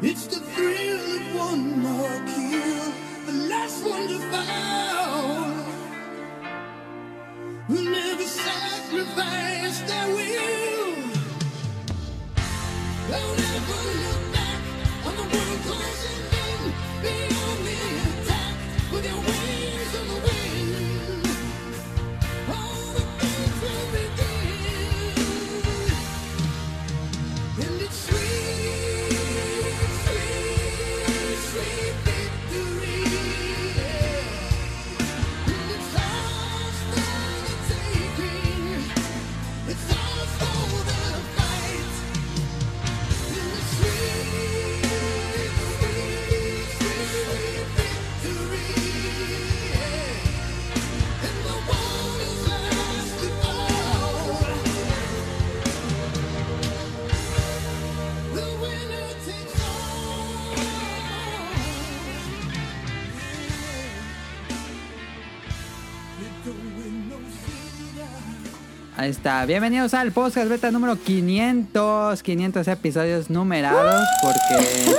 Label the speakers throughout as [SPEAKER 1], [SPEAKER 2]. [SPEAKER 1] It's the thrill of one more kill, the last one to fall. Who never sacrificed their will. Don't ever look back on the world closing in beyond the attack with your wings on the wind. All the things will begin. And it's sweet, sweet, sweet victory. And it's all for the taking. It's all for the fight. And it's sweet, sweet, sweet victory. And the world is ours to The winner takes
[SPEAKER 2] Ahí está. Bienvenidos al podcast beta número 500. 500 episodios numerados porque...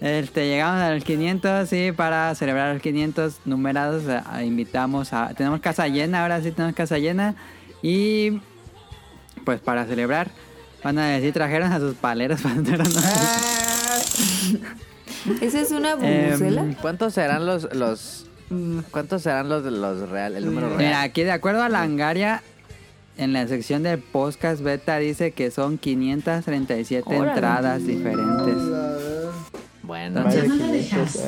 [SPEAKER 2] Este, llegamos al 500 y para celebrar los 500 numerados eh, invitamos a... Tenemos casa llena, ahora sí tenemos casa llena. Y pues para celebrar van a decir trajeron a sus paleros para
[SPEAKER 3] Ah,
[SPEAKER 4] ¿Esa es una bubucela?
[SPEAKER 2] Em,
[SPEAKER 3] ¿Cuántos serán los los cuántos serán los los real el número
[SPEAKER 2] Mira,
[SPEAKER 3] real?
[SPEAKER 2] aquí de acuerdo a Langaria, en la sección del podcast beta dice que son 537
[SPEAKER 4] Órale.
[SPEAKER 2] entradas diferentes.
[SPEAKER 3] Bueno,
[SPEAKER 2] Entonces,
[SPEAKER 5] no la dejas.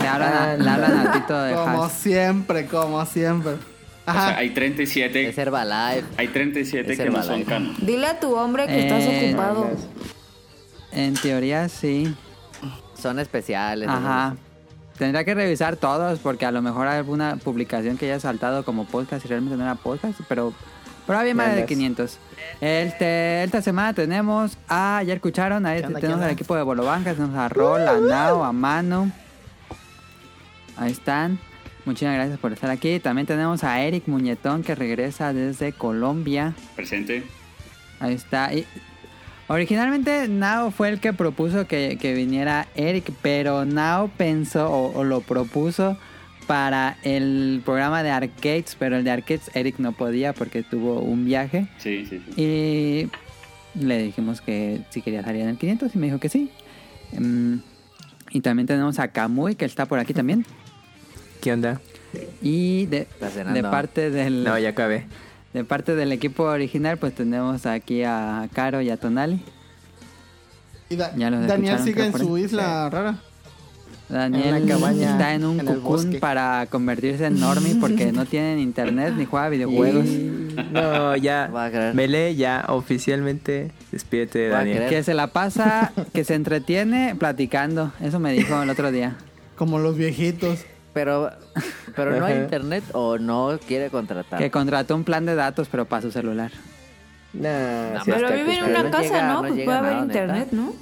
[SPEAKER 2] Le hablan a, le hablan a Tito de
[SPEAKER 6] Como
[SPEAKER 2] Hacks.
[SPEAKER 6] siempre, como siempre.
[SPEAKER 7] O sea,
[SPEAKER 6] Ajá.
[SPEAKER 7] hay 37,
[SPEAKER 3] es Herbalife.
[SPEAKER 7] hay 37
[SPEAKER 3] es
[SPEAKER 7] que no son
[SPEAKER 3] Herbalife.
[SPEAKER 7] canon.
[SPEAKER 4] Dile a tu hombre que estás
[SPEAKER 2] Eh,
[SPEAKER 4] ocupado.
[SPEAKER 2] En teoría sí.
[SPEAKER 3] Son especiales.
[SPEAKER 2] Ajá. Tendría que revisar todos porque a lo mejor hay alguna publicación que haya saltado como podcast y realmente no era podcast, pero, pero había más de
[SPEAKER 5] Andas.
[SPEAKER 2] 500. Este, esta semana tenemos a, ya escucharon, ahí
[SPEAKER 6] ¿Qué onda, qué
[SPEAKER 2] tenemos
[SPEAKER 6] onda?
[SPEAKER 2] al equipo de Bolobanca, tenemos a Rol, a Nao, a Manu. Ahí están. Muchísimas gracias por estar aquí. También tenemos a Eric Muñetón que regresa desde Colombia.
[SPEAKER 7] Presente.
[SPEAKER 2] Ahí está. Y originalmente Nao fue el que propuso que, que viniera Eric, pero Nao pensó o, o lo propuso para el programa de Arcades, pero el de Arcades Eric no podía porque tuvo un viaje.
[SPEAKER 7] Sí, sí, sí.
[SPEAKER 2] Y le dijimos que si quería salir en el 500 y me dijo que sí. Mm, y también tenemos a Kamui que está por aquí también.
[SPEAKER 8] ¿Qué onda?
[SPEAKER 2] Y de,
[SPEAKER 3] Está cenando.
[SPEAKER 2] de parte del...
[SPEAKER 8] No, ya acabé.
[SPEAKER 2] De parte del equipo original, pues tenemos aquí a Caro y a Tonali.
[SPEAKER 6] Y Da-
[SPEAKER 2] Ya los
[SPEAKER 6] Daniel
[SPEAKER 2] escucharon,
[SPEAKER 6] sigue
[SPEAKER 2] creo,
[SPEAKER 6] en
[SPEAKER 2] por
[SPEAKER 6] su
[SPEAKER 2] ahí.
[SPEAKER 6] isla rara.
[SPEAKER 2] Daniel
[SPEAKER 6] En la cabaña,
[SPEAKER 2] está en un
[SPEAKER 6] en el
[SPEAKER 2] cucún
[SPEAKER 6] bosque.
[SPEAKER 2] para convertirse en normie porque no tienen internet ni juega videojuegos.
[SPEAKER 8] No, ya.
[SPEAKER 3] Va a creer.
[SPEAKER 8] Mele, ya oficialmente despídete de
[SPEAKER 3] Va a
[SPEAKER 8] Daniel.
[SPEAKER 3] creer.
[SPEAKER 2] Que se la pasa, que se entretiene platicando. Eso me dijo el otro día.
[SPEAKER 6] Como los viejitos.
[SPEAKER 3] Pero pero no hay
[SPEAKER 5] Ajá.
[SPEAKER 3] internet o no quiere contratar.
[SPEAKER 2] Que contrató un plan de datos, pero para su celular.
[SPEAKER 5] Nah,
[SPEAKER 3] No,
[SPEAKER 5] Ah, sí
[SPEAKER 3] pero
[SPEAKER 4] Pero
[SPEAKER 5] está
[SPEAKER 3] vive
[SPEAKER 4] vive en
[SPEAKER 3] acostado. No llega-
[SPEAKER 4] una casa,
[SPEAKER 5] acostado.
[SPEAKER 4] ¿no?
[SPEAKER 3] no
[SPEAKER 4] Pues
[SPEAKER 3] llega
[SPEAKER 4] puede haber
[SPEAKER 3] nada, neta.
[SPEAKER 4] internet, ¿no?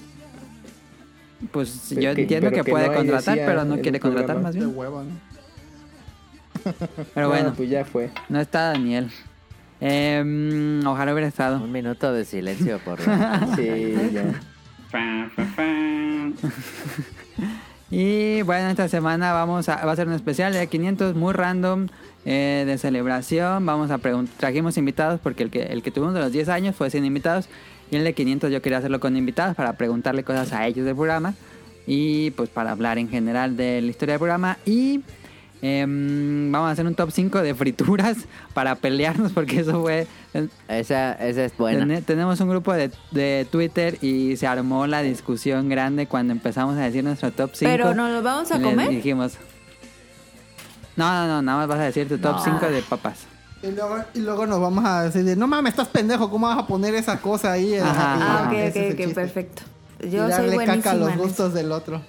[SPEAKER 2] Pues
[SPEAKER 5] Pero
[SPEAKER 2] yo
[SPEAKER 5] que-
[SPEAKER 2] entiendo
[SPEAKER 5] pero
[SPEAKER 2] que
[SPEAKER 5] que
[SPEAKER 2] puede
[SPEAKER 5] no, ahí
[SPEAKER 2] contratar,
[SPEAKER 5] decía
[SPEAKER 2] pero no
[SPEAKER 5] el
[SPEAKER 2] quiere contratar
[SPEAKER 5] programa.
[SPEAKER 2] más
[SPEAKER 6] De
[SPEAKER 2] bien.
[SPEAKER 6] hueva, ¿no?
[SPEAKER 2] Pero
[SPEAKER 5] No,
[SPEAKER 2] bueno,
[SPEAKER 5] pues ya fue.
[SPEAKER 2] no está Daniel. Em, ojalá hubiera estado.
[SPEAKER 3] Un minuto de silencio por la-
[SPEAKER 5] Sí, ya.
[SPEAKER 7] Ah, Fa, fa, fa.
[SPEAKER 2] Y bueno, esta semana vamos a, va a ser un especial de 500 muy random eh, de celebración. Vamos a preguntar, trajimos invitados porque el que, el que tuvimos de los 10 años fue sin invitados y el de 500 yo quería hacerlo con invitados para preguntarle cosas a ellos del programa y pues para hablar en general de la historia del programa y em, vamos a hacer un top 5 de frituras para pelearnos porque eso fue... eh,
[SPEAKER 3] Esa esa es buena.
[SPEAKER 2] Tene- tenemos un grupo de, de Twitter y se armó la discusión grande cuando empezamos a decir nuestro top 5.
[SPEAKER 4] Pero nos los vamos a
[SPEAKER 2] Le
[SPEAKER 4] comer.
[SPEAKER 2] dijimos. No, no, no, nada más vas a decir tu top
[SPEAKER 3] No.
[SPEAKER 2] 5 de papas.
[SPEAKER 6] Y luego, y luego nos vamos a decir, de, no mames, estás pendejo, ¿cómo vas a poner esa cosa ahí?
[SPEAKER 2] Ajá.
[SPEAKER 4] Ah, ok,
[SPEAKER 6] Ese es el
[SPEAKER 4] ok, ok,
[SPEAKER 6] chiste.
[SPEAKER 4] perfecto.
[SPEAKER 6] Y
[SPEAKER 4] Yo soy
[SPEAKER 6] darle caca a
[SPEAKER 4] buenísima.
[SPEAKER 6] los
[SPEAKER 4] en eso.
[SPEAKER 6] gustos del otro.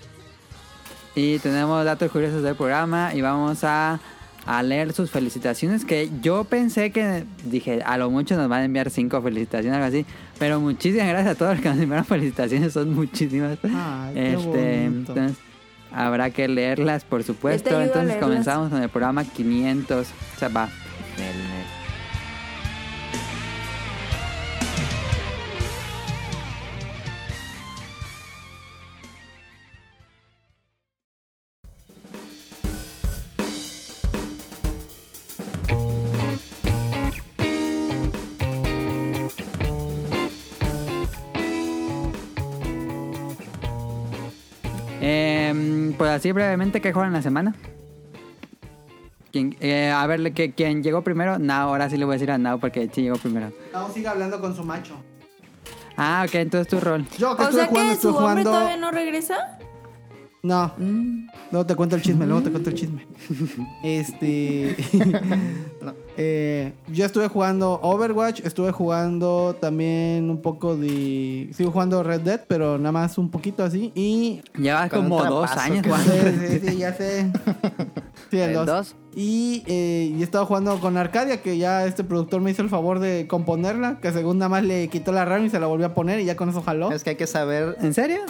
[SPEAKER 2] Y tenemos datos curiosos del programa y vamos a, a leer sus felicitaciones que yo pensé que, dije, a lo mucho nos van a enviar 5 felicitaciones, algo así. Pero muchísimas gracias a todos los que nos enviaron felicitaciones, son muchísimas. Este,
[SPEAKER 6] Ay, qué bonito.
[SPEAKER 2] entonces, habrá que leerlas, por
[SPEAKER 4] Yo te
[SPEAKER 2] supuesto.
[SPEAKER 4] ayudo a
[SPEAKER 2] Entonces
[SPEAKER 4] Este leerlas.
[SPEAKER 2] comenzamos con el programa 500. O sea, va.
[SPEAKER 3] Nel, nel.
[SPEAKER 2] Em, pues así brevemente, ¿qué juegan la semana? ¿Quién- eh, a ver, ¿qué- ¿quién llegó primero? Nao, ahora sí le voy a decir a Nao porque sí llegó primero.
[SPEAKER 9] Aún sigue hablando con su macho.
[SPEAKER 2] Ah, ok, entonces tu rol.
[SPEAKER 9] Yo que
[SPEAKER 6] O
[SPEAKER 9] estuve
[SPEAKER 6] sea
[SPEAKER 9] jugando,
[SPEAKER 6] que su
[SPEAKER 9] estuve
[SPEAKER 6] hombre
[SPEAKER 9] jugando.
[SPEAKER 6] todavía no regresa.
[SPEAKER 9] No,
[SPEAKER 2] Mm.
[SPEAKER 9] luego te cuento el chisme, luego te cuento el chisme. Este. no, eh, yo estuve jugando Overwatch, estuve jugando también un poco de. Sigo jugando Red Dead, pero nada más un poquito así. Y.
[SPEAKER 2] Llevas
[SPEAKER 3] Con un
[SPEAKER 2] como dos
[SPEAKER 3] trapazo
[SPEAKER 2] años
[SPEAKER 3] que-
[SPEAKER 2] jugando.
[SPEAKER 9] Sí, sí, sí, ya sé. Sí, el
[SPEAKER 3] ¿El
[SPEAKER 9] 2.
[SPEAKER 3] dos?
[SPEAKER 9] Y, eh, y he estado jugando con Arcadia, que ya este productor me hizo el favor de componerla, que según nada más le quitó la RAM y se la volvió a poner y ya con eso jaló.
[SPEAKER 5] Es que hay que saber.
[SPEAKER 2] ¿En serio?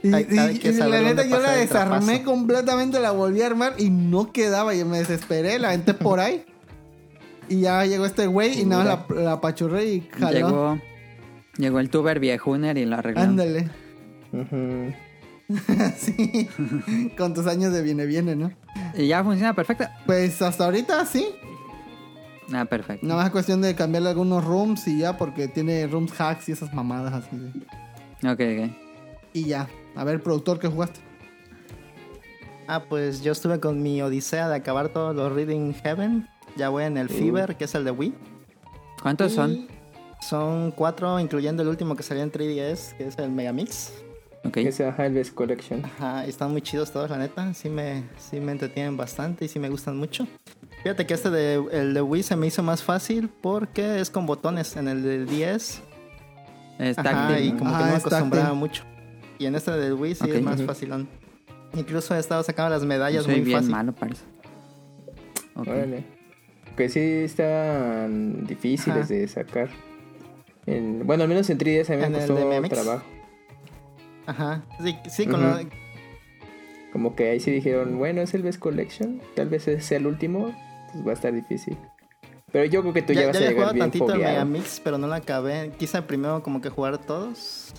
[SPEAKER 9] Y,
[SPEAKER 5] Hay-
[SPEAKER 9] y-
[SPEAKER 5] hay que
[SPEAKER 9] y la
[SPEAKER 5] saber
[SPEAKER 9] neta
[SPEAKER 5] dónde
[SPEAKER 9] yo la
[SPEAKER 5] pasar el trapazo.
[SPEAKER 9] desarmé completamente, la volví a armar y no quedaba. Y me desesperé, la aventé por ahí. Y ya llegó este güey y nada más la, la apachurré y jaló.
[SPEAKER 2] Llegó, llegó el tuber viejuner y lo arregló.
[SPEAKER 9] Ándale.
[SPEAKER 5] Ujú.
[SPEAKER 9] sí. Con tus años de viene viene, ¿no?
[SPEAKER 2] Y ya funciona perfecto.
[SPEAKER 9] Pues hasta ahorita sí.
[SPEAKER 2] Ah, perfecto.
[SPEAKER 9] Nada más es cuestión de cambiarle algunos rooms y ya, porque tiene rooms hacks y esas mamadas así. de-
[SPEAKER 2] Ok, ok.
[SPEAKER 9] Y ya. A ver, productor, ¿qué jugaste?
[SPEAKER 5] Ah, pues yo estuve con mi odisea de acabar todos los Reading Heaven. Ya voy en el Fever, que es el de Wii.
[SPEAKER 2] Uh. ¿Cuántos son?
[SPEAKER 5] Son cuatro, incluyendo el último que salió en 3DS, que es el Megamix.
[SPEAKER 2] Ok.
[SPEAKER 8] Ese ajá, el Best Collection.
[SPEAKER 5] Ajá, y están muy chidos todos, la neta. Sí me, sí me entretienen bastante y sí me gustan mucho. Fíjate que este de, el de Wii se me hizo más fácil porque es con botones. En el de 10
[SPEAKER 2] Es
[SPEAKER 5] Ajá,
[SPEAKER 2] táctil,
[SPEAKER 5] y
[SPEAKER 2] ¿no?
[SPEAKER 5] como que
[SPEAKER 9] Ah,
[SPEAKER 5] no me
[SPEAKER 9] es táctil.
[SPEAKER 5] acostumbraba mucho. Y en esta del Wii sí
[SPEAKER 2] Ok.
[SPEAKER 5] es más
[SPEAKER 2] Ujú.
[SPEAKER 5] facilón. Incluso he estado sacando las medallas
[SPEAKER 2] Soy
[SPEAKER 5] muy
[SPEAKER 2] bien
[SPEAKER 5] fácil.
[SPEAKER 2] malo, parece. Ok.
[SPEAKER 8] Órale. Que sí estaban difíciles
[SPEAKER 5] Ajá.
[SPEAKER 8] de sacar. En- bueno, al menos en 3DS a mí
[SPEAKER 5] En
[SPEAKER 8] me
[SPEAKER 5] el de
[SPEAKER 8] costó
[SPEAKER 5] Memex.
[SPEAKER 8] trabajo.
[SPEAKER 5] Ajá. Sí, sí, con
[SPEAKER 8] Ujú.
[SPEAKER 5] lo-
[SPEAKER 8] Como que ahí sí dijeron, bueno, es el Best Collection, tal vez ese sea el último, pues va a estar difícil. Pero yo creo que tú ya,
[SPEAKER 5] ya,
[SPEAKER 8] vas
[SPEAKER 5] ya
[SPEAKER 8] a
[SPEAKER 5] había
[SPEAKER 8] llegar
[SPEAKER 5] jugado
[SPEAKER 8] bien
[SPEAKER 5] tantito el
[SPEAKER 8] fogueado.
[SPEAKER 5] Megamix, pero no lo acabé. Quise primero como que jugar todos.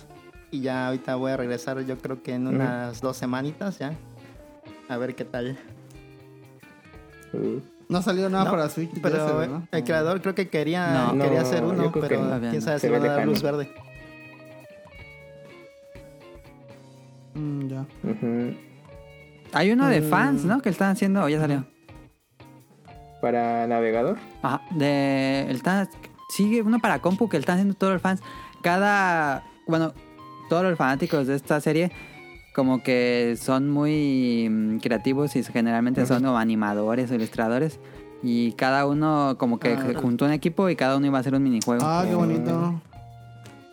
[SPEAKER 5] Y ya ahorita voy a regresar yo creo que en
[SPEAKER 8] Ujú.
[SPEAKER 5] unas dos semanitas ya. A ver qué tal.
[SPEAKER 8] Uh,
[SPEAKER 9] No salió nada
[SPEAKER 5] No,
[SPEAKER 9] para Switch,
[SPEAKER 5] Pero
[SPEAKER 9] parece,
[SPEAKER 5] eh,
[SPEAKER 9] ¿no?
[SPEAKER 5] el creador creo que quería,
[SPEAKER 2] No.
[SPEAKER 5] quería
[SPEAKER 8] No,
[SPEAKER 5] hacer
[SPEAKER 8] yo
[SPEAKER 5] uno,
[SPEAKER 8] creo que
[SPEAKER 5] pero
[SPEAKER 8] no.
[SPEAKER 2] Todavía
[SPEAKER 5] quién
[SPEAKER 2] no.
[SPEAKER 5] sabe
[SPEAKER 8] Se
[SPEAKER 5] si
[SPEAKER 8] ve
[SPEAKER 5] va a dar
[SPEAKER 8] lejano.
[SPEAKER 5] luz verde.
[SPEAKER 9] Mm, ya.
[SPEAKER 8] ujú. Mm.
[SPEAKER 2] Hay uno de fans, ¿no? Que están haciendo. O ya salió.
[SPEAKER 8] Para navegador.
[SPEAKER 2] Ajá. De. El tan- Sigue uno para compu que están haciendo todos los fans. Cada. Bueno, todos los fanáticos de esta serie. Como que son muy mm, creativos y generalmente son o animadores o ilustradores. Y cada uno como que
[SPEAKER 8] Ah.
[SPEAKER 2] juntó un equipo y cada uno iba a hacer un minijuego.
[SPEAKER 9] Ah, qué bonito.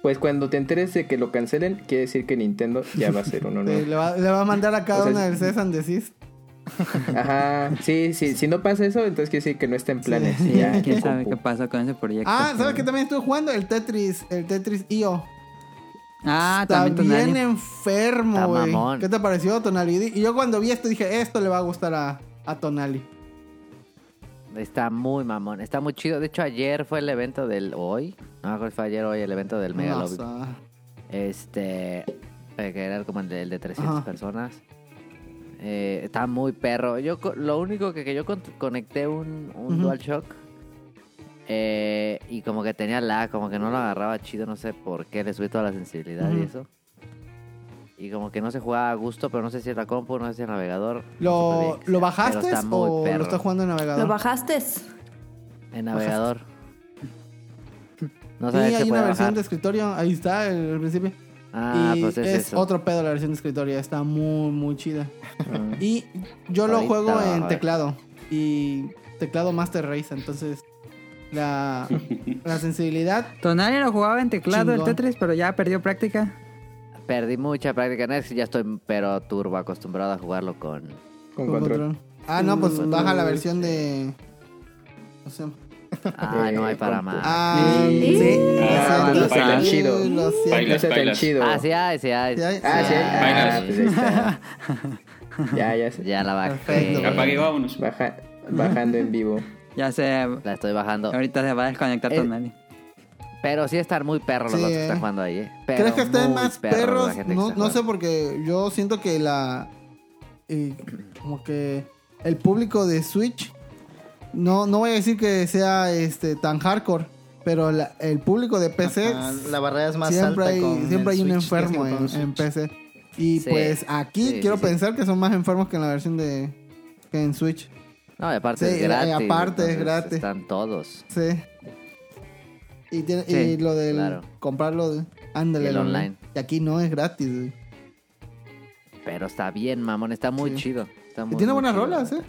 [SPEAKER 8] Pues cuando te enteres de que lo cancelen, quiere decir que Nintendo ya va a ser uno
[SPEAKER 9] Sí,
[SPEAKER 8] nuevo.
[SPEAKER 9] le, va, le va a mandar a cada
[SPEAKER 8] O sea,
[SPEAKER 9] una del César de Cis.
[SPEAKER 8] Ajá, sí, sí, si no pasa eso, entonces quiere decir que no está en planes.
[SPEAKER 2] Sí,
[SPEAKER 8] ya,
[SPEAKER 2] quién
[SPEAKER 8] pum,
[SPEAKER 2] sabe
[SPEAKER 8] pum.
[SPEAKER 2] qué pasó con ese proyecto.
[SPEAKER 9] Ah, ¿sabes qué también estuve jugando? El Tetris, el Tetris IO.
[SPEAKER 2] Ah,
[SPEAKER 9] Está
[SPEAKER 2] también Tonali.
[SPEAKER 9] bien enfermo,
[SPEAKER 3] Está
[SPEAKER 9] güey.
[SPEAKER 3] mamón.
[SPEAKER 9] ¿Qué te pareció, Tonali? Y yo cuando vi esto dije, esto le va a gustar a, a Tonali.
[SPEAKER 3] Está muy mamón, está muy chido. De hecho, ayer fue el evento del. ¿Hoy? No, me acuerdo si fue ayer o hoy el evento del Mega
[SPEAKER 9] No,
[SPEAKER 3] Lobby.
[SPEAKER 9] o sea,
[SPEAKER 3] Este. eh, Que era como el de, el de 300
[SPEAKER 9] Ajá.
[SPEAKER 3] personas. Eh, está muy perro. Yo co- lo único que, que yo con- conecté un, un
[SPEAKER 9] Ujú.
[SPEAKER 3] DualShock. eh, y como que tenía lag, como que no lo agarraba chido, no sé por qué, le subí toda la sensibilidad y
[SPEAKER 9] Ujú.
[SPEAKER 3] eso. Y como que no se jugaba a gusto, pero no sé si era compu, no sé si era navegador. no supe
[SPEAKER 9] ¿Lo,
[SPEAKER 3] bien qué
[SPEAKER 9] ¿lo
[SPEAKER 3] sea, pero
[SPEAKER 9] bajaste
[SPEAKER 3] está muy
[SPEAKER 9] o
[SPEAKER 3] perro.
[SPEAKER 9] lo estás jugando en navegador?
[SPEAKER 6] Lo bajaste.
[SPEAKER 3] En navegador. No
[SPEAKER 9] Sí,
[SPEAKER 3] sabía que se
[SPEAKER 9] hay una
[SPEAKER 3] podía
[SPEAKER 9] versión
[SPEAKER 3] bajar.
[SPEAKER 9] de escritorio, ahí está el principio.
[SPEAKER 3] Ah,
[SPEAKER 9] y
[SPEAKER 3] pues es,
[SPEAKER 9] es
[SPEAKER 3] eso.
[SPEAKER 9] otro pedo la versión de escritorio, está muy, muy chida. y yo lo
[SPEAKER 3] Ah. Ahorita,
[SPEAKER 9] juego
[SPEAKER 3] a
[SPEAKER 9] en
[SPEAKER 3] ver.
[SPEAKER 9] teclado y teclado Master Race, entonces la, la sensibilidad
[SPEAKER 2] Tonali lo jugaba en teclado el
[SPEAKER 9] Chingón.
[SPEAKER 2] Tetris, pero ya perdió práctica.
[SPEAKER 3] Perdí mucha práctica en eso, ya estoy pero turbo acostumbrado a jugarlo con...
[SPEAKER 8] Con control.
[SPEAKER 9] Ah, no, pues
[SPEAKER 3] Uh,
[SPEAKER 9] baja la versión de. o sea,
[SPEAKER 3] Ah,
[SPEAKER 8] Eh,
[SPEAKER 3] no hay para
[SPEAKER 8] con-
[SPEAKER 3] más. Ah,
[SPEAKER 9] Ah, sí.
[SPEAKER 10] Ah,
[SPEAKER 9] lo siento,
[SPEAKER 8] baila,
[SPEAKER 9] sí,
[SPEAKER 8] chido.
[SPEAKER 9] lo siento.
[SPEAKER 8] No
[SPEAKER 10] Bailas,
[SPEAKER 8] está tan
[SPEAKER 10] bailas.
[SPEAKER 8] chido.
[SPEAKER 3] sí hay, sí hay.
[SPEAKER 9] Sí hay,
[SPEAKER 8] Ah,
[SPEAKER 9] sí
[SPEAKER 8] sí, hay.
[SPEAKER 10] Bailas.
[SPEAKER 8] Ah, pues ahí está. Ya, ya. se-
[SPEAKER 3] Ya la bajé.
[SPEAKER 9] Perfecto.
[SPEAKER 10] Apague, vámonos.
[SPEAKER 8] Baja, bajando en vivo.
[SPEAKER 2] Ya se.
[SPEAKER 3] La estoy bajando.
[SPEAKER 2] Ahorita se va a desconectar
[SPEAKER 3] Eh,
[SPEAKER 2] Tonali.
[SPEAKER 3] Pero sí están muy perros los
[SPEAKER 9] Sí,
[SPEAKER 3] dos que
[SPEAKER 9] eh.
[SPEAKER 3] están jugando ahí. eh. Pero
[SPEAKER 9] ¿Crees que estén
[SPEAKER 3] muy
[SPEAKER 9] más
[SPEAKER 3] perros la
[SPEAKER 9] perros?
[SPEAKER 3] gente que
[SPEAKER 9] No,
[SPEAKER 3] está
[SPEAKER 9] no sé,
[SPEAKER 3] jugando.
[SPEAKER 9] porque yo siento que la. eh, como que el público de Switch. No, no voy a decir que sea este tan hardcore, pero la- el público de PC
[SPEAKER 5] Ajá, Ah, la barrera es más
[SPEAKER 9] siempre
[SPEAKER 5] alta
[SPEAKER 9] hay,
[SPEAKER 5] con
[SPEAKER 9] siempre
[SPEAKER 5] el
[SPEAKER 9] hay un
[SPEAKER 5] Switch,
[SPEAKER 9] enfermo
[SPEAKER 5] es que
[SPEAKER 9] en,
[SPEAKER 5] con Switch.
[SPEAKER 9] en PC.
[SPEAKER 6] Y
[SPEAKER 3] Sí.
[SPEAKER 6] pues aquí
[SPEAKER 3] Sí,
[SPEAKER 6] quiero
[SPEAKER 3] sí, sí.
[SPEAKER 6] pensar que son más enfermos que en la versión de. que en Switch.
[SPEAKER 3] No, y aparte
[SPEAKER 6] Sí,
[SPEAKER 9] eh,
[SPEAKER 3] es
[SPEAKER 6] y
[SPEAKER 3] gratis.
[SPEAKER 6] aparte es
[SPEAKER 3] entonces
[SPEAKER 6] gratis.
[SPEAKER 3] Están todos.
[SPEAKER 6] Sí. Y, tiene-
[SPEAKER 3] Sí,
[SPEAKER 6] y lo del
[SPEAKER 3] claro.
[SPEAKER 6] comprarlo, de- ándale.
[SPEAKER 3] Y el
[SPEAKER 6] lo-
[SPEAKER 3] online.
[SPEAKER 6] Y aquí no es gratis. güey.
[SPEAKER 3] Pero está bien, mamón. Está muy chido. Está
[SPEAKER 6] Y
[SPEAKER 3] muy,
[SPEAKER 6] tiene
[SPEAKER 3] muy
[SPEAKER 6] buenas
[SPEAKER 3] chido.
[SPEAKER 6] rolas, ¿eh?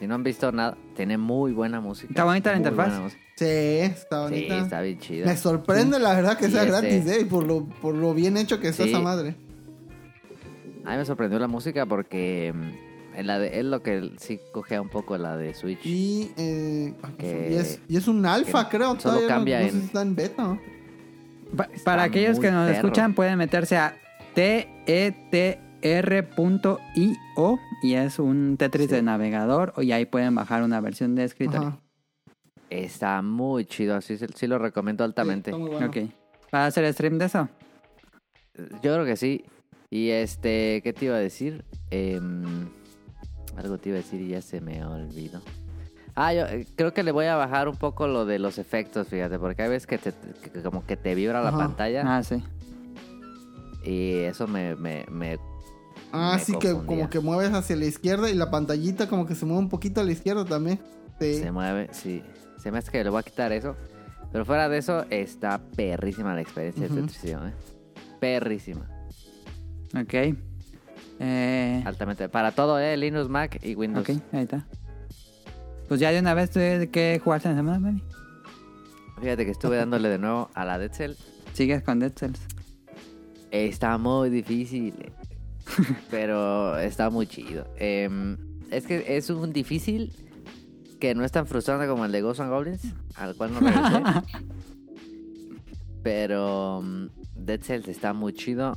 [SPEAKER 3] Si no han visto nada, tiene muy buena música.
[SPEAKER 2] Está bonita la
[SPEAKER 3] Muy
[SPEAKER 2] interfaz.
[SPEAKER 3] buena música.
[SPEAKER 6] Sí, está
[SPEAKER 3] Sí,
[SPEAKER 6] bonita.
[SPEAKER 3] está bien chida.
[SPEAKER 6] Me sorprende la verdad que
[SPEAKER 3] Sí,
[SPEAKER 6] sea
[SPEAKER 3] este-
[SPEAKER 6] gratis, ¿eh? Y por lo, por lo bien hecho que está
[SPEAKER 3] Sí.
[SPEAKER 6] esa madre.
[SPEAKER 3] A mí me sorprendió la música porque mm, en la de, es lo que sí cogea un poco la de Switch.
[SPEAKER 6] Y, eh, ay,
[SPEAKER 3] Que-
[SPEAKER 6] y es, y es un alfa,
[SPEAKER 3] que
[SPEAKER 6] creo.
[SPEAKER 3] solo
[SPEAKER 6] Todavía no-
[SPEAKER 3] cambia
[SPEAKER 6] no, sé
[SPEAKER 3] en-
[SPEAKER 6] si está en beta, ¿no?
[SPEAKER 2] Pa- para aquellos que
[SPEAKER 3] muy
[SPEAKER 2] nos
[SPEAKER 3] perro.
[SPEAKER 2] escuchan, pueden meterse a E tetr.io y es un Tetris de navegador y ahí pueden bajar una versión de escritorio.
[SPEAKER 6] Ajá.
[SPEAKER 3] Está muy chido, así se- sí lo recomiendo altamente.
[SPEAKER 6] Sí, está muy bueno.
[SPEAKER 2] Ok. ¿Vas a hacer stream de eso?
[SPEAKER 3] Yo creo que sí. Y este, ¿qué te iba a decir? Em, algo te iba a decir y ya se me olvidó. Ah, yo eh, creo que le voy a bajar un poco lo de los efectos, fíjate, porque hay veces que, te, que- que como que te vibra la
[SPEAKER 6] Ajá.
[SPEAKER 3] pantalla
[SPEAKER 2] Ah, sí.
[SPEAKER 3] y eso me... me, me
[SPEAKER 6] Ah,
[SPEAKER 3] me
[SPEAKER 6] sí, que
[SPEAKER 3] confundía.
[SPEAKER 6] como que mueves hacia la izquierda y la pantallita como que se mueve un poquito a la izquierda también. Sí.
[SPEAKER 3] Se mueve, sí. Se me hace que le voy a quitar eso. Pero fuera de eso, está perrísima la experiencia
[SPEAKER 6] Ujú.
[SPEAKER 3] de Tetris, ¿eh? Perrísima.
[SPEAKER 2] Ok. Eh,
[SPEAKER 3] Altamente. Para todo, ¿eh? Linux, Mac y Windows.
[SPEAKER 2] ok, ahí está. Pues ya de una vez tuve que jugarse en la semana, Manny.
[SPEAKER 3] Fíjate que estuve dándole de nuevo a la Dead Cell.
[SPEAKER 2] Sigues con Dead Cells.
[SPEAKER 3] Está muy difícil. eh, pero está muy chido. Em, es que es un difícil que no es tan frustrante como el de Ghosts and Goblins, al cual no regresé. pero mm, Dead Cells está muy chido.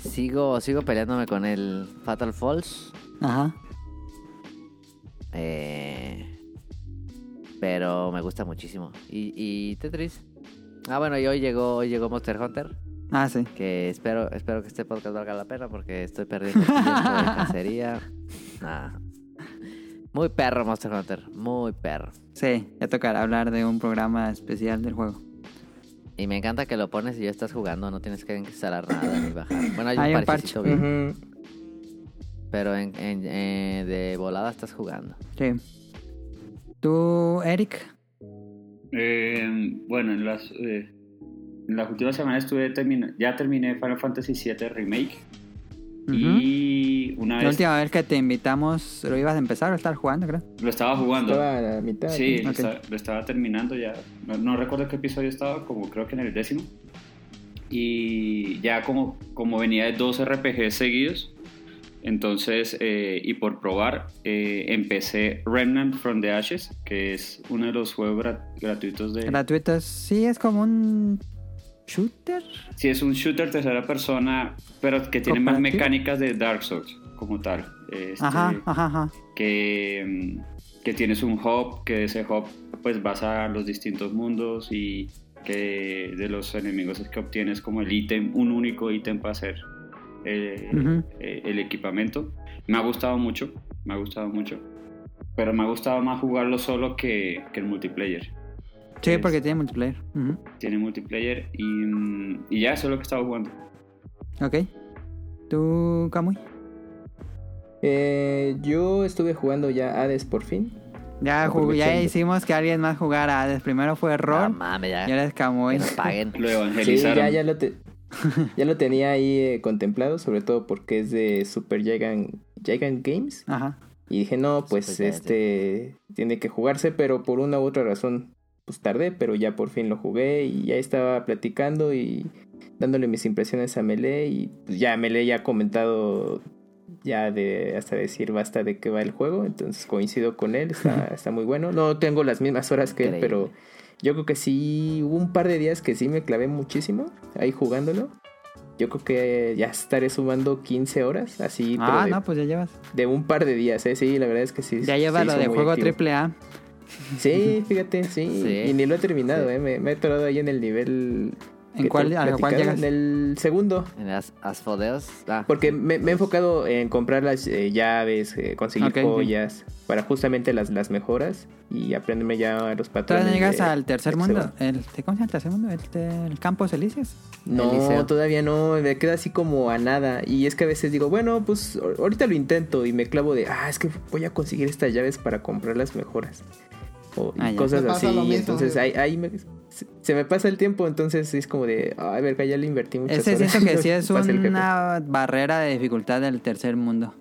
[SPEAKER 3] Sigo, sigo peleándome con el Fatal Falls.
[SPEAKER 2] Ajá.
[SPEAKER 3] eh, pero me gusta muchísimo. Y, y Tetris. Ah, bueno, y hoy llegó, hoy llegó Monster Hunter.
[SPEAKER 2] Ah, sí.
[SPEAKER 3] Que espero, espero que este podcast valga la pena porque estoy perdiendo el tiempo de cacería. Nah. Muy perro Monster Hunter, muy perro.
[SPEAKER 2] Sí, ya tocará hablar de un programa especial del juego.
[SPEAKER 3] Y me encanta que lo pones y ya estás jugando, no tienes que instalar nada ni bajar. Bueno, hay,
[SPEAKER 2] Hay
[SPEAKER 3] un
[SPEAKER 2] un
[SPEAKER 3] parchecito
[SPEAKER 2] parche.
[SPEAKER 3] bien,
[SPEAKER 8] Ujú.
[SPEAKER 3] pero en, en- eh, de volada estás jugando.
[SPEAKER 2] Sí. ¿Tú, Eric?
[SPEAKER 7] Eh, bueno, en las, eh, en las últimas semanas estuve termin- ya terminé Final Fantasy VII Remake. Y una
[SPEAKER 2] La
[SPEAKER 7] vez
[SPEAKER 2] última vez que te invitamos, lo ibas a empezar o estar jugando, creo.
[SPEAKER 7] lo estaba jugando.
[SPEAKER 8] Estaba a la mitad.
[SPEAKER 7] Sí,
[SPEAKER 2] Ok.
[SPEAKER 7] lo, esta- lo estaba, terminando ya. No, no recuerdo qué episodio estaba, como creo que en el décimo. Y ya como, como venía de dos RPGs seguidos, entonces, eh, y por probar, eh, empecé Remnant from the Ashes, que es uno de los juegos gra- gratuitos de...
[SPEAKER 2] Gratuitos. Sí, es como un shooter.
[SPEAKER 7] sí, es un shooter tercera persona, pero que tiene más
[SPEAKER 2] ¿Cooperativo?
[SPEAKER 7] mecánicas de Dark Souls, como tal. Este,
[SPEAKER 2] Ajá, ajá, ajá.
[SPEAKER 7] que, mm, que tienes un hub, que de ese hub pues vas a los distintos mundos y que de los enemigos es que obtienes como el ítem, un único ítem para hacer eh,
[SPEAKER 2] Ujú.
[SPEAKER 7] eh, el equipamiento. Me ha gustado mucho, me ha gustado mucho, pero me ha gustado más jugarlo solo que, que el multiplayer.
[SPEAKER 2] Sí,
[SPEAKER 7] Es-
[SPEAKER 2] porque tiene multiplayer. Ujú.
[SPEAKER 7] Tiene multiplayer y, mm, y ya eso es lo que estaba jugando.
[SPEAKER 2] Ok. ¿Tú, Kamui?
[SPEAKER 8] Eh, yo estuve jugando ya Hades por fin.
[SPEAKER 2] Ya, jugó- ya
[SPEAKER 8] Aprovechando.
[SPEAKER 2] hicimos que alguien más jugara a Hades. Primero fue
[SPEAKER 3] No
[SPEAKER 2] Ron
[SPEAKER 3] mames, ya.
[SPEAKER 2] y ahora es Kamui.
[SPEAKER 3] Que nos paguen.
[SPEAKER 7] Lo
[SPEAKER 8] Sí,
[SPEAKER 7] evangelizaron.
[SPEAKER 8] ya, ya lo te- ya lo tenía ahí eh, contemplado, sobre todo porque es de Super Gigant, Gigant Games.
[SPEAKER 2] Ajá.
[SPEAKER 8] Y dije, no, pues
[SPEAKER 3] Super Giant.
[SPEAKER 8] este tiene que jugarse, pero por una u otra razón, pues tardé, pero ya por fin lo jugué y ya estaba platicando y dándole mis impresiones a Melee y pues, ya Melee ya ha comentado ya de hasta decir basta de qué va el juego, entonces coincido con él, está, está muy bueno. No tengo las mismas horas que él,
[SPEAKER 3] Increíble.
[SPEAKER 8] pero yo creo que sí hubo un par de días que sí me clavé muchísimo ahí jugándolo. Yo creo que ya estaré sumando 15 horas, así pero
[SPEAKER 2] ah,
[SPEAKER 8] de
[SPEAKER 2] no, pues ya llevas.
[SPEAKER 8] de un par de días, ¿eh? Sí, la verdad es que sí.
[SPEAKER 2] Ya llevas
[SPEAKER 8] se
[SPEAKER 2] lo
[SPEAKER 8] hizo
[SPEAKER 2] de
[SPEAKER 8] muy
[SPEAKER 2] juego
[SPEAKER 8] activo.
[SPEAKER 2] triple A.
[SPEAKER 8] Sí, fíjate, sí.
[SPEAKER 3] Sí.
[SPEAKER 8] Y ni lo he terminado,
[SPEAKER 3] Sí.
[SPEAKER 8] ¿eh? Me, me he atorado ahí en el nivel
[SPEAKER 2] ¿En
[SPEAKER 8] que
[SPEAKER 2] cuál,
[SPEAKER 8] te
[SPEAKER 2] a cuál
[SPEAKER 8] platicaba,
[SPEAKER 2] llegas?
[SPEAKER 8] En el segundo.
[SPEAKER 3] En las asfodeos. Ah,
[SPEAKER 8] Porque me, me he enfocado en comprar las eh, llaves, eh, conseguir
[SPEAKER 2] Ok, sí.
[SPEAKER 8] joyas, para justamente las, las mejoras y aprenderme ya los patrones.
[SPEAKER 2] Todavía no llegas
[SPEAKER 8] de-
[SPEAKER 2] al tercer
[SPEAKER 8] del
[SPEAKER 2] mundo.
[SPEAKER 8] segundo.
[SPEAKER 2] El, ¿Cómo se llama el tercer mundo? El, te- el Campos Elíseos.
[SPEAKER 8] No,
[SPEAKER 3] Eliseo.
[SPEAKER 8] todavía no, me queda así como a nada. Y es que a veces digo, bueno, pues ahor- ahorita lo intento y me clavo de, ah, es que voy a conseguir estas llaves para comprar las mejoras. O, y
[SPEAKER 2] Ah, ya.
[SPEAKER 8] cosas
[SPEAKER 5] Me pasa
[SPEAKER 8] así.
[SPEAKER 5] lo mismo.
[SPEAKER 8] entonces ahí, ahí me- se, se me pasa el tiempo, entonces es como de, ay, verga, ya le invertí muchas
[SPEAKER 2] Ese
[SPEAKER 8] horas".
[SPEAKER 2] siento que sí es
[SPEAKER 8] Pasa el jefe.
[SPEAKER 2] una barrera de dificultad del tercer mundo.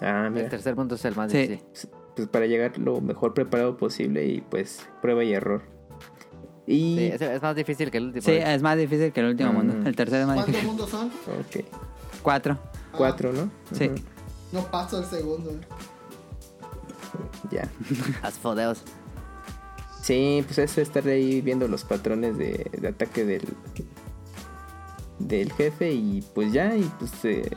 [SPEAKER 8] Ah,
[SPEAKER 3] el
[SPEAKER 8] mira.
[SPEAKER 3] tercer mundo es el más
[SPEAKER 2] Sí.
[SPEAKER 3] difícil.
[SPEAKER 8] pues para llegar lo mejor preparado posible y pues prueba y error. Y
[SPEAKER 3] Sí, ese es más difícil que el último.
[SPEAKER 2] Sí,
[SPEAKER 3] de hecho.
[SPEAKER 2] es más difícil que el último
[SPEAKER 8] Mm.
[SPEAKER 2] mundo. El tercero es más
[SPEAKER 5] ¿Cuántos
[SPEAKER 2] difícil.
[SPEAKER 5] mundos son?
[SPEAKER 8] ok,
[SPEAKER 2] Cuatro.
[SPEAKER 8] cuatro, ¿no?
[SPEAKER 2] Sí.
[SPEAKER 8] Ujú,
[SPEAKER 5] No paso el segundo.
[SPEAKER 6] eh.
[SPEAKER 8] Ya.
[SPEAKER 3] Asfodeos.
[SPEAKER 8] Sí, pues eso estar ahí viendo los patrones de, de ataque del del jefe y pues ya y pues eh,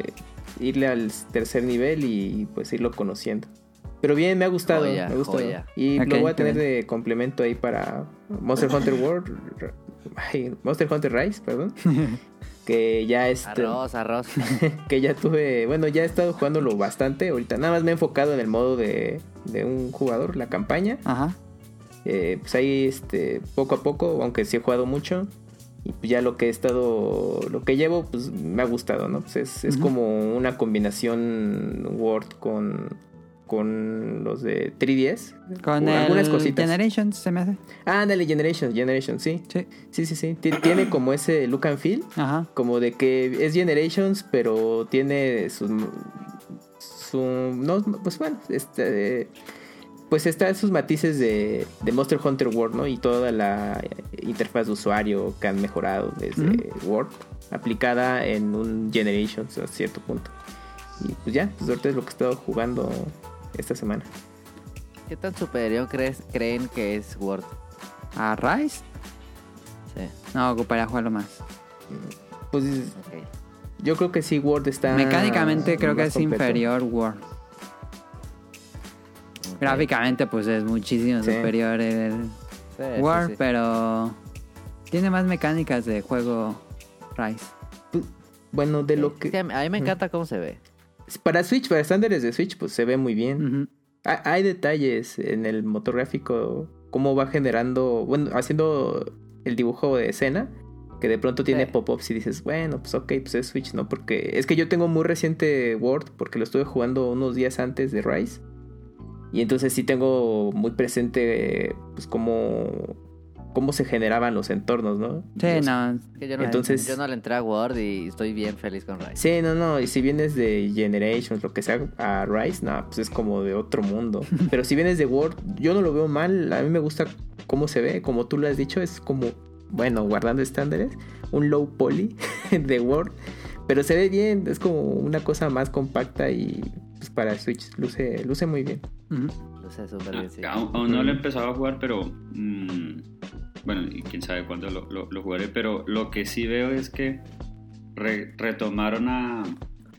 [SPEAKER 8] irle al tercer nivel y pues irlo conociendo. Pero bien, me ha gustado,
[SPEAKER 3] Joya,
[SPEAKER 8] me ha gustado.
[SPEAKER 3] joya.
[SPEAKER 8] Y
[SPEAKER 2] Ok,
[SPEAKER 8] lo voy a tener
[SPEAKER 2] está
[SPEAKER 8] de complemento ahí para Monster Hunter World, ay, Monster Hunter Rise, perdón. que ya este
[SPEAKER 3] Arroz, arroz.
[SPEAKER 8] que ya tuve, bueno, ya he estado jugándolo bastante. Ahorita nada más me he enfocado en el modo de, de un jugador, la campaña.
[SPEAKER 2] Ajá.
[SPEAKER 8] Eh, pues ahí, este, poco a poco, aunque sí he jugado mucho. Y pues ya lo que he estado, lo que llevo, pues me ha gustado, ¿no? Pues es, es
[SPEAKER 2] Ujú.
[SPEAKER 8] como una combinación Word con, con los de 3DS.
[SPEAKER 2] Con
[SPEAKER 8] O algunas
[SPEAKER 2] el
[SPEAKER 8] cositas.
[SPEAKER 2] Generations se me hace.
[SPEAKER 8] Ah, ándale, Generation, Generation, sí.
[SPEAKER 2] Sí.
[SPEAKER 8] Sí, sí, sí. Ti- Tiene como ese look and feel
[SPEAKER 2] Ajá.
[SPEAKER 8] como de que es Generations, pero tiene su, su no, pues bueno, este, pues está sus matices de, de Monster Hunter World, ¿no? Y toda la interfaz de usuario que han mejorado desde World, aplicada en un Generations a cierto punto. Y pues ya, pues ahorita es lo que he estado jugando esta semana.
[SPEAKER 2] eh.
[SPEAKER 3] ¿Qué tan superior crees, creen que es Word?
[SPEAKER 2] ¿A Rise?
[SPEAKER 3] Sí,
[SPEAKER 2] No, ocuparía jugarlo más.
[SPEAKER 8] Pues
[SPEAKER 3] ok.
[SPEAKER 8] yo creo que sí, World está...
[SPEAKER 2] Mecánicamente creo que
[SPEAKER 8] más
[SPEAKER 2] es
[SPEAKER 8] completo.
[SPEAKER 2] inferior World. Gráficamente, pues es muchísimo
[SPEAKER 8] Sí.
[SPEAKER 2] superior el
[SPEAKER 3] Sí, Eh, sí,
[SPEAKER 2] War,
[SPEAKER 3] sí.
[SPEAKER 2] pero tiene más mecánicas de juego Rise.
[SPEAKER 8] Bueno, de lo
[SPEAKER 3] Sí,
[SPEAKER 8] que...
[SPEAKER 3] a mí a mí me encanta cómo se ve.
[SPEAKER 8] Para Switch, para estándares de Switch, pues se ve muy bien.
[SPEAKER 2] Ujú.
[SPEAKER 8] Ha- Hay detalles en el motor gráfico, cómo va generando, bueno, haciendo el dibujo de escena, que de pronto tiene
[SPEAKER 3] Sí.
[SPEAKER 8] pop-ups y dices, bueno, pues ok, pues es Switch, ¿no? Porque es que yo tengo muy reciente Word, porque lo estuve jugando unos días antes de Rise, y entonces sí tengo muy presente, pues, cómo, cómo se generaban los entornos, ¿no?
[SPEAKER 2] Sí,
[SPEAKER 8] Los-
[SPEAKER 2] no.
[SPEAKER 3] Que yo no,
[SPEAKER 8] Entonces-
[SPEAKER 3] yo no le entré a Word y estoy bien feliz con Rise.
[SPEAKER 8] Sí, no, no, y si vienes de Generations, lo que sea, a Rise, no, pues es como de otro mundo. Pero si vienes de World, yo no lo veo mal, a mí me gusta cómo se ve, como tú lo has dicho, es como, bueno, guardando estándares, un low poly de World, pero se ve bien, es como una cosa más compacta y pues, para Switch luce, luce muy bien.
[SPEAKER 2] Ujú.
[SPEAKER 3] Lo sé súper
[SPEAKER 7] Ah,
[SPEAKER 3] bien, sí.
[SPEAKER 7] Aún, aún no lo he empezado a jugar, pero mm, bueno, y quién sabe cuándo lo, lo- lo jugaré, pero lo que sí veo es que re- retomaron a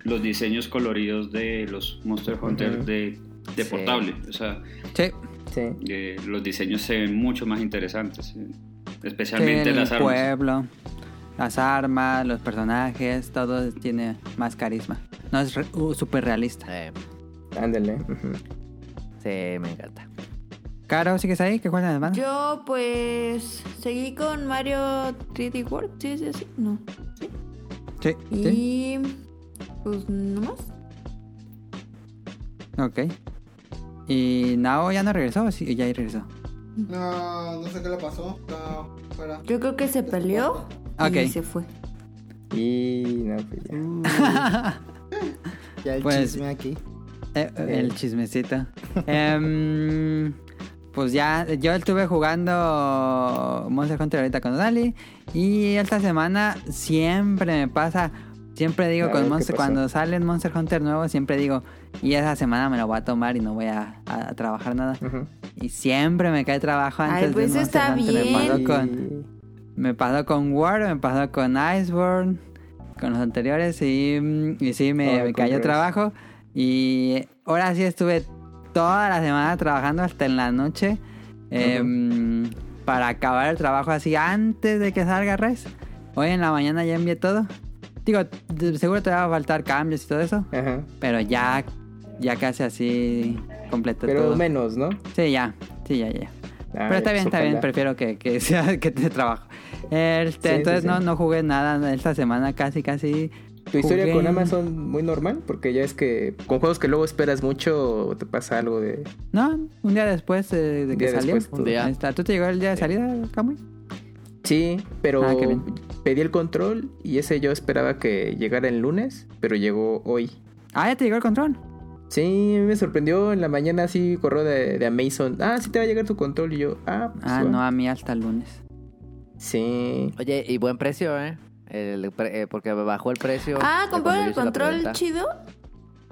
[SPEAKER 7] los diseños coloridos de los Monster Hunter
[SPEAKER 8] Ujú.
[SPEAKER 7] de, de
[SPEAKER 3] Sí.
[SPEAKER 7] portable. O sea,
[SPEAKER 2] Sí,
[SPEAKER 8] Sí.
[SPEAKER 7] eh, los diseños se ven mucho más interesantes, eh, especialmente
[SPEAKER 2] el
[SPEAKER 7] las armas.
[SPEAKER 2] pueblo, las armas, los personajes, todo tiene más carisma. No es re- uh, súper realista.
[SPEAKER 3] Eh,
[SPEAKER 8] Ándale. ujú.
[SPEAKER 3] sí, me encanta.
[SPEAKER 2] Caro, ¿sigues ahí? ¿Qué juegas además?
[SPEAKER 4] Yo pues seguí con Mario 3D World, sí, sí, sí, no.
[SPEAKER 2] Sí, sí.
[SPEAKER 4] Y pues no más.
[SPEAKER 2] Ok. ¿Y Nao ya no regresó o sí? Ya ahí regresó.
[SPEAKER 5] No, no sé qué le pasó. No, fuera.
[SPEAKER 4] Yo creo que se peleó
[SPEAKER 2] Ok.
[SPEAKER 4] y se fue.
[SPEAKER 8] Y no, pues ya.
[SPEAKER 5] Ya el
[SPEAKER 2] Pues-
[SPEAKER 5] chisme aquí.
[SPEAKER 2] Eh, eh, el chismecito. Em, pues ya, yo estuve jugando Monster Hunter ahorita con Dali. Y esta semana siempre me pasa. Siempre digo,
[SPEAKER 8] A
[SPEAKER 2] con
[SPEAKER 8] ver, ¿qué
[SPEAKER 2] Monster,
[SPEAKER 8] pasó?
[SPEAKER 2] cuando sale un Monster Hunter nuevo, siempre digo, y esa semana me lo voy a tomar y no voy a, a trabajar nada.
[SPEAKER 8] Ujú.
[SPEAKER 2] Y siempre me cae trabajo antes
[SPEAKER 4] Ay, pues
[SPEAKER 2] de
[SPEAKER 4] eso está
[SPEAKER 2] Me pasó
[SPEAKER 4] bien.
[SPEAKER 2] con, me pasó con War, me pasó con Iceborne, con los anteriores y, mm, y sí, me,
[SPEAKER 8] Ay,
[SPEAKER 2] me
[SPEAKER 8] con
[SPEAKER 2] cayó
[SPEAKER 8] Rez.
[SPEAKER 2] trabajo. Y ahora sí estuve toda la semana trabajando hasta en la noche eh, mm, para acabar el trabajo así antes de que salga res. Hoy en la mañana ya envié todo. Digo, de- seguro te va a faltar cambios y todo eso,
[SPEAKER 8] Ajá.
[SPEAKER 2] pero ya, ya casi así completo
[SPEAKER 8] Pero
[SPEAKER 2] todo.
[SPEAKER 8] menos, ¿no?
[SPEAKER 2] Sí, ya, sí, ya, ya.
[SPEAKER 8] Ah,
[SPEAKER 2] Pero está bien, está
[SPEAKER 8] ojalá.
[SPEAKER 2] bien, prefiero que, que sea que te trabajo. Este,
[SPEAKER 8] Sí, sí,
[SPEAKER 2] entonces
[SPEAKER 8] sí.
[SPEAKER 2] No, no jugué nada esta semana, casi, casi.
[SPEAKER 8] Tu historia
[SPEAKER 2] Jugué-
[SPEAKER 8] con Amazon muy normal, porque ya es que con juegos que luego esperas mucho te pasa algo de...
[SPEAKER 2] No, un día después eh, de
[SPEAKER 8] Un
[SPEAKER 2] que
[SPEAKER 8] día
[SPEAKER 2] salió.
[SPEAKER 8] después,
[SPEAKER 3] un día.
[SPEAKER 2] Ahí está. ¿Tú te llegó el día de salida, Camuy?
[SPEAKER 8] Sí, pero
[SPEAKER 2] Ah, qué bien.
[SPEAKER 8] pedí el control y ese yo esperaba que llegara el lunes, pero llegó hoy.
[SPEAKER 2] Ah, ya te llegó el control.
[SPEAKER 8] Sí, me sorprendió en la mañana así correo de, de Amazon. Ah, sí te va a llegar tu control y yo, ah, pues
[SPEAKER 2] Ah,
[SPEAKER 8] va.
[SPEAKER 2] no, a mí hasta el lunes.
[SPEAKER 8] Sí.
[SPEAKER 3] Oye, y buen precio, ¿eh? El pre- eh, porque bajó el precio.
[SPEAKER 4] Ah,
[SPEAKER 3] de cuando
[SPEAKER 4] ¿compraron
[SPEAKER 3] yo
[SPEAKER 4] el
[SPEAKER 3] hice la
[SPEAKER 4] control
[SPEAKER 3] preventa.
[SPEAKER 4] chido?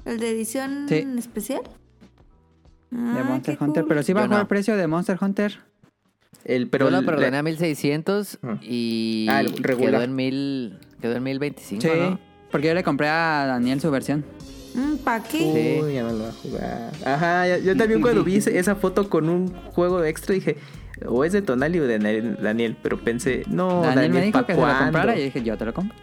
[SPEAKER 4] ¿El de edición
[SPEAKER 2] Sí.
[SPEAKER 4] especial?
[SPEAKER 2] De
[SPEAKER 4] Ah,
[SPEAKER 2] Monster
[SPEAKER 4] qué
[SPEAKER 2] Hunter.
[SPEAKER 4] cool.
[SPEAKER 2] Pero sí
[SPEAKER 3] Yo
[SPEAKER 2] bajó
[SPEAKER 3] no.
[SPEAKER 2] el precio de Monster Hunter.
[SPEAKER 8] El,
[SPEAKER 3] Pero
[SPEAKER 8] pero
[SPEAKER 3] lo
[SPEAKER 8] el-
[SPEAKER 3] perdoné a 1600
[SPEAKER 8] Ah.
[SPEAKER 3] y
[SPEAKER 8] Ah, el regular.
[SPEAKER 3] quedó en mil quedó en 1025,
[SPEAKER 2] Sí.
[SPEAKER 3] ¿no?
[SPEAKER 2] Porque yo le compré a Daniel su versión.
[SPEAKER 4] Mm, ¿Para qué?
[SPEAKER 8] Uy, ya no lo va a jugar. Ajá, Ah, ya- yo también cuando vi ese- esa foto con un juego extra dije, o es de Tonali o de Na- Daniel, pero pensé, no,
[SPEAKER 2] Daniel,
[SPEAKER 8] Daniel,
[SPEAKER 2] me dijo
[SPEAKER 8] ¿pa'
[SPEAKER 2] que se lo
[SPEAKER 8] cuándo?
[SPEAKER 2] comprara y yo dije, yo te lo compro.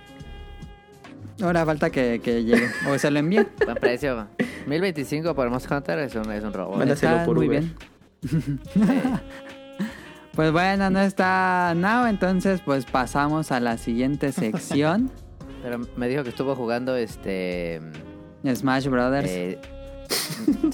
[SPEAKER 2] Ahora falta que, que llegue. O se lo envíe.
[SPEAKER 3] Buen precio. 1025 por Monster Hunter es un, es un robo.
[SPEAKER 8] Bueno, Mándaselo
[SPEAKER 2] Está
[SPEAKER 8] por
[SPEAKER 2] muy
[SPEAKER 8] Uber.
[SPEAKER 2] bien. pues bueno, no está Now, entonces pues pasamos a la siguiente sección.
[SPEAKER 3] Pero me dijo que estuvo jugando este
[SPEAKER 2] Smash Brothers.
[SPEAKER 3] eh,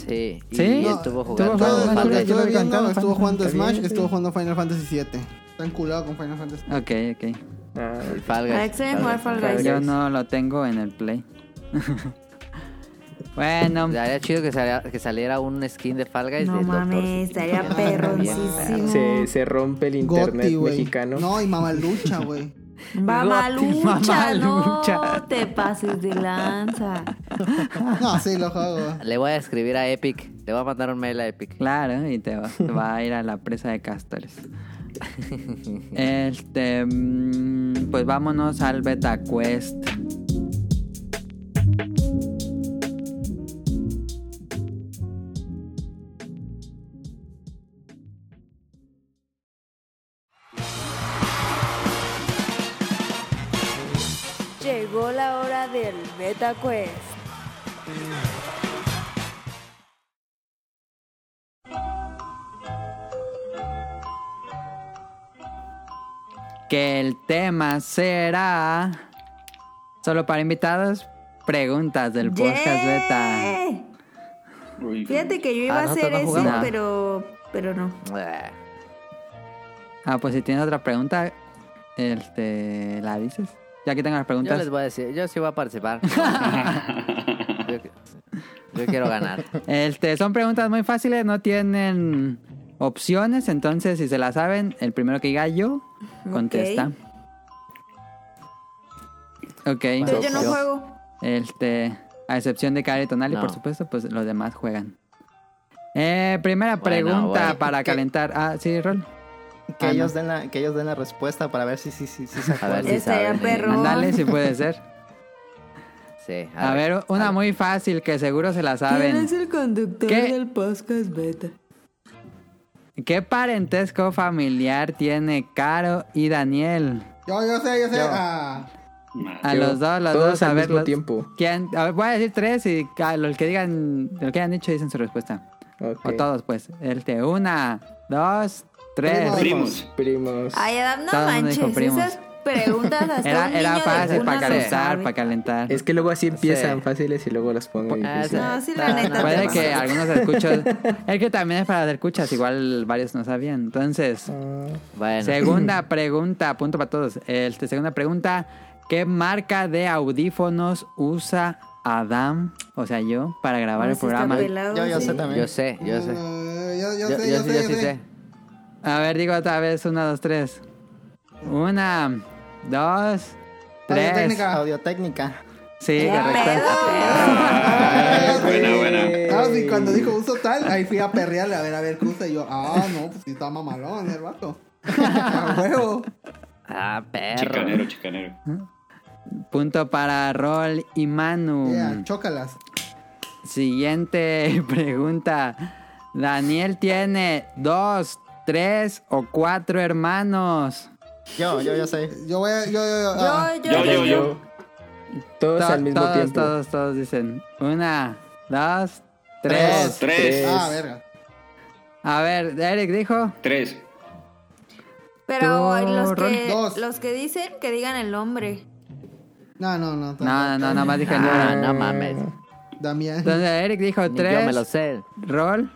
[SPEAKER 3] sí, y
[SPEAKER 2] ¿Sí? No,
[SPEAKER 3] estuvo
[SPEAKER 2] estuvo
[SPEAKER 3] jugando
[SPEAKER 6] Todo,
[SPEAKER 2] jugando-
[SPEAKER 3] Final
[SPEAKER 2] Fantasy.
[SPEAKER 6] estuve- estuve
[SPEAKER 2] Yo lo vi,
[SPEAKER 6] viendo,
[SPEAKER 2] no,
[SPEAKER 6] estuvo
[SPEAKER 2] Fantasy.
[SPEAKER 6] jugando
[SPEAKER 8] Está
[SPEAKER 6] Smash,
[SPEAKER 8] bien,
[SPEAKER 6] estuvo
[SPEAKER 8] sí.
[SPEAKER 6] jugando Final Fantasy VII. Están culado con Final Fantasy.
[SPEAKER 2] Ok, ok.
[SPEAKER 8] Ah,
[SPEAKER 3] Guys. Fall Guys.
[SPEAKER 4] Alex, ven a jugar Fall
[SPEAKER 8] Guys.
[SPEAKER 2] Yo no lo tengo en el play. bueno,
[SPEAKER 3] Estaría chido que saliera, que saliera un skin de Fall Guys
[SPEAKER 4] No
[SPEAKER 3] del
[SPEAKER 4] mames,
[SPEAKER 3] Dr. Seuss.
[SPEAKER 4] estaría
[SPEAKER 3] Bien,
[SPEAKER 2] "Ah,
[SPEAKER 4] perroncísimo.
[SPEAKER 8] se, se rompe el internet
[SPEAKER 6] Gotti, güey.
[SPEAKER 8] mexicano.
[SPEAKER 2] Ah.
[SPEAKER 6] No, y Mamalucha, güey.
[SPEAKER 4] Mamalucha,
[SPEAKER 2] Mamalucha.
[SPEAKER 4] no te pases de lanza.
[SPEAKER 6] No, sí, lo juego.
[SPEAKER 3] Le voy a escribir a Epic. Le voy a mandar un mail a Epic.
[SPEAKER 2] claro, y te va, te va a ir a la presa de castores. Este, mm, pues vámonos al Beta Quest.
[SPEAKER 11] Llegó la hora del Beta Quest.
[SPEAKER 2] que el tema será solo para invitados preguntas del podcast beta.
[SPEAKER 4] Yeah.
[SPEAKER 7] Uy,
[SPEAKER 4] Fíjate que yo
[SPEAKER 3] Ah,
[SPEAKER 4] iba a
[SPEAKER 3] nosotros
[SPEAKER 4] hacer
[SPEAKER 3] no
[SPEAKER 4] eso,
[SPEAKER 3] jugamos.
[SPEAKER 4] pero, pero no.
[SPEAKER 3] Ah,
[SPEAKER 2] Ah, pues si tienes otra pregunta, este, la dices. Ya que tengo las
[SPEAKER 3] Yo
[SPEAKER 2] preguntas.
[SPEAKER 3] les voy a decir, yo sí voy a participar. yo, yo quiero ganar.
[SPEAKER 2] Este, son preguntas muy fáciles, no tienen opciones, entonces si se la saben, el primero que diga yo contesta. Ok.
[SPEAKER 4] Entonces yo no
[SPEAKER 3] Yo.
[SPEAKER 4] juego.
[SPEAKER 2] Este, a excepción de Kari Tonali,
[SPEAKER 3] No.
[SPEAKER 2] por supuesto, pues los demás juegan. Eh, primera
[SPEAKER 3] Bueno,
[SPEAKER 2] pregunta
[SPEAKER 3] bueno.
[SPEAKER 2] para
[SPEAKER 5] ¿Qué?
[SPEAKER 2] calentar. Ah, sí, Rol.
[SPEAKER 5] Que,
[SPEAKER 2] Ah, no.
[SPEAKER 5] ellos den la, que ellos den la respuesta para ver si, si, si, si se
[SPEAKER 3] A ver
[SPEAKER 5] acuerdan.
[SPEAKER 3] si
[SPEAKER 4] Estaría
[SPEAKER 3] saben. ¿eh?
[SPEAKER 4] perro.
[SPEAKER 2] Ándale, si puede ser.
[SPEAKER 3] Sí,
[SPEAKER 2] A ver, una muy fácil que seguro se la saben.
[SPEAKER 11] el conductor
[SPEAKER 2] ¿Qué?
[SPEAKER 11] podcast Beta?
[SPEAKER 2] ¿Qué parentesco familiar tiene Caro y Daniel?
[SPEAKER 6] Yo, yo sé, yo sé.
[SPEAKER 5] Yo.
[SPEAKER 6] Ah,
[SPEAKER 2] A
[SPEAKER 8] Yo.
[SPEAKER 2] los dos, los
[SPEAKER 8] Todos
[SPEAKER 2] dos,
[SPEAKER 8] al
[SPEAKER 2] a ver.
[SPEAKER 8] mismo
[SPEAKER 2] los-
[SPEAKER 8] tiempo.
[SPEAKER 2] ¿quién? A ver, voy a decir tres y a los que digan, los que hayan dicho dicen su respuesta.
[SPEAKER 8] Ok.
[SPEAKER 2] O todos, pues. Este, una, dos,
[SPEAKER 6] Primo.
[SPEAKER 2] tres.
[SPEAKER 7] primos.
[SPEAKER 8] Primos.
[SPEAKER 4] Ay, Adam, no
[SPEAKER 2] Todo el mundo dijo
[SPEAKER 4] manches.
[SPEAKER 2] primos.
[SPEAKER 4] Esas preguntas hasta
[SPEAKER 2] Era,
[SPEAKER 4] un
[SPEAKER 2] era
[SPEAKER 4] niño de
[SPEAKER 2] fácil
[SPEAKER 4] cuna
[SPEAKER 2] para
[SPEAKER 4] se
[SPEAKER 2] calentar,
[SPEAKER 4] sabe.
[SPEAKER 2] para calentar.
[SPEAKER 8] Es que luego así empiezan
[SPEAKER 3] Sí.
[SPEAKER 8] fáciles y luego las pongo
[SPEAKER 3] Ah,
[SPEAKER 8] difíciles.
[SPEAKER 4] No, sí, la neta, te
[SPEAKER 2] Puede
[SPEAKER 4] mames.
[SPEAKER 2] que algunos escuchos. Es que también es para las escuchas, igual varios no sabían. Entonces,
[SPEAKER 8] Ah,
[SPEAKER 3] Bueno,
[SPEAKER 2] segunda pregunta, punto para todos. Este, segunda pregunta: ¿Qué marca de audífonos usa Adam, o sea, yo, para grabar
[SPEAKER 4] No,
[SPEAKER 2] el
[SPEAKER 4] sí está
[SPEAKER 2] programa?
[SPEAKER 4] pelado,
[SPEAKER 5] Yo, yo
[SPEAKER 4] sí.
[SPEAKER 5] sé también.
[SPEAKER 3] yo sé, yo sé.
[SPEAKER 9] Ah,
[SPEAKER 6] eh, yo, yo
[SPEAKER 3] Yo,
[SPEAKER 6] sé,
[SPEAKER 3] yo
[SPEAKER 6] yo
[SPEAKER 3] sí, yo
[SPEAKER 6] sé,
[SPEAKER 3] sí
[SPEAKER 6] yo sé.
[SPEAKER 3] sé.
[SPEAKER 2] A ver, digo otra vez: una, dos, tres. Una, dos, tres.
[SPEAKER 6] Técnica.
[SPEAKER 5] Audiotécnica.
[SPEAKER 2] Sí, correcto.
[SPEAKER 3] Ah,
[SPEAKER 7] Ah, buena, buena.
[SPEAKER 6] Ah, sí, cuando dijo uso tal, ahí fui a perrearle a ver, a ver qué usa. Y yo, ah, no, pues sí está mamalón el vato. A huevo.
[SPEAKER 3] Ah, perro.
[SPEAKER 7] Chicanero, chicanero.
[SPEAKER 2] Punto para Rol y Manu.
[SPEAKER 6] Ya, chócalas.
[SPEAKER 2] Siguiente pregunta. Daniel tiene dos, tres o cuatro hermanos.
[SPEAKER 5] Yo, yo ya sé.
[SPEAKER 6] Yo voy a. Yo, yo, yo. ah.
[SPEAKER 4] Yo, yo, yo, yo.
[SPEAKER 8] Todos
[SPEAKER 2] To-
[SPEAKER 8] al mismo
[SPEAKER 2] todos,
[SPEAKER 8] tiempo.
[SPEAKER 2] todos, todos dicen. Una, dos,
[SPEAKER 7] Tres.
[SPEAKER 2] tres.
[SPEAKER 7] Tres.
[SPEAKER 6] Ah, verga.
[SPEAKER 2] A ver, Eric dijo.
[SPEAKER 7] Tres.
[SPEAKER 4] Pero
[SPEAKER 2] Tú,
[SPEAKER 4] los
[SPEAKER 6] Ron, dos.
[SPEAKER 4] que, los que dicen que digan el nombre.
[SPEAKER 6] No, no, no.
[SPEAKER 2] No, no, no, nada más dije
[SPEAKER 3] Ah,
[SPEAKER 2] una.
[SPEAKER 3] no mames.
[SPEAKER 6] Damián.
[SPEAKER 2] Entonces Eric dijo
[SPEAKER 3] Ni
[SPEAKER 2] tres.
[SPEAKER 3] yo me lo sé.
[SPEAKER 2] Rol.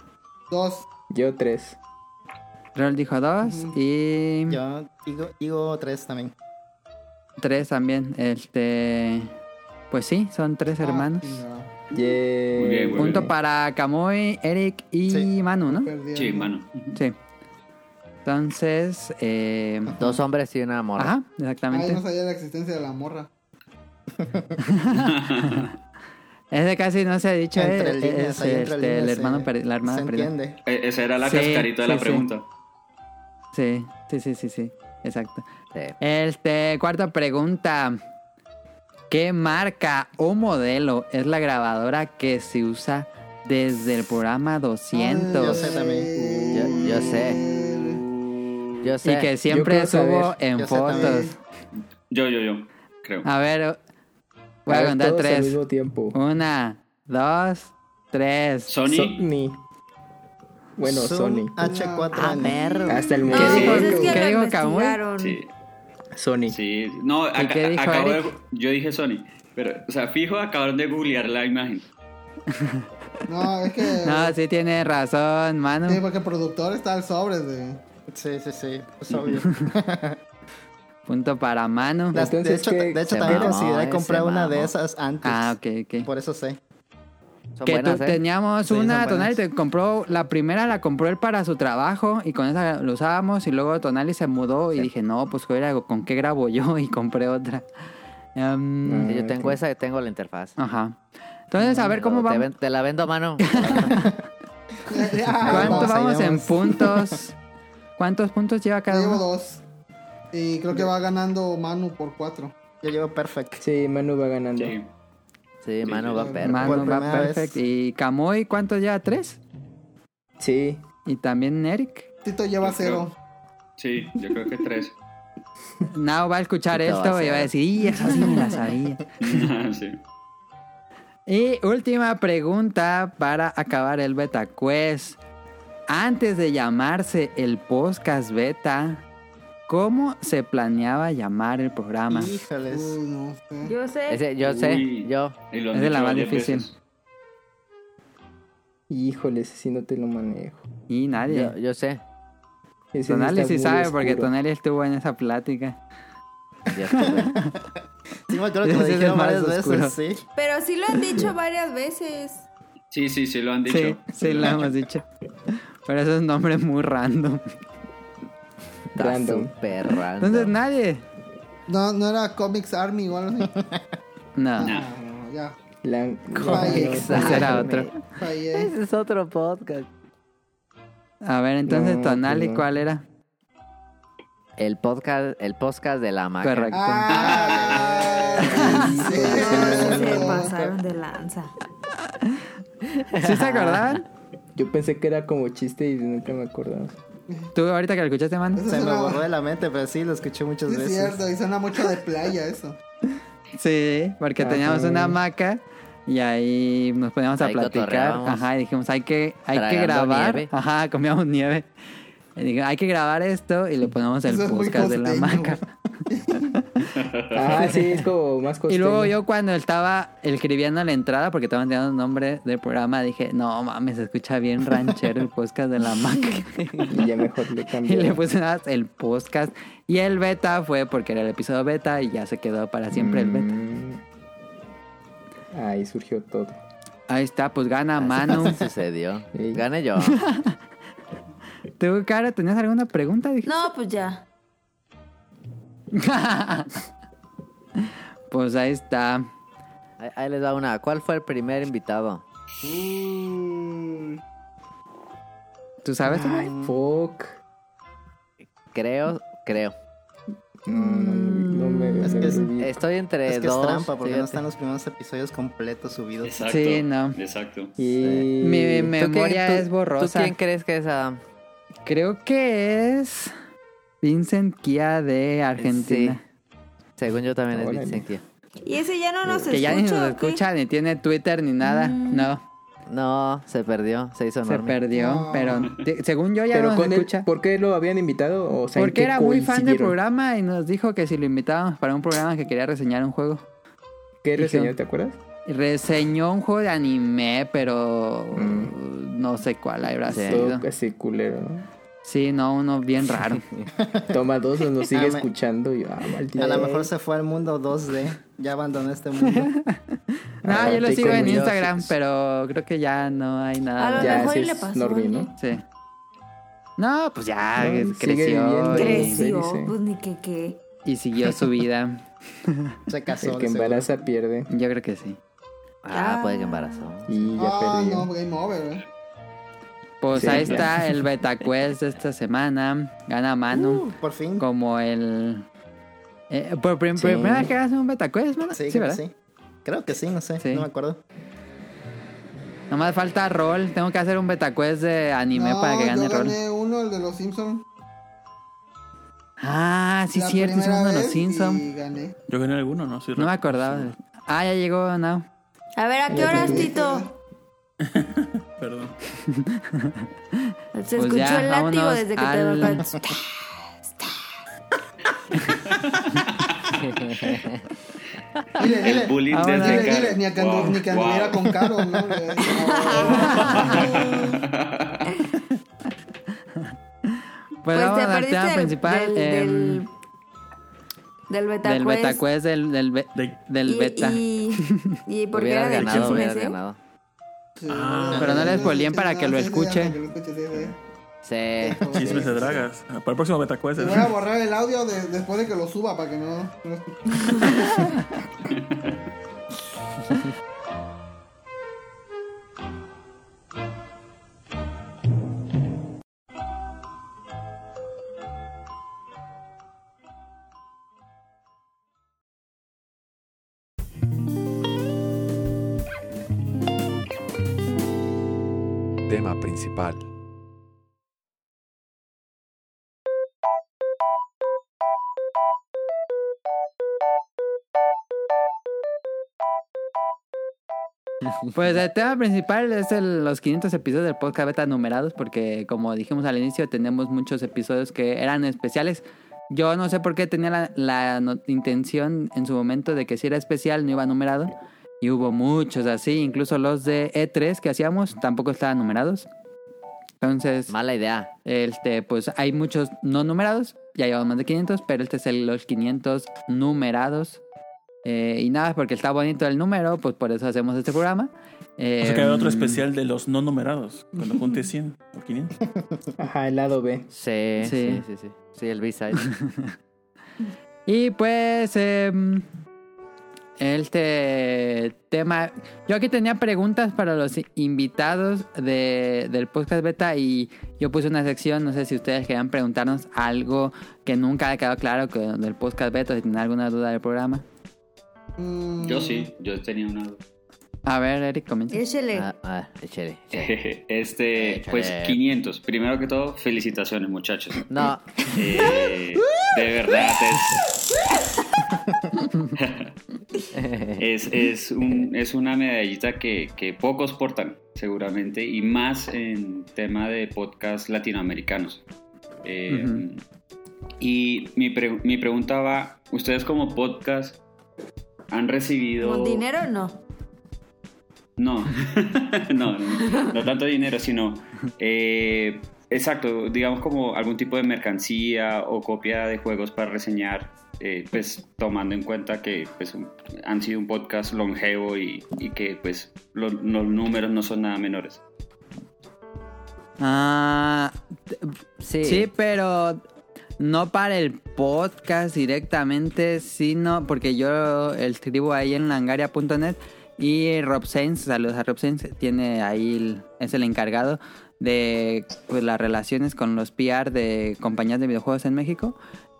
[SPEAKER 6] Dos.
[SPEAKER 8] Yo tres.
[SPEAKER 2] Rol dijo dos. Y
[SPEAKER 5] Yo digo, digo tres también.
[SPEAKER 2] tres también. Este. Pues sí, son tres hermanos.
[SPEAKER 6] Ah,
[SPEAKER 8] Yeah.
[SPEAKER 7] Muy bien, güey.
[SPEAKER 2] Punto para Kamui, Eric y
[SPEAKER 5] Sí.
[SPEAKER 2] Manu, ¿no?
[SPEAKER 6] perdí.
[SPEAKER 7] Sí, mano.
[SPEAKER 2] Sí. Entonces, eh,
[SPEAKER 3] Dos hombres y una morra.
[SPEAKER 2] ajá,
[SPEAKER 6] Ay,
[SPEAKER 2] exactamente.
[SPEAKER 6] no sabía la existencia de la morra.
[SPEAKER 2] Ese casi no se ha dicho.
[SPEAKER 5] Entre
[SPEAKER 2] eh,
[SPEAKER 5] líneas,
[SPEAKER 2] es,
[SPEAKER 5] ahí entre
[SPEAKER 2] este, el
[SPEAKER 5] líneas,
[SPEAKER 2] hermano,
[SPEAKER 5] eh,
[SPEAKER 2] per- la hermana
[SPEAKER 5] Se
[SPEAKER 2] perdida.
[SPEAKER 5] entiende.
[SPEAKER 7] E- Esa era la
[SPEAKER 2] Sí,
[SPEAKER 7] cascarita de la
[SPEAKER 2] sí, sí.
[SPEAKER 7] pregunta.
[SPEAKER 2] Sí, sí, sí, sí, sí, exacto.
[SPEAKER 3] Sí.
[SPEAKER 2] Este, cuarta pregunta. ¿Qué marca o modelo es la grabadora que se usa desde el programa 200?
[SPEAKER 5] Yo sé también.
[SPEAKER 3] Yo, yo sé, yo sé.
[SPEAKER 2] y que siempre
[SPEAKER 8] quiero saber.
[SPEAKER 2] subo en
[SPEAKER 5] Yo sé
[SPEAKER 2] fotos.
[SPEAKER 5] también.
[SPEAKER 7] Yo, yo, yo. Creo.
[SPEAKER 2] A ver, voy
[SPEAKER 8] A
[SPEAKER 2] a
[SPEAKER 8] ver,
[SPEAKER 2] contar
[SPEAKER 8] todos al
[SPEAKER 2] tres.
[SPEAKER 8] mismo tiempo.
[SPEAKER 2] Una, dos, tres.
[SPEAKER 7] Sony.
[SPEAKER 8] Sony. Bueno, Sony.
[SPEAKER 5] Zoom
[SPEAKER 9] Ah,
[SPEAKER 5] H4N.
[SPEAKER 3] perro.
[SPEAKER 8] Hasta el
[SPEAKER 4] No,
[SPEAKER 8] momento.
[SPEAKER 4] pues
[SPEAKER 7] dijo?
[SPEAKER 4] es que
[SPEAKER 2] ¿Qué
[SPEAKER 4] lo
[SPEAKER 2] dijo
[SPEAKER 4] investigaron.
[SPEAKER 7] Sí.
[SPEAKER 8] Sony.
[SPEAKER 7] Sí. No, aca-
[SPEAKER 2] qué dijo
[SPEAKER 7] acabo de,
[SPEAKER 2] Eric?
[SPEAKER 7] yo dije Sony. Pero, o sea, fijo, acabaron de googlear la imagen.
[SPEAKER 6] No, es que.
[SPEAKER 2] No, sí tiene razón, Manu.
[SPEAKER 6] Sí, porque el productor está al sobre, güey.
[SPEAKER 5] Sí, sí, sí. Es obvio.
[SPEAKER 2] Punto para Manu.
[SPEAKER 5] Las- de
[SPEAKER 8] Entonces,
[SPEAKER 5] hecho,
[SPEAKER 8] ¿qué?
[SPEAKER 5] de hecho
[SPEAKER 3] Se
[SPEAKER 5] también
[SPEAKER 3] mamó,
[SPEAKER 5] consideré
[SPEAKER 3] eh,
[SPEAKER 5] comprar
[SPEAKER 3] se
[SPEAKER 5] una de
[SPEAKER 3] mamó.
[SPEAKER 5] esas antes.
[SPEAKER 2] Ah, ok, ok.
[SPEAKER 5] Por eso sé.
[SPEAKER 3] Son
[SPEAKER 2] que
[SPEAKER 3] buenas,
[SPEAKER 2] tú-
[SPEAKER 3] ¿eh?
[SPEAKER 2] teníamos
[SPEAKER 5] Sí, son
[SPEAKER 2] una
[SPEAKER 5] buenas.
[SPEAKER 2] Tonali, te compró, la primera la compró él para su trabajo y con esa lo usábamos y luego Tonali se mudó y dije, no, pues joder, hago- ¿con qué grabo yo? Y compré otra. Em,
[SPEAKER 8] Mm.
[SPEAKER 3] Sí, yo tengo
[SPEAKER 8] Ok.
[SPEAKER 3] esa y tengo la interfaz.
[SPEAKER 2] Ajá. Entonces, a ver cómo
[SPEAKER 3] Te,
[SPEAKER 2] vamos.
[SPEAKER 3] ven- te la vendo, mano.
[SPEAKER 6] Ah,
[SPEAKER 5] Ahí
[SPEAKER 2] ¿Cuánto
[SPEAKER 5] vamos, ahí
[SPEAKER 2] vamos en
[SPEAKER 5] vamos.
[SPEAKER 2] puntos? ¿Cuántos puntos lleva
[SPEAKER 6] yo
[SPEAKER 2] cada
[SPEAKER 6] llevo
[SPEAKER 2] uno?
[SPEAKER 6] dos. Y creo que va ganando Manu por cuatro.
[SPEAKER 5] Yo llevo perfect.
[SPEAKER 8] Sí, Manu va ganando.
[SPEAKER 7] Sí.
[SPEAKER 3] Sí, mano, va perro.
[SPEAKER 5] Por
[SPEAKER 2] Manu va
[SPEAKER 5] primera vez.
[SPEAKER 2] perfecto. ¿Y Camoy cuántos lleva? ¿Tres?
[SPEAKER 8] Sí.
[SPEAKER 2] Y también Eric.
[SPEAKER 6] Tito lleva
[SPEAKER 7] Yo creo-
[SPEAKER 6] cero.
[SPEAKER 7] Sí, yo creo que tres.
[SPEAKER 2] Nao va a escuchar
[SPEAKER 3] Puta
[SPEAKER 2] esto y va a
[SPEAKER 3] basura.
[SPEAKER 2] decir, y esa sí me la sabía.
[SPEAKER 7] sí.
[SPEAKER 2] Y última pregunta para acabar el beta quest. Antes de llamarse el podcast beta, ¿cómo se planeaba llamar el programa?
[SPEAKER 5] Híjoles.
[SPEAKER 6] Uy, no sé.
[SPEAKER 4] Yo sé.
[SPEAKER 3] Ese, yo sé,
[SPEAKER 7] Uy.
[SPEAKER 3] yo.
[SPEAKER 7] Y lo han
[SPEAKER 2] Es de la
[SPEAKER 7] dicho
[SPEAKER 2] más
[SPEAKER 7] varias
[SPEAKER 2] difícil.
[SPEAKER 7] veces.
[SPEAKER 8] Híjole, ese sí no te lo manejo.
[SPEAKER 2] Y nadie.
[SPEAKER 3] Yo, yo sé.
[SPEAKER 8] Ese sí
[SPEAKER 2] Tonali
[SPEAKER 8] está
[SPEAKER 2] sí
[SPEAKER 8] muy
[SPEAKER 2] sabe
[SPEAKER 8] oscuro.
[SPEAKER 2] porque Tonali estuvo en esa plática.
[SPEAKER 3] yo sé.
[SPEAKER 5] Sí, me acuerdo que
[SPEAKER 2] Ese
[SPEAKER 5] lo
[SPEAKER 2] es el
[SPEAKER 5] dijeron
[SPEAKER 2] más
[SPEAKER 5] varias
[SPEAKER 2] oscuro.
[SPEAKER 5] veces, sí.
[SPEAKER 4] Pero sí lo han dicho varias veces.
[SPEAKER 7] Sí, sí, sí, lo han dicho.
[SPEAKER 2] Sí, sí, lo hemos dicho. Pero eso es un nombre muy random.
[SPEAKER 3] Está
[SPEAKER 8] Random.
[SPEAKER 3] súper random.
[SPEAKER 2] Entonces, nadie.
[SPEAKER 6] No, no era Comics Army o algo así.
[SPEAKER 2] No,
[SPEAKER 7] No.
[SPEAKER 6] Ah, no, ya.
[SPEAKER 8] Lan-
[SPEAKER 6] Comics.
[SPEAKER 8] Lan-
[SPEAKER 2] ese era
[SPEAKER 8] Lan-
[SPEAKER 2] otro.
[SPEAKER 6] Fallé.
[SPEAKER 3] Ese es otro podcast.
[SPEAKER 2] A ver, entonces,
[SPEAKER 8] No,
[SPEAKER 2] Tonali,
[SPEAKER 8] pues no.
[SPEAKER 2] ¿cuál era?
[SPEAKER 3] El podcast, el podcast de la maca.
[SPEAKER 2] Correcto.
[SPEAKER 6] Ah, sí,
[SPEAKER 4] No, sí se
[SPEAKER 6] cierto.
[SPEAKER 4] pasaron de lanza.
[SPEAKER 2] ¿Sí se acordaban?
[SPEAKER 8] Yo pensé que era como chiste y nunca me acordaba.
[SPEAKER 2] ¿Tú ahorita que lo escuchaste, man?
[SPEAKER 6] Eso
[SPEAKER 5] Se me
[SPEAKER 6] suena-
[SPEAKER 5] borró de la mente, pero sí, lo escuché muchas
[SPEAKER 6] Sí, es
[SPEAKER 5] veces.
[SPEAKER 6] cierto, y suena mucho de playa eso.
[SPEAKER 2] Ah, Sí, porque
[SPEAKER 8] Ajá.
[SPEAKER 2] teníamos una hamaca y ahí nos poníamos a
[SPEAKER 3] Ahí
[SPEAKER 2] platicar.
[SPEAKER 3] cotorreábamos.
[SPEAKER 2] Ajá, y dijimos, hay que, hay que
[SPEAKER 3] Tragando
[SPEAKER 2] grabar.
[SPEAKER 3] nieve.
[SPEAKER 2] Ajá, comíamos nieve. Y dije, hay que grabar esto y le ponemos el
[SPEAKER 6] Eso es muy
[SPEAKER 2] podcast de la
[SPEAKER 6] costeño.
[SPEAKER 2] hamaca.
[SPEAKER 8] Ah, sí, es como más
[SPEAKER 2] Y
[SPEAKER 8] costeño.
[SPEAKER 2] luego yo cuando estaba escribiendo la entrada, porque estaban dando el nombre del programa, dije, no mames, se escucha bien ranchero el podcast de la hamaca.
[SPEAKER 8] Y ya mejor le
[SPEAKER 2] Y
[SPEAKER 8] cambié.
[SPEAKER 2] le puse nada más el podcast. Y el beta fue porque era el episodio beta y ya se quedó para siempre el beta.
[SPEAKER 8] Mm. Ahí surgió todo.
[SPEAKER 2] Ahí está, pues gana
[SPEAKER 3] Así
[SPEAKER 2] Manu.
[SPEAKER 3] sucedió.
[SPEAKER 8] Sí.
[SPEAKER 3] Gané yo.
[SPEAKER 2] ¿Tú, Cara, tenías alguna pregunta? Dije,
[SPEAKER 4] No, pues ya.
[SPEAKER 2] Pues ahí está.
[SPEAKER 3] Ahí, ahí les va una. ¿Cuál fue el primer invitado?
[SPEAKER 2] ¿Tú sabes?
[SPEAKER 8] Mm. Ay, fuck.
[SPEAKER 3] Creo, creo.
[SPEAKER 8] No, no, no me.
[SPEAKER 5] Es
[SPEAKER 8] me
[SPEAKER 5] que es-
[SPEAKER 8] olvido.
[SPEAKER 3] Estoy entre
[SPEAKER 5] Es que
[SPEAKER 3] dos.
[SPEAKER 5] es trampa porque no
[SPEAKER 3] fíjate.
[SPEAKER 5] están los primeros episodios completos subidos.
[SPEAKER 7] Exacto.
[SPEAKER 2] Sí, no.
[SPEAKER 7] Exacto.
[SPEAKER 8] Y-
[SPEAKER 2] Mi
[SPEAKER 3] ¿Tú
[SPEAKER 2] memoria
[SPEAKER 3] quién- tú-
[SPEAKER 2] es borrosa.
[SPEAKER 3] ¿Tú quién crees que es ah, Adam?
[SPEAKER 2] Creo que es Vincent Kia de Argentina.
[SPEAKER 3] Según yo también es
[SPEAKER 8] Órale.
[SPEAKER 3] Vincent Kia.
[SPEAKER 4] Y ese ya no nos escucha.
[SPEAKER 2] Que ya ni nos
[SPEAKER 4] ¿o qué?
[SPEAKER 2] escucha, ni tiene Twitter, ni nada.
[SPEAKER 5] Mm.
[SPEAKER 2] No,
[SPEAKER 3] No, se perdió, se hizo
[SPEAKER 2] se
[SPEAKER 3] enorme.
[SPEAKER 2] perdió. Pero te- según yo ya
[SPEAKER 8] Pero
[SPEAKER 2] no nos
[SPEAKER 8] con él,
[SPEAKER 2] escucha.
[SPEAKER 8] ¿por qué lo habían invitado? O sea, ¿en
[SPEAKER 2] Porque
[SPEAKER 8] qué
[SPEAKER 2] era muy fan del
[SPEAKER 8] coincidieron?
[SPEAKER 2] programa y nos dijo que si lo invitábamos para un programa que quería reseñar un juego.
[SPEAKER 8] ¿Qué
[SPEAKER 2] Dijeron-
[SPEAKER 8] reseñó, te acuerdas?
[SPEAKER 2] Y Reseñó un juego de anime, pero no sé cuál habrá
[SPEAKER 3] Sí.
[SPEAKER 2] sido.
[SPEAKER 8] Todo Mm. casi culero, ¿no?
[SPEAKER 2] Sí, no, uno bien raro.
[SPEAKER 8] Toma dos, nos
[SPEAKER 5] Ah,
[SPEAKER 8] sigue
[SPEAKER 5] me-
[SPEAKER 8] escuchando y ah, maldito.
[SPEAKER 5] A lo mejor se fue al mundo 2D. Ya abandonó este mundo.
[SPEAKER 2] No,
[SPEAKER 8] Ah,
[SPEAKER 2] yo lo
[SPEAKER 8] sí,
[SPEAKER 2] sigo en
[SPEAKER 8] como yo,
[SPEAKER 2] Instagram,
[SPEAKER 8] sí.
[SPEAKER 2] pero creo que ya no hay
[SPEAKER 4] A lo
[SPEAKER 2] nada.
[SPEAKER 8] Ya,
[SPEAKER 4] mejor
[SPEAKER 8] sí
[SPEAKER 4] y le
[SPEAKER 8] es
[SPEAKER 4] pasó.
[SPEAKER 8] Norby,
[SPEAKER 4] ¿no?
[SPEAKER 8] ¿no?
[SPEAKER 2] Sí. No, pues ya
[SPEAKER 8] No,
[SPEAKER 2] eh,
[SPEAKER 8] sigue
[SPEAKER 2] creció
[SPEAKER 8] viviendo.
[SPEAKER 2] y,
[SPEAKER 8] Sí,
[SPEAKER 4] Creció,
[SPEAKER 8] sí.
[SPEAKER 4] pues ni que qué.
[SPEAKER 2] y siguió su vida.
[SPEAKER 5] Se casó.
[SPEAKER 8] El que
[SPEAKER 5] de seguro.
[SPEAKER 8] embaraza pierde.
[SPEAKER 2] Yo creo que sí.
[SPEAKER 3] Ah, puede que embarazó.
[SPEAKER 8] Y ya
[SPEAKER 6] Ah,
[SPEAKER 8] perdió.
[SPEAKER 6] no, game over, eh.
[SPEAKER 2] Pues
[SPEAKER 8] Sí,
[SPEAKER 2] ahí
[SPEAKER 8] ya.
[SPEAKER 2] está el Beta Quest de esta semana. Gana mano.
[SPEAKER 5] Uh, por fin.
[SPEAKER 2] como el. eh, por prim-
[SPEAKER 8] Sí.
[SPEAKER 2] primera vez que haces un betacuest, ¿verdad?
[SPEAKER 5] Sí,
[SPEAKER 2] Sí,
[SPEAKER 5] creo que
[SPEAKER 2] ¿verdad?
[SPEAKER 5] sí. Creo que sí, no sé.
[SPEAKER 2] Sí.
[SPEAKER 5] No me acuerdo.
[SPEAKER 2] Nomás falta rol. Tengo que hacer un betacuest de anime
[SPEAKER 6] No,
[SPEAKER 2] para que gane
[SPEAKER 6] yo
[SPEAKER 2] rol.
[SPEAKER 6] gané uno, el de los Simpsons.
[SPEAKER 2] Ah, sí, cierto. Hicimos uno de los Simpsons.
[SPEAKER 6] Y gané.
[SPEAKER 12] Yo gané alguno, ¿no? Sí,
[SPEAKER 2] No me acordaba. de- Ah, ya llegó Now.
[SPEAKER 4] A ver, ¿a qué horas, Tito?
[SPEAKER 12] Perdón.
[SPEAKER 4] Se
[SPEAKER 2] Pues
[SPEAKER 4] escuchó
[SPEAKER 2] ya,
[SPEAKER 4] el látigo
[SPEAKER 2] vámonos
[SPEAKER 4] desde que
[SPEAKER 2] al-
[SPEAKER 4] te dormiste.
[SPEAKER 6] Dile,
[SPEAKER 7] El
[SPEAKER 6] dile.
[SPEAKER 7] bullying
[SPEAKER 2] Ahora-
[SPEAKER 7] desde
[SPEAKER 6] Dile,
[SPEAKER 7] Caro.
[SPEAKER 6] dile, ni a que
[SPEAKER 7] Wow,
[SPEAKER 6] andu- ni que anduviera
[SPEAKER 7] wow.
[SPEAKER 6] con Caro, ¿no? Le-
[SPEAKER 2] Pues, vamos
[SPEAKER 4] te
[SPEAKER 2] al
[SPEAKER 4] perdiste
[SPEAKER 2] tema
[SPEAKER 4] del-
[SPEAKER 2] principal.
[SPEAKER 4] del,
[SPEAKER 2] em,
[SPEAKER 4] del, del beta
[SPEAKER 2] del
[SPEAKER 4] quest.
[SPEAKER 2] betacuest del, del, be-
[SPEAKER 12] De-
[SPEAKER 2] del
[SPEAKER 4] Y-
[SPEAKER 2] beta.
[SPEAKER 4] Y, y, porque
[SPEAKER 3] Hubieras
[SPEAKER 4] era de
[SPEAKER 3] ganado,
[SPEAKER 4] chismes,
[SPEAKER 3] hubieras
[SPEAKER 4] ¿eh?
[SPEAKER 3] ganado.
[SPEAKER 6] Sí,
[SPEAKER 12] Ah.
[SPEAKER 2] Pero no le
[SPEAKER 6] le
[SPEAKER 2] spoileen para que lo escuche.
[SPEAKER 3] Sí.
[SPEAKER 12] Chismes de dragas. Ah, Para el próximo Betacuest.
[SPEAKER 6] Se voy a borrar el audio de- después de que lo suba para que no. no escuche.
[SPEAKER 13] Tema principal.
[SPEAKER 2] Pues el tema principal es el- los 500 episodios del podcast beta numerados, porque como dijimos al inicio, tenemos muchos episodios que eran especiales. Yo no sé por qué tenía la, la no- intención en su momento de que si era especial no iba numerado. Y hubo muchos así, incluso los de E3 que hacíamos tampoco estaban numerados. Entonces,
[SPEAKER 3] Mala idea.
[SPEAKER 2] este, pues hay muchos no numerados, ya llevamos más de 500, pero este es el, los 500 numerados. Eh, y nada, porque está bonito el número, pues por eso hacemos este programa. Eh,
[SPEAKER 12] O sea que hay otro especial de los no numerados. Cuando junte 100 o 500.
[SPEAKER 8] Ajá, el lado B.
[SPEAKER 3] Sí,
[SPEAKER 2] Eh, Sí.
[SPEAKER 3] sí, sí, sí. Sí, el B-side.
[SPEAKER 2] Y pues, em, este tema. Yo aquí tenía preguntas para los invitados de, del podcast beta y yo puse una sección. No sé si ustedes querían preguntarnos algo que nunca ha quedado claro que, del podcast beta, si tienen alguna duda del programa.
[SPEAKER 6] Mm,
[SPEAKER 7] Yo sí, yo tenía una.
[SPEAKER 2] A ver, Eric, comienza.
[SPEAKER 4] Échele.
[SPEAKER 3] Ah, ah, échale, échale.
[SPEAKER 7] Este, pues
[SPEAKER 3] Échale.
[SPEAKER 7] 500. Primero que todo, felicitaciones, muchachos.
[SPEAKER 3] No,
[SPEAKER 7] Eh, de verdad
[SPEAKER 2] Eh,
[SPEAKER 7] es, es, es, un- es una medallita que, que pocos portan, seguramente, y más en tema de podcast latinoamericanos. Eh,
[SPEAKER 2] Ujú.
[SPEAKER 7] Y mi, pre- mi pregunta va, ¿ustedes como podcast han recibido...
[SPEAKER 4] ¿Con dinero no?
[SPEAKER 7] No, no, no, no tanto dinero, sino... eh, exacto, digamos como algún tipo de mercancía o copia de juegos para reseñar, eh, pues tomando en cuenta que pues, un- han sido un podcast longevo y, y que pues los, los números no son nada menores.
[SPEAKER 2] Ah,
[SPEAKER 3] sí.
[SPEAKER 2] Sí, pero no para el podcast directamente, sino porque yo escribo ahí en langaria.net y Rob Sainz, saludos a Rob Sainz, tiene ahí, el- es el encargado de pues, las relaciones con los PR de compañías de videojuegos en México.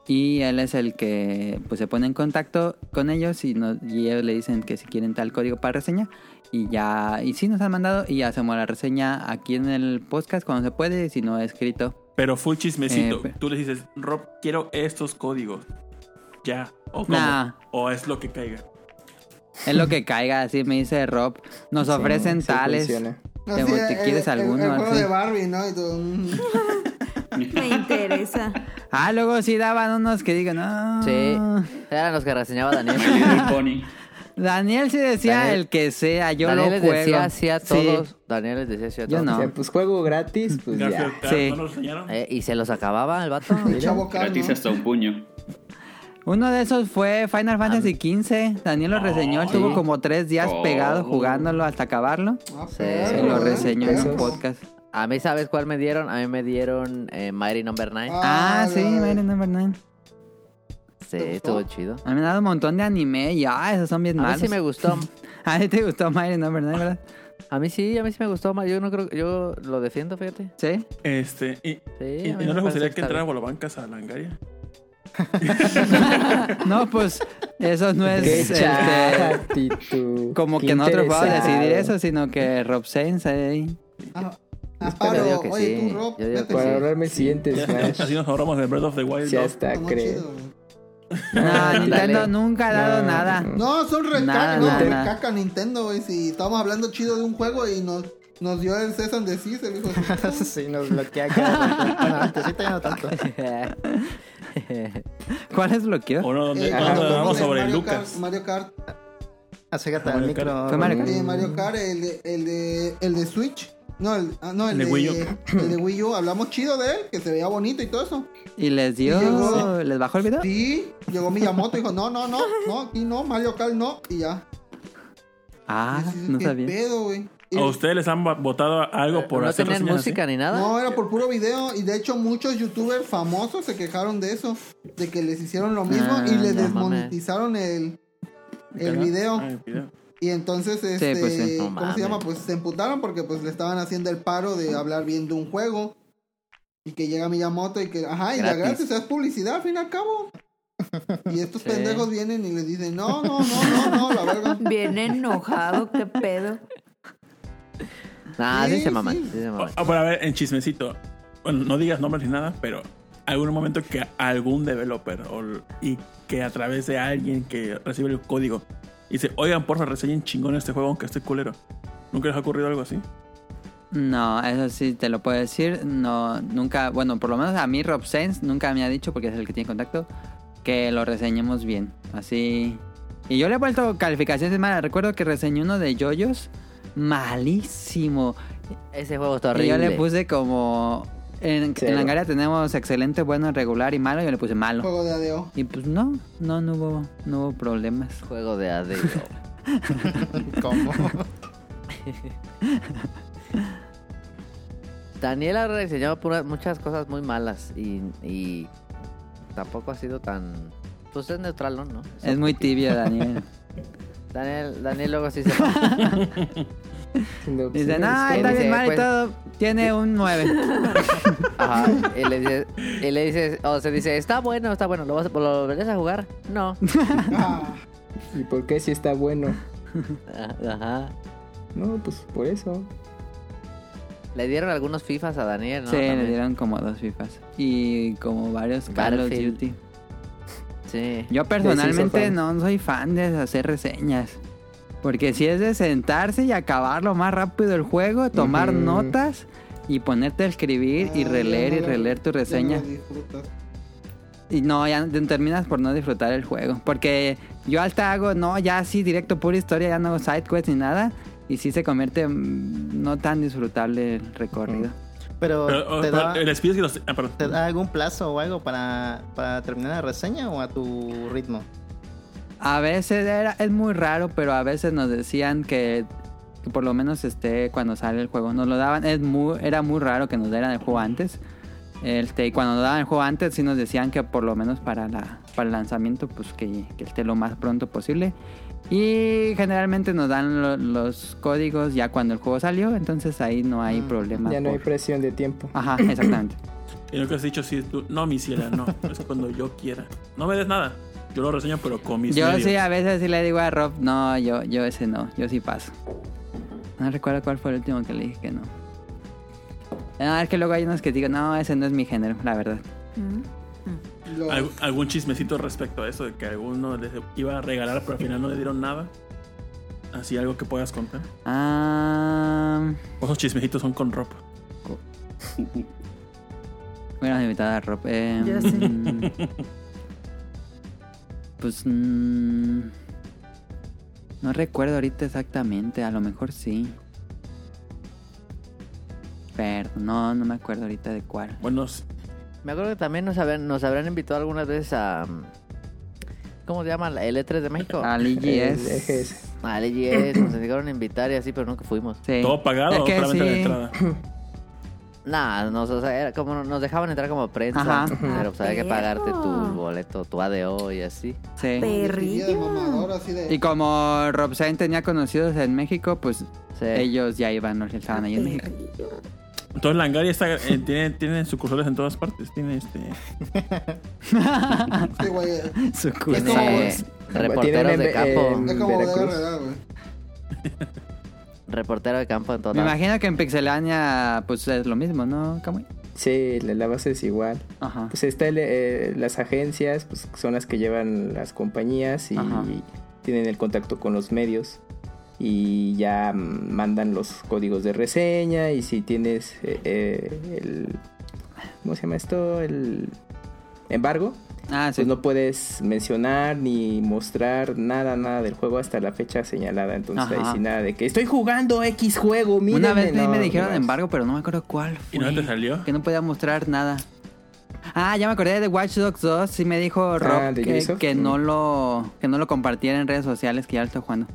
[SPEAKER 2] Y él es el que pues, se pone en contacto con ellos y, nos- y ellos le dicen que si quieren tal código para reseña. Y ya, y sí nos han mandado y hacemos la reseña aquí en el podcast cuando se puede, y si no escrito
[SPEAKER 12] Pero full chismecito.
[SPEAKER 2] Eh, pe-
[SPEAKER 12] Tú le dices, Rob, quiero estos códigos. Ya. O cómo.
[SPEAKER 2] Nah.
[SPEAKER 12] O es lo que caiga.
[SPEAKER 2] Es lo que caiga, así me dice Rob. Nos ofrecen
[SPEAKER 8] sí
[SPEAKER 2] tales.
[SPEAKER 8] funciona.
[SPEAKER 2] Te-
[SPEAKER 9] Así,
[SPEAKER 2] ¿te
[SPEAKER 9] el-
[SPEAKER 2] quieres
[SPEAKER 9] el-
[SPEAKER 2] alguno?
[SPEAKER 9] El juego
[SPEAKER 2] Así.
[SPEAKER 9] de Barbie, ¿no? Y tú, mm.
[SPEAKER 4] Me interesa.
[SPEAKER 2] Ah, luego sí daban unos que digo, no.
[SPEAKER 3] Sí. Eran los que reseñaba Daniel.
[SPEAKER 7] My Little Pony.
[SPEAKER 2] Daniel sí decía
[SPEAKER 3] Daniel-
[SPEAKER 2] el que sea, yo
[SPEAKER 3] Daniel
[SPEAKER 2] lo
[SPEAKER 3] les
[SPEAKER 2] juego.
[SPEAKER 3] decía así a
[SPEAKER 2] Sí.
[SPEAKER 3] todos. Daniel les decía así a
[SPEAKER 2] Yo
[SPEAKER 3] todos.
[SPEAKER 2] no.
[SPEAKER 8] O sea, pues juego gratis, pues
[SPEAKER 12] Garfield,
[SPEAKER 8] ya.
[SPEAKER 12] ¿ah,
[SPEAKER 2] Sí.
[SPEAKER 12] ¿no lo enseñaron?
[SPEAKER 3] Eh, y se los acababa el vato.
[SPEAKER 9] Chavo Cal,
[SPEAKER 7] Gratis
[SPEAKER 9] ¿no?
[SPEAKER 7] hasta un puño.
[SPEAKER 2] Uno de esos fue Final
[SPEAKER 9] Ah,
[SPEAKER 2] Fantasy XV. Daniel lo reseñó, él estuvo como tres días
[SPEAKER 7] Oh.
[SPEAKER 2] pegado jugándolo hasta acabarlo.
[SPEAKER 9] Ah,
[SPEAKER 3] Sí,
[SPEAKER 2] Se
[SPEAKER 9] perro,
[SPEAKER 2] lo
[SPEAKER 9] ¿eh?
[SPEAKER 2] reseñó en
[SPEAKER 9] Perro.
[SPEAKER 2] un podcast.
[SPEAKER 3] A mí, ¿sabes cuál me dieron? A mí me dieron eh, Mighty Number 9.
[SPEAKER 2] Ah, sí,
[SPEAKER 9] la-
[SPEAKER 2] Mighty Number 9.
[SPEAKER 3] sí, estuvo chido.
[SPEAKER 2] A mí me han dado un montón de anime y ah, esos son bien
[SPEAKER 3] A mí
[SPEAKER 2] malos.
[SPEAKER 3] sí me gustó.
[SPEAKER 2] A ti te gustó Mighty Number 9, ¿verdad?
[SPEAKER 3] A mí sí, a mí sí me gustó más. Yo no creo, yo lo defiendo, fíjate.
[SPEAKER 2] Sí.
[SPEAKER 12] Este, y,
[SPEAKER 3] Sí,
[SPEAKER 12] y-
[SPEAKER 3] a mí
[SPEAKER 12] y
[SPEAKER 3] me
[SPEAKER 12] no les
[SPEAKER 3] parece
[SPEAKER 12] gustaría
[SPEAKER 3] está
[SPEAKER 12] que entraran
[SPEAKER 3] bien.
[SPEAKER 12] Bolobancas a Langaria.
[SPEAKER 2] No, pues eso no es
[SPEAKER 8] Qué
[SPEAKER 2] este,
[SPEAKER 8] chato,
[SPEAKER 2] como que nosotros podamos decidir eso, sino que Rob Sainz ahí.
[SPEAKER 9] Ah, ah,
[SPEAKER 3] Yo
[SPEAKER 9] Paro,
[SPEAKER 3] digo que
[SPEAKER 9] oye,
[SPEAKER 3] sí,
[SPEAKER 9] tú, Rob,
[SPEAKER 3] yo digo
[SPEAKER 9] vete.
[SPEAKER 3] que sí.
[SPEAKER 8] Para hablarme el siguiente
[SPEAKER 12] Así
[SPEAKER 8] Smash.
[SPEAKER 12] nos ahorramos de Breath of the Wild.
[SPEAKER 8] Ya
[SPEAKER 12] ¿no?
[SPEAKER 8] está,
[SPEAKER 9] Está muy
[SPEAKER 8] creo.
[SPEAKER 9] chido, güey.
[SPEAKER 2] No,
[SPEAKER 3] Dale.
[SPEAKER 2] Ah, Nintendo nunca ha dado
[SPEAKER 8] No,
[SPEAKER 2] nada.
[SPEAKER 8] no.
[SPEAKER 9] No, son
[SPEAKER 2] Nada,
[SPEAKER 9] recaca, no,
[SPEAKER 2] nada,
[SPEAKER 9] recaca
[SPEAKER 2] nada.
[SPEAKER 9] Nintendo, güey. Si estábamos hablando chido de un juego y nos, nos dio el César de sí, se dijo.
[SPEAKER 5] sí, nos bloquea cada rato. Bueno, antes sí te no tanto.
[SPEAKER 2] ¿Cuál es bloqueó?
[SPEAKER 12] O no, donde
[SPEAKER 9] Eh,
[SPEAKER 12] donde
[SPEAKER 9] cuando
[SPEAKER 12] hablamos
[SPEAKER 9] hablamos de
[SPEAKER 12] sobre
[SPEAKER 9] Mario
[SPEAKER 12] Lucas.
[SPEAKER 9] Kart, Mario Kart,
[SPEAKER 5] Acércate
[SPEAKER 12] Mario
[SPEAKER 5] al micro.
[SPEAKER 12] Kart.
[SPEAKER 2] Fue Mario
[SPEAKER 5] Ronnie.
[SPEAKER 2] Kart.
[SPEAKER 9] eh, Mario Kart, el de, el de, el de Switch. No, el, ah, no, el,
[SPEAKER 12] El de
[SPEAKER 9] de
[SPEAKER 12] Wii U.
[SPEAKER 9] El de Wii U. Hablamos chido de él, que se veía bonito y todo eso.
[SPEAKER 2] ¿Y les dio?
[SPEAKER 9] Llegó.
[SPEAKER 2] ¿Les bajó el video?
[SPEAKER 9] Sí, llegó Miyamoto y dijo, no, no, no, no, aquí no, Mario Kart no, y ya.
[SPEAKER 2] Ah,
[SPEAKER 9] Y dices,
[SPEAKER 2] no
[SPEAKER 9] "¿Qué
[SPEAKER 2] sabía.
[SPEAKER 9] pedo, güey?" Y-
[SPEAKER 12] ¿A ustedes les han va- votado algo por
[SPEAKER 3] Eh, ¿No
[SPEAKER 12] hacer
[SPEAKER 3] tenían
[SPEAKER 12] reseñas así?
[SPEAKER 3] música ni nada?
[SPEAKER 9] No, era por puro video y de hecho muchos youtubers famosos se quejaron de eso, de que les hicieron lo mismo
[SPEAKER 3] Ah,
[SPEAKER 9] y les
[SPEAKER 3] ya,
[SPEAKER 9] desmonetizaron el, el
[SPEAKER 12] Ajá.
[SPEAKER 9] video
[SPEAKER 12] Ah, el video.
[SPEAKER 9] y entonces este,
[SPEAKER 2] pues, sí.
[SPEAKER 3] No
[SPEAKER 9] ¿cómo se llama?
[SPEAKER 3] mames.
[SPEAKER 9] Pues se emputaron porque pues le estaban haciendo el paro de hablar bien de un juego y que llega Miyamoto y que, ajá, y la
[SPEAKER 3] Gratis.
[SPEAKER 9] gratis es publicidad al fin y al cabo. Y estos
[SPEAKER 3] Sí.
[SPEAKER 9] pendejos vienen y les dicen, no, no, no, no, no, la verga.
[SPEAKER 4] Bien enojado, qué pedo.
[SPEAKER 3] Nah, sí,
[SPEAKER 9] Sí,
[SPEAKER 3] se maman.
[SPEAKER 9] sí.
[SPEAKER 3] Sí. se maman.
[SPEAKER 12] Ah, pero a ver, en chismecito. Bueno, no digas nombres ni nada, pero algún momento que algún developer o l- y que a través de alguien que recibe el código dice, oigan, porfa, reseñen chingón este juego aunque esté culero. ¿Nunca les ha ocurrido algo así?
[SPEAKER 2] No, eso sí te lo puedo decir. No, nunca, bueno, por lo menos a mí Rob Sainz nunca me ha dicho, porque es el que tiene contacto, que lo reseñemos bien. Así. Y yo le he vuelto calificaciones malas. Recuerdo que reseñé uno de Yoyos. Malísimo.
[SPEAKER 3] Ese juego está
[SPEAKER 2] Y
[SPEAKER 3] horrible.
[SPEAKER 2] yo le puse como. En,
[SPEAKER 8] Cero.
[SPEAKER 2] en Langaria tenemos excelente, bueno, regular y malo. Yo le puse malo.
[SPEAKER 9] Juego de ADO.
[SPEAKER 2] Y pues no, no, no hubo, no hubo problemas.
[SPEAKER 3] Juego de AD.
[SPEAKER 5] ¿Cómo?
[SPEAKER 3] Daniel ha reseñado puras- muchas cosas muy malas y, y tampoco ha sido tan... Pues es neutral, ¿no? ¿no?
[SPEAKER 2] Es muy tibio, Daniel.
[SPEAKER 3] Daniel, Daniel luego sí se mama.
[SPEAKER 8] No, pues,
[SPEAKER 2] Dice, no,
[SPEAKER 8] es
[SPEAKER 2] está
[SPEAKER 8] que-
[SPEAKER 2] bien
[SPEAKER 3] dice,
[SPEAKER 2] mal y
[SPEAKER 3] pues-
[SPEAKER 2] todo. Tiene un 9.
[SPEAKER 3] Ajá, y le dices, y le dices, o se dice, está bueno, está bueno, ¿lo, vas, lo volverías a jugar? No.
[SPEAKER 9] Ah,
[SPEAKER 8] ¿Y por qué si está bueno?
[SPEAKER 3] Ajá.
[SPEAKER 8] No, pues por eso.
[SPEAKER 3] Le dieron algunos FIFAs a Daniel, ¿no?
[SPEAKER 2] sí, le
[SPEAKER 3] También.
[SPEAKER 2] dieron como dos FIFAs. Y como varios Call of
[SPEAKER 3] Battlefield.
[SPEAKER 2] Duty.
[SPEAKER 3] Sí.
[SPEAKER 2] Yo
[SPEAKER 8] Sí,
[SPEAKER 2] personalmente
[SPEAKER 8] sí, soy
[SPEAKER 2] no soy fan de hacer reseñas. Porque si es de sentarse y acabar lo más rápido el juego, tomar
[SPEAKER 8] Ujú.
[SPEAKER 2] notas y ponerte a escribir y
[SPEAKER 9] ah,
[SPEAKER 2] releer
[SPEAKER 9] ya
[SPEAKER 2] y
[SPEAKER 9] no lo-
[SPEAKER 2] releer tu
[SPEAKER 9] ya no lo
[SPEAKER 2] reseña.
[SPEAKER 9] disfrutas.
[SPEAKER 2] Y no, ya te- terminas por no disfrutar el juego. Porque yo hasta hago, no, ya así directo, pura historia, ya no hago side quest ni nada. Y sí se convierte mm, no tan disfrutable el recorrido.
[SPEAKER 5] Pero,
[SPEAKER 12] Pero, oh,
[SPEAKER 5] ¿te,
[SPEAKER 12] pero,
[SPEAKER 5] da,
[SPEAKER 12] eh, les pides que los... ah, perdón.
[SPEAKER 5] ¿te da algún plazo o algo para, para terminar la reseña o a tu ritmo?
[SPEAKER 2] A veces era, es muy raro, pero a veces nos decían que, que por lo menos este, cuando sale el juego nos lo daban. Es muy, era muy raro que nos dieran el juego antes. Este, y cuando nos daban el juego antes sí nos decían que por lo menos para, la, para el lanzamiento pues que, que esté lo más pronto posible. Y generalmente nos dan lo- los códigos ya cuando el juego salió, entonces ahí no hay
[SPEAKER 5] Mm,
[SPEAKER 2] problema.
[SPEAKER 8] Ya no hay
[SPEAKER 2] por-
[SPEAKER 8] presión de tiempo.
[SPEAKER 2] Ajá, exactamente.
[SPEAKER 12] Y lo que has dicho sí, tú, no, mi ciela, no. Es cuando yo quiera. No me des nada. Yo lo reseño, pero con mis
[SPEAKER 2] Yo
[SPEAKER 12] medios.
[SPEAKER 2] sí, a veces sí le digo a Rob, no, yo, yo ese no, yo sí paso. No recuerdo cuál fue el último que le dije que no. Ah, es que luego hay unos que digo, no, ese no es mi género, la verdad.
[SPEAKER 12] Al- ¿Algún chismecito respecto a eso de que alguno les iba a regalar pero al final no le dieron nada? Así algo que puedas contar.
[SPEAKER 2] Ah,
[SPEAKER 12] O esos chismecitos son con ropa.
[SPEAKER 2] bueno, invitada a Rob. eh,
[SPEAKER 13] Ya sé.
[SPEAKER 2] mm, Pues mm, no recuerdo ahorita exactamente, a lo mejor sí. Pero no, no me acuerdo ahorita de cuál.
[SPEAKER 12] Bueno,
[SPEAKER 3] Me acuerdo que también nos, haber- nos habrán invitado algunas veces a... mm, ¿Cómo se llama? ¿El E3 de México?
[SPEAKER 2] Al E IGS.
[SPEAKER 3] Al EGS, nos llegaron a invitar y así, pero nunca fuimos.
[SPEAKER 2] Sí.
[SPEAKER 12] ¿todo pagado
[SPEAKER 2] Es
[SPEAKER 12] o
[SPEAKER 2] que
[SPEAKER 12] solamente la
[SPEAKER 2] sí.
[SPEAKER 12] entrada?
[SPEAKER 3] Nah, nos, o sea, era como, nos dejaban entrar como prensa,
[SPEAKER 2] Ajá.
[SPEAKER 3] pero pues había que pagarte tu
[SPEAKER 13] Perro.
[SPEAKER 3] boleto, tu ADO y así.
[SPEAKER 2] Sí.
[SPEAKER 13] Perrillo.
[SPEAKER 2] Y como Robsen tenía conocidos en México, pues
[SPEAKER 3] Sí.
[SPEAKER 2] ellos ya iban, no estaban ahí en México.
[SPEAKER 12] Entonces Langaria está, eh, tiene, tiene sucursales en todas partes. Tiene este...
[SPEAKER 6] Sí, güey, eh,
[SPEAKER 2] Su
[SPEAKER 3] Tiene
[SPEAKER 2] culo.
[SPEAKER 8] Tienen
[SPEAKER 3] reporteros
[SPEAKER 8] en
[SPEAKER 3] de
[SPEAKER 8] Ve- en
[SPEAKER 3] campo.
[SPEAKER 6] es como
[SPEAKER 8] Veracruz.
[SPEAKER 6] bodega redada, güey.
[SPEAKER 3] Reportero de campo en todo
[SPEAKER 2] Me imagino que en Pixelania pues es lo mismo, ¿no, Kamui?
[SPEAKER 8] Sí, la, la base es igual.
[SPEAKER 2] Ajá.
[SPEAKER 8] Pues está el, eh, las agencias, pues que son las que llevan las compañías y
[SPEAKER 2] Ajá.
[SPEAKER 8] tienen el contacto con los medios y ya mm, mandan los códigos de reseña y si tienes eh, eh, el ¿cómo se llama esto? el embargo,
[SPEAKER 2] Ah, sí.
[SPEAKER 8] pues no puedes mencionar ni mostrar nada nada del juego hasta la fecha señalada, entonces
[SPEAKER 2] Ajá.
[SPEAKER 8] ahí sí nada de que estoy jugando X juego, mírenme.
[SPEAKER 2] Una vez
[SPEAKER 8] no,
[SPEAKER 2] me
[SPEAKER 8] no
[SPEAKER 2] dijeron
[SPEAKER 8] vas.
[SPEAKER 2] embargo, pero no me acuerdo cuál.
[SPEAKER 12] ¿Y no
[SPEAKER 2] fue.
[SPEAKER 12] te salió?
[SPEAKER 2] Que no podía mostrar nada. Ah, ya me acordé de Watch Dogs 2. Sí me dijo Rob
[SPEAKER 8] Ah, ¿de
[SPEAKER 2] que,
[SPEAKER 8] Ubisoft?
[SPEAKER 2] que no
[SPEAKER 8] Mm.
[SPEAKER 2] lo que no lo compartiera en redes sociales, que ya lo estoy jugando.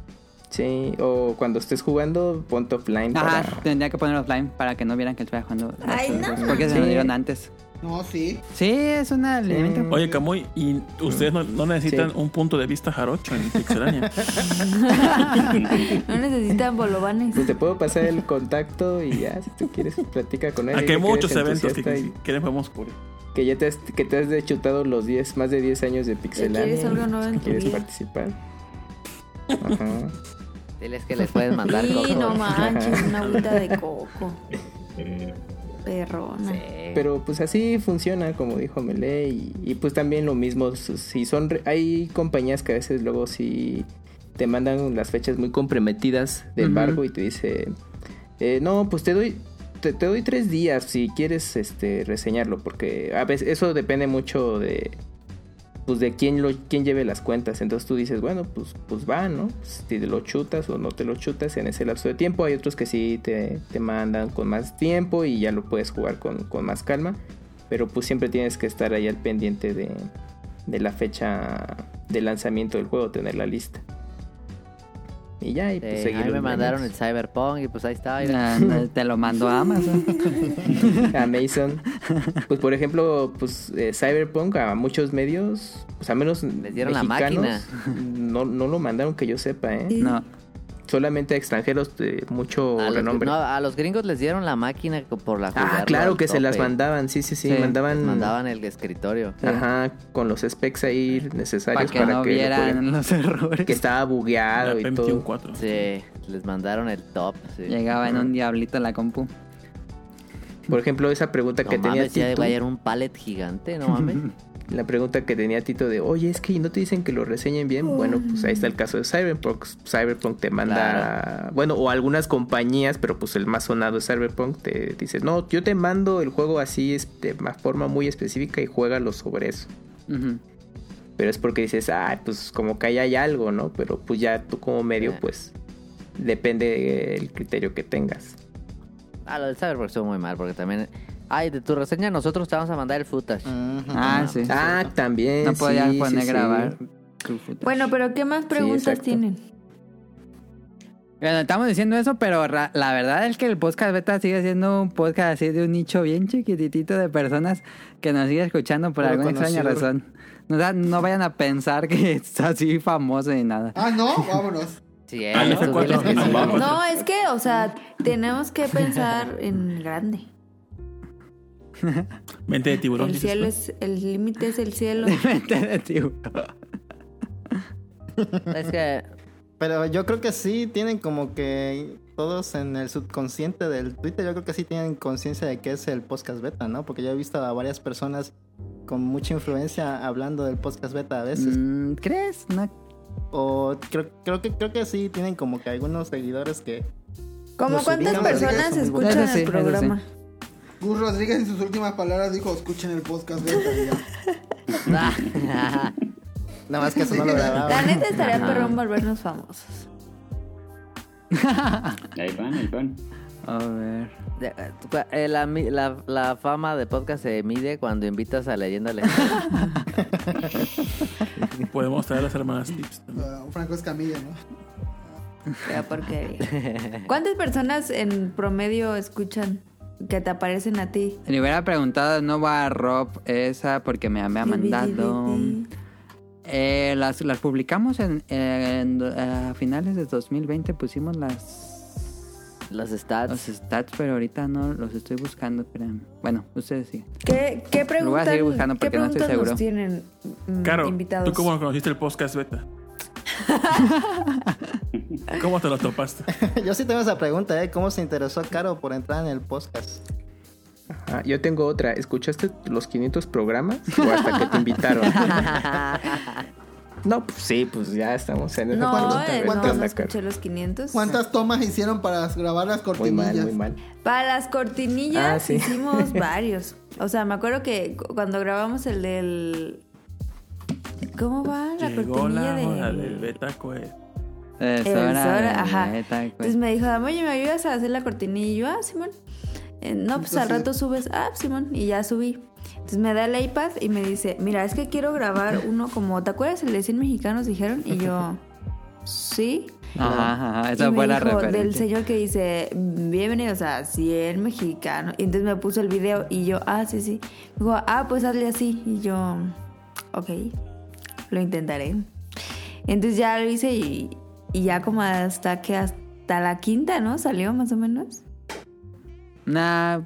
[SPEAKER 8] Sí, o cuando estés jugando ponte offline
[SPEAKER 2] Ajá,
[SPEAKER 8] para-
[SPEAKER 2] tendría que poner offline para que no vieran que estoy jugando. Watch
[SPEAKER 11] Ay,
[SPEAKER 2] Dogs 2,
[SPEAKER 11] no.
[SPEAKER 2] Porque se
[SPEAKER 8] Sí.
[SPEAKER 2] lo dieron antes.
[SPEAKER 6] No, sí.
[SPEAKER 2] Sí, es un elemento.
[SPEAKER 12] Oye, Camuy, ¿y ustedes no, no necesitan un punto de vista jarocho en Pixelania?
[SPEAKER 4] No necesitan bolovanes.
[SPEAKER 8] Pues te puedo pasar el contacto y ya, si tú quieres, platica con él.
[SPEAKER 12] Aquí
[SPEAKER 8] y
[SPEAKER 12] hay
[SPEAKER 8] que
[SPEAKER 12] muchos
[SPEAKER 8] eres
[SPEAKER 12] eventos que,
[SPEAKER 8] entusiasta y
[SPEAKER 12] que queremos podemos cubrir.
[SPEAKER 8] que ya te has, que te has de chutado los 10, más de 10 años de pixelania.
[SPEAKER 4] quieres algo nuevo en tu
[SPEAKER 8] ¿Quieres
[SPEAKER 4] vida?
[SPEAKER 8] participar? Ajá.
[SPEAKER 3] Diles que les puedes mandar
[SPEAKER 4] Y
[SPEAKER 3] cocos.
[SPEAKER 4] no manches, una agüita de coco. Perrona.
[SPEAKER 3] Sí.
[SPEAKER 8] Pero pues así funciona, como dijo Mele. Y, y, pues también lo mismo, su- si son re- hay compañías que a veces luego sí te mandan las fechas muy comprometidas de
[SPEAKER 2] Ujú.
[SPEAKER 8] embargo y te dice, eh, no, pues te doy... Te, te doy tres días si quieres este reseñarlo porque a veces eso depende mucho de pues de quién lo quién lleve las cuentas entonces tú dices bueno pues pues va no si te lo chutas o no te lo chutas en ese lapso de tiempo hay otros que sí te, te mandan con más tiempo y ya lo puedes jugar con, con más calma pero pues siempre tienes que estar ahí al pendiente de, de la fecha de lanzamiento del juego tener la lista y ya y
[SPEAKER 3] Sí,
[SPEAKER 8] pues
[SPEAKER 3] a
[SPEAKER 8] seguir
[SPEAKER 3] mí me
[SPEAKER 8] los
[SPEAKER 3] mandaron el
[SPEAKER 8] menús.
[SPEAKER 3] Cyberpunk y pues ahí está. mira.
[SPEAKER 2] Ah, no, te lo mando a Amazon.
[SPEAKER 8] Amazon. Pues por ejemplo, pues eh, Cyberpunk a muchos medios, pues a menos
[SPEAKER 3] Les dieron la
[SPEAKER 8] mexicanos, No, no lo mandaron que yo sepa, ¿eh?
[SPEAKER 2] No.
[SPEAKER 8] Solamente a extranjeros de mucho
[SPEAKER 3] A los,
[SPEAKER 8] renombre.
[SPEAKER 3] no, a los gringos les dieron la máquina co- por la
[SPEAKER 8] ah,
[SPEAKER 3] jugarlo
[SPEAKER 8] claro
[SPEAKER 3] al
[SPEAKER 8] que se las
[SPEAKER 3] tope.
[SPEAKER 8] mandaban, sí, sí, sí,
[SPEAKER 2] Sí,
[SPEAKER 8] mandaban,
[SPEAKER 3] Les mandaban el escritorio.
[SPEAKER 8] ajá, con los specs ahí
[SPEAKER 2] Para
[SPEAKER 8] necesarios
[SPEAKER 2] que
[SPEAKER 8] para
[SPEAKER 2] no
[SPEAKER 8] que, lo pudieran-
[SPEAKER 2] vieran los errores.
[SPEAKER 8] que estaba bugueado
[SPEAKER 12] La
[SPEAKER 8] y
[SPEAKER 12] Pentium
[SPEAKER 8] todo.
[SPEAKER 12] 4.
[SPEAKER 3] Sí, les mandaron el top. sí.
[SPEAKER 2] Llegaba en un diablito la compu.
[SPEAKER 8] Por ejemplo, esa pregunta
[SPEAKER 3] No
[SPEAKER 8] que tenía
[SPEAKER 3] mames, ya
[SPEAKER 8] Tito,
[SPEAKER 3] va a ir un pallet gigante, no mames.
[SPEAKER 8] la pregunta que tenía Tito de, "Oye, es que no te dicen que lo reseñen bien." Bueno, pues ahí está el caso de Cyberpunk. Cyberpunk te manda, bueno, o algunas compañías, pero pues el más sonado es Cyberpunk, te dice, "No, yo te mando el juego así es de ma- forma muy específica y juégalo sobre eso."
[SPEAKER 2] Ujú.
[SPEAKER 8] Pero es porque dices, "Ah, pues como que ahí hay algo, ¿no?" Pero pues ya tú como medio
[SPEAKER 3] Sí.
[SPEAKER 8] pues depende el criterio que tengas.
[SPEAKER 3] Ah, lo del Cyberpunk estuvo muy mal porque también... Ay, de tu reseña nosotros te vamos a mandar el footage.
[SPEAKER 2] Ah, sí.
[SPEAKER 8] ah, también
[SPEAKER 2] No podías
[SPEAKER 8] sí,
[SPEAKER 2] poner
[SPEAKER 8] sí, sí.
[SPEAKER 2] grabar. tu footage.
[SPEAKER 4] Bueno, pero ¿qué más preguntas
[SPEAKER 8] exacto.
[SPEAKER 4] tienen?
[SPEAKER 2] Bueno, estamos diciendo eso, pero ra- la verdad es que el podcast beta sigue siendo un podcast así de un nicho bien chiquitito de personas que nos sigue escuchando por
[SPEAKER 5] Puro
[SPEAKER 2] alguna extraña
[SPEAKER 5] conocedor.
[SPEAKER 2] razón. No, da- no vayan a pensar que es así famoso ni nada.
[SPEAKER 6] Ah, no, vámonos.
[SPEAKER 3] Sí,
[SPEAKER 12] Ah,
[SPEAKER 3] eh,
[SPEAKER 12] ya sé
[SPEAKER 3] tú
[SPEAKER 12] cuál
[SPEAKER 3] diles
[SPEAKER 12] no,
[SPEAKER 3] que
[SPEAKER 12] no,
[SPEAKER 3] sí.
[SPEAKER 12] vamos.
[SPEAKER 4] No, es que, o sea, tenemos que pensar en grande.
[SPEAKER 12] Mente de tiburón.
[SPEAKER 4] El
[SPEAKER 12] dices,
[SPEAKER 4] cielo
[SPEAKER 12] ¿no?
[SPEAKER 4] es, el límite es el cielo.
[SPEAKER 2] Mente de tiburón.
[SPEAKER 3] Es que
[SPEAKER 5] Pero yo creo que sí tienen como que todos en el subconsciente del Twitter, yo creo que sí tienen conciencia de que es el podcast beta, ¿no? Porque yo he visto a varias personas con mucha influencia hablando del podcast beta a veces.
[SPEAKER 2] Mm, ¿Crees? No.
[SPEAKER 5] O creo, creo que creo que sí tienen como que algunos seguidores que
[SPEAKER 4] ¿Cómo
[SPEAKER 5] Nos
[SPEAKER 4] cuántas
[SPEAKER 5] ubicamos,
[SPEAKER 4] personas
[SPEAKER 5] eso,
[SPEAKER 4] escuchan
[SPEAKER 2] eso sí,
[SPEAKER 4] el
[SPEAKER 2] eso
[SPEAKER 4] programa?
[SPEAKER 6] Gus Rodríguez en sus últimas palabras dijo, escuchen el podcast de esta vida".
[SPEAKER 5] nada más que eso no lo
[SPEAKER 4] La
[SPEAKER 5] grababa.
[SPEAKER 4] neta estaría perrón volvernos famosos.
[SPEAKER 7] Ahí van, ahí van.
[SPEAKER 2] A ver.
[SPEAKER 3] Eh, La, mi- la- la fama de podcast se mide cuando invitas a leyenda legendaria.
[SPEAKER 2] Pues,
[SPEAKER 12] Podemos traer a las hermanas tips también.
[SPEAKER 6] Ah, Franco Escamilla, ¿no?
[SPEAKER 4] Pero porque... ¿Cuántas personas en promedio escuchan que te aparecen a ti?
[SPEAKER 2] Le hubiera preguntado, no va a Rob esa porque me había mandado. Eh, las, las publicamos en, en- eh, a finales de 2020, pusimos las
[SPEAKER 3] Los
[SPEAKER 2] los
[SPEAKER 3] stats.
[SPEAKER 2] stats, pero ahorita no los estoy buscando. espérame. Bueno, ustedes sí.
[SPEAKER 4] ¿Qué, qué
[SPEAKER 2] Lo voy a
[SPEAKER 4] preguntas,
[SPEAKER 2] seguir buscando
[SPEAKER 4] ¿qué
[SPEAKER 2] porque no estoy
[SPEAKER 4] preguntas
[SPEAKER 2] seguro.
[SPEAKER 4] nos tienen mm,
[SPEAKER 12] Caro,
[SPEAKER 4] invitados?
[SPEAKER 12] ¿tú cómo conociste el podcast beta? ¿Cómo te lo topaste?
[SPEAKER 5] yo sí tengo esa pregunta, ¿eh? ¿Cómo se interesó Caro por entrar en el podcast?
[SPEAKER 8] Ah, yo tengo otra. ¿Escuchaste los 500 programas? ¿O hasta que te invitaron? no, pues sí, pues ya estamos en esa
[SPEAKER 4] No,
[SPEAKER 8] pregunta.
[SPEAKER 6] ¿Cuántas-
[SPEAKER 4] eh,
[SPEAKER 8] ¿verdad?
[SPEAKER 4] no,
[SPEAKER 6] cuántas-
[SPEAKER 4] no
[SPEAKER 8] Anda,
[SPEAKER 4] escuché los 500.
[SPEAKER 6] ¿Cuántas tomas hicieron para grabar las
[SPEAKER 8] Caro. Muy mal,
[SPEAKER 6] cortinillas?
[SPEAKER 8] muy mal.
[SPEAKER 4] Para las cortinillas
[SPEAKER 8] Ah, sí.
[SPEAKER 4] hicimos varios. O sea, me acuerdo que cu- cuando grabamos el del... ¿Cómo va la
[SPEAKER 12] Llegó
[SPEAKER 4] cortinilla
[SPEAKER 12] la
[SPEAKER 4] de...?
[SPEAKER 12] hora del beta coe.
[SPEAKER 2] Es
[SPEAKER 4] El
[SPEAKER 2] hora
[SPEAKER 4] Zora,
[SPEAKER 2] de
[SPEAKER 4] ajá.
[SPEAKER 2] beta, güey.
[SPEAKER 4] Entonces me dijo, dame, oye, ¿me ayudas a hacer la cortinilla? Y yo, ah, Simón. Eh, no, pues al
[SPEAKER 6] Entonces-
[SPEAKER 4] rato subes, ah, Simón, y ya subí. Entonces me da el iPad y me dice, mira, es que quiero grabar uno como, ¿te acuerdas el de 100 mexicanos? Dijeron, y yo, sí.
[SPEAKER 2] Ajá, ajá,
[SPEAKER 4] Y
[SPEAKER 2] esa
[SPEAKER 4] me
[SPEAKER 2] fue la
[SPEAKER 4] dijo del
[SPEAKER 2] referencia.
[SPEAKER 4] señor que dice, bienvenidos a 100 mexicanos. Y entonces me puso el video y yo, ah, sí, sí. Digo, ah, pues hazle así. Y yo, ok, lo intentaré. Entonces ya lo hice y, y ya como hasta que hasta la quinta, ¿no? Salió más o menos.
[SPEAKER 2] Nah,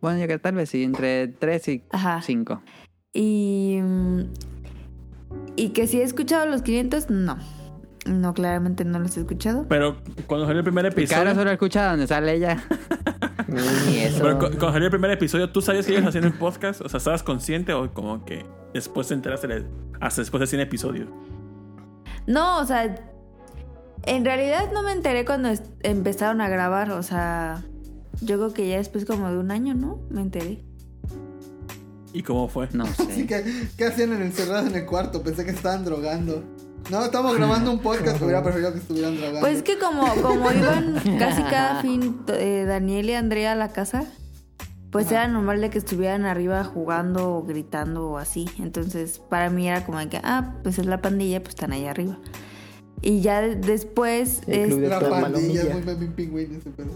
[SPEAKER 2] bueno, yo creo que tal vez sí, entre 3 y
[SPEAKER 4] Ajá.
[SPEAKER 2] 5.
[SPEAKER 4] Y, mm, y que si he escuchado los 500, no. No, claramente no los he escuchado.
[SPEAKER 12] Pero cuando salió el primer
[SPEAKER 2] Cara
[SPEAKER 12] episodio.
[SPEAKER 2] solo escucha donde sale ella.
[SPEAKER 3] Ni eso.
[SPEAKER 12] Pero cu- cuando salió el primer episodio, ¿tú sabías que ibas haciendo el podcast? O sea, ¿estabas consciente o como que después te enteraste de- hasta después de 100 episodios?
[SPEAKER 4] No, o sea, en realidad no me enteré cuando es- empezaron a grabar, o sea, yo creo que ya después como de un año, ¿no? Me enteré.
[SPEAKER 12] ¿Y cómo fue?
[SPEAKER 2] No
[SPEAKER 6] Sí,
[SPEAKER 2] sé.
[SPEAKER 6] ¿qué, qué hacían en encerrados en el cuarto? Pensé que estaban drogando. No, estamos grabando un podcast, hubiera preferido que estuvieran drogando.
[SPEAKER 4] Pues es que como, como iban casi cada fin t- eh, Daniel y Andrea a la casa, pues era normal de que estuvieran arriba jugando o gritando o así. Entonces para mí era como de que, ah, pues es la pandilla, pues están ahí arriba. Y ya de- después...
[SPEAKER 8] El club
[SPEAKER 4] este,
[SPEAKER 8] de
[SPEAKER 6] Era
[SPEAKER 8] la
[SPEAKER 6] pandilla,
[SPEAKER 8] palomilla.
[SPEAKER 6] es muy Memín Pingüín ese pedo.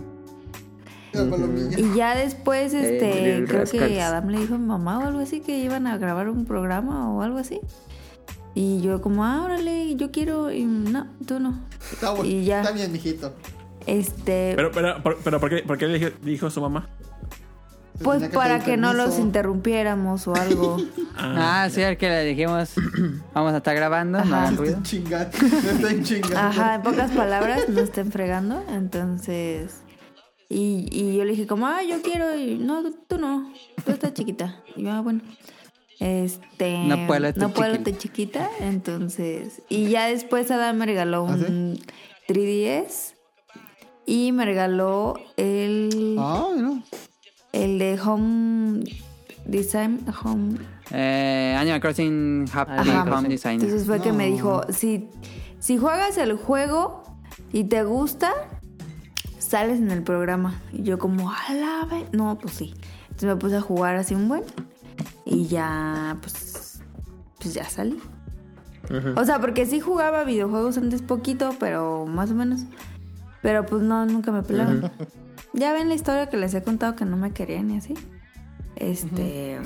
[SPEAKER 6] Era palomilla.
[SPEAKER 4] Y ya después, este,
[SPEAKER 8] Little
[SPEAKER 4] creo
[SPEAKER 8] Rascals.
[SPEAKER 4] que Adam le dijo a mi mamá o algo así que iban a grabar un programa o algo así. Y yo como, ah, órale, yo quiero, y no, tú no.
[SPEAKER 6] Está bueno,
[SPEAKER 4] y ya.
[SPEAKER 6] está bien, mijito.
[SPEAKER 4] Este,
[SPEAKER 12] Pero, pero, por- pero ¿por qué, por qué le dijo, dijo su mamá?
[SPEAKER 6] Se
[SPEAKER 4] pues
[SPEAKER 6] tenía
[SPEAKER 4] para
[SPEAKER 6] pedir
[SPEAKER 4] que no los
[SPEAKER 6] permiso.
[SPEAKER 4] interrumpiéramos o algo.
[SPEAKER 12] Ah,
[SPEAKER 2] Ah, sí, al que le dijimos, vamos a estar grabando, no
[SPEAKER 4] Ajá.
[SPEAKER 2] hagan
[SPEAKER 6] Se
[SPEAKER 2] ruido.
[SPEAKER 6] estén chingando, se estén chingando.
[SPEAKER 4] Ah, Ajá, en pocas palabras, no estén fregando, entonces... Y, y yo le dije como, ah, yo quiero, y no, tú, tú no, tú estás chiquita. Y yo, ah, bueno. Este,
[SPEAKER 2] No puedo, tú
[SPEAKER 4] no puedo,
[SPEAKER 2] chiquita.
[SPEAKER 4] tú chiquita, entonces... Y ya después Adam me regaló
[SPEAKER 6] ¿Ah, sí?
[SPEAKER 4] un 3DS y me regaló el,
[SPEAKER 6] Ah, no.
[SPEAKER 4] el de Home Design, Home...
[SPEAKER 2] Eh, Animal Crossing Happy
[SPEAKER 3] Ajá.
[SPEAKER 2] Home Design.
[SPEAKER 4] Entonces fue que me
[SPEAKER 6] No.
[SPEAKER 4] dijo, si, si juegas el juego y te gusta, sales en el programa. Y yo como, a la ve-". No, pues sí. Entonces me puse a jugar así un buen. Y ya, pues, pues ya salí.
[SPEAKER 14] Mm.
[SPEAKER 4] O sea, porque sí jugaba videojuegos antes poquito, pero más o menos. Pero pues no, nunca me pelaban. Ya ven la historia que les he contado que no me querían y así. Este,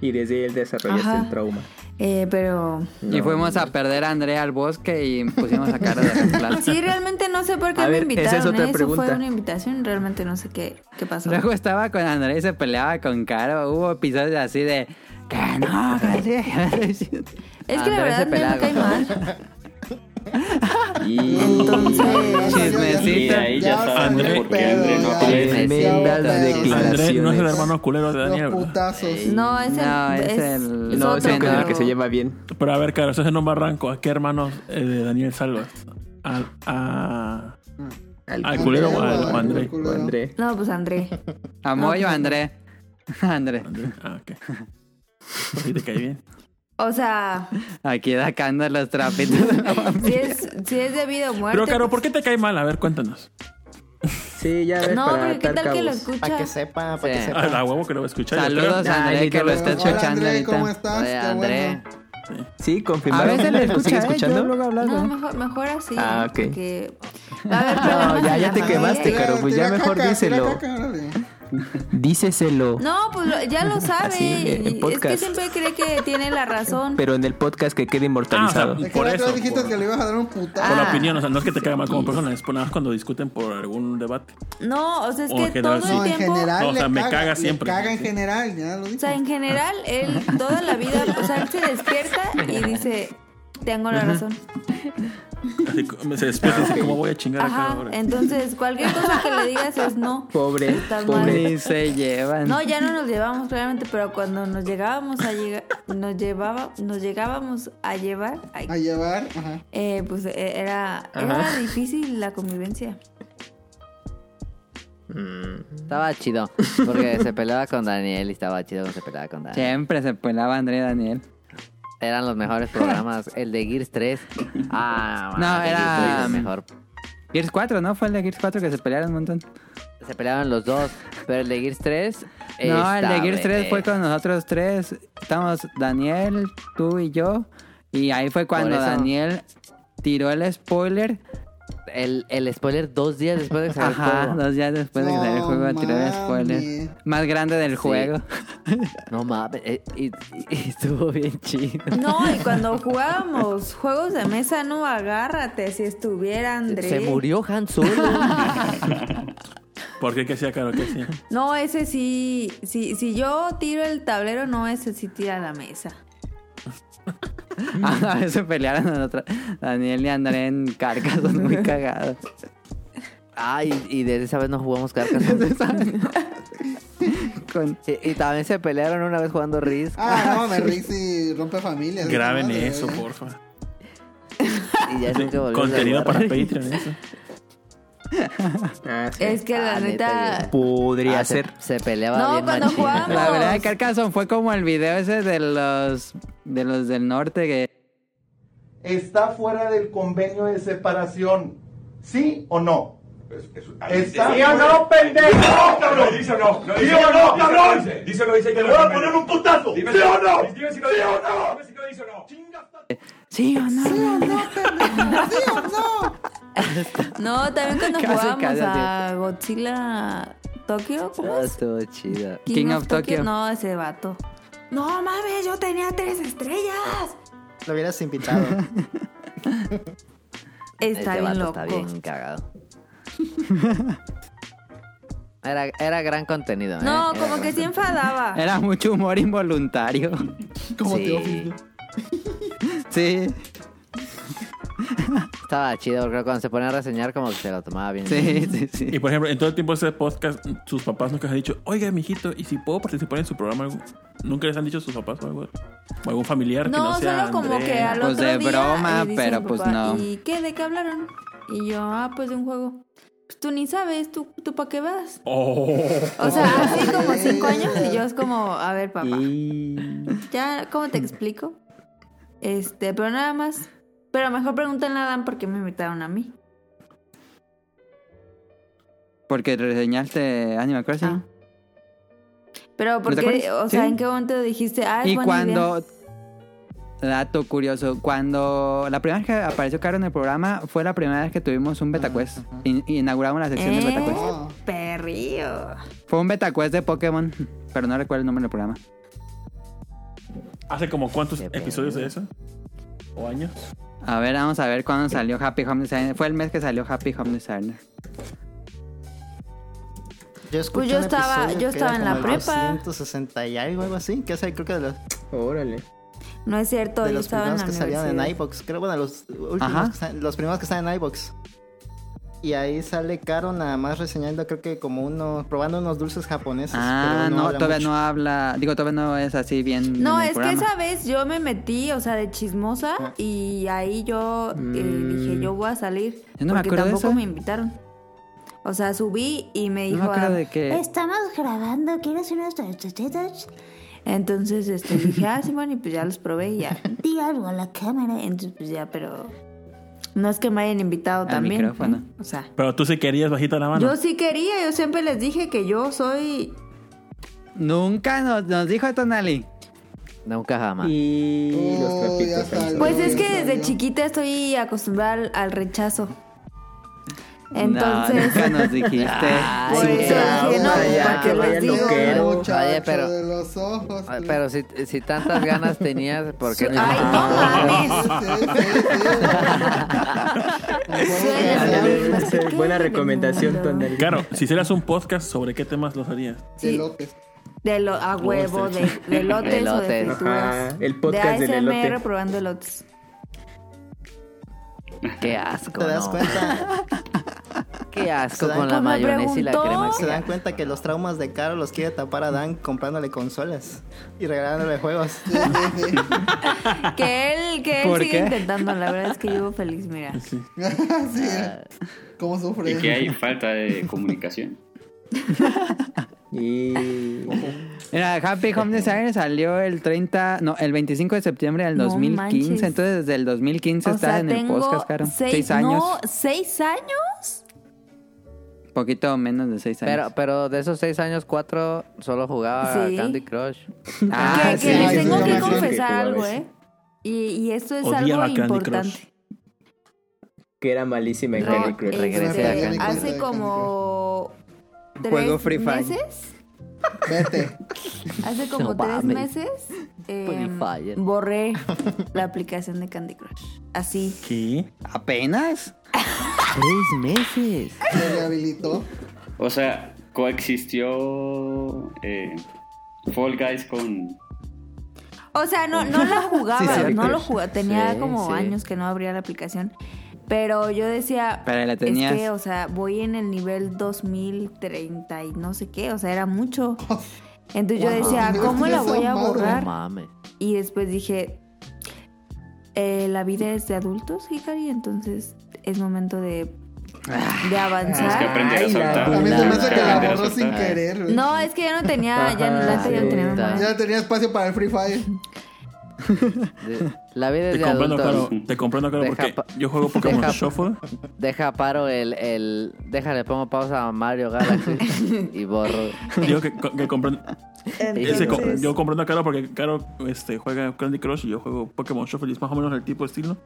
[SPEAKER 8] Y desde él desarrollaste
[SPEAKER 4] Ajá.
[SPEAKER 8] el trauma.
[SPEAKER 4] eh, pero
[SPEAKER 2] Y fuimos a perder a Andrea al bosque y pusimos a cara de reemplazo.
[SPEAKER 4] Sí, realmente no sé por qué
[SPEAKER 8] A
[SPEAKER 4] me
[SPEAKER 8] ver,
[SPEAKER 4] invitaron.
[SPEAKER 8] esa es
[SPEAKER 4] ¿eh?
[SPEAKER 8] otra
[SPEAKER 4] Eso fue
[SPEAKER 8] pregunta.
[SPEAKER 4] una invitación, realmente no sé qué, qué pasó.
[SPEAKER 2] Luego estaba con Andrea y se peleaba con Caro. Hubo episodios así de que no, que sí.
[SPEAKER 4] es que la
[SPEAKER 2] Andrés se
[SPEAKER 4] verdad me
[SPEAKER 2] pelaba
[SPEAKER 4] cae
[SPEAKER 2] con
[SPEAKER 4] mal.
[SPEAKER 8] Y...
[SPEAKER 4] Entonces,
[SPEAKER 2] Chismecito.
[SPEAKER 7] Y
[SPEAKER 2] Mesita.
[SPEAKER 7] ahí ya
[SPEAKER 6] Ya
[SPEAKER 7] saben
[SPEAKER 12] salió
[SPEAKER 7] por qué
[SPEAKER 6] pedo,
[SPEAKER 7] André
[SPEAKER 6] ya.
[SPEAKER 7] no cree.
[SPEAKER 6] Tremendas
[SPEAKER 12] Andrés no es el
[SPEAKER 8] declaraciones.
[SPEAKER 12] hermano culero de Daniel.
[SPEAKER 6] Los
[SPEAKER 12] ¿verdad?
[SPEAKER 6] putazos.
[SPEAKER 4] No, es el.
[SPEAKER 2] No, es
[SPEAKER 4] es,
[SPEAKER 2] el-
[SPEAKER 4] es
[SPEAKER 8] No, es
[SPEAKER 4] otro
[SPEAKER 8] el con el
[SPEAKER 4] cargo.
[SPEAKER 8] que se lleva bien.
[SPEAKER 12] Pero a ver, claro, estás en un barranco. ¿A qué hermanos eh, de Daniel salvas? A, a- al culero o al o a André.
[SPEAKER 8] O André.
[SPEAKER 4] No, pues André.
[SPEAKER 2] ¿A Moy o a André? André.
[SPEAKER 12] André, Ah, ok. Así te cae bien.
[SPEAKER 4] O sea,
[SPEAKER 2] Aquí sacando los trapitos.
[SPEAKER 4] si es, si es de vida o muerte.
[SPEAKER 12] Pero, Caro, ¿por qué te cae mal? A ver, cuéntanos.
[SPEAKER 8] Sí, ya ves,
[SPEAKER 4] No,
[SPEAKER 8] para
[SPEAKER 4] porque qué
[SPEAKER 8] atar
[SPEAKER 4] tal que lo
[SPEAKER 8] cabos.
[SPEAKER 4] escucha.
[SPEAKER 5] Para que sepa, para
[SPEAKER 3] Sí.
[SPEAKER 5] que
[SPEAKER 12] A
[SPEAKER 5] sepa.
[SPEAKER 12] Ah,
[SPEAKER 2] Ah,
[SPEAKER 12] la huevo que lo voy a escuchar. yo creo.
[SPEAKER 2] Saludos a André
[SPEAKER 8] Ay,
[SPEAKER 2] que lo
[SPEAKER 8] Nicolás.
[SPEAKER 2] está
[SPEAKER 6] Hola,
[SPEAKER 2] escuchando
[SPEAKER 6] André, ¿cómo
[SPEAKER 4] pues,
[SPEAKER 2] ahorita.
[SPEAKER 6] estás?
[SPEAKER 3] Oye,
[SPEAKER 6] Qué
[SPEAKER 3] André.
[SPEAKER 6] bueno.
[SPEAKER 8] Sí,
[SPEAKER 2] A
[SPEAKER 8] confirmaron.
[SPEAKER 2] veces le escucha,
[SPEAKER 8] ¿Sigue
[SPEAKER 2] ¿eh? Yo
[SPEAKER 8] escuchando?
[SPEAKER 2] luego hablas,
[SPEAKER 4] No,
[SPEAKER 2] ¿no?
[SPEAKER 4] mejor, mejor así.
[SPEAKER 8] Ah, ok.
[SPEAKER 4] Porque va a haber
[SPEAKER 8] No,
[SPEAKER 4] problemas
[SPEAKER 8] ya,
[SPEAKER 4] en
[SPEAKER 8] ya
[SPEAKER 4] la
[SPEAKER 8] te
[SPEAKER 4] familia.
[SPEAKER 8] quemaste,
[SPEAKER 6] Tira-
[SPEAKER 8] Caro, pues ya
[SPEAKER 6] tira
[SPEAKER 8] mejor
[SPEAKER 6] caca, tira
[SPEAKER 8] díselo.
[SPEAKER 6] caca, órale.
[SPEAKER 8] Díceselo.
[SPEAKER 4] No, pues lo- ya lo sabe.
[SPEAKER 8] Así, en
[SPEAKER 4] y- es que
[SPEAKER 8] podcast.
[SPEAKER 4] siempre cree que tiene la razón.
[SPEAKER 8] Pero en el podcast que quede
[SPEAKER 12] Ah,
[SPEAKER 8] inmortalizado.
[SPEAKER 12] o sea,
[SPEAKER 6] ¿De qué
[SPEAKER 12] Por
[SPEAKER 6] la otra
[SPEAKER 12] eso,
[SPEAKER 6] vez dijiste
[SPEAKER 12] por-
[SPEAKER 6] que le ibas a dar un putazo?
[SPEAKER 4] Ah.
[SPEAKER 12] Por la opinión, o sea, no es que te caiga mal como persona, es por nada más cuando discuten por algún debate.
[SPEAKER 4] No, o sea, es
[SPEAKER 12] O en
[SPEAKER 4] que
[SPEAKER 12] general,
[SPEAKER 4] todo
[SPEAKER 12] sí.
[SPEAKER 4] el
[SPEAKER 6] No, en
[SPEAKER 4] tiempo.
[SPEAKER 6] general.
[SPEAKER 12] No, o
[SPEAKER 6] le
[SPEAKER 12] sea, me caga
[SPEAKER 6] le
[SPEAKER 12] siempre.
[SPEAKER 6] caga en general, ya lo
[SPEAKER 4] O
[SPEAKER 6] dije.
[SPEAKER 4] sea, en general, él toda la vida, o sea, él se despierta y dice, tengo la razón.
[SPEAKER 12] Así co- se despierta y dice, ¿cómo voy a chingar acá
[SPEAKER 4] Ajá,
[SPEAKER 12] ahora?
[SPEAKER 4] entonces cualquier cosa que le digas es no.
[SPEAKER 8] Pobre,
[SPEAKER 4] Estás mal.
[SPEAKER 8] pobre.
[SPEAKER 2] Y se llevan.
[SPEAKER 4] No, ya no nos llevábamos claramente, pero cuando nos llegábamos a llegar, nos llevaba, nos llegábamos a llevar, ay,
[SPEAKER 6] A llevar, ajá.
[SPEAKER 4] eh, pues eh, era, era difícil la convivencia.
[SPEAKER 3] Mm, Estaba chido. Porque se peleaba con Daniel y estaba chido cuando se peleaba con Daniel.
[SPEAKER 2] Siempre se pelaba André Daniel.
[SPEAKER 3] Eran los mejores programas. El de Gears 3. Ah,
[SPEAKER 2] No,
[SPEAKER 3] el de Gears
[SPEAKER 2] era-
[SPEAKER 3] 3 es el mejor.
[SPEAKER 2] Gears 4, ¿no? Fue el de Gears 4 que se pelearon un montón.
[SPEAKER 3] Se peleaban los dos. Pero el de Gears 3.
[SPEAKER 2] No, el
[SPEAKER 3] está
[SPEAKER 2] de Gears 3 fue
[SPEAKER 3] bebé.
[SPEAKER 2] con nosotros tres. Estamos Daniel, tú y yo. Y ahí fue cuando
[SPEAKER 3] eso.
[SPEAKER 2] Daniel tiró el spoiler.
[SPEAKER 3] El, el spoiler dos días después de que salió el
[SPEAKER 2] Ajá,
[SPEAKER 3] juego.
[SPEAKER 2] dos días después de que salió el
[SPEAKER 6] No
[SPEAKER 2] juego, tiró el
[SPEAKER 6] mames.
[SPEAKER 2] spoiler. Más grande del juego.
[SPEAKER 3] No mames. eh, Y, y estuvo bien chido.
[SPEAKER 4] No, y cuando jugábamos juegos de mesa, no agárrate si estuviera André.
[SPEAKER 3] Se murió Han Solo.
[SPEAKER 12] ¿Por qué? ¿Qué hacía, Caro? ¿Qué hacía?
[SPEAKER 4] No, ese sí, si si yo tiro el tablero, no, ese sí tira la mesa.
[SPEAKER 2] Ah, A veces se pelearon nosotros. Daniel y André en carcas son muy cagados.
[SPEAKER 3] Ay, y desde esa vez no jugamos Carcassonne.
[SPEAKER 2] Con-
[SPEAKER 3] Y, y también se pelearon una vez jugando Risk.
[SPEAKER 6] Ah, no, me rí si rompe familias.
[SPEAKER 12] Graben
[SPEAKER 6] Madre, ¿eh?
[SPEAKER 12] eso,
[SPEAKER 6] güey.
[SPEAKER 12] porfa.
[SPEAKER 3] Y ya nunca volvimos a
[SPEAKER 12] Contenido
[SPEAKER 3] jugar.
[SPEAKER 12] para Patreon, eso.
[SPEAKER 8] Ah, sí.
[SPEAKER 4] Es que la
[SPEAKER 3] Ah,
[SPEAKER 4] neta.
[SPEAKER 3] neta,
[SPEAKER 8] Podría
[SPEAKER 3] Ah, se-
[SPEAKER 8] ser.
[SPEAKER 3] Se, peleaba
[SPEAKER 4] No,
[SPEAKER 3] bien
[SPEAKER 4] cuando
[SPEAKER 3] machín.
[SPEAKER 4] jugábamos.
[SPEAKER 2] La verdad, Carcassonne fue como el video ese de los, de los del norte que
[SPEAKER 13] está fuera del convenio de separación. ¿Sí o no? ¿Sí o no, pendejo? No, cabrón. ¿Sí o no, ¿Sí o no, cabrón? Dice no, dice que Te voy a poner un putazo. ¿Sí o no? ¿Sí o no?
[SPEAKER 2] Sí o no.
[SPEAKER 4] No, también cuando
[SPEAKER 2] Casi,
[SPEAKER 4] jugábamos
[SPEAKER 2] casi,
[SPEAKER 4] a Godzilla Tokio, ¿cómo
[SPEAKER 3] Ah,
[SPEAKER 4] es?
[SPEAKER 3] Estuvo chido.
[SPEAKER 2] King of Tokyo.
[SPEAKER 4] No, ese vato. No mames, yo tenía tres estrellas.
[SPEAKER 5] Lo hubieras invitado.
[SPEAKER 4] Está
[SPEAKER 3] Este
[SPEAKER 4] bien
[SPEAKER 3] vato
[SPEAKER 4] loco.
[SPEAKER 3] está bien cagado. Era, era gran contenido, ¿eh?
[SPEAKER 4] No,
[SPEAKER 3] Era
[SPEAKER 4] como que
[SPEAKER 3] gran
[SPEAKER 4] se enfadaba.
[SPEAKER 2] Era mucho humor involuntario.
[SPEAKER 6] Como
[SPEAKER 3] Sí.
[SPEAKER 6] Teófilo.
[SPEAKER 2] Sí,
[SPEAKER 3] Estaba chido, creo que cuando se ponía a reseñar como que se lo tomaba bien.
[SPEAKER 2] sí, sí, sí.
[SPEAKER 12] Y por ejemplo, en todo el tiempo de ese podcast, sus papás nunca les han dicho, oiga, mijito, ¿y si puedo participar en su programa? Nunca les han dicho sus papás o algo. O algún familiar que no,
[SPEAKER 4] No,
[SPEAKER 12] sea
[SPEAKER 4] solo como
[SPEAKER 12] André.
[SPEAKER 4] que al
[SPEAKER 2] Pues
[SPEAKER 4] otro
[SPEAKER 2] de
[SPEAKER 4] día,
[SPEAKER 2] broma,
[SPEAKER 4] y dice
[SPEAKER 2] pero
[SPEAKER 4] mi
[SPEAKER 2] pues
[SPEAKER 4] papá,
[SPEAKER 2] no.
[SPEAKER 4] ¿Y qué? ¿De qué hablaron? Y yo, ah, pues de un juego. Pues tú ni sabes, tú, tú para qué vas.
[SPEAKER 12] Oh.
[SPEAKER 4] O sea, así como cinco años y yo es como, a ver, papá. Ya, ¿cómo te explico? Este, pero nada más. Pero mejor pregúntenle a Dan por qué me invitaron a mí.
[SPEAKER 2] Porque reseñaste Animal Crossing.
[SPEAKER 4] Ah. Pero
[SPEAKER 2] ¿No te
[SPEAKER 4] porque,
[SPEAKER 2] acuerdas?
[SPEAKER 4] o sea,
[SPEAKER 2] Sí.
[SPEAKER 4] ¿en qué momento dijiste, ah, es
[SPEAKER 2] y
[SPEAKER 4] buena idea?
[SPEAKER 2] cuando. Dato curioso, cuando la primera vez que apareció Caro en el programa fue la primera vez que tuvimos un betacuest. In- inauguramos la sección de
[SPEAKER 4] ¿Eh?
[SPEAKER 2] betacuest.
[SPEAKER 4] Perrío.
[SPEAKER 2] Fue un betacuest de Pokémon, pero no recuerdo el nombre del programa.
[SPEAKER 12] ¿Hace como cuántos
[SPEAKER 5] Pues,
[SPEAKER 3] Qué pedo.
[SPEAKER 12] episodios de eso? ¿O años?
[SPEAKER 2] A ver, vamos a ver cuándo salió Happy Home Designer. Fue el mes que salió Happy Home Designer.
[SPEAKER 5] Yo escuché
[SPEAKER 4] Pues yo
[SPEAKER 5] un
[SPEAKER 4] estaba-
[SPEAKER 5] episodio
[SPEAKER 4] yo
[SPEAKER 5] que
[SPEAKER 4] estaba
[SPEAKER 5] era
[SPEAKER 4] en la
[SPEAKER 5] como el
[SPEAKER 4] prepa.
[SPEAKER 5] 260 y algo, algo así. Que es el- creo que de los,
[SPEAKER 8] Órale.
[SPEAKER 4] No es cierto,
[SPEAKER 5] de
[SPEAKER 4] yo
[SPEAKER 5] los
[SPEAKER 4] estaba en
[SPEAKER 5] primeros
[SPEAKER 4] la
[SPEAKER 5] que salían
[SPEAKER 4] universidad.
[SPEAKER 5] en iBox. Creo, bueno, los últimos
[SPEAKER 2] Ajá.
[SPEAKER 5] que sal- los primeros que están en iBox. y ahí sale Caro nada más reseñando, creo que como uno, probando unos dulces japoneses.
[SPEAKER 2] Ah,
[SPEAKER 5] pero
[SPEAKER 2] no,
[SPEAKER 5] habla
[SPEAKER 2] todavía
[SPEAKER 5] mucho.
[SPEAKER 2] no habla. Digo, todavía no es así bien.
[SPEAKER 4] No,
[SPEAKER 2] en el
[SPEAKER 4] es que
[SPEAKER 2] programa. Ah.
[SPEAKER 4] esa vez yo me metí, o sea, de chismosa y ahí yo eh, dije, yo voy a salir.
[SPEAKER 2] Mm. Yo no me
[SPEAKER 4] porque
[SPEAKER 2] acuerdo de
[SPEAKER 4] tampoco
[SPEAKER 2] eso.
[SPEAKER 4] me invitaron. O sea, subí y me
[SPEAKER 2] No me
[SPEAKER 4] dijo,
[SPEAKER 2] acuerdo de que.
[SPEAKER 11] Estamos grabando, ¿quieres unos tachetetas?
[SPEAKER 4] entonces este, dije, ah, sí, bueno, y pues ya los probé y ya.
[SPEAKER 11] Di algo a la cámara.
[SPEAKER 4] Entonces, pues ya, pero no es que me hayan invitado
[SPEAKER 2] Al
[SPEAKER 4] también.
[SPEAKER 2] micrófono.
[SPEAKER 4] ¿eh? O sea,
[SPEAKER 12] Pero tú sí querías bajita la mano.
[SPEAKER 4] yo sí quería, yo siempre les dije que yo soy
[SPEAKER 2] Nunca nos, nos dijo Tonali.
[SPEAKER 3] Nunca jamás.
[SPEAKER 6] Oh.
[SPEAKER 8] Y los trapitos. ahí.
[SPEAKER 4] Pues es que desde chiquita estoy acostumbrada al, al rechazo.
[SPEAKER 2] No,
[SPEAKER 4] Entonces,
[SPEAKER 2] nunca nos dijiste.
[SPEAKER 3] Ay,
[SPEAKER 4] por
[SPEAKER 3] sí,
[SPEAKER 4] eso
[SPEAKER 3] claro,
[SPEAKER 4] dije, no,
[SPEAKER 3] vaya,
[SPEAKER 4] ¿para qué
[SPEAKER 8] vaya
[SPEAKER 4] les digo?
[SPEAKER 8] loquero.
[SPEAKER 3] Oye, pero-
[SPEAKER 6] de los ojos.
[SPEAKER 3] Ah, Pero si, si tantas ganas tenías, ¿por qué no?
[SPEAKER 4] Ay, no mames.
[SPEAKER 8] Ándale,
[SPEAKER 4] Suena-
[SPEAKER 8] esa es buena recomendación, Tonali.
[SPEAKER 12] Claro, si hicieras un podcast, ¿sobre qué temas los harías?
[SPEAKER 4] Sí, de lo, a huevo, de, de elotes
[SPEAKER 3] De
[SPEAKER 4] o de
[SPEAKER 3] elotes.
[SPEAKER 4] frituras.
[SPEAKER 8] Ajá, el podcast
[SPEAKER 4] de
[SPEAKER 8] del
[SPEAKER 4] ASMR
[SPEAKER 8] elote.
[SPEAKER 4] probando elotes.
[SPEAKER 3] Qué asco.
[SPEAKER 5] ¿Te das
[SPEAKER 3] no.
[SPEAKER 5] cuenta?
[SPEAKER 3] Qué asco
[SPEAKER 5] ¿Se dan
[SPEAKER 3] con la
[SPEAKER 4] cuenta?
[SPEAKER 3] mayonesa y la
[SPEAKER 4] Preguntó.
[SPEAKER 3] crema.
[SPEAKER 5] Se dan cuenta que los traumas de Caro los quiere tapar a Dan comprándole consolas y regalándole juegos.
[SPEAKER 4] Que él, que él
[SPEAKER 2] ¿Por
[SPEAKER 4] sigue
[SPEAKER 2] qué?
[SPEAKER 4] intentando, la verdad es que yo feliz, mira. Ah.
[SPEAKER 6] ¿Cómo
[SPEAKER 7] Y
[SPEAKER 6] sufre?
[SPEAKER 7] que hay falta de comunicación.
[SPEAKER 8] Y...
[SPEAKER 2] Mira, Happy Home Design salió el 30, no, el 25 de septiembre del
[SPEAKER 4] No
[SPEAKER 2] 2015.
[SPEAKER 4] manches.
[SPEAKER 2] Entonces, desde el 2015
[SPEAKER 4] O
[SPEAKER 2] está
[SPEAKER 4] sea,
[SPEAKER 2] en el
[SPEAKER 4] tengo
[SPEAKER 2] podcast, Caro.
[SPEAKER 4] seis,
[SPEAKER 2] años.
[SPEAKER 4] No, ¿Seis años?
[SPEAKER 2] Poquito menos de seis
[SPEAKER 3] Pero,
[SPEAKER 2] años.
[SPEAKER 3] pero de esos seis años, cuatro solo jugaba
[SPEAKER 4] Sí.
[SPEAKER 3] Candy Crush.
[SPEAKER 2] Ah,
[SPEAKER 4] que
[SPEAKER 2] sí.
[SPEAKER 4] que les
[SPEAKER 6] sí,
[SPEAKER 4] tengo
[SPEAKER 6] sí,
[SPEAKER 4] que
[SPEAKER 6] sí,
[SPEAKER 4] confesar
[SPEAKER 8] sí,
[SPEAKER 4] algo,
[SPEAKER 8] sí.
[SPEAKER 4] ¿eh? Y, y esto es
[SPEAKER 12] Odiaba
[SPEAKER 4] algo
[SPEAKER 12] Candy Crush.
[SPEAKER 4] importante.
[SPEAKER 8] Que era malísima en
[SPEAKER 4] Re-
[SPEAKER 8] Candy Crush.
[SPEAKER 4] este,
[SPEAKER 3] Regrese a Candy
[SPEAKER 6] Crush.
[SPEAKER 4] Hace como tres
[SPEAKER 2] Juego Free Fire.
[SPEAKER 4] meses,
[SPEAKER 6] Vete.
[SPEAKER 4] hace como
[SPEAKER 3] No
[SPEAKER 4] tres
[SPEAKER 3] mames.
[SPEAKER 4] meses, eh,
[SPEAKER 3] Free Fire.
[SPEAKER 4] borré la aplicación de Candy Crush. Así.
[SPEAKER 12] ¿Qué?
[SPEAKER 2] ¿Apenas?
[SPEAKER 3] Tres meses.
[SPEAKER 6] Se rehabilitó.
[SPEAKER 7] O sea, coexistió eh, Fall Guys con...
[SPEAKER 4] O sea, no, no la jugaba,
[SPEAKER 2] Sí, sí,
[SPEAKER 4] no
[SPEAKER 2] Crush.
[SPEAKER 4] lo jugaba. Tenía
[SPEAKER 3] Sí,
[SPEAKER 4] como
[SPEAKER 3] sí.
[SPEAKER 4] años que no abría la aplicación. Pero yo decía,
[SPEAKER 2] Pero la tenías.
[SPEAKER 4] es que, o sea, voy en el nivel 2030 y no sé qué, o sea, era mucho. Entonces yo
[SPEAKER 6] Wow.
[SPEAKER 4] decía,
[SPEAKER 6] Pero
[SPEAKER 4] ¿cómo
[SPEAKER 6] es que
[SPEAKER 4] la
[SPEAKER 6] esa
[SPEAKER 4] voy a
[SPEAKER 6] madre.
[SPEAKER 3] No
[SPEAKER 4] borrar?
[SPEAKER 3] mames.
[SPEAKER 4] Y después dije, eh, la vida es de adultos, Hikari, entonces es momento de, de
[SPEAKER 6] Ah,
[SPEAKER 7] Tienes que
[SPEAKER 4] avanzar.
[SPEAKER 7] aprender a
[SPEAKER 8] Ay, la
[SPEAKER 7] soltar.
[SPEAKER 6] A mí se me hace que la
[SPEAKER 7] Aprender a
[SPEAKER 6] borró sin
[SPEAKER 7] soltar.
[SPEAKER 6] querer, güey. Ah.
[SPEAKER 4] No, es que yo no tenía, ya no, la neta, yo no tenía
[SPEAKER 3] Ajá,
[SPEAKER 4] memoria.
[SPEAKER 6] Ya no tenía espacio para el Free Fire.
[SPEAKER 3] De- la vida es
[SPEAKER 12] Te
[SPEAKER 3] de
[SPEAKER 12] comprendo,
[SPEAKER 3] adultos.
[SPEAKER 12] claro. Te comprendo, claro,
[SPEAKER 3] Deja
[SPEAKER 12] porque
[SPEAKER 3] pa-
[SPEAKER 12] yo juego Pokémon
[SPEAKER 3] deja-
[SPEAKER 12] Shuffle.
[SPEAKER 3] Deja paro el, el. Déjale, pongo pausa a Mario Galaxy y borro.
[SPEAKER 12] Digo que, que comprendo. Ese co-
[SPEAKER 4] Entonces-
[SPEAKER 12] yo comprendo a Caro porque Caro este, juega Candy Crush y yo juego Pokémon Shuffle y es más o menos el tipo de estilo.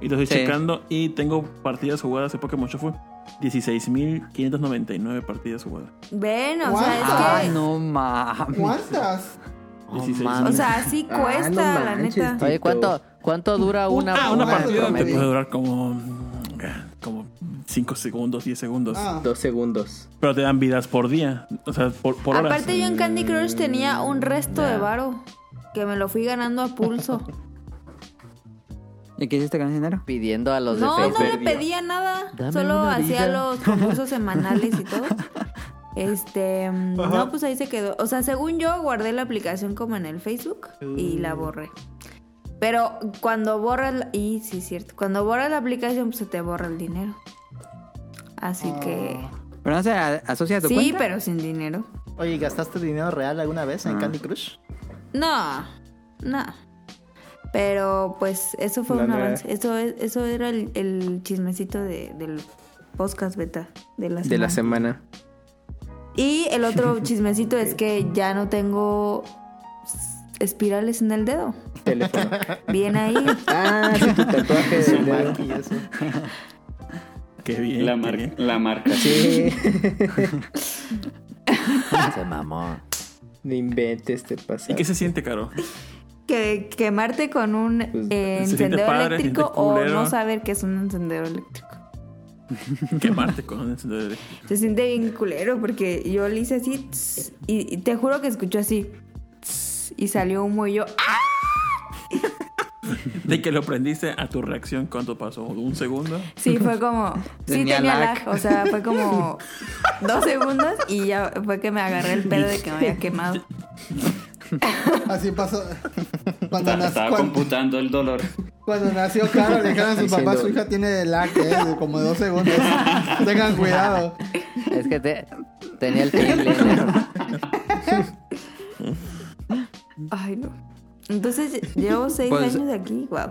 [SPEAKER 12] Y lo estoy
[SPEAKER 2] Sí.
[SPEAKER 12] checando y tengo partidas jugadas de Pokémon Shuffle. 16.599 partidas jugadas.
[SPEAKER 4] Ven, o sea,
[SPEAKER 6] Guau.
[SPEAKER 4] es que...
[SPEAKER 2] Ah, no mames.
[SPEAKER 6] ¿Cuántas?
[SPEAKER 3] Oh,
[SPEAKER 12] 16.
[SPEAKER 3] mames.
[SPEAKER 4] O sea, sí
[SPEAKER 8] Ah, no
[SPEAKER 4] cuesta, la
[SPEAKER 8] manches,
[SPEAKER 4] neta.
[SPEAKER 8] tío.
[SPEAKER 3] Oye, ¿cuánto, ¿cuánto dura una,
[SPEAKER 12] ah, una
[SPEAKER 6] una
[SPEAKER 12] partida te
[SPEAKER 6] promedio.
[SPEAKER 12] puede durar como. mm, Como 5 segundos, 10 segundos.
[SPEAKER 6] Ah,
[SPEAKER 8] Dos segundos.
[SPEAKER 12] Pero te dan vidas por día. O sea, por, por horas.
[SPEAKER 4] Aparte, yo en Candy Crush tenía un resto de varo que me lo fui ganando a pulso.
[SPEAKER 2] ¿Y qué hiciste con ese dinero?
[SPEAKER 3] Pidiendo a los
[SPEAKER 4] No,
[SPEAKER 3] de
[SPEAKER 4] no
[SPEAKER 3] Facebook.
[SPEAKER 4] le pedía nada.
[SPEAKER 3] Dame
[SPEAKER 4] solo
[SPEAKER 3] una vida.
[SPEAKER 4] hacía los concursos semanales y todo. Este, mm, no, pues ahí se quedó. O sea, según yo, guardé la aplicación como en el Facebook y la borré. Pero cuando borras, la- y sí, es cierto, cuando borras la aplicación, pues se te borra el dinero. Así que,
[SPEAKER 2] ¿Pero no se a- asocia a tu
[SPEAKER 4] sí,
[SPEAKER 2] cuenta?
[SPEAKER 4] pero sin dinero.
[SPEAKER 5] Oye, ¿gastaste dinero real alguna vez
[SPEAKER 2] Ah.
[SPEAKER 5] en Candy Crush?
[SPEAKER 4] No, no. Pero pues eso fue
[SPEAKER 8] La
[SPEAKER 4] un
[SPEAKER 8] neta.
[SPEAKER 4] avance. Eso, es- eso era el, el chismecito de- del podcast beta de la semana.
[SPEAKER 8] De la semana.
[SPEAKER 4] y el otro chismecito es que ya no tengo s- espirales en el dedo.
[SPEAKER 8] Teléfono.
[SPEAKER 4] Bien ahí.
[SPEAKER 8] Ah, sí, tu tatuaje del dedo.
[SPEAKER 5] Maki, eso.
[SPEAKER 12] Qué bien.
[SPEAKER 7] La,
[SPEAKER 12] qué
[SPEAKER 7] mar-
[SPEAKER 12] bien.
[SPEAKER 7] la marca.
[SPEAKER 8] Sí.
[SPEAKER 3] Se mamó.
[SPEAKER 8] No inventes este pasado.
[SPEAKER 12] ¿Y qué se siente, Caro?
[SPEAKER 4] Que quemarte con un
[SPEAKER 8] Pues,
[SPEAKER 4] eh,
[SPEAKER 12] se siente
[SPEAKER 4] encendedor
[SPEAKER 12] padre, se
[SPEAKER 4] eléctrico
[SPEAKER 12] siente
[SPEAKER 4] o
[SPEAKER 12] culero.
[SPEAKER 4] no saber que es un encendedor eléctrico.
[SPEAKER 12] Quemarte con un encendedor eléctrico.
[SPEAKER 4] Se siente bien culero porque yo le hice así tss, y, y te juro que escuchó así tss, y salió humo y yo ¡ah!
[SPEAKER 12] de que lo prendiste a tu reacción, ¿cuánto pasó? ¿Un segundo?
[SPEAKER 4] Sí, fue como. Sí,
[SPEAKER 2] Tenía
[SPEAKER 4] tenía
[SPEAKER 2] lag.
[SPEAKER 4] lag. O sea, fue como dos segundos y ya fue que me agarré el pedo de que me había quemado.
[SPEAKER 6] Así pasó. Cuando,
[SPEAKER 7] Estaba,
[SPEAKER 6] nac-
[SPEAKER 7] estaba
[SPEAKER 6] cuan-
[SPEAKER 7] computando el dolor.
[SPEAKER 6] cuando nació Carol, le dijeron a su papá, su hija tiene lag, ¿eh? de como dos segundos. Tengan cuidado.
[SPEAKER 3] Es que te- tenía el feeling.
[SPEAKER 4] Ay, no. Entonces, llevo seis
[SPEAKER 2] Pues-
[SPEAKER 4] años aquí. Wow.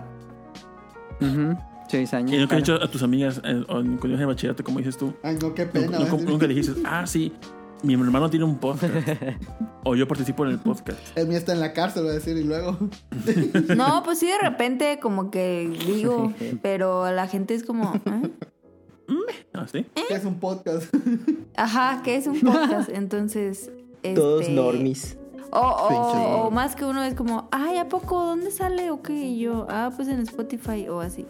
[SPEAKER 2] Ujú, Seis años.
[SPEAKER 12] Y nunca has
[SPEAKER 2] Claro.
[SPEAKER 12] dicho a tus amigas eh, o en colegio de bachillerato, como dices tú,
[SPEAKER 6] Ay, no, qué
[SPEAKER 12] nunca,
[SPEAKER 6] pena.
[SPEAKER 12] nunca-
[SPEAKER 6] ¿eh?
[SPEAKER 12] nunca le dijiste, ah, sí, mi hermano tiene un podcast. o yo participo en el podcast.
[SPEAKER 6] El mío está en la cárcel, voy a decir, y luego.
[SPEAKER 4] No, pues sí, de repente, como que digo, pero la gente es como. ¿eh?
[SPEAKER 12] ¿Ah, sí?
[SPEAKER 6] ¿Qué es un podcast?
[SPEAKER 4] Ajá, que es un podcast. Entonces.
[SPEAKER 8] Todos
[SPEAKER 4] este,
[SPEAKER 8] normis.
[SPEAKER 4] O,
[SPEAKER 6] Pinches
[SPEAKER 4] o, o
[SPEAKER 6] normies.
[SPEAKER 4] más que uno es como, ay, ¿a poco? ¿Dónde sale? ¿O qué? Y yo, ah, pues en Spotify o así.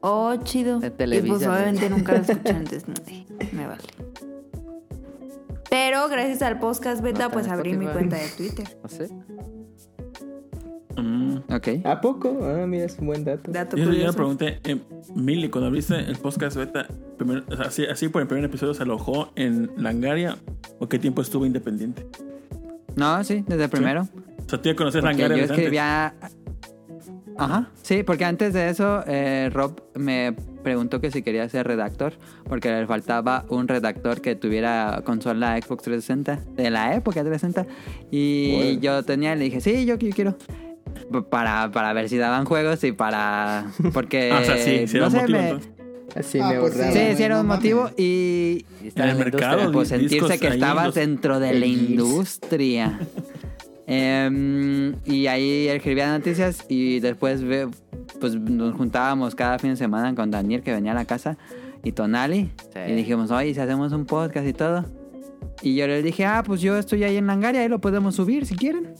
[SPEAKER 4] Oh, chido.
[SPEAKER 3] En
[SPEAKER 4] y pues
[SPEAKER 3] Televisa, ¿no?
[SPEAKER 4] obviamente nunca lo escuché antes, no sé, me vale. Pero gracias al podcast beta,
[SPEAKER 3] está
[SPEAKER 4] pues
[SPEAKER 3] en
[SPEAKER 4] abrí mi
[SPEAKER 3] Spotify. ¿Ah,
[SPEAKER 4] cuenta de Twitter.
[SPEAKER 3] No sé.
[SPEAKER 12] Mm.
[SPEAKER 2] Ok.
[SPEAKER 8] ¿A poco? Ah, mira, es un buen dato.
[SPEAKER 4] Dato
[SPEAKER 12] Yo, yo le
[SPEAKER 4] curioso.
[SPEAKER 12] pregunté, eh, Mili, cuando abriste el podcast beta, primero- o sea, así, así por el primer episodio, ¿se alojó en Langaria o qué tiempo estuvo independiente?
[SPEAKER 2] No, sí, desde el primero.
[SPEAKER 12] O sea, tú ya conoces
[SPEAKER 2] Porque
[SPEAKER 12] Langaria
[SPEAKER 2] yo
[SPEAKER 12] desde antes.
[SPEAKER 2] escribía. Ajá, sí, porque antes de eso, eh, Rob me preguntó que si quería ser redactor, porque le faltaba un redactor que tuviera consola Xbox 360, de la época 360. Y
[SPEAKER 8] Bueno.
[SPEAKER 2] yo tenía, le dije, sí, yo, yo quiero. P- Para, para ver si daban juegos y para. Porque.
[SPEAKER 12] Ah, o sea, sí, sí era
[SPEAKER 2] no
[SPEAKER 12] un
[SPEAKER 2] sé,
[SPEAKER 12] motivo,
[SPEAKER 2] me-
[SPEAKER 12] entonces.
[SPEAKER 8] Así
[SPEAKER 6] Ah,
[SPEAKER 8] me
[SPEAKER 6] pues
[SPEAKER 8] ahorraba.
[SPEAKER 2] Sí,
[SPEAKER 6] Güey,
[SPEAKER 2] sí era
[SPEAKER 6] no
[SPEAKER 2] un
[SPEAKER 6] mames.
[SPEAKER 2] motivo y
[SPEAKER 3] Y está en
[SPEAKER 12] En el
[SPEAKER 3] la
[SPEAKER 12] mercado,
[SPEAKER 3] industria.
[SPEAKER 2] pues
[SPEAKER 12] di- discos
[SPEAKER 2] sentirse que
[SPEAKER 12] ahí,
[SPEAKER 2] estabas
[SPEAKER 12] los-
[SPEAKER 2] dentro de la
[SPEAKER 8] Ellis.
[SPEAKER 2] industria. Em, y ahí escribía noticias y después ve- pues nos juntábamos cada fin de semana con Daniel que venía a la casa y Tonali
[SPEAKER 3] Sí.
[SPEAKER 2] y dijimos, oye, si hacemos un podcast y todo. Y yo les dije, ah, pues yo estoy ahí en Langaria, ahí lo podemos subir si quieren.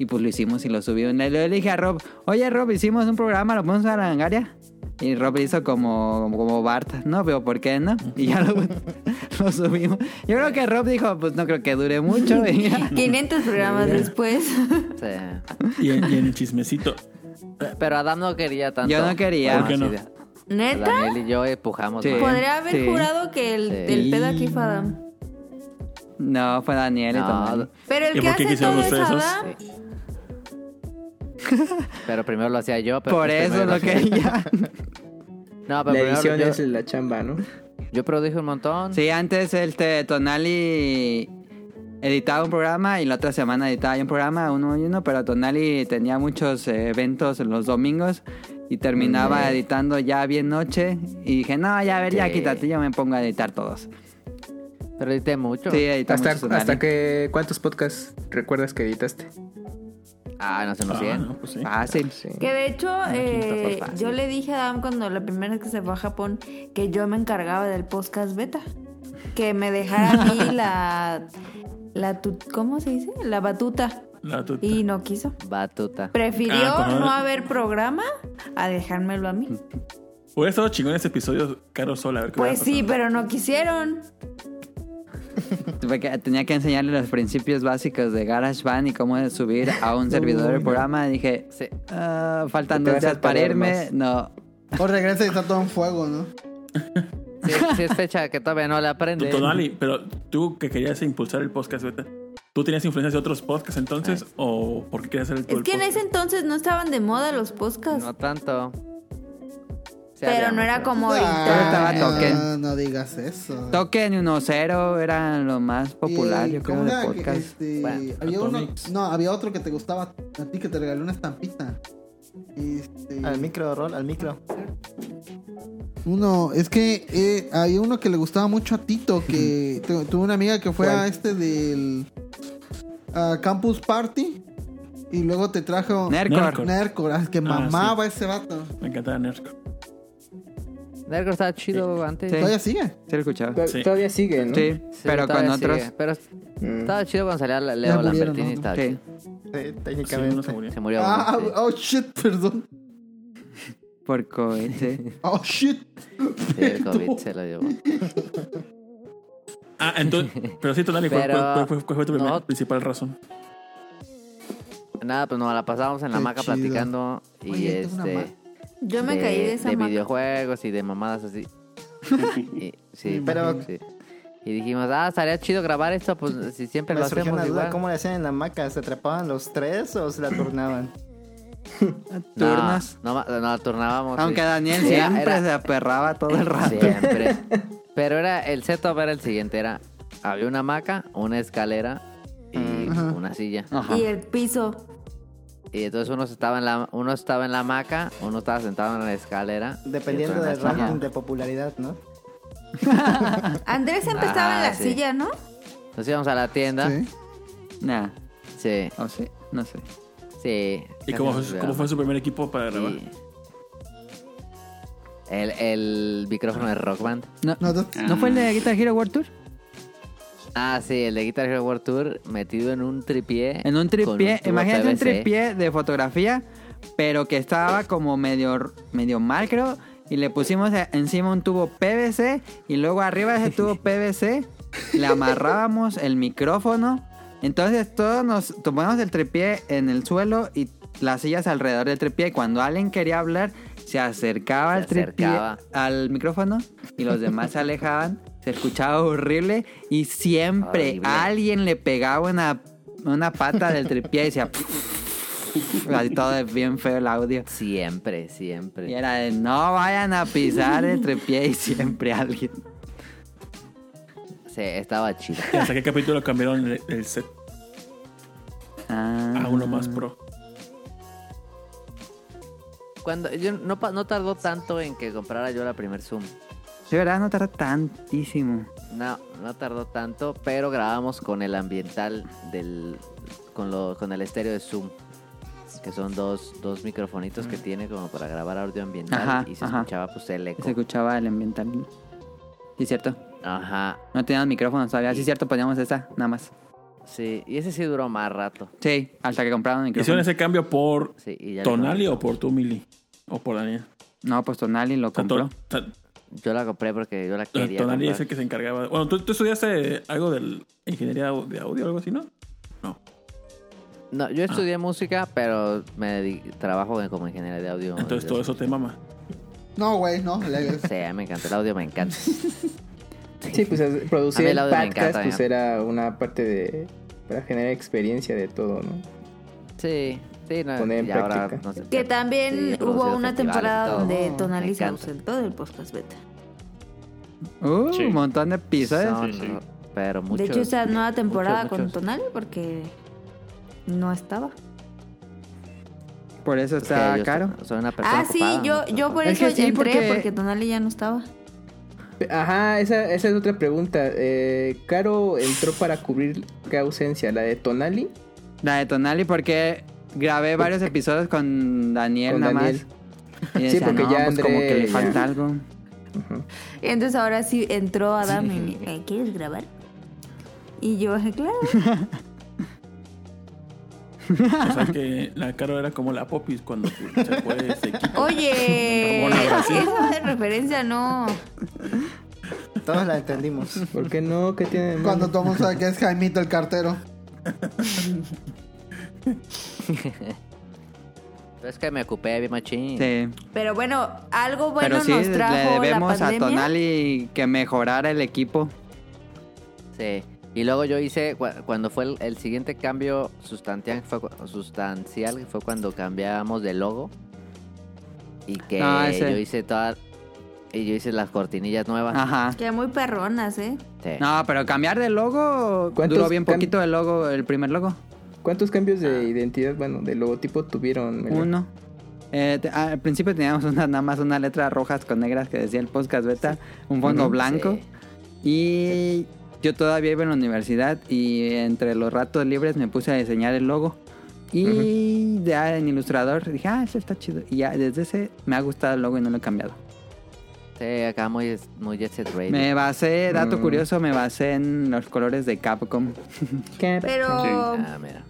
[SPEAKER 2] Y pues lo hicimos y lo subimos. Le le dije a Rob, oye Rob, hicimos un programa, lo ponemos a Langaria. Y Rob hizo como, como, como Bart, no veo por qué, ¿no? Y ya lo, lo subimos. Yo creo que Rob dijo, pues no creo que dure mucho. Y ya.
[SPEAKER 4] 500 programas después.
[SPEAKER 3] Sí.
[SPEAKER 12] Y en, y en el chismecito.
[SPEAKER 3] Pero Adam no quería tanto.
[SPEAKER 2] Yo no quería.
[SPEAKER 12] ¿Por qué no?
[SPEAKER 3] sí,
[SPEAKER 4] ¿Neta?
[SPEAKER 3] Daniel y yo empujamos.
[SPEAKER 2] Sí.
[SPEAKER 3] más.
[SPEAKER 4] Podría haber
[SPEAKER 2] Sí.
[SPEAKER 4] jurado que el,
[SPEAKER 3] Sí.
[SPEAKER 4] el pedo aquí fue Adam.
[SPEAKER 2] No, fue Daniel y
[SPEAKER 3] No,
[SPEAKER 2] Tomás.
[SPEAKER 4] Pero
[SPEAKER 12] ¿Y
[SPEAKER 4] el que
[SPEAKER 12] por qué
[SPEAKER 4] hace
[SPEAKER 12] quisieron
[SPEAKER 4] todo es
[SPEAKER 12] ustedes dos?
[SPEAKER 4] Adam.
[SPEAKER 3] Pero primero lo hacía yo. Pero
[SPEAKER 2] Por
[SPEAKER 3] pues
[SPEAKER 2] eso
[SPEAKER 3] primero
[SPEAKER 2] lo quería.
[SPEAKER 3] No, pero
[SPEAKER 8] La
[SPEAKER 3] primero
[SPEAKER 8] edición
[SPEAKER 3] yo,
[SPEAKER 8] es la chamba, ¿no?
[SPEAKER 3] yo produje un montón.
[SPEAKER 2] Sí, antes este Tonali editaba un programa y la otra semana editaba yo un programa, uno y uno, pero Tonali tenía muchos eh, eventos en los domingos y terminaba editando ya bien noche y dije, no, ya a ver, ya
[SPEAKER 3] Sí.
[SPEAKER 2] quítate, yo me pongo a editar todos.
[SPEAKER 3] Pero edité mucho.
[SPEAKER 2] Sí, editaba
[SPEAKER 8] Hasta,
[SPEAKER 2] mucho Tonali.
[SPEAKER 8] hasta que... ¿Cuántos podcasts recuerdas que editaste?
[SPEAKER 3] Ah, no se me
[SPEAKER 12] Ah,
[SPEAKER 3] hacían.
[SPEAKER 12] no, pues sí.
[SPEAKER 2] Fácil.
[SPEAKER 8] Sí.
[SPEAKER 4] Que de hecho, eh,
[SPEAKER 3] fue fácil.
[SPEAKER 4] yo le dije a Adam cuando la primera vez que se fue a Japón que yo me encargaba del podcast beta. Que me dejara a mí la. la tu- ¿Cómo se dice? La batuta.
[SPEAKER 12] La tuta.
[SPEAKER 4] Y no quiso.
[SPEAKER 3] Batuta.
[SPEAKER 4] Prefirió
[SPEAKER 12] Ah, como-
[SPEAKER 4] no haber programa a dejármelo a mí.
[SPEAKER 12] Hubiera estado chingón ese episodio, Caro Sola. A ver qué
[SPEAKER 4] Pues
[SPEAKER 12] hubiera
[SPEAKER 4] sí,
[SPEAKER 12] pasado.
[SPEAKER 4] pero no quisieron.
[SPEAKER 2] Tuve que- Tenía que enseñarle los principios básicos de GarageBand y cómo subir a un servidor el programa. Dije,
[SPEAKER 3] Sí.
[SPEAKER 2] "Ah, faltan
[SPEAKER 8] Te
[SPEAKER 2] dos
[SPEAKER 8] vas a
[SPEAKER 2] días para
[SPEAKER 8] tardar
[SPEAKER 2] irme.
[SPEAKER 8] más.
[SPEAKER 2] No,
[SPEAKER 6] O regresa y está todo en fuego, ¿no?
[SPEAKER 3] Sí, sí es fecha que todavía no la aprende.
[SPEAKER 12] Tú, Tonali, pero tú que querías impulsar el podcast beta, ¿tú tenías influencias de otros podcasts entonces o por qué querías hacer el, tú
[SPEAKER 4] Es
[SPEAKER 12] el
[SPEAKER 4] que en
[SPEAKER 12] podcast?
[SPEAKER 4] ese entonces no estaban de moda los podcasts.
[SPEAKER 3] No tanto. Sí,
[SPEAKER 4] pero
[SPEAKER 3] había
[SPEAKER 4] no era
[SPEAKER 3] mucho.
[SPEAKER 4] como
[SPEAKER 2] Pero
[SPEAKER 4] ahorita.
[SPEAKER 2] estaba
[SPEAKER 6] Ah,
[SPEAKER 2] token.
[SPEAKER 6] No digas eso.
[SPEAKER 2] Token y 1-0 eran lo más popular,
[SPEAKER 6] Y
[SPEAKER 2] yo creo,
[SPEAKER 6] como
[SPEAKER 2] de
[SPEAKER 6] era,
[SPEAKER 2] podcast.
[SPEAKER 6] este,
[SPEAKER 3] Bueno,
[SPEAKER 6] había uno,
[SPEAKER 12] Atomics.
[SPEAKER 6] no, había otro que te gustaba a ti que te regaló una estampita. Este,
[SPEAKER 5] Al micro, Rol, al micro.
[SPEAKER 6] uno, es que eh, había uno que le gustaba mucho a Tito, que tu- tuve una amiga que fue a
[SPEAKER 8] ¿Cuál?
[SPEAKER 6] este del a Campus Party y luego te trajo
[SPEAKER 2] Nerdcore.
[SPEAKER 12] Nerdcore.
[SPEAKER 6] Nerdcore, ah, que
[SPEAKER 12] Ah,
[SPEAKER 6] mamaba ese vato.
[SPEAKER 12] Me encantaba Nerdcore.
[SPEAKER 3] Nergo estaba chido antes.
[SPEAKER 2] Sí.
[SPEAKER 6] Todavía sigue.
[SPEAKER 2] Sí, lo escuchaba.
[SPEAKER 8] Tod-
[SPEAKER 12] Sí.
[SPEAKER 8] Todavía sigue, ¿no?
[SPEAKER 2] Sí,
[SPEAKER 3] Sí,
[SPEAKER 2] pero con
[SPEAKER 3] todavía
[SPEAKER 2] otros.
[SPEAKER 3] sigue. Pero
[SPEAKER 8] Mm.
[SPEAKER 3] estaba chido cuando salía la-
[SPEAKER 6] Ya
[SPEAKER 3] Leo
[SPEAKER 6] murieron,
[SPEAKER 3] Lambertini.
[SPEAKER 6] ¿no?
[SPEAKER 3] Estaba
[SPEAKER 2] Sí.
[SPEAKER 3] chido.
[SPEAKER 5] Sí,
[SPEAKER 12] Sí, uno se
[SPEAKER 5] técnicamente.
[SPEAKER 12] murió.
[SPEAKER 3] Se murió.
[SPEAKER 6] Ah,
[SPEAKER 3] uno, sí.
[SPEAKER 6] oh shit, perdón.
[SPEAKER 2] Por COVID, sí.
[SPEAKER 6] Oh shit.
[SPEAKER 3] Sí, el COVID se lo llevó.
[SPEAKER 12] Ah, entonces, pero sí, Tonali, ¿cuál,
[SPEAKER 3] Pero-
[SPEAKER 12] cuál- cuál fue- cuál fue tu primer-
[SPEAKER 3] no.
[SPEAKER 12] principal razón?
[SPEAKER 3] Nada, pues nos la pasábamos en la
[SPEAKER 6] Qué
[SPEAKER 3] maca
[SPEAKER 6] chido.
[SPEAKER 3] platicando y
[SPEAKER 6] Oye, tengo una
[SPEAKER 3] este.
[SPEAKER 4] Yo me
[SPEAKER 3] de-
[SPEAKER 4] caí de esa
[SPEAKER 3] De
[SPEAKER 4] hamaca.
[SPEAKER 3] videojuegos y de mamadas así. Y- sí,
[SPEAKER 5] Pero-
[SPEAKER 3] sí. Y dijimos, ah, estaría chido grabar esto, pues si siempre
[SPEAKER 5] Me
[SPEAKER 3] lo
[SPEAKER 5] surgió una
[SPEAKER 3] hacemos
[SPEAKER 5] duda,
[SPEAKER 3] igual.
[SPEAKER 5] ¿cómo le hacían en la hamaca? ¿Se atrapaban los tres o se la turnaban?
[SPEAKER 3] No,
[SPEAKER 2] Turnas.
[SPEAKER 3] No, no, no, turnábamos.
[SPEAKER 2] Aunque
[SPEAKER 3] sí.
[SPEAKER 2] Daniel
[SPEAKER 3] Era-
[SPEAKER 2] siempre
[SPEAKER 3] era-
[SPEAKER 2] se aperraba todo el rato.
[SPEAKER 3] Siempre. Pero era el setup era el siguiente, era había una hamaca, una escalera y
[SPEAKER 6] Ajá.
[SPEAKER 3] una silla.
[SPEAKER 2] Ajá.
[SPEAKER 4] Y el piso.
[SPEAKER 3] Y entonces uno estaba en la uno estaba en la hamaca, uno estaba sentado en la escalera. y
[SPEAKER 5] Dependiendo
[SPEAKER 3] otro en
[SPEAKER 5] del
[SPEAKER 3] la silla.
[SPEAKER 5] ranking de popularidad, ¿no?
[SPEAKER 4] Andrés siempre estaba en
[SPEAKER 3] Ah,
[SPEAKER 4] la
[SPEAKER 3] sí.
[SPEAKER 4] silla, ¿no?
[SPEAKER 3] Entonces íbamos Pues a la tienda.
[SPEAKER 6] Sí.
[SPEAKER 2] Nah,
[SPEAKER 3] Sí.
[SPEAKER 2] o sí, no sé.
[SPEAKER 3] Sí.
[SPEAKER 12] ¿Y cómo,
[SPEAKER 3] Casi
[SPEAKER 12] fue-
[SPEAKER 3] nos
[SPEAKER 12] cómo fue su primer equipo para grabar?
[SPEAKER 3] Sí. El, el micrófono de Rock Band.
[SPEAKER 2] No,
[SPEAKER 6] No, no.
[SPEAKER 2] ¿no fue el de Guitar Hero World Tour?
[SPEAKER 3] Ah, sí, el de Guitar Hero World Tour metido en un tripié.
[SPEAKER 2] En un
[SPEAKER 3] con
[SPEAKER 2] tripié,
[SPEAKER 3] tubo
[SPEAKER 2] imagínate un
[SPEAKER 3] PVC.
[SPEAKER 2] tripié de fotografía, pero que estaba como medio, medio mal, creo. Y le pusimos a- encima un tubo PVC y luego arriba de ese tubo PVC le amarrábamos el micrófono. Entonces todos nos tomamos el tripié en el suelo y las sillas alrededor del tripié. Y cuando alguien quería hablar, se acercaba
[SPEAKER 3] Se
[SPEAKER 2] al tripié,
[SPEAKER 3] acercaba.
[SPEAKER 2] al micrófono y los demás se alejaban. Se escuchaba horrible y siempre
[SPEAKER 3] Horrible.
[SPEAKER 2] alguien le pegaba una, una pata del tripié y decía... "Pff". Así todo es bien feo el audio.
[SPEAKER 3] Siempre, siempre.
[SPEAKER 2] Y era de no vayan a pisar el tripié y siempre alguien.
[SPEAKER 3] Sí, estaba chido.
[SPEAKER 12] ¿Y hasta qué capítulo cambiaron el, el set
[SPEAKER 2] Ah,
[SPEAKER 12] a uno más pro?
[SPEAKER 3] Cuando, yo, no, pa- no tardó tanto en que comprara yo la primer Zoom.
[SPEAKER 2] De verdad no tarda tantísimo.
[SPEAKER 3] No, no tardó tanto, pero grabamos con el ambiental del. con, lo, con el estéreo de Zoom. Que son dos, dos microfonitos que tiene como para grabar audio ambiental.
[SPEAKER 2] Mm. Ajá,
[SPEAKER 3] y se
[SPEAKER 2] ajá.
[SPEAKER 3] escuchaba pues el eco.
[SPEAKER 2] Se escuchaba el ambiental. Sí, cierto.
[SPEAKER 3] Ajá,
[SPEAKER 2] No teníamos micrófonos todavía. Sí,
[SPEAKER 3] Sí.
[SPEAKER 2] cierto, poníamos esa, nada más.
[SPEAKER 3] sí. Y ese sí duró más rato.
[SPEAKER 2] Sí, hasta que compraron
[SPEAKER 12] ¿Hicieron
[SPEAKER 2] micrófonos.
[SPEAKER 12] ese cambio por
[SPEAKER 3] Sí, y ya le
[SPEAKER 12] Tonali o por Tumili? ¿O por Daniel?
[SPEAKER 2] No, pues Tonali lo
[SPEAKER 12] O sea,
[SPEAKER 2] compró.
[SPEAKER 12] Ton- ta-
[SPEAKER 3] compré. Yo la compré porque yo la quería.
[SPEAKER 12] Tonali es
[SPEAKER 3] comprar.
[SPEAKER 12] el que se encargaba. Bueno, ¿tú, tú estudiaste algo de ingeniería au- de audio o algo así, ¿no? No.
[SPEAKER 3] No, yo estudié música, pero me dedi- trabajo en- como ingeniero de audio.
[SPEAKER 12] Entonces
[SPEAKER 3] Yo
[SPEAKER 12] todo
[SPEAKER 3] sí-
[SPEAKER 12] eso te mama.
[SPEAKER 6] No, güey, no. le-
[SPEAKER 3] Sí, a mí me encanta el audio, me encanta.
[SPEAKER 8] Sí, pues hacer-
[SPEAKER 3] A
[SPEAKER 8] producir
[SPEAKER 3] mí el
[SPEAKER 8] el
[SPEAKER 3] audio me
[SPEAKER 8] podcast
[SPEAKER 3] encanta,
[SPEAKER 8] pues
[SPEAKER 3] ya.
[SPEAKER 8] era una parte de para generar experiencia de todo, ¿no?
[SPEAKER 3] Sí, sí, no,
[SPEAKER 8] Poner en
[SPEAKER 3] Ah, y ahora
[SPEAKER 8] práctica.
[SPEAKER 3] no sé,
[SPEAKER 4] Que también
[SPEAKER 3] sí,
[SPEAKER 4] hubo
[SPEAKER 3] producir
[SPEAKER 4] una
[SPEAKER 3] festivales y
[SPEAKER 4] temporada
[SPEAKER 3] todo.
[SPEAKER 4] donde
[SPEAKER 3] Me
[SPEAKER 4] Tonali se
[SPEAKER 3] encanta.
[SPEAKER 4] ausentó del podcast beta.
[SPEAKER 2] Uh,
[SPEAKER 7] Sí.
[SPEAKER 2] un montón de episodios.
[SPEAKER 3] Son-
[SPEAKER 7] Sí, sí.
[SPEAKER 3] Pero muchos,
[SPEAKER 4] de hecho, esta nueva temporada
[SPEAKER 3] muchos, muchos.
[SPEAKER 4] con Tonali porque no estaba.
[SPEAKER 2] Por eso
[SPEAKER 3] Es que
[SPEAKER 2] está
[SPEAKER 3] yo
[SPEAKER 2] caro.
[SPEAKER 3] soy- Soy una persona
[SPEAKER 4] Ah, sí,
[SPEAKER 3] ocupada,
[SPEAKER 4] yo,
[SPEAKER 3] ¿no?
[SPEAKER 4] yo por
[SPEAKER 2] Es
[SPEAKER 4] eso
[SPEAKER 2] que sí,
[SPEAKER 4] entré,
[SPEAKER 2] porque-
[SPEAKER 4] porque... Tonali ya no estaba.
[SPEAKER 8] Ajá, esa, esa es otra pregunta. Eh, Caro entró para cubrir qué ausencia, la de Tonali.
[SPEAKER 2] La de Tonali porque grabé varios episodios con Daniel
[SPEAKER 8] Con
[SPEAKER 2] nada
[SPEAKER 8] Daniel.
[SPEAKER 2] más. Y
[SPEAKER 8] Sí,
[SPEAKER 2] decía,
[SPEAKER 8] porque
[SPEAKER 2] no,
[SPEAKER 8] ya
[SPEAKER 2] pues como
[SPEAKER 8] André
[SPEAKER 2] que le
[SPEAKER 8] ya-
[SPEAKER 2] falta algo.
[SPEAKER 4] Y entonces ahora sí entró Adam y me- "Eh, ¿quieres grabar? Y yo, claro.
[SPEAKER 12] O sea que la Caro era como la Popis cuando se fue ese equipo.
[SPEAKER 4] Oye,
[SPEAKER 12] Ramona, ahora sí.
[SPEAKER 4] esa de referencia no.
[SPEAKER 5] Todos la entendimos.
[SPEAKER 8] ¿Por qué no? ¿Qué tiene? de malo?
[SPEAKER 6] Cuando todo el mundo sabe que es Jaimito el cartero.
[SPEAKER 3] Pero Es que me ocupé bien machín.
[SPEAKER 2] Sí.
[SPEAKER 4] Pero bueno, algo bueno
[SPEAKER 2] Pero sí,
[SPEAKER 4] nos
[SPEAKER 2] le
[SPEAKER 4] trajo
[SPEAKER 2] debemos
[SPEAKER 4] la
[SPEAKER 2] a
[SPEAKER 4] pandemia.
[SPEAKER 2] Tonali que mejorara el equipo.
[SPEAKER 3] Sí. Y luego yo hice, cua- cuando fue el, el siguiente cambio sustancial, fue, cu- sustancial, fue cuando cambiamos de logo. Y que
[SPEAKER 2] No, ese-
[SPEAKER 3] yo hice todas... Y yo hice las cortinillas nuevas.
[SPEAKER 2] Ajá.
[SPEAKER 4] Que muy perronas, ¿eh?
[SPEAKER 3] Sí.
[SPEAKER 2] No, pero cambiar de logo
[SPEAKER 8] ¿Cuántos
[SPEAKER 2] duró bien
[SPEAKER 8] cam-
[SPEAKER 2] poquito el logo, el primer logo. Ah.
[SPEAKER 8] ¿Cuántos cambios de identidad, bueno, de logotipo tuvieron? Mela?
[SPEAKER 2] Uno. Eh, te- al principio teníamos una, nada más una letra rojas con negras que decía el podcast beta, un fondo
[SPEAKER 8] Ujú,
[SPEAKER 2] blanco. Y yo todavía iba en la universidad y entre los ratos libres me puse a diseñar el logo. Y ya en Ilustrador dije, ah, ese está chido. Y ya desde ese me ha gustado el logo y no lo he cambiado.
[SPEAKER 3] Sí, acá muy, muy Jet Set Radio.
[SPEAKER 2] Me basé, dato
[SPEAKER 8] Mm.
[SPEAKER 2] curioso, me basé en los colores de Capcom.
[SPEAKER 8] ¿Qué?
[SPEAKER 4] Pero
[SPEAKER 3] Ah, mira.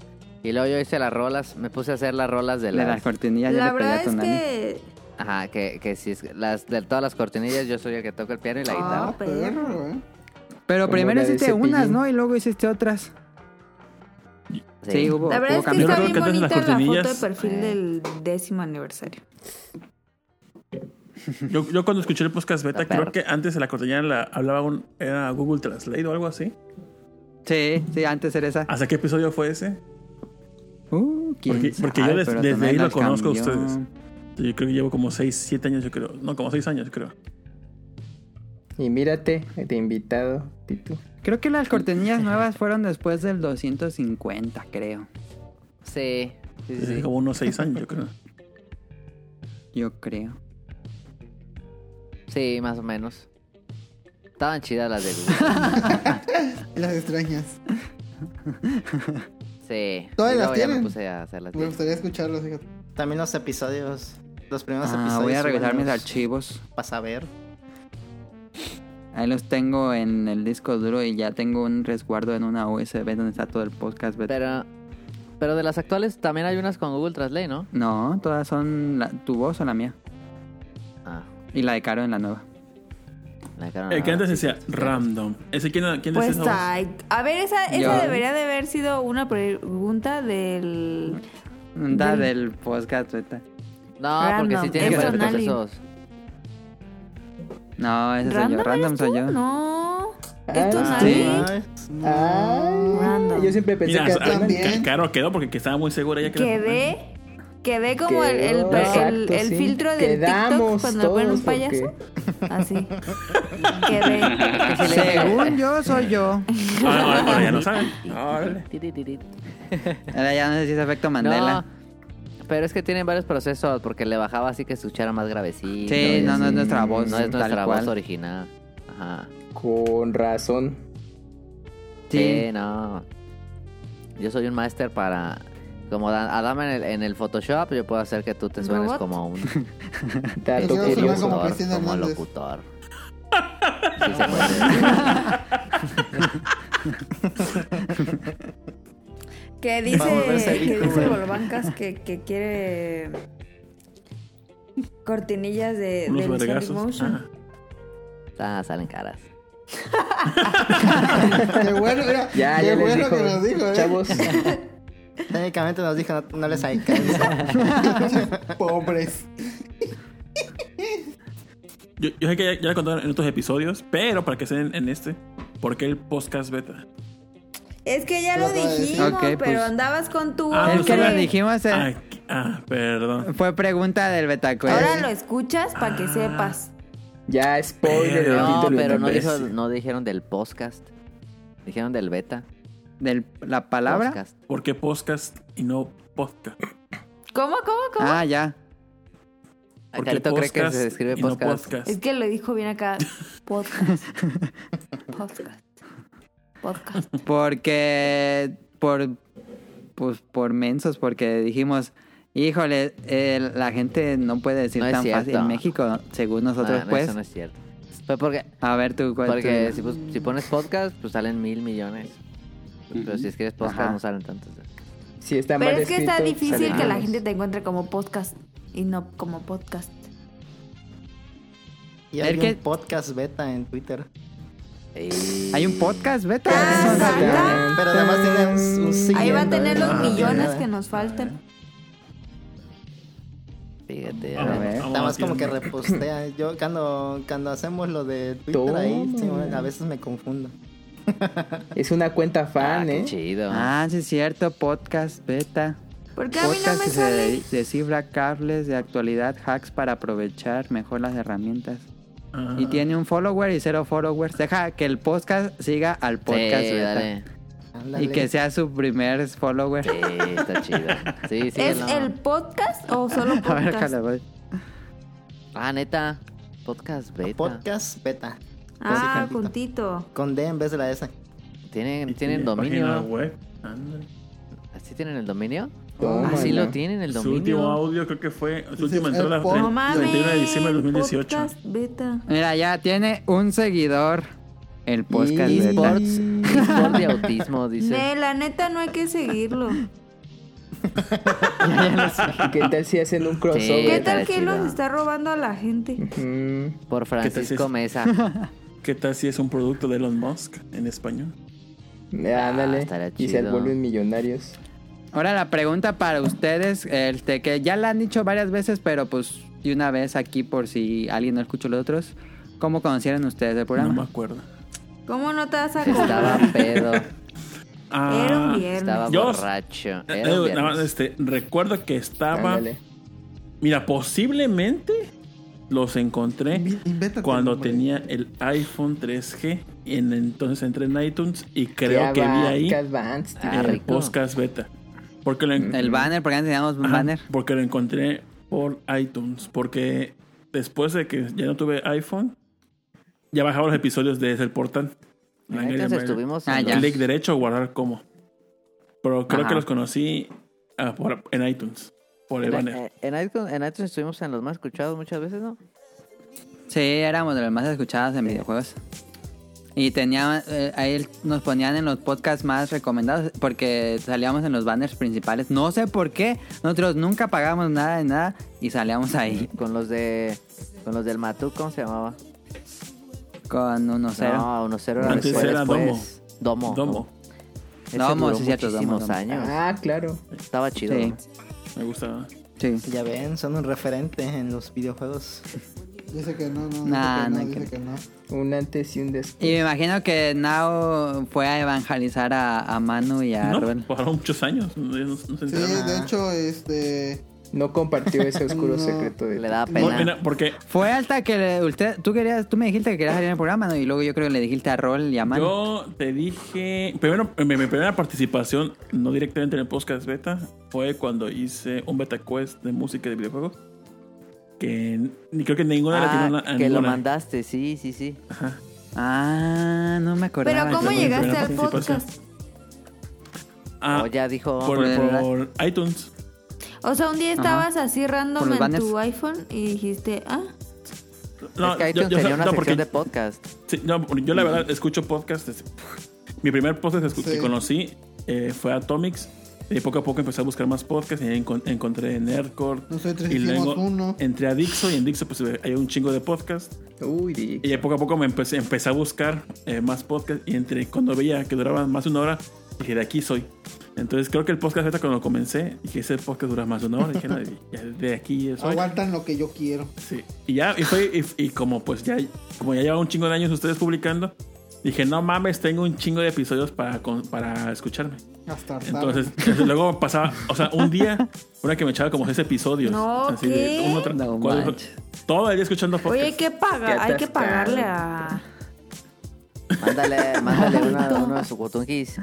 [SPEAKER 3] Y luego yo hice las rolas, me puse a hacer las rolas de
[SPEAKER 2] De las
[SPEAKER 3] las...
[SPEAKER 2] cortinillas ya le
[SPEAKER 4] la
[SPEAKER 2] pegué a
[SPEAKER 4] verdad es
[SPEAKER 2] Tonali.
[SPEAKER 4] que.
[SPEAKER 3] Ajá, que, que si es- las de todas las cortinillas yo soy el que toca el piano y la
[SPEAKER 4] Ah,
[SPEAKER 3] guitarra.
[SPEAKER 4] perro.
[SPEAKER 6] Perro, eh.
[SPEAKER 2] Pero
[SPEAKER 8] Mm. Como
[SPEAKER 2] primero
[SPEAKER 8] la de
[SPEAKER 2] hiciste unas,
[SPEAKER 8] Cepillín.
[SPEAKER 2] ¿no? Y luego hiciste otras. Sí, hubo,
[SPEAKER 4] La verdad
[SPEAKER 2] hubo
[SPEAKER 4] es que
[SPEAKER 2] cambios.
[SPEAKER 4] está
[SPEAKER 12] Yo creo
[SPEAKER 4] bien
[SPEAKER 12] que antes las
[SPEAKER 4] bonita la foto de
[SPEAKER 12] cortinillas-
[SPEAKER 4] perfil
[SPEAKER 8] eh.
[SPEAKER 4] del décimo aniversario.
[SPEAKER 12] Yo, yo cuando escuché el podcast beta,
[SPEAKER 3] Está perro.
[SPEAKER 12] creo que antes de la cortina la hablaba un, era Google Translate o algo así.
[SPEAKER 2] Sí, sí, antes era esa.
[SPEAKER 12] ¿Hasta qué episodio fue ese?
[SPEAKER 2] Uh, quién
[SPEAKER 12] Porque- porque yo
[SPEAKER 2] sabe,
[SPEAKER 12] des-
[SPEAKER 2] pero
[SPEAKER 12] desde
[SPEAKER 2] también
[SPEAKER 12] ahí lo
[SPEAKER 2] las
[SPEAKER 12] conozco a ustedes. Yo creo que llevo como 6, 7 años, yo creo. No, como 6 años, creo.
[SPEAKER 8] Y mírate, te he invitado, Tito.
[SPEAKER 2] Creo que las cortinillas nuevas fueron después del 250, creo.
[SPEAKER 3] Sí, sí,
[SPEAKER 12] Desde
[SPEAKER 3] sí.
[SPEAKER 12] Como unos 6 años, yo creo.
[SPEAKER 2] Yo creo.
[SPEAKER 3] Sí, más o menos. Estaban chidas las de Google.
[SPEAKER 6] Las extrañas.
[SPEAKER 3] Sí. Y
[SPEAKER 6] ¿Todavía las
[SPEAKER 3] luego ya
[SPEAKER 6] tienen?
[SPEAKER 3] me puse a hacer las
[SPEAKER 6] Me gustaría escucharlas, fíjate.
[SPEAKER 5] También los episodios, los primeros
[SPEAKER 2] Ah,
[SPEAKER 5] episodios.
[SPEAKER 2] voy a revisar mis
[SPEAKER 5] súbanlos
[SPEAKER 2] archivos.
[SPEAKER 5] Para saber.
[SPEAKER 2] Ahí los tengo en el disco duro y ya tengo un resguardo en una USB donde está todo el podcast. beta.
[SPEAKER 3] Pero, pero de las actuales también hay unas con Google Translate, ¿no?
[SPEAKER 2] No, todas son la- tu voz o la mía.
[SPEAKER 3] Ah,
[SPEAKER 2] Y la de Caro en la nueva.
[SPEAKER 3] la
[SPEAKER 2] Ah,
[SPEAKER 3] cara
[SPEAKER 12] El que Eh, antes
[SPEAKER 3] sí,
[SPEAKER 12] decía
[SPEAKER 3] sí, sí.
[SPEAKER 12] random. ¿Ese quién, quién decía
[SPEAKER 4] Pues
[SPEAKER 12] esa voz?
[SPEAKER 4] ay, a ver, esa, esa
[SPEAKER 2] Yo-
[SPEAKER 4] debería de haber sido una pregunta del...
[SPEAKER 2] Da del
[SPEAKER 4] Del-
[SPEAKER 2] podcast beta.
[SPEAKER 3] No, porque sí
[SPEAKER 4] Random.
[SPEAKER 3] tiene que
[SPEAKER 4] Es
[SPEAKER 3] ver con
[SPEAKER 4] Sonali.
[SPEAKER 3] esos.
[SPEAKER 2] No, ese soy yo.
[SPEAKER 4] ¿Random
[SPEAKER 2] Random
[SPEAKER 4] eres
[SPEAKER 2] soy
[SPEAKER 4] tú?
[SPEAKER 2] yo.
[SPEAKER 4] No.
[SPEAKER 8] Ah,
[SPEAKER 4] ¿Es tu
[SPEAKER 8] sí.
[SPEAKER 4] Sonali?
[SPEAKER 5] Ay,
[SPEAKER 8] Ay,
[SPEAKER 4] Random.
[SPEAKER 8] Yo siempre pensé
[SPEAKER 12] Mira,
[SPEAKER 8] que
[SPEAKER 12] ah, Ca-
[SPEAKER 8] también.
[SPEAKER 12] Caro quedó porque que estaba muy segura ella que era-
[SPEAKER 4] Quedé, quedé como el, el-
[SPEAKER 8] Quedó,
[SPEAKER 4] el-
[SPEAKER 8] exacto,
[SPEAKER 4] el
[SPEAKER 8] sí.
[SPEAKER 4] filtro del TikTok
[SPEAKER 8] Quedamos
[SPEAKER 4] cuando le ponen un
[SPEAKER 8] todos, porque-
[SPEAKER 4] payaso. Así. Quedé.
[SPEAKER 2] Según yo, soy yo.
[SPEAKER 12] Ahora, ahora- ahora ya no saben. Órale.
[SPEAKER 2] Ahora ya no sé si es efecto Mandela.
[SPEAKER 3] No, pero es que tienen varios procesos porque le bajaba así que se escuchara más gravecito.
[SPEAKER 2] sí,
[SPEAKER 3] y
[SPEAKER 2] no, no es
[SPEAKER 3] así.
[SPEAKER 2] nuestra voz.
[SPEAKER 3] No es
[SPEAKER 2] tal
[SPEAKER 3] nuestra
[SPEAKER 2] cual.
[SPEAKER 3] voz original. Ajá.
[SPEAKER 8] Con razón.
[SPEAKER 2] Sí.
[SPEAKER 3] Sí, no. Yo soy un máster para. Como Da- Adam en el, en el Photoshop, yo puedo hacer que tú te suenes
[SPEAKER 4] ¿Robot?
[SPEAKER 3] como un
[SPEAKER 8] Dato
[SPEAKER 6] Yo soy
[SPEAKER 8] curioso.
[SPEAKER 6] como
[SPEAKER 3] locutor.
[SPEAKER 6] Cristina
[SPEAKER 3] Como
[SPEAKER 6] Hernández.
[SPEAKER 3] locutor. Sí se puede.
[SPEAKER 4] Que
[SPEAKER 5] Va a volverse
[SPEAKER 4] dice, que
[SPEAKER 5] rico,
[SPEAKER 4] dice
[SPEAKER 5] güey.
[SPEAKER 4] Bolbancas que, que quiere cortinillas de,
[SPEAKER 12] Unos
[SPEAKER 4] del Sonic
[SPEAKER 12] vergazos.
[SPEAKER 4] Motion.
[SPEAKER 12] Ah.
[SPEAKER 3] Ah, salen caras.
[SPEAKER 6] Qué bueno, mira.
[SPEAKER 8] Ya,
[SPEAKER 6] qué
[SPEAKER 8] ya les
[SPEAKER 6] bueno
[SPEAKER 8] dijo,
[SPEAKER 6] que nos dijo, ¿eh?
[SPEAKER 8] chavos.
[SPEAKER 5] Técnicamente nos dijo, no, no les alcanza.
[SPEAKER 6] Pobres.
[SPEAKER 12] Yo, yo sé que ya, ya lo contaron en otros episodios, pero para que estén en este, ¿por qué el podcast beta?
[SPEAKER 4] Es que ya lo
[SPEAKER 6] Lo acaba de decir.
[SPEAKER 4] dijimos,
[SPEAKER 2] Ok,
[SPEAKER 4] pero
[SPEAKER 2] pues.
[SPEAKER 4] andabas con tu
[SPEAKER 12] Ah,
[SPEAKER 2] El
[SPEAKER 12] pues
[SPEAKER 2] que
[SPEAKER 12] ahora-
[SPEAKER 2] lo
[SPEAKER 4] hombre.
[SPEAKER 2] dijimos eh,
[SPEAKER 12] Ah, qu- ah, perdón.
[SPEAKER 2] fue pregunta del Betacuel.
[SPEAKER 4] Ahora lo escuchas para
[SPEAKER 2] Ah.
[SPEAKER 4] que sepas.
[SPEAKER 8] Ya, spoiler del
[SPEAKER 12] Pero-
[SPEAKER 3] No,
[SPEAKER 8] título.
[SPEAKER 3] pero no,
[SPEAKER 8] imbécil.
[SPEAKER 3] dijo- no dijeron del podcast. Dijeron del beta.
[SPEAKER 2] Del- ¿La palabra?
[SPEAKER 3] Podcast.
[SPEAKER 12] ¿Por qué podcast y no podcast?
[SPEAKER 4] ¿Cómo, cómo, cómo?
[SPEAKER 2] Ah, ya.
[SPEAKER 3] Ah,
[SPEAKER 12] ¿Por qué
[SPEAKER 3] Carito cree que
[SPEAKER 12] podcast
[SPEAKER 3] se escribe
[SPEAKER 12] y no
[SPEAKER 3] podcast.
[SPEAKER 4] Es que lo dijo bien acá. Podcast. Podcast. Podcast.
[SPEAKER 2] Porque. Por. Pues por mensos, porque dijimos. Híjole, eh, la gente no puede decir
[SPEAKER 3] No es
[SPEAKER 2] tan
[SPEAKER 3] cierto.
[SPEAKER 2] fácil en México, según nosotros,
[SPEAKER 3] Ah, no,
[SPEAKER 2] pues.
[SPEAKER 3] Eso no es cierto. Pero porque
[SPEAKER 2] A ver, tú, ¿cuál
[SPEAKER 3] porque
[SPEAKER 2] tú?
[SPEAKER 3] si, pus- si pones podcast, pues salen mil millones. Pero si escribes podcast,
[SPEAKER 2] Ajá.
[SPEAKER 3] no salen tantos.
[SPEAKER 8] Sí, está
[SPEAKER 4] Pero
[SPEAKER 8] mal
[SPEAKER 4] es que está
[SPEAKER 8] escrito,
[SPEAKER 4] difícil que la
[SPEAKER 8] salimos.
[SPEAKER 4] gente te encuentre como podcast y no como podcast.
[SPEAKER 5] Y hay
[SPEAKER 2] El
[SPEAKER 5] un
[SPEAKER 2] que-
[SPEAKER 5] podcast beta en Twitter.
[SPEAKER 3] Y-
[SPEAKER 2] Hay un podcast, beta.
[SPEAKER 4] Ah,
[SPEAKER 5] Pero además tiene un, un
[SPEAKER 4] Ahí va a
[SPEAKER 5] siguiente,
[SPEAKER 4] tener los
[SPEAKER 5] ¿no?
[SPEAKER 4] millones
[SPEAKER 5] Ah,
[SPEAKER 4] que nos faltan.
[SPEAKER 3] Fíjate.
[SPEAKER 12] Vamos,
[SPEAKER 3] a ver.
[SPEAKER 12] vamos
[SPEAKER 5] Nada más como que
[SPEAKER 12] haciendo.
[SPEAKER 5] repostea. Yo cuando, cuando hacemos lo de Twitter ahí, sí,
[SPEAKER 8] Toma.
[SPEAKER 5] a veces me confundo.
[SPEAKER 8] Es una cuenta
[SPEAKER 3] Ah,
[SPEAKER 8] fan,
[SPEAKER 3] qué
[SPEAKER 8] ¿eh?
[SPEAKER 3] chido.
[SPEAKER 2] Ah, sí, es cierto, podcast, beta.
[SPEAKER 4] Porque a mí no
[SPEAKER 2] Podcast
[SPEAKER 4] me
[SPEAKER 2] que se
[SPEAKER 4] sale.
[SPEAKER 2] de- descifra cables de actualidad, hacks para aprovechar mejor las herramientas.
[SPEAKER 3] Ah.
[SPEAKER 12] Ajá.
[SPEAKER 2] Y tiene un follower y cero followers. Deja que el podcast siga al
[SPEAKER 3] Sí,
[SPEAKER 2] podcast beta.
[SPEAKER 3] dale.
[SPEAKER 2] Y que sea su primer follower.
[SPEAKER 3] Sí, está chido. Sí, sí.
[SPEAKER 4] ¿Es
[SPEAKER 3] no.
[SPEAKER 4] el podcast o solo
[SPEAKER 2] A ver,
[SPEAKER 4] podcast?
[SPEAKER 2] déjale, voy.
[SPEAKER 3] Ah, neta. Podcast beta.
[SPEAKER 5] Podcast beta.
[SPEAKER 4] Ah,
[SPEAKER 5] Así tantito.
[SPEAKER 4] juntito.
[SPEAKER 5] Con D en vez de la S.
[SPEAKER 3] Tienen,
[SPEAKER 12] Tiene
[SPEAKER 3] tienen
[SPEAKER 12] página
[SPEAKER 3] dominio.
[SPEAKER 12] web. Ándale.
[SPEAKER 3] ¿Así tienen el dominio?
[SPEAKER 8] Toma,
[SPEAKER 3] Así
[SPEAKER 8] ya.
[SPEAKER 3] lo tienen el
[SPEAKER 12] Su último
[SPEAKER 3] dominio.
[SPEAKER 12] audio creo que fue.
[SPEAKER 6] Sí,
[SPEAKER 12] Su última
[SPEAKER 6] el
[SPEAKER 12] entrada
[SPEAKER 6] pod-
[SPEAKER 12] fue
[SPEAKER 4] No
[SPEAKER 12] el
[SPEAKER 4] mames.
[SPEAKER 12] 31 de diciembre de 2018.
[SPEAKER 4] Podcast beta.
[SPEAKER 2] Mira, ya tiene un seguidor el podcast
[SPEAKER 8] Y-
[SPEAKER 2] beta.
[SPEAKER 3] Esports. Esports de autismo, dice.
[SPEAKER 4] Ne, la neta no hay que seguirlo.
[SPEAKER 8] ¿Y qué tal si hacen un crossover?
[SPEAKER 4] ¿Qué
[SPEAKER 3] está
[SPEAKER 4] tal que él
[SPEAKER 3] chido.
[SPEAKER 4] los está robando a la gente?
[SPEAKER 8] Mm,
[SPEAKER 3] Por Francisco
[SPEAKER 12] dices?
[SPEAKER 3] Mesa.
[SPEAKER 12] ¿Qué tal si es un producto de Elon Musk en español?
[SPEAKER 8] Eh, ándale.
[SPEAKER 3] Ah, estaría
[SPEAKER 8] y se
[SPEAKER 3] chido.
[SPEAKER 8] vuelven millonarios.
[SPEAKER 2] Ahora la pregunta para ustedes, este, que ya la han dicho varias veces, pero pues de una vez aquí por si alguien no escuchó los otros. ¿Cómo conocieron ustedes el
[SPEAKER 12] No me
[SPEAKER 2] programa?
[SPEAKER 12] acuerdo.
[SPEAKER 4] ¿Cómo no te vas a
[SPEAKER 3] Estaba
[SPEAKER 4] acordar?
[SPEAKER 3] pedo.
[SPEAKER 4] Era un
[SPEAKER 12] Ah,
[SPEAKER 4] viernes.
[SPEAKER 3] Estaba
[SPEAKER 12] Yo-
[SPEAKER 3] borracho.
[SPEAKER 12] eh,
[SPEAKER 3] Era un
[SPEAKER 12] nada más,
[SPEAKER 3] viernes.
[SPEAKER 12] este, recuerdo que estaba.
[SPEAKER 8] Ándale.
[SPEAKER 12] Mira, posiblemente los encontré
[SPEAKER 9] Invi- invéntate,
[SPEAKER 12] cuando
[SPEAKER 9] hombre.
[SPEAKER 12] tenía el iPhone 3G. Y en- entonces entré en iTunes y creo
[SPEAKER 8] Ya
[SPEAKER 12] que vi
[SPEAKER 8] va,
[SPEAKER 12] ahí Eh, pues,
[SPEAKER 8] que advanced,
[SPEAKER 3] Ah,
[SPEAKER 12] el
[SPEAKER 3] rico.
[SPEAKER 12] podcast beta. Porque lo, en-
[SPEAKER 2] El banner, porque antes teníamos un
[SPEAKER 12] Ajá,
[SPEAKER 2] banner.
[SPEAKER 12] Porque lo encontré por iTunes. Porque después de que ya no tuve iPhone, ya bajaba los episodios desde el portal.
[SPEAKER 3] Entonces estuvimos en
[SPEAKER 2] Ah,
[SPEAKER 3] los-
[SPEAKER 2] ya.
[SPEAKER 12] Clic derecho, guardar como. Pero creo
[SPEAKER 2] Ajá.
[SPEAKER 12] que los conocí ah, por- en iTunes. Por
[SPEAKER 3] En,
[SPEAKER 12] el banner.
[SPEAKER 3] en iTunes, en iTunes estuvimos en los más escuchados muchas veces, ¿no?
[SPEAKER 2] Sí, éramos de las más escuchadas en videojuegos. Y tenía, eh, ahí nos ponían en los podcasts más recomendados porque salíamos en los banners principales. No sé por qué, nosotros nunca pagamos nada de nada y salíamos ahí
[SPEAKER 3] Con los de. Con los del Matú, ¿cómo se llamaba?
[SPEAKER 2] con 1-0.
[SPEAKER 3] No, uno cero era
[SPEAKER 12] Antes
[SPEAKER 3] después,
[SPEAKER 12] era
[SPEAKER 3] después. Domo.
[SPEAKER 12] Domo.
[SPEAKER 3] Ese
[SPEAKER 2] Domo,
[SPEAKER 3] duró
[SPEAKER 2] sí, cierto, Domo,
[SPEAKER 3] muchísimos
[SPEAKER 2] Domo.
[SPEAKER 3] años.
[SPEAKER 8] Ah, claro.
[SPEAKER 3] Estaba chido.
[SPEAKER 2] Sí.
[SPEAKER 3] ¿no?
[SPEAKER 12] Me gustaba.
[SPEAKER 2] Sí.
[SPEAKER 5] Ya ven, son un referente en los videojuegos.
[SPEAKER 9] Dice que no, no.
[SPEAKER 2] Nah, no hay
[SPEAKER 9] dice que no,
[SPEAKER 2] que-
[SPEAKER 9] dice que no.
[SPEAKER 8] Un antes y un después.
[SPEAKER 2] Y me imagino que Nao fue a evangelizar a, a Manu y a
[SPEAKER 12] No,
[SPEAKER 2] Rubén.
[SPEAKER 12] pasaron muchos años. No, no- no se
[SPEAKER 9] Sí,
[SPEAKER 12] enteraron.
[SPEAKER 9] de hecho, este.
[SPEAKER 8] No compartió ese oscuro
[SPEAKER 9] No.
[SPEAKER 8] secreto de
[SPEAKER 3] Le daba
[SPEAKER 12] Por-
[SPEAKER 2] Ah.
[SPEAKER 3] pena.
[SPEAKER 12] mira, porque
[SPEAKER 2] Fue hasta que le- usted, tú querías, tú me dijiste que querías salir en el programa, ¿no? Y luego yo creo que le dijiste a Rol y a Manu.
[SPEAKER 12] yo te dije. Primero, eh, mi, mi primera participación, no directamente en el podcast beta, fue cuando hice un beta quest de música de videojuegos. Que ni creo que ninguna le atinó
[SPEAKER 3] Ah,
[SPEAKER 12] a la- a
[SPEAKER 3] que lo
[SPEAKER 12] ninguna.
[SPEAKER 3] mandaste, sí, sí, sí.
[SPEAKER 2] Ah, no me acordaba.
[SPEAKER 4] Pero ¿cómo
[SPEAKER 12] Fue mi
[SPEAKER 4] llegaste
[SPEAKER 12] primera
[SPEAKER 4] al
[SPEAKER 12] participación.
[SPEAKER 4] podcast?
[SPEAKER 12] Ah,
[SPEAKER 3] o ya dijo.
[SPEAKER 12] por,
[SPEAKER 2] el-
[SPEAKER 12] por iTunes.
[SPEAKER 4] O sea, un día estabas así
[SPEAKER 2] Por
[SPEAKER 4] random
[SPEAKER 2] los
[SPEAKER 4] en
[SPEAKER 2] banners.
[SPEAKER 4] tu iPhone y dijiste, ah,
[SPEAKER 12] No,
[SPEAKER 3] es que
[SPEAKER 12] yo,
[SPEAKER 3] iTunes
[SPEAKER 12] yo-
[SPEAKER 3] tenía
[SPEAKER 12] no,
[SPEAKER 3] una sección
[SPEAKER 12] porque,
[SPEAKER 3] de podcast.
[SPEAKER 12] sí, no, yo la verdad escucho podcasts. desde- Mi primer podcast escu-
[SPEAKER 9] Sí.
[SPEAKER 12] que conocí eh, fue Atomics. Y poco a poco empecé a buscar más podcasts. Y ahí encon- encontré Nerdcore.
[SPEAKER 9] Nosotros
[SPEAKER 12] y
[SPEAKER 9] hicimos
[SPEAKER 12] luego
[SPEAKER 9] uno.
[SPEAKER 12] entré a Dixo. Y en Dixo pues, hay un chingo de podcasts.
[SPEAKER 8] Uy, DJ.
[SPEAKER 12] Y ya poco a poco me empecé, empecé a buscar eh, más podcasts. Y entre cuando veía que duraban más de una hora, dije, de aquí soy. Entonces creo que el podcast ahorita cuando lo comencé, dije, ese podcast dura más de una hora. Dije, no, ya de aquí soy.
[SPEAKER 9] Aguantan lo que yo quiero.
[SPEAKER 12] Sí. Y ya, y fue, y, y como pues ya, como ya lleva un chingo de años ustedes publicando, dije, no mames, tengo un chingo de episodios para, con- para escucharme.
[SPEAKER 9] Hasta tarde.
[SPEAKER 12] Entonces, entonces, luego pasaba, o sea, un día, una que me echaba como seis episodios.
[SPEAKER 4] No,
[SPEAKER 12] así de
[SPEAKER 4] ¿qué?
[SPEAKER 12] uno tras-
[SPEAKER 2] No
[SPEAKER 12] cuatro-
[SPEAKER 2] manches.
[SPEAKER 12] todo el día escuchando podcast.
[SPEAKER 4] oye, hay que pagar, hay que pagarle a...
[SPEAKER 3] Mándale, mándale una, uno de sus botonquis.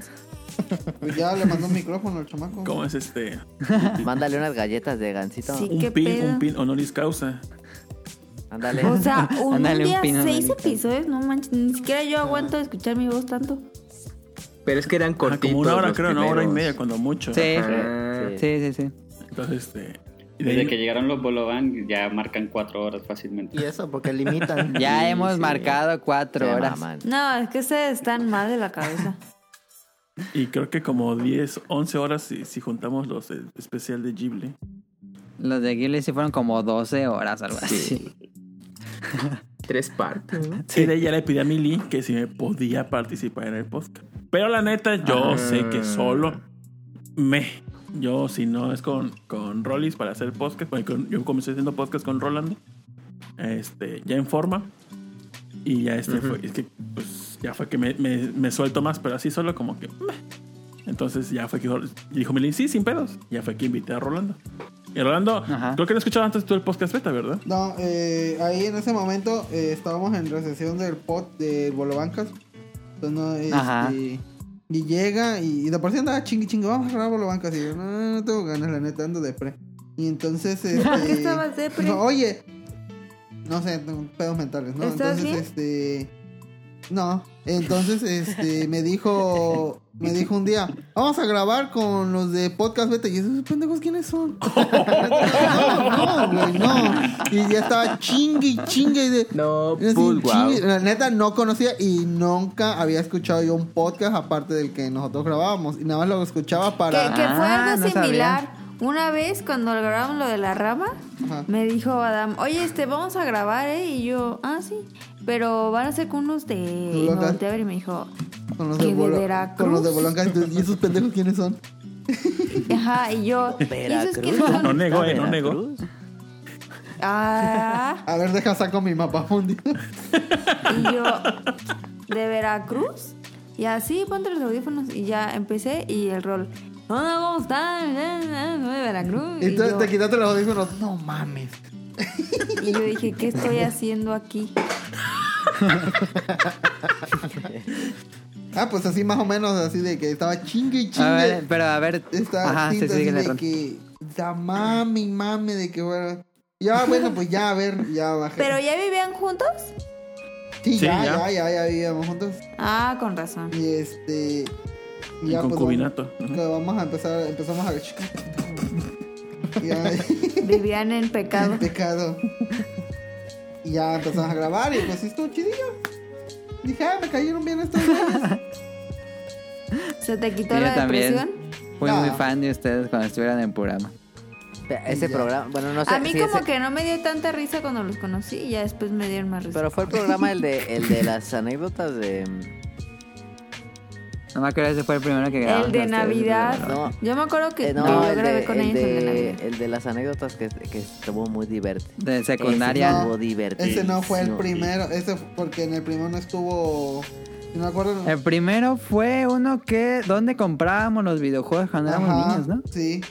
[SPEAKER 9] Pues ya le mandó un micrófono al chamaco.
[SPEAKER 12] ¿Cómo es este?
[SPEAKER 3] Mándale unas galletas de gancito.
[SPEAKER 4] Sí. ¿Qué
[SPEAKER 12] Un pin,
[SPEAKER 4] pedo?
[SPEAKER 12] un pin honoris causa.
[SPEAKER 3] Mándale.
[SPEAKER 4] O sea, un
[SPEAKER 2] Ándale, un
[SPEAKER 4] día
[SPEAKER 2] pino,
[SPEAKER 4] seis
[SPEAKER 2] ándale.
[SPEAKER 4] episodios, no manches, ni siquiera yo aguanto escuchar mi voz tanto.
[SPEAKER 8] Pero es que eran
[SPEAKER 12] Ajá,
[SPEAKER 8] cortitos.
[SPEAKER 12] como una hora,
[SPEAKER 8] los
[SPEAKER 12] creo, una hora y
[SPEAKER 8] primeros.
[SPEAKER 12] media, cuando mucho.
[SPEAKER 2] Sí,
[SPEAKER 8] Ajá.
[SPEAKER 2] sí, sí, sí.
[SPEAKER 12] Entonces, este. y de ahí-
[SPEAKER 7] Desde que llegaron los Bolovan ya marcan cuatro horas fácilmente.
[SPEAKER 5] Y eso porque limitan.
[SPEAKER 2] Ya hemos marcado cuatro
[SPEAKER 3] Se
[SPEAKER 2] horas.
[SPEAKER 3] maman.
[SPEAKER 4] No, es que ustedes están mal de la cabeza.
[SPEAKER 12] y creo que como 10, 11 horas si, si juntamos los eh, especial de Ghibli.
[SPEAKER 2] Los de Ghibli sí fueron como 12 horas, algo así.
[SPEAKER 8] Tres partes. ¿no?
[SPEAKER 12] Y de ella le pedí a Mili que si me podía participar en el podcast. Pero la neta, yo
[SPEAKER 8] Ah.
[SPEAKER 12] sé que solo me. Yo, si no es con, con Rollis para hacer podcast, porque con- yo comencé haciendo podcast con Roland, este, ya en forma. Y ya este fue, es que pues, ya fue que me, me, me suelto más, pero así solo como que. meh. Entonces ya fue que dijo- dijo Mili, sí, sin pedos. Ya fue que invité a Rolando. Y Rolando,
[SPEAKER 2] Ajá.
[SPEAKER 12] creo que no escuchaba antes tú el podcast beta, ¿verdad?
[SPEAKER 9] No, eh, ahí en ese momento eh, estábamos en recesión del pot de Bolobancas. Entonces, no, este,
[SPEAKER 2] Ajá.
[SPEAKER 9] Y llega y, y de por sí andaba chingui chingue, vamos a cerrar Bolobancas. Y yo, no, no tengo ganas, la neta, ando de pre. Y entonces, este,
[SPEAKER 4] ¿Por qué estabas depre?
[SPEAKER 9] dijo, oye, no sé, tengo pedos mentales, ¿no?
[SPEAKER 4] ¿Estás
[SPEAKER 9] entonces,
[SPEAKER 4] bien?
[SPEAKER 9] este. No, entonces este me dijo me dijo un día, vamos a grabar con los de Podcast Beta y yo, esos pendejos quiénes son? no, no, güey, no. Y ya estaba chingue y chingue y de
[SPEAKER 8] No,
[SPEAKER 9] así,
[SPEAKER 8] pues, wow.
[SPEAKER 9] chingue. La neta no conocía y nunca había escuchado yo un podcast aparte del que nosotros grabábamos y nada más lo escuchaba para
[SPEAKER 4] Que, que fue
[SPEAKER 2] Ah,
[SPEAKER 4] algo
[SPEAKER 2] no sabía.
[SPEAKER 4] similar. Una vez cuando grabamos lo de la rama,
[SPEAKER 9] Ajá.
[SPEAKER 4] me dijo Adam, oye, este, vamos a grabar, ¿eh? Y yo, ah, sí, pero van a ser con unos de... Y me
[SPEAKER 9] Locas.
[SPEAKER 4] volteé a ver y me dijo,
[SPEAKER 9] con los
[SPEAKER 4] que
[SPEAKER 9] de
[SPEAKER 4] de
[SPEAKER 9] Bolo-
[SPEAKER 4] Veracruz.
[SPEAKER 9] con los de Boloncas y esos pendejos quiénes son?
[SPEAKER 4] Ajá, y yo. y eso es que
[SPEAKER 12] Veracruz.
[SPEAKER 4] no-
[SPEAKER 12] No negó, eh, no negó.
[SPEAKER 4] Ah,
[SPEAKER 9] A ver, deja saco mi mapa mundi.
[SPEAKER 4] y yo. ¿De Veracruz? Y así, ponte los audífonos. Y ya empecé y el rol. No, no, ¿cómo están? Eh, eh, Soy de Veracruz.
[SPEAKER 9] Y tú
[SPEAKER 4] yo-
[SPEAKER 9] te quitaste los audífonos. No mames.
[SPEAKER 4] Y yo dije, ¿qué estoy haciendo aquí?
[SPEAKER 9] Ah, pues así más o menos, así de que estaba chingue y chingue.
[SPEAKER 2] A ver, pero a ver.
[SPEAKER 9] Estaba
[SPEAKER 2] Ajá, sí,
[SPEAKER 9] tinta
[SPEAKER 2] sí,
[SPEAKER 9] así
[SPEAKER 2] síguele,
[SPEAKER 9] de
[SPEAKER 2] Ron.
[SPEAKER 9] que da mame y mame de que bueno. Ya, bueno, pues ya, a ver, ya bajé.
[SPEAKER 4] ¿Pero ya vivían juntos?
[SPEAKER 9] sí,
[SPEAKER 12] Sí,
[SPEAKER 9] ya,
[SPEAKER 12] ya.
[SPEAKER 9] ya, ya, ya vivíamos juntos.
[SPEAKER 4] Ah, con razón.
[SPEAKER 9] Y este. y
[SPEAKER 12] El
[SPEAKER 9] ya, pues,
[SPEAKER 12] concubinato.
[SPEAKER 9] vamos, que vamos a empezar, empezamos a ver, chicas. Ya,
[SPEAKER 4] Vivían en pecado.
[SPEAKER 9] pecado. Y ya empezamos a grabar y pues sí, estuvo chidillo. Dije, ah, me cayeron bien estos güeyes.
[SPEAKER 4] ¿Se te quitó
[SPEAKER 2] Y yo
[SPEAKER 4] la
[SPEAKER 2] también
[SPEAKER 4] depresión?
[SPEAKER 2] fui muy
[SPEAKER 9] No.
[SPEAKER 2] fan de ustedes cuando estuvieran en programa.
[SPEAKER 3] Ese
[SPEAKER 9] Ya.
[SPEAKER 3] programa, bueno, no sé.
[SPEAKER 4] a mí
[SPEAKER 3] sí,
[SPEAKER 4] como
[SPEAKER 3] ese-
[SPEAKER 4] que no me dio tanta risa cuando los conocí y ya después me dieron más risa.
[SPEAKER 3] Pero fue el programa el de, el de las anécdotas de. mm,
[SPEAKER 2] No me acuerdo ese fue el primero que grabamos.
[SPEAKER 4] el de
[SPEAKER 2] ustedes,
[SPEAKER 4] Navidad.
[SPEAKER 2] pero-
[SPEAKER 3] No.
[SPEAKER 4] Yo me acuerdo que
[SPEAKER 3] eh,
[SPEAKER 4] que yo
[SPEAKER 3] el
[SPEAKER 4] grabé
[SPEAKER 3] de,
[SPEAKER 4] con
[SPEAKER 3] el
[SPEAKER 4] ellos el de
[SPEAKER 3] de-
[SPEAKER 4] Navidad.
[SPEAKER 3] el de las anécdotas que, que estuvo muy divertido.
[SPEAKER 2] De secundaria.
[SPEAKER 3] Ese
[SPEAKER 9] No,
[SPEAKER 3] estuvo divertido.
[SPEAKER 9] Ese no fue el primero, ese fue porque en el primero no estuvo. No me acuerdo.
[SPEAKER 2] El Eh, primero fue uno que donde comprábamos los videojuegos cuando éramos
[SPEAKER 9] Ajá,
[SPEAKER 2] niños, ¿no?
[SPEAKER 9] Sí.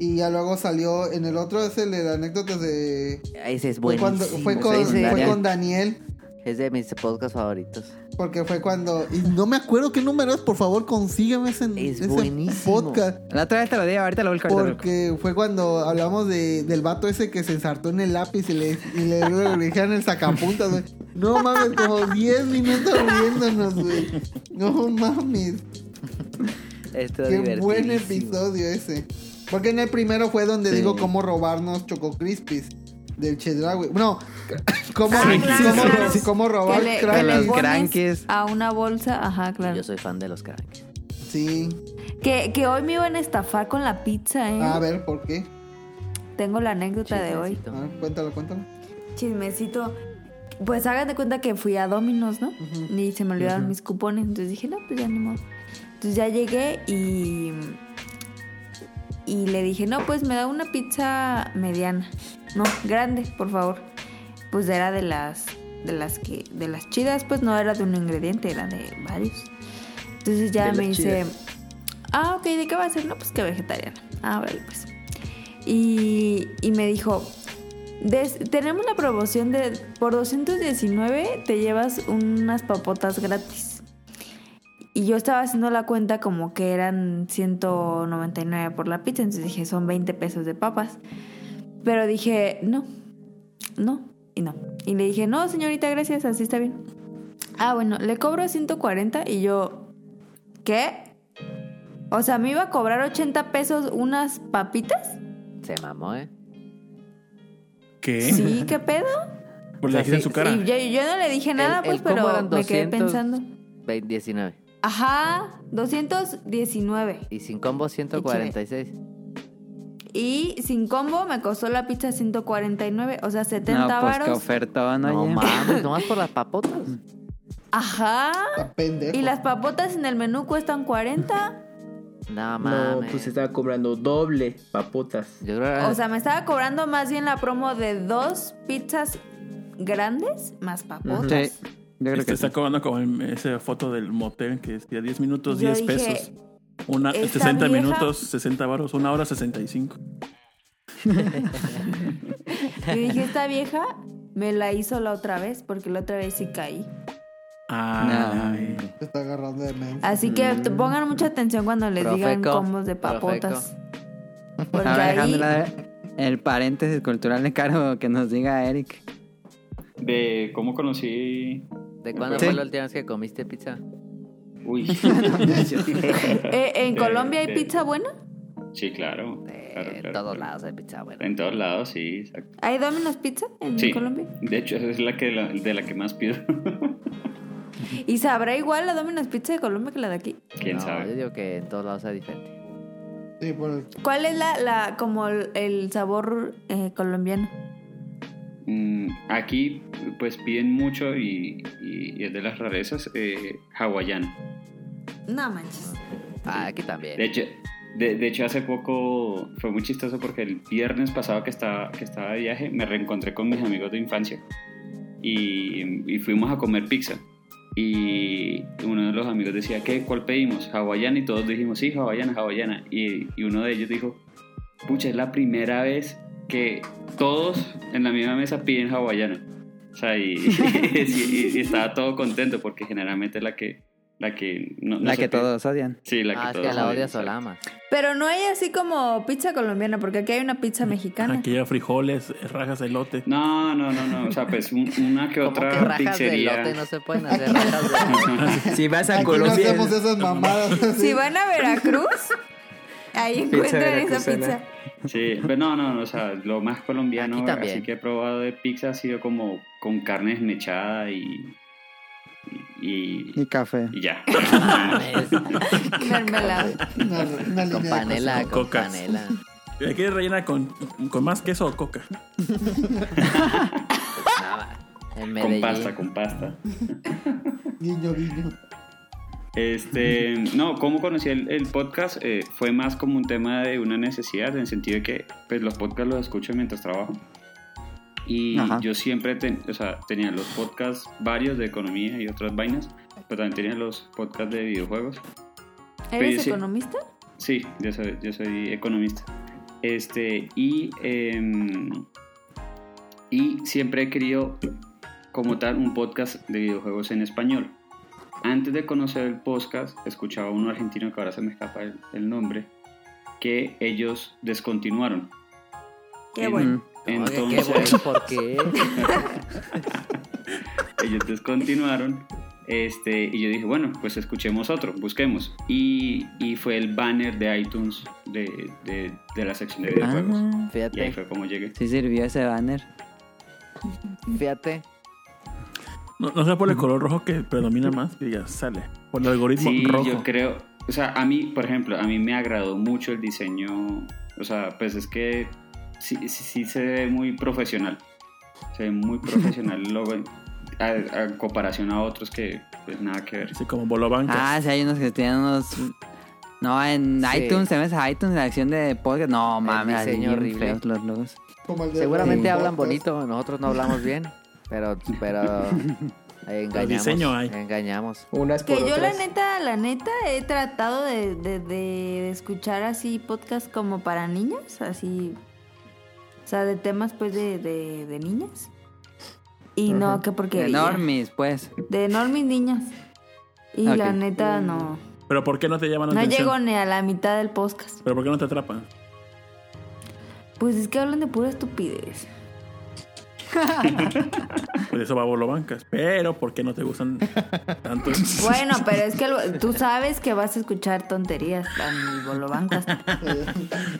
[SPEAKER 9] Y ya luego salió en el otro, es el de las anécdotas de.
[SPEAKER 3] Ese es
[SPEAKER 9] Fue,
[SPEAKER 3] buenísimo.
[SPEAKER 9] cuando, fue, con,
[SPEAKER 3] Ese
[SPEAKER 9] fue con Daniel,
[SPEAKER 3] Es de mis podcasts favoritos.
[SPEAKER 9] porque fue cuando. Y no me acuerdo qué número es, por favor, consígueme ese,
[SPEAKER 3] Es
[SPEAKER 9] ese
[SPEAKER 3] buenísimo.
[SPEAKER 9] podcast.
[SPEAKER 2] La otra vez te lo di, ahorita lo busco. ahorita lo busco.
[SPEAKER 9] Porque fue cuando hablamos de, del vato ese que se ensartó en el lápiz y le, y le, le dijeron el sacapuntas, güey. No mames, como 10 minutos riéndonos, güey. No mames.
[SPEAKER 3] Estuvo
[SPEAKER 9] Qué buen
[SPEAKER 3] divertidísimo.
[SPEAKER 9] episodio ese. Porque en el primero fue donde
[SPEAKER 3] Sí.
[SPEAKER 9] digo cómo robarnos Choco Crispies del Chedraui. No, cómo,
[SPEAKER 4] Ah, claro,
[SPEAKER 9] cómo,
[SPEAKER 4] claro.
[SPEAKER 9] cómo robar
[SPEAKER 4] Que le- que
[SPEAKER 9] Crackers.
[SPEAKER 4] le
[SPEAKER 2] Los
[SPEAKER 4] pones
[SPEAKER 2] crankies.
[SPEAKER 4] a una bolsa, ajá, claro.
[SPEAKER 3] Yo soy fan de los cranks.
[SPEAKER 9] Sí.
[SPEAKER 4] Que, que hoy me iban a estafar con la pizza, ¿eh?
[SPEAKER 9] Ah, A ver, ¿por qué?
[SPEAKER 4] Tengo la anécdota de hoy.
[SPEAKER 9] A ver, cuéntalo, cuéntalo.
[SPEAKER 4] chismecito. Pues hagan de cuenta que fui a Domino's, ¿no? Y se me olvidaron mis cupones. Entonces dije, no, pues ya ni modo. Entonces ya llegué y. Y le dije, no, pues me da una pizza mediana. No, grande, por favor. Pues era de las. De las que. De las chidas, pues no era de un ingrediente, era de varios. Entonces ya me dice. Ah, ok, ¿de qué va a ser? No, pues que vegetariana. Ah, vale, pues. Y, y me dijo, "Des- tenemos la promoción de por 219 te llevas unas papotas gratis. Y yo estaba haciendo la cuenta como que eran 199 por la pizza, entonces dije, son 20 pesos de papas. Pero dije, no, no, y no. Y le dije, no, señorita, gracias, así está bien. Ah, bueno, le cobro 140 y yo, ¿qué? O sea, me iba a cobrar 80 pesos unas papitas.
[SPEAKER 3] Se mamó, ¿eh?
[SPEAKER 12] ¿Qué?
[SPEAKER 4] Sí, ¿qué pedo?
[SPEAKER 12] Pues le
[SPEAKER 3] O sea,
[SPEAKER 12] dijiste en
[SPEAKER 3] sí,
[SPEAKER 12] su cara.
[SPEAKER 4] Y yo, yo no le dije nada,
[SPEAKER 3] El-
[SPEAKER 4] pues,
[SPEAKER 3] el cómo
[SPEAKER 4] pero
[SPEAKER 3] eran
[SPEAKER 4] me quedé
[SPEAKER 3] 200.
[SPEAKER 4] pensando.
[SPEAKER 3] 19.
[SPEAKER 4] Ajá, 219.
[SPEAKER 3] Y sin combo 146.
[SPEAKER 4] Y sin combo me costó la pizza 149, o sea, 70
[SPEAKER 2] No, pues qué
[SPEAKER 4] varos.
[SPEAKER 2] ofertón,
[SPEAKER 3] No
[SPEAKER 2] oye.
[SPEAKER 3] mames, nomás por las papotas.
[SPEAKER 4] Ajá.
[SPEAKER 9] La pendejo.
[SPEAKER 4] Y las papotas en el menú cuestan 40.
[SPEAKER 3] No
[SPEAKER 8] No,
[SPEAKER 3] mames.
[SPEAKER 8] pues estaba cobrando doble papotas.
[SPEAKER 3] Yo creo que
[SPEAKER 2] Ah.
[SPEAKER 4] O sea, me estaba cobrando más bien la promo de dos pizzas grandes más papotas.
[SPEAKER 2] Sí, yo creo que
[SPEAKER 12] Te
[SPEAKER 2] sí.
[SPEAKER 12] Este, está cobrando con esa foto del motel que decía 10 minutos,
[SPEAKER 4] Yo
[SPEAKER 12] 10
[SPEAKER 4] dije,
[SPEAKER 12] pesos. Una,
[SPEAKER 4] "Esta
[SPEAKER 12] 60
[SPEAKER 4] vieja-
[SPEAKER 12] minutos, 60 varos, una hora 65.
[SPEAKER 4] Y dije, esta vieja me la hizo la otra vez, porque la otra vez sí caí.
[SPEAKER 12] Ah, ay.
[SPEAKER 9] Te está agarrando de menso.
[SPEAKER 4] Así que
[SPEAKER 5] Mm.
[SPEAKER 2] Mm.
[SPEAKER 4] t- pongan mucha atención cuando les digan
[SPEAKER 3] Profeco,
[SPEAKER 4] combos de papotas. Porque
[SPEAKER 2] A ver,
[SPEAKER 4] ahí-
[SPEAKER 2] dejándola el paréntesis cultural de Caro que nos diga Eric.
[SPEAKER 7] De cómo conocí.
[SPEAKER 3] ¿De cuándo
[SPEAKER 2] Sí.
[SPEAKER 3] fue la última vez que comiste pizza?
[SPEAKER 7] Uy.
[SPEAKER 4] Eh, ¿En
[SPEAKER 7] De-
[SPEAKER 4] Colombia hay
[SPEAKER 7] de-
[SPEAKER 4] pizza buena?
[SPEAKER 7] Sí, claro.
[SPEAKER 3] Eh,
[SPEAKER 7] claro,
[SPEAKER 3] en
[SPEAKER 7] claro,
[SPEAKER 3] todos
[SPEAKER 7] claro.
[SPEAKER 3] lados hay pizza, bueno.
[SPEAKER 7] En todos lados, sí, exacto.
[SPEAKER 4] ¿Hay Domino's Pizza en
[SPEAKER 7] Sí.
[SPEAKER 4] Colombia?
[SPEAKER 7] De hecho, esa es la que la- de la que más pido.
[SPEAKER 4] ¿Y sabrá igual la Domino's Pizza de Colombia que la de aquí?
[SPEAKER 7] ¿Quién
[SPEAKER 3] No, Yo
[SPEAKER 7] sabe?
[SPEAKER 3] digo que en todos lados es diferente.
[SPEAKER 9] Sí, por el-
[SPEAKER 4] ¿Cuál es la, la como el, el sabor eh, colombiano?
[SPEAKER 7] Mm, aquí, pues piden mucho y, y- y es de las rarezas, eh, hawaiano.
[SPEAKER 4] No manches.
[SPEAKER 3] Ah, aquí también.
[SPEAKER 7] De hecho, De, de hecho, hace poco fue muy chistoso porque el viernes pasado que estaba, que estaba de viaje me reencontré con mis amigos de infancia y, y fuimos a comer pizza. Y uno de los amigos decía, ¿qué? ¿Cuál pedimos? Hawaiana y todos dijimos, sí, hawaiana, hawaiana. Y, y uno de ellos dijo, pucha, es la primera vez que todos en la misma mesa piden hawaiana. O sea, y, y- y estaba todo contento porque generalmente la que... La que, no- no
[SPEAKER 2] La
[SPEAKER 7] se
[SPEAKER 2] que
[SPEAKER 7] pide.
[SPEAKER 2] todos odian.
[SPEAKER 7] Sí, la que
[SPEAKER 3] Ah, es
[SPEAKER 7] todos
[SPEAKER 3] que la
[SPEAKER 7] odian,
[SPEAKER 3] odia
[SPEAKER 7] exacto.
[SPEAKER 3] Solama.
[SPEAKER 4] Pero no hay así como pizza colombiana, porque aquí hay una pizza mexicana.
[SPEAKER 12] Aquí Ah, lleva frijoles, rajas de elote.
[SPEAKER 7] No, no, no, no. O sea, pues un- una que
[SPEAKER 3] Como que
[SPEAKER 7] otra
[SPEAKER 3] rajas de
[SPEAKER 7] pizzería.
[SPEAKER 3] elote no se pueden hacer rajas de
[SPEAKER 9] Si vas a
[SPEAKER 6] Aquí no
[SPEAKER 9] Colombia.
[SPEAKER 6] hacemos esas mamadas.
[SPEAKER 4] Si van a Veracruz, ahí encuentran esa
[SPEAKER 8] veracruzana.
[SPEAKER 4] pizza.
[SPEAKER 7] Sí, pero no, no, no, o sea, lo más colombiano
[SPEAKER 3] Aquí también.
[SPEAKER 7] así que he probado de pizza ha sido como con carne desmechada y. y.
[SPEAKER 9] Ni café.
[SPEAKER 7] y ya.
[SPEAKER 4] Mermelada.
[SPEAKER 6] Una- una
[SPEAKER 3] con
[SPEAKER 6] línea de
[SPEAKER 3] panela,
[SPEAKER 12] Con
[SPEAKER 3] con
[SPEAKER 12] cocas.
[SPEAKER 3] panela.
[SPEAKER 12] ¿La quieres rellena con, con más queso o coca?
[SPEAKER 3] Nada, En
[SPEAKER 7] con
[SPEAKER 3] Medellín.
[SPEAKER 7] pasta, con pasta.
[SPEAKER 6] cosas. Guiño, guiño.
[SPEAKER 7] Este, no, cómo conocí el, el podcast Eh, fue más como un tema de una necesidad, en el sentido de que pues, los podcasts los escucho mientras trabajo. Y
[SPEAKER 9] Ajá.
[SPEAKER 7] yo siempre ten- o sea, tenía los podcasts varios de economía y otras vainas, pero también tenía los podcasts de videojuegos.
[SPEAKER 4] ¿Eres
[SPEAKER 7] sí.
[SPEAKER 4] economista?
[SPEAKER 7] Sí, yo soy, yo soy economista. Este, y, em, y siempre he querido, como tal, un podcast de videojuegos en español. Antes de conocer el podcast, escuchaba uno argentino que ahora se me escapa el, el nombre, que ellos descontinuaron.
[SPEAKER 4] Qué
[SPEAKER 7] En-
[SPEAKER 4] bueno.
[SPEAKER 3] Oye,
[SPEAKER 7] Entonces,
[SPEAKER 3] qué bueno, ¿por qué?
[SPEAKER 7] ellos descontinuaron. Este, y yo dije, bueno, pues escuchemos otro, busquemos. Y, y fue el banner de iTunes de, de- de la sección de videojuegos.
[SPEAKER 2] Ah,
[SPEAKER 7] Y ahí
[SPEAKER 3] Fíjate,
[SPEAKER 7] fue como llegué.
[SPEAKER 2] sí sirvió ese banner.
[SPEAKER 3] fíjate.
[SPEAKER 12] No, no sea por el color rojo que predomina más, que ya sale. Por el algoritmo
[SPEAKER 7] Sí,
[SPEAKER 12] rojo.
[SPEAKER 7] yo creo. O sea, a mí, por ejemplo, a mí me agradó mucho el diseño. O sea, pues es que sí, sí, sí se ve muy profesional. Se ve muy profesional el logo en- a, a comparación a otros que pues nada que ver.
[SPEAKER 12] Así como bolobancas.
[SPEAKER 2] Ah, sí, hay unos que tienen unos. No, en
[SPEAKER 3] Sí.
[SPEAKER 2] iTunes, te metes a iTunes, la acción de podcast. No, mames, así
[SPEAKER 3] diseño
[SPEAKER 2] bien
[SPEAKER 3] horrible.
[SPEAKER 2] feos los logos.
[SPEAKER 6] Como el de-
[SPEAKER 3] Seguramente
[SPEAKER 6] el
[SPEAKER 3] hablan
[SPEAKER 6] podcast.
[SPEAKER 3] bonito, nosotros no hablamos bien, pero, pero engañamos.
[SPEAKER 12] diseño hay.
[SPEAKER 3] Engañamos.
[SPEAKER 8] Unas por
[SPEAKER 4] Que yo la
[SPEAKER 8] otras.
[SPEAKER 4] neta, la neta, he tratado de, de- de escuchar así podcasts como para niñas, así, o sea, de temas pues de, de, de niñas. Y no, que porque...
[SPEAKER 2] Enormes, pues.
[SPEAKER 4] De enormes niñas. Y la
[SPEAKER 2] Ok.
[SPEAKER 4] neta, no.
[SPEAKER 12] Pero ¿por qué no te llaman la
[SPEAKER 4] No
[SPEAKER 12] atención?
[SPEAKER 4] llego ni a la mitad del podcast.
[SPEAKER 12] ¿Pero por qué no te atrapan?
[SPEAKER 4] Pues es que hablan de pura estupidez.
[SPEAKER 12] Pues eso va a bolobancas. Pero ¿por qué no te gustan tanto?
[SPEAKER 4] Bueno, pero es que lo- tú sabes que vas a escuchar tonterías a mi bolobancas.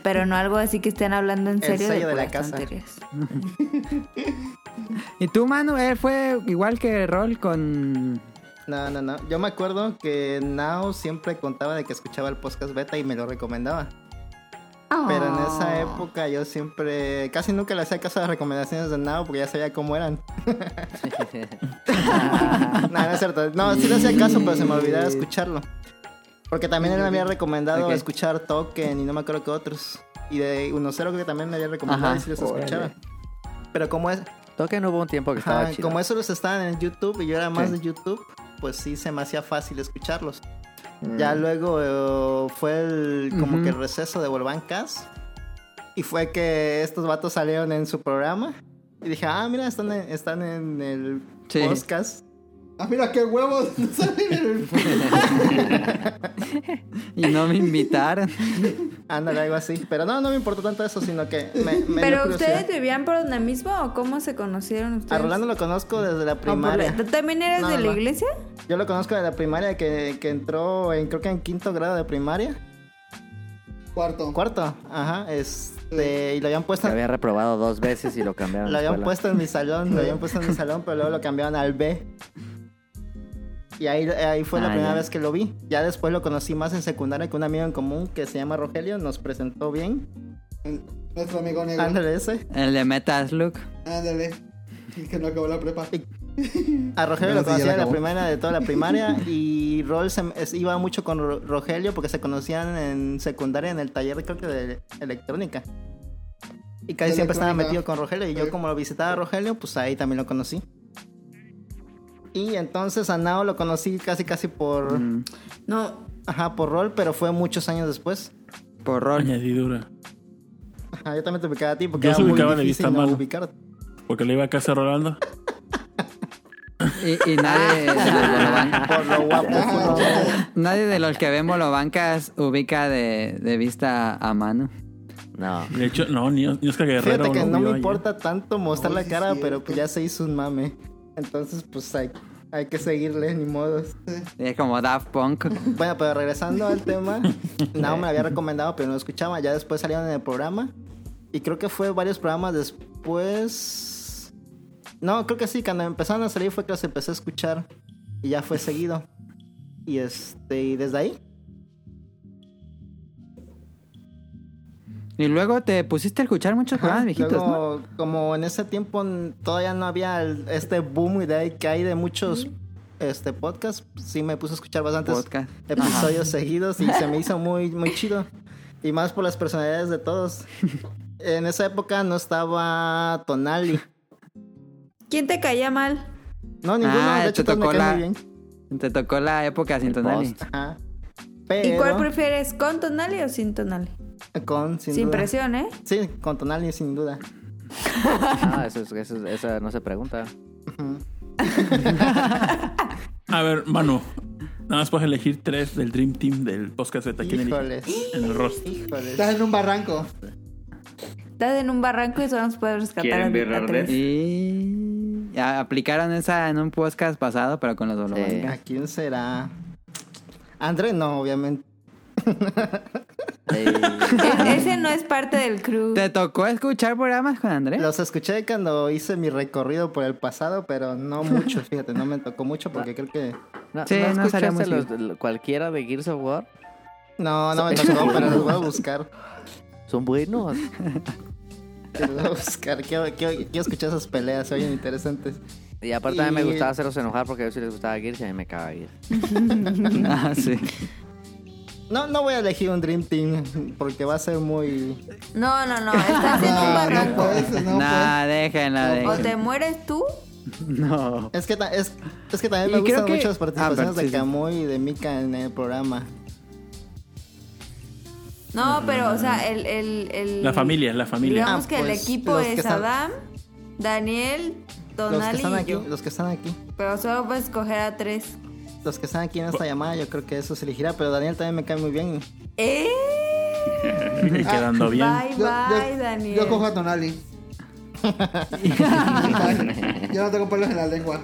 [SPEAKER 4] Pero no algo así que estén hablando en
[SPEAKER 5] El
[SPEAKER 4] serio de,
[SPEAKER 5] sello de la
[SPEAKER 4] puras
[SPEAKER 5] casa.
[SPEAKER 4] tonterías.
[SPEAKER 2] ¿Y tú, Manu? eh, fue igual que Rol con.
[SPEAKER 5] No, no, no. Yo me acuerdo que Now siempre contaba de que escuchaba el podcast beta y me lo recomendaba. Pero en
[SPEAKER 2] Ah.
[SPEAKER 5] esa época yo siempre, casi nunca le hacía caso a las recomendaciones de Now porque ya sabía cómo eran. no, no es cierto. No, sí le hacía caso, pero se me olvidaba escucharlo. Porque también él me había recomendado
[SPEAKER 2] Ok.
[SPEAKER 5] escuchar Token y no me acuerdo qué otros. Y de 1.0 creo que también me había recomendado
[SPEAKER 2] Ajá.
[SPEAKER 5] y sí los
[SPEAKER 8] Órale.
[SPEAKER 5] escuchaba. Pero como es,
[SPEAKER 3] Toque no hubo un tiempo que estaba
[SPEAKER 5] ajá,
[SPEAKER 3] chido.
[SPEAKER 5] como esos los estaban en YouTube y yo era más de YouTube, pues sí se me hacía fácil escucharlos. Ya
[SPEAKER 3] Mm.
[SPEAKER 5] luego eh, fue el, como
[SPEAKER 2] Mm. Ujú.
[SPEAKER 5] que el receso de Volvancas. Y fue que estos vatos salieron en su programa. Y dije, ah, mira, están en, están en el
[SPEAKER 2] Sí.
[SPEAKER 5] podcast.
[SPEAKER 6] Ah, mira qué huevos. salen en el-
[SPEAKER 2] Y no me invitaron.
[SPEAKER 5] Ándale, algo así. Pero no, no me importó tanto eso, sino que me, me dio
[SPEAKER 4] ¿Pero
[SPEAKER 5] curiosidad.
[SPEAKER 4] ustedes vivían por donde mismo o cómo se conocieron ustedes?
[SPEAKER 5] A Rolando lo conozco desde la
[SPEAKER 4] ¿O Ah, por la-
[SPEAKER 5] primaria.
[SPEAKER 4] ¿Tú también eras
[SPEAKER 5] No,
[SPEAKER 4] de
[SPEAKER 5] no,
[SPEAKER 4] la
[SPEAKER 5] no.
[SPEAKER 4] iglesia?
[SPEAKER 5] Yo lo conozco desde la primaria que, que entró en, creo que en quinto grado de primaria.
[SPEAKER 6] Cuarto.
[SPEAKER 5] Cuarto, ajá. Este, y lo habían puesto
[SPEAKER 3] Que había reprobado dos veces y lo cambiaron.
[SPEAKER 5] Lo
[SPEAKER 3] de
[SPEAKER 5] habían
[SPEAKER 3] escuela.
[SPEAKER 5] puesto en mi salón, lo habían puesto en mi salón, pero luego lo cambiaron al B. Y ahí, ahí fue la
[SPEAKER 2] Ah,
[SPEAKER 5] primera
[SPEAKER 2] ya.
[SPEAKER 5] vez que lo vi. Ya después lo conocí más en secundaria con un amigo en común que se llama Rogelio, nos presentó bien.
[SPEAKER 6] Nuestro amigo negro.
[SPEAKER 5] Ándale ese.
[SPEAKER 2] El de Metas Look.
[SPEAKER 6] Ándale. El que no acabó la prepa.
[SPEAKER 5] Y, A
[SPEAKER 6] Pero
[SPEAKER 5] Rogelio
[SPEAKER 6] sí, ya
[SPEAKER 5] lo
[SPEAKER 6] la
[SPEAKER 5] conocía de la
[SPEAKER 6] acabó.
[SPEAKER 5] primera de toda la primaria y Rol se- es- iba mucho con Ro- Rogelio porque se conocían en secundaria en el taller creo que de electrónica. Y casi
[SPEAKER 9] De
[SPEAKER 5] siempre estaba
[SPEAKER 9] electrónica.
[SPEAKER 5] metido con Rogelio y yo como lo visitaba a Rogelio, pues ahí también lo conocí. Y entonces a Nao lo conocí casi casi por...
[SPEAKER 4] No.
[SPEAKER 5] Ajá, por Rol, pero fue muchos años después.
[SPEAKER 2] Por rol.
[SPEAKER 12] Añadidura.
[SPEAKER 5] Ajá, yo también te ubicaba a ti porque
[SPEAKER 12] Yo
[SPEAKER 5] era
[SPEAKER 12] se
[SPEAKER 5] muy
[SPEAKER 12] ubicaba de
[SPEAKER 5] difícil
[SPEAKER 12] vista
[SPEAKER 5] no
[SPEAKER 12] mala.
[SPEAKER 5] ubicarte.
[SPEAKER 12] Porque le iba a casa a Rolando.
[SPEAKER 2] Y, y nadie, de los bolobancas-
[SPEAKER 5] Por lo guapo.
[SPEAKER 2] nadie de los que ven bolobancas ubica de, de vista a mano.
[SPEAKER 3] No.
[SPEAKER 12] De hecho, no, ni, ni Oscar Guerrero.
[SPEAKER 5] Fíjate
[SPEAKER 12] lo
[SPEAKER 5] que no
[SPEAKER 12] vio
[SPEAKER 5] me
[SPEAKER 12] ayer.
[SPEAKER 5] importa tanto mostrar la cara, pero pues ya se hizo un mame. Entonces, pues hay, hay que seguirle, ni modos.
[SPEAKER 2] Es como Daft Punk.
[SPEAKER 5] Bueno, pero regresando al tema, Nao me lo había recomendado, pero no lo escuchaba. Ya después salieron en el programa. Y creo que fue varios programas después. No, creo que sí, cuando empezaron a salir fue que los empecé a escuchar. Y ya fue seguido. Y este, y desde ahí.
[SPEAKER 2] Y luego te pusiste a escuchar muchos programas viejitos, ¿no?
[SPEAKER 5] Luego, como en ese tiempo n- todavía no había el- este boom de ahí que hay de muchos este podcasts, sí me puse a escuchar bastantes
[SPEAKER 2] Podcast.
[SPEAKER 5] episodios seguidos y se me hizo muy, muy chido. Y más por las personalidades de todos. En esa época no estaba Tonali.
[SPEAKER 4] ¿Quién te caía mal?
[SPEAKER 5] No, ninguno.
[SPEAKER 2] Ah,
[SPEAKER 5] de hecho,
[SPEAKER 2] te
[SPEAKER 5] todos me
[SPEAKER 2] tocó
[SPEAKER 5] caen
[SPEAKER 2] la-
[SPEAKER 5] muy bien.
[SPEAKER 2] Te tocó la época sin Tonali.
[SPEAKER 5] Ajá.
[SPEAKER 4] ¿Y cuál
[SPEAKER 5] Pero
[SPEAKER 4] prefieres? ¿Con tonali o sin tonali?
[SPEAKER 5] con, sin,
[SPEAKER 4] Sin,
[SPEAKER 5] duda.
[SPEAKER 4] presión, ¿eh?
[SPEAKER 5] Sí, con Tonali, sin duda.
[SPEAKER 3] Ah, eso, es- eso, es- esa no se pregunta.
[SPEAKER 12] A ver, Manu. Nada más puedes elegir tres del Dream Team del podcast Z. ¿Quién elige?
[SPEAKER 5] Híjoles.
[SPEAKER 12] En el rostro.
[SPEAKER 5] Híjoles.
[SPEAKER 9] Estás en un barranco.
[SPEAKER 4] Estás en un barranco y solo nos puedes rescatar.
[SPEAKER 7] ¿Quieren
[SPEAKER 4] a-
[SPEAKER 7] ver
[SPEAKER 4] a
[SPEAKER 7] arder?
[SPEAKER 4] tres.
[SPEAKER 2] Y ya aplicaron esa en un podcast pasado, pero con los
[SPEAKER 5] ¿A
[SPEAKER 2] bolobancas.
[SPEAKER 5] quién será? André, no, obviamente.
[SPEAKER 3] Ey,
[SPEAKER 4] E- Ese no es parte del crew.
[SPEAKER 2] ¿Te tocó escuchar programas con Andrés?
[SPEAKER 5] Los escuché cuando hice mi recorrido por el pasado, pero no mucho, fíjate, no me tocó mucho porque creo que...
[SPEAKER 3] No,
[SPEAKER 2] Sí,
[SPEAKER 3] ¿no
[SPEAKER 2] no
[SPEAKER 3] escuchaste
[SPEAKER 2] salió muy
[SPEAKER 3] los- los- cualquiera de Gears of War?
[SPEAKER 5] No, no me tocó, pero los voy a buscar.
[SPEAKER 3] Son buenos.
[SPEAKER 5] Los voy a buscar, quiero, quiero- quiero escuchar esas peleas, se oyen interesantes.
[SPEAKER 3] Y aparte a mí me
[SPEAKER 5] Y-
[SPEAKER 3] gustaba hacerlos enojar porque a ellos sí les gustaba Gears y a mí me caga Gears.
[SPEAKER 2] Ah, sí.
[SPEAKER 5] No, no voy a elegir un Dream Team porque va a ser muy...
[SPEAKER 4] No, no, no. Estás en un
[SPEAKER 9] No, no
[SPEAKER 4] barranco.
[SPEAKER 9] puedes, no
[SPEAKER 2] nah,
[SPEAKER 5] Ah, pues.
[SPEAKER 2] déjenla,
[SPEAKER 4] O
[SPEAKER 2] déjenla.
[SPEAKER 4] te mueres tú.
[SPEAKER 2] No.
[SPEAKER 5] Es que, ta- es, es que también me
[SPEAKER 2] Y creo
[SPEAKER 5] gustan
[SPEAKER 2] que-
[SPEAKER 5] mucho las participaciones
[SPEAKER 2] Ah, pero sí,
[SPEAKER 5] de
[SPEAKER 2] sí.
[SPEAKER 5] Camuy y de Mika en el programa.
[SPEAKER 4] No, pero, o sea, el. el, el-
[SPEAKER 12] La familia, la familia.
[SPEAKER 4] Digamos
[SPEAKER 5] Ah,
[SPEAKER 4] que el
[SPEAKER 5] pues,
[SPEAKER 4] equipo
[SPEAKER 5] los
[SPEAKER 4] es
[SPEAKER 5] que están-
[SPEAKER 4] Adam, Daniel,
[SPEAKER 5] Los que
[SPEAKER 4] Donali
[SPEAKER 5] están
[SPEAKER 4] y
[SPEAKER 5] aquí,
[SPEAKER 4] yo.
[SPEAKER 5] los que están aquí.
[SPEAKER 4] Pero solo puedes escoger a tres.
[SPEAKER 5] Los que están aquí en esta llamada, yo creo que eso se elegirá, pero Daniel también me cae muy bien.
[SPEAKER 4] ¡Eh!
[SPEAKER 12] Y
[SPEAKER 5] Ah,
[SPEAKER 12] quedando bien.
[SPEAKER 4] Bye,
[SPEAKER 9] Yo-
[SPEAKER 4] bye,
[SPEAKER 9] yo-
[SPEAKER 4] Daniel.
[SPEAKER 9] Yo cojo a Tonali. yo no tengo pelos en la lengua.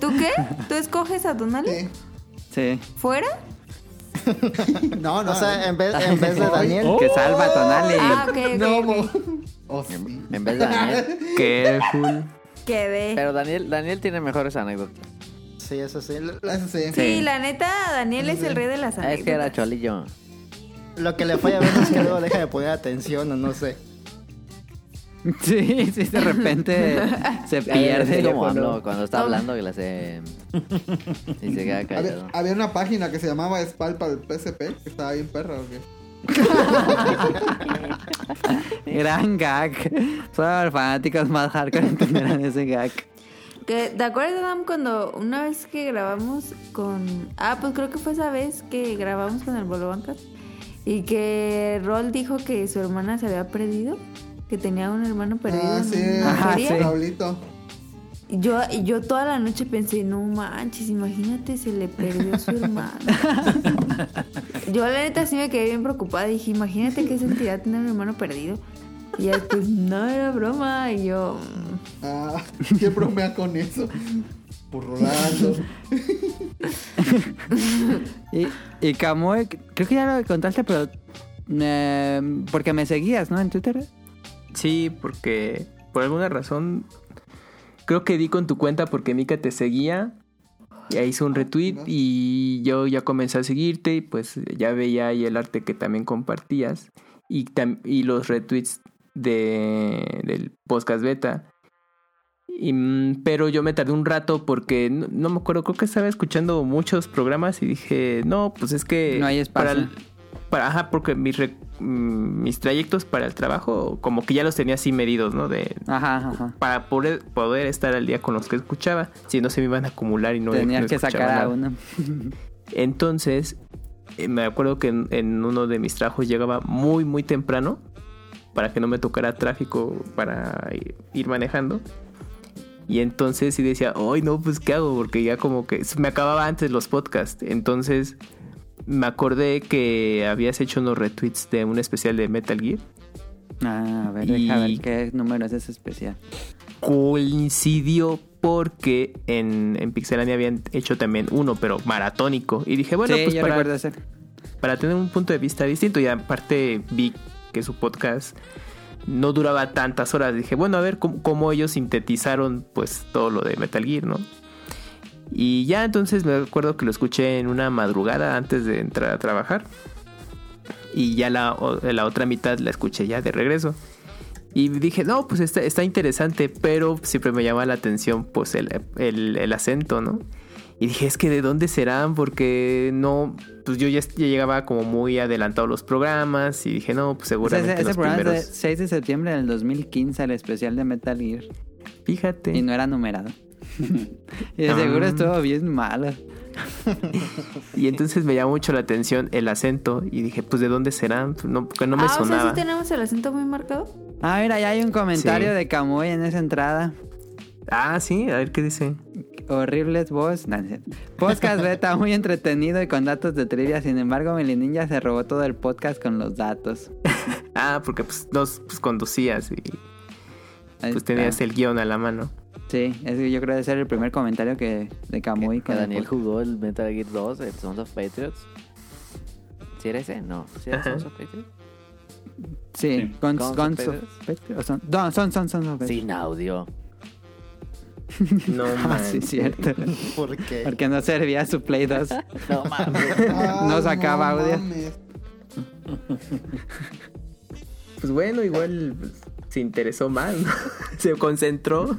[SPEAKER 4] ¿Tú qué? ¿Tú escoges a Donali?
[SPEAKER 9] Sí.
[SPEAKER 2] Sí.
[SPEAKER 4] ¿Fuera?
[SPEAKER 9] No, no.
[SPEAKER 5] O sea, en vez, en vez de Daniel...
[SPEAKER 2] Que salva a Tonali.
[SPEAKER 4] Ah, ok, ok.
[SPEAKER 9] no,
[SPEAKER 4] ok.
[SPEAKER 9] bo- Oh, sí.
[SPEAKER 3] En vez de Daniel.
[SPEAKER 2] Qué full.
[SPEAKER 4] Quedé.
[SPEAKER 3] Pero Daniel, Daniel tiene mejores anécdotas.
[SPEAKER 5] Sí, eso sí. Lo-
[SPEAKER 9] Eso sí.
[SPEAKER 4] Sí, la neta, Daniel es el rey de las
[SPEAKER 3] Es que era
[SPEAKER 4] anécdotas.
[SPEAKER 3] cholillo.
[SPEAKER 5] Lo que le falla a veces es que luego deja de poner atención o no sé.
[SPEAKER 2] Sí, sí, de repente se
[SPEAKER 3] Así
[SPEAKER 2] pierde.
[SPEAKER 3] como hablo, cuando está hablando y le hace... Y se queda
[SPEAKER 9] Había,
[SPEAKER 3] callado.
[SPEAKER 9] había una página que se llamaba Spal para el PSP, que estaba bien perra. ¿o qué?
[SPEAKER 2] Gran gag. Solo los fanáticos más hardcore entenderán ese gag.
[SPEAKER 4] Que, ¿Te acuerdas, Adam, cuando una vez que grabamos con... Ah, pues creo que fue esa vez que grabamos con el Bolobancas y que Rol dijo que su hermana se había perdido, que tenía un hermano perdido.
[SPEAKER 9] Ah,
[SPEAKER 4] en
[SPEAKER 9] sí.
[SPEAKER 4] una
[SPEAKER 2] Ajá,
[SPEAKER 4] feria.
[SPEAKER 2] sí.
[SPEAKER 9] Raulito.
[SPEAKER 4] Y yo, y yo toda la noche pensé, no manches, imagínate, se le perdió su hermano. yo la neta sí me quedé bien preocupada. Dije, imagínate qué sentirá tener un hermano perdido. Y ya después, no era broma. Y yo, mm,
[SPEAKER 9] Ah, ¿Qué bromea con eso? Por Rolando.
[SPEAKER 2] Y, y Kamui, creo que ya lo contaste, pero. eh, porque me seguías, ¿no? En Twitter.
[SPEAKER 8] Sí, porque por alguna razón creo que di con tu cuenta porque Mika te seguía. Ya hizo un retweet y yo ya comencé a seguirte y pues ya veía ahí el arte que también compartías y, tam- y los retweets de, del podcast beta. Y, mm, pero yo me tardé un rato porque no, no me acuerdo, creo que estaba escuchando muchos programas y dije, no, pues es que...
[SPEAKER 2] No hay espacio.
[SPEAKER 8] Para, el- para- ajá, porque mis, re- mm, mis trayectos para el trabajo como que ya los tenía así medidos, ¿no? De,
[SPEAKER 2] Ajá, ajá, ajá.
[SPEAKER 8] para poder, poder estar al día con los que escuchaba, si no se me iban a acumular y no
[SPEAKER 2] Tenías
[SPEAKER 8] no
[SPEAKER 2] que
[SPEAKER 8] escuchaba
[SPEAKER 2] sacar a
[SPEAKER 8] nada.
[SPEAKER 2] uno.
[SPEAKER 8] Entonces, eh, me acuerdo que en, en uno de mis trabajos llegaba muy, muy temprano para que no me tocara tráfico para i- ir manejando. Y entonces sí decía, hoy no, pues ¿qué hago? Porque ya como que se me acababa antes los podcasts. Entonces me acordé que habías hecho unos retweets de un especial de Metal Gear.
[SPEAKER 2] Ah, a ver,
[SPEAKER 8] Y-
[SPEAKER 2] deja ver qué número es ese especial.
[SPEAKER 8] coincidió porque en, en Pixelania habían hecho también uno, pero maratónico. Y dije, bueno,
[SPEAKER 2] Sí,
[SPEAKER 8] pues
[SPEAKER 2] yo recuerdo
[SPEAKER 8] para,
[SPEAKER 2] ese.
[SPEAKER 8] para tener un punto de vista distinto. Y aparte vi que su podcast no duraba tantas horas. Dije, bueno, a ver cómo, cómo ellos sintetizaron pues todo lo de Metal Gear, ¿no? Y ya entonces me acuerdo que lo escuché en una madrugada antes de entrar a trabajar. Y ya la, o- la otra mitad la escuché ya de regreso. Y dije, no, pues está, está interesante, pero siempre me llama la atención pues el, el- el acento, ¿no? Y dije, es que de dónde serán, porque no, pues yo ya, ya llegaba como muy adelantado a los programas y dije, no, pues
[SPEAKER 2] O sea,
[SPEAKER 8] seguramente
[SPEAKER 2] ese, ese
[SPEAKER 8] los
[SPEAKER 2] programa
[SPEAKER 8] primeros...
[SPEAKER 2] es de 6 de septiembre del 2015, el especial de Metal Gear.
[SPEAKER 8] Fíjate.
[SPEAKER 2] Y no era numerado. y de
[SPEAKER 8] Ah.
[SPEAKER 2] seguro estuvo bien malo.
[SPEAKER 8] Y entonces me llamó mucho la atención el acento y dije, pues de dónde serán, Pues, no, porque no me
[SPEAKER 4] ah, o sea,
[SPEAKER 8] sonaba.
[SPEAKER 4] sí tenemos el acento muy marcado.
[SPEAKER 2] Ah, mira, ya hay un comentario
[SPEAKER 8] Sí.
[SPEAKER 2] de Camuy en esa entrada.
[SPEAKER 8] Ah, sí, a ver qué dice.
[SPEAKER 2] Horribles voz. no, no es cierto. Podcast beta muy entretenido y con datos de trivia. Sin embargo, Meli Ninja se robó todo el podcast con los datos.
[SPEAKER 8] Ah, porque pues nos pues, conducías y
[SPEAKER 2] Ahí
[SPEAKER 8] pues
[SPEAKER 2] está.
[SPEAKER 8] tenías el guión a la mano.
[SPEAKER 2] Sí, es que yo creo que debe ser el primer comentario que de Camuy
[SPEAKER 3] Que
[SPEAKER 2] con el
[SPEAKER 3] Daniel
[SPEAKER 2] podcast.
[SPEAKER 3] jugó el Metal Gear 2, el Sons of Patriots. ¿Sí era ese? No. ¿Sí era Sons of Patriots?
[SPEAKER 2] Sí,
[SPEAKER 7] Sí.
[SPEAKER 2] Guns,
[SPEAKER 3] Guns
[SPEAKER 2] Guns
[SPEAKER 3] of
[SPEAKER 2] of Patriots, o son, no, son, son, son of
[SPEAKER 3] Sin audio.
[SPEAKER 8] No
[SPEAKER 2] Ah, sí,
[SPEAKER 8] manches.
[SPEAKER 2] cierto.
[SPEAKER 5] ¿Por qué?
[SPEAKER 2] Porque no servía su Play 2.
[SPEAKER 3] No mames.
[SPEAKER 2] No sacaba audio.
[SPEAKER 6] mames.
[SPEAKER 8] Pues bueno, igual pues, se interesó más, ¿no? se concentró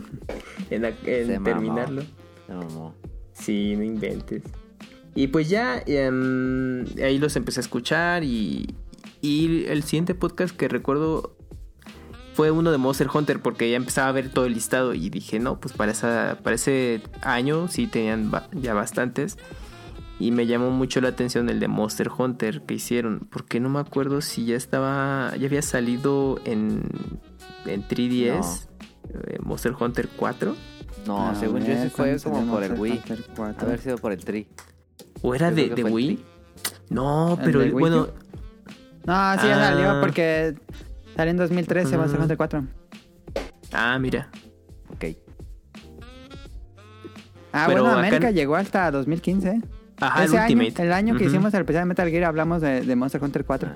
[SPEAKER 8] en, a- en
[SPEAKER 3] Se mamó.
[SPEAKER 8] terminarlo.
[SPEAKER 3] No, no.
[SPEAKER 8] Sí, no inventes. Y pues ya em, ahí los empecé a escuchar y, y el siguiente podcast que recuerdo fue uno de Monster Hunter porque ya empezaba a ver todo el listado y dije, no, pues para, esa, para ese año sí tenían ba- ya bastantes. Y me llamó mucho la atención el de Monster Hunter que hicieron, porque no me acuerdo si ya estaba, ya había salido en, en 3DS, eh, Monster Hunter 4,
[SPEAKER 3] No,
[SPEAKER 2] A
[SPEAKER 3] según yo
[SPEAKER 2] ver,
[SPEAKER 3] ese fue
[SPEAKER 2] Ah, ¿cuándo
[SPEAKER 3] como
[SPEAKER 2] salió
[SPEAKER 3] por el
[SPEAKER 2] Monster
[SPEAKER 3] Wii.
[SPEAKER 2] Hunter 4?
[SPEAKER 3] Haber sido por el Tri.
[SPEAKER 8] o era
[SPEAKER 3] Yo
[SPEAKER 8] de,
[SPEAKER 3] creo que fue
[SPEAKER 8] de
[SPEAKER 3] el
[SPEAKER 8] Wii.
[SPEAKER 3] Tri.
[SPEAKER 8] No,
[SPEAKER 2] ¿El
[SPEAKER 8] pero
[SPEAKER 2] de
[SPEAKER 8] el-
[SPEAKER 2] Wii
[SPEAKER 8] bueno,
[SPEAKER 2] U? No, sí, ya
[SPEAKER 8] Ah.
[SPEAKER 2] salió porque salió en 2013 Monster
[SPEAKER 8] Ujú.
[SPEAKER 2] Hunter 4.
[SPEAKER 8] ah, mira.
[SPEAKER 3] Ok.
[SPEAKER 2] Ah,
[SPEAKER 8] Pero
[SPEAKER 2] bueno,
[SPEAKER 8] acá
[SPEAKER 2] América
[SPEAKER 8] en-
[SPEAKER 2] llegó hasta 2015.
[SPEAKER 8] Ajá,
[SPEAKER 2] Ese
[SPEAKER 8] el
[SPEAKER 2] año,
[SPEAKER 8] Ultimate.
[SPEAKER 2] el año que
[SPEAKER 8] Ujú.
[SPEAKER 2] hicimos el especial de Metal Gear hablamos de, de Monster Hunter 4.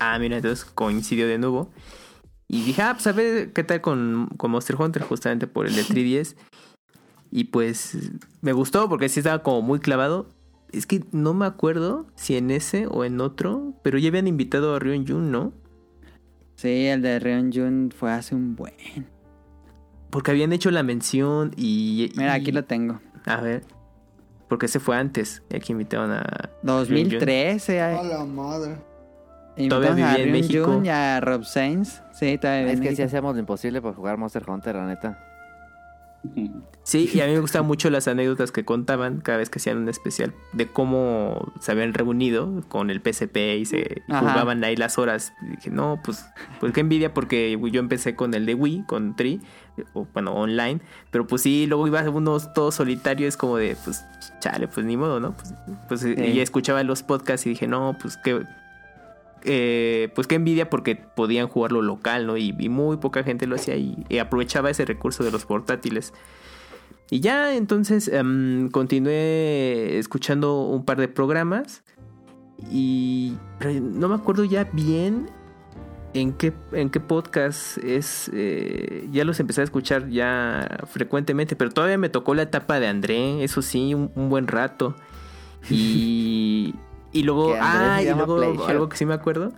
[SPEAKER 8] Ah, mira, entonces coincidió de nuevo. Y dije, ah, pues a ver qué tal con, con Monster Hunter, justamente por el de 3DS. Y pues me gustó porque sí estaba como muy clavado. Es que no me acuerdo si en ese o en otro, pero ya habían invitado a Rion Jun, ¿no?
[SPEAKER 2] Sí, el de Reon Jun fue hace un buen.
[SPEAKER 8] Porque habían hecho la mención y.
[SPEAKER 2] Mira,
[SPEAKER 8] y-
[SPEAKER 2] aquí lo tengo.
[SPEAKER 8] A ver. Porque ese fue antes, el que invitaron a.
[SPEAKER 2] 2013.
[SPEAKER 6] A
[SPEAKER 2] eh,
[SPEAKER 6] la madre.
[SPEAKER 2] Invitamos
[SPEAKER 8] vivía
[SPEAKER 2] a
[SPEAKER 8] en
[SPEAKER 2] Reon
[SPEAKER 8] México.
[SPEAKER 2] Jun y a Rob Sainz. Sí, todavía vivía
[SPEAKER 3] Es
[SPEAKER 2] en
[SPEAKER 3] que sí
[SPEAKER 2] México.
[SPEAKER 3] hacíamos lo imposible por jugar Monster Hunter, la neta.
[SPEAKER 8] Sí, y a mí me gustaban mucho las anécdotas que contaban cada vez que hacían un especial de cómo se habían reunido con el PSP y se y
[SPEAKER 2] Ajá.
[SPEAKER 8] jugaban ahí las horas. Y dije, no, pues, pues qué envidia porque yo empecé con el de Wii, con Tri, o, bueno, online, pero pues sí, luego iba unos todos solitarios como de, pues, chale, pues ni modo, ¿no? Pues, pues, y ya escuchaba los podcasts y dije, no, pues qué... eh, pues qué envidia porque podían jugarlo local, ¿no? Y, y muy poca gente lo hacía y- y aprovechaba ese recurso de los portátiles. Y ya entonces em, continué escuchando un par de programas y re- no me acuerdo ya bien en qué, en qué podcast es. eh, ya los empecé a escuchar ya frecuentemente, pero todavía me tocó la etapa de André, eso sí, un, un buen rato. Y, y luego,
[SPEAKER 3] Que André se
[SPEAKER 8] ah, y
[SPEAKER 3] llama
[SPEAKER 8] luego
[SPEAKER 3] Pleasure.
[SPEAKER 8] algo que sí me acuerdo.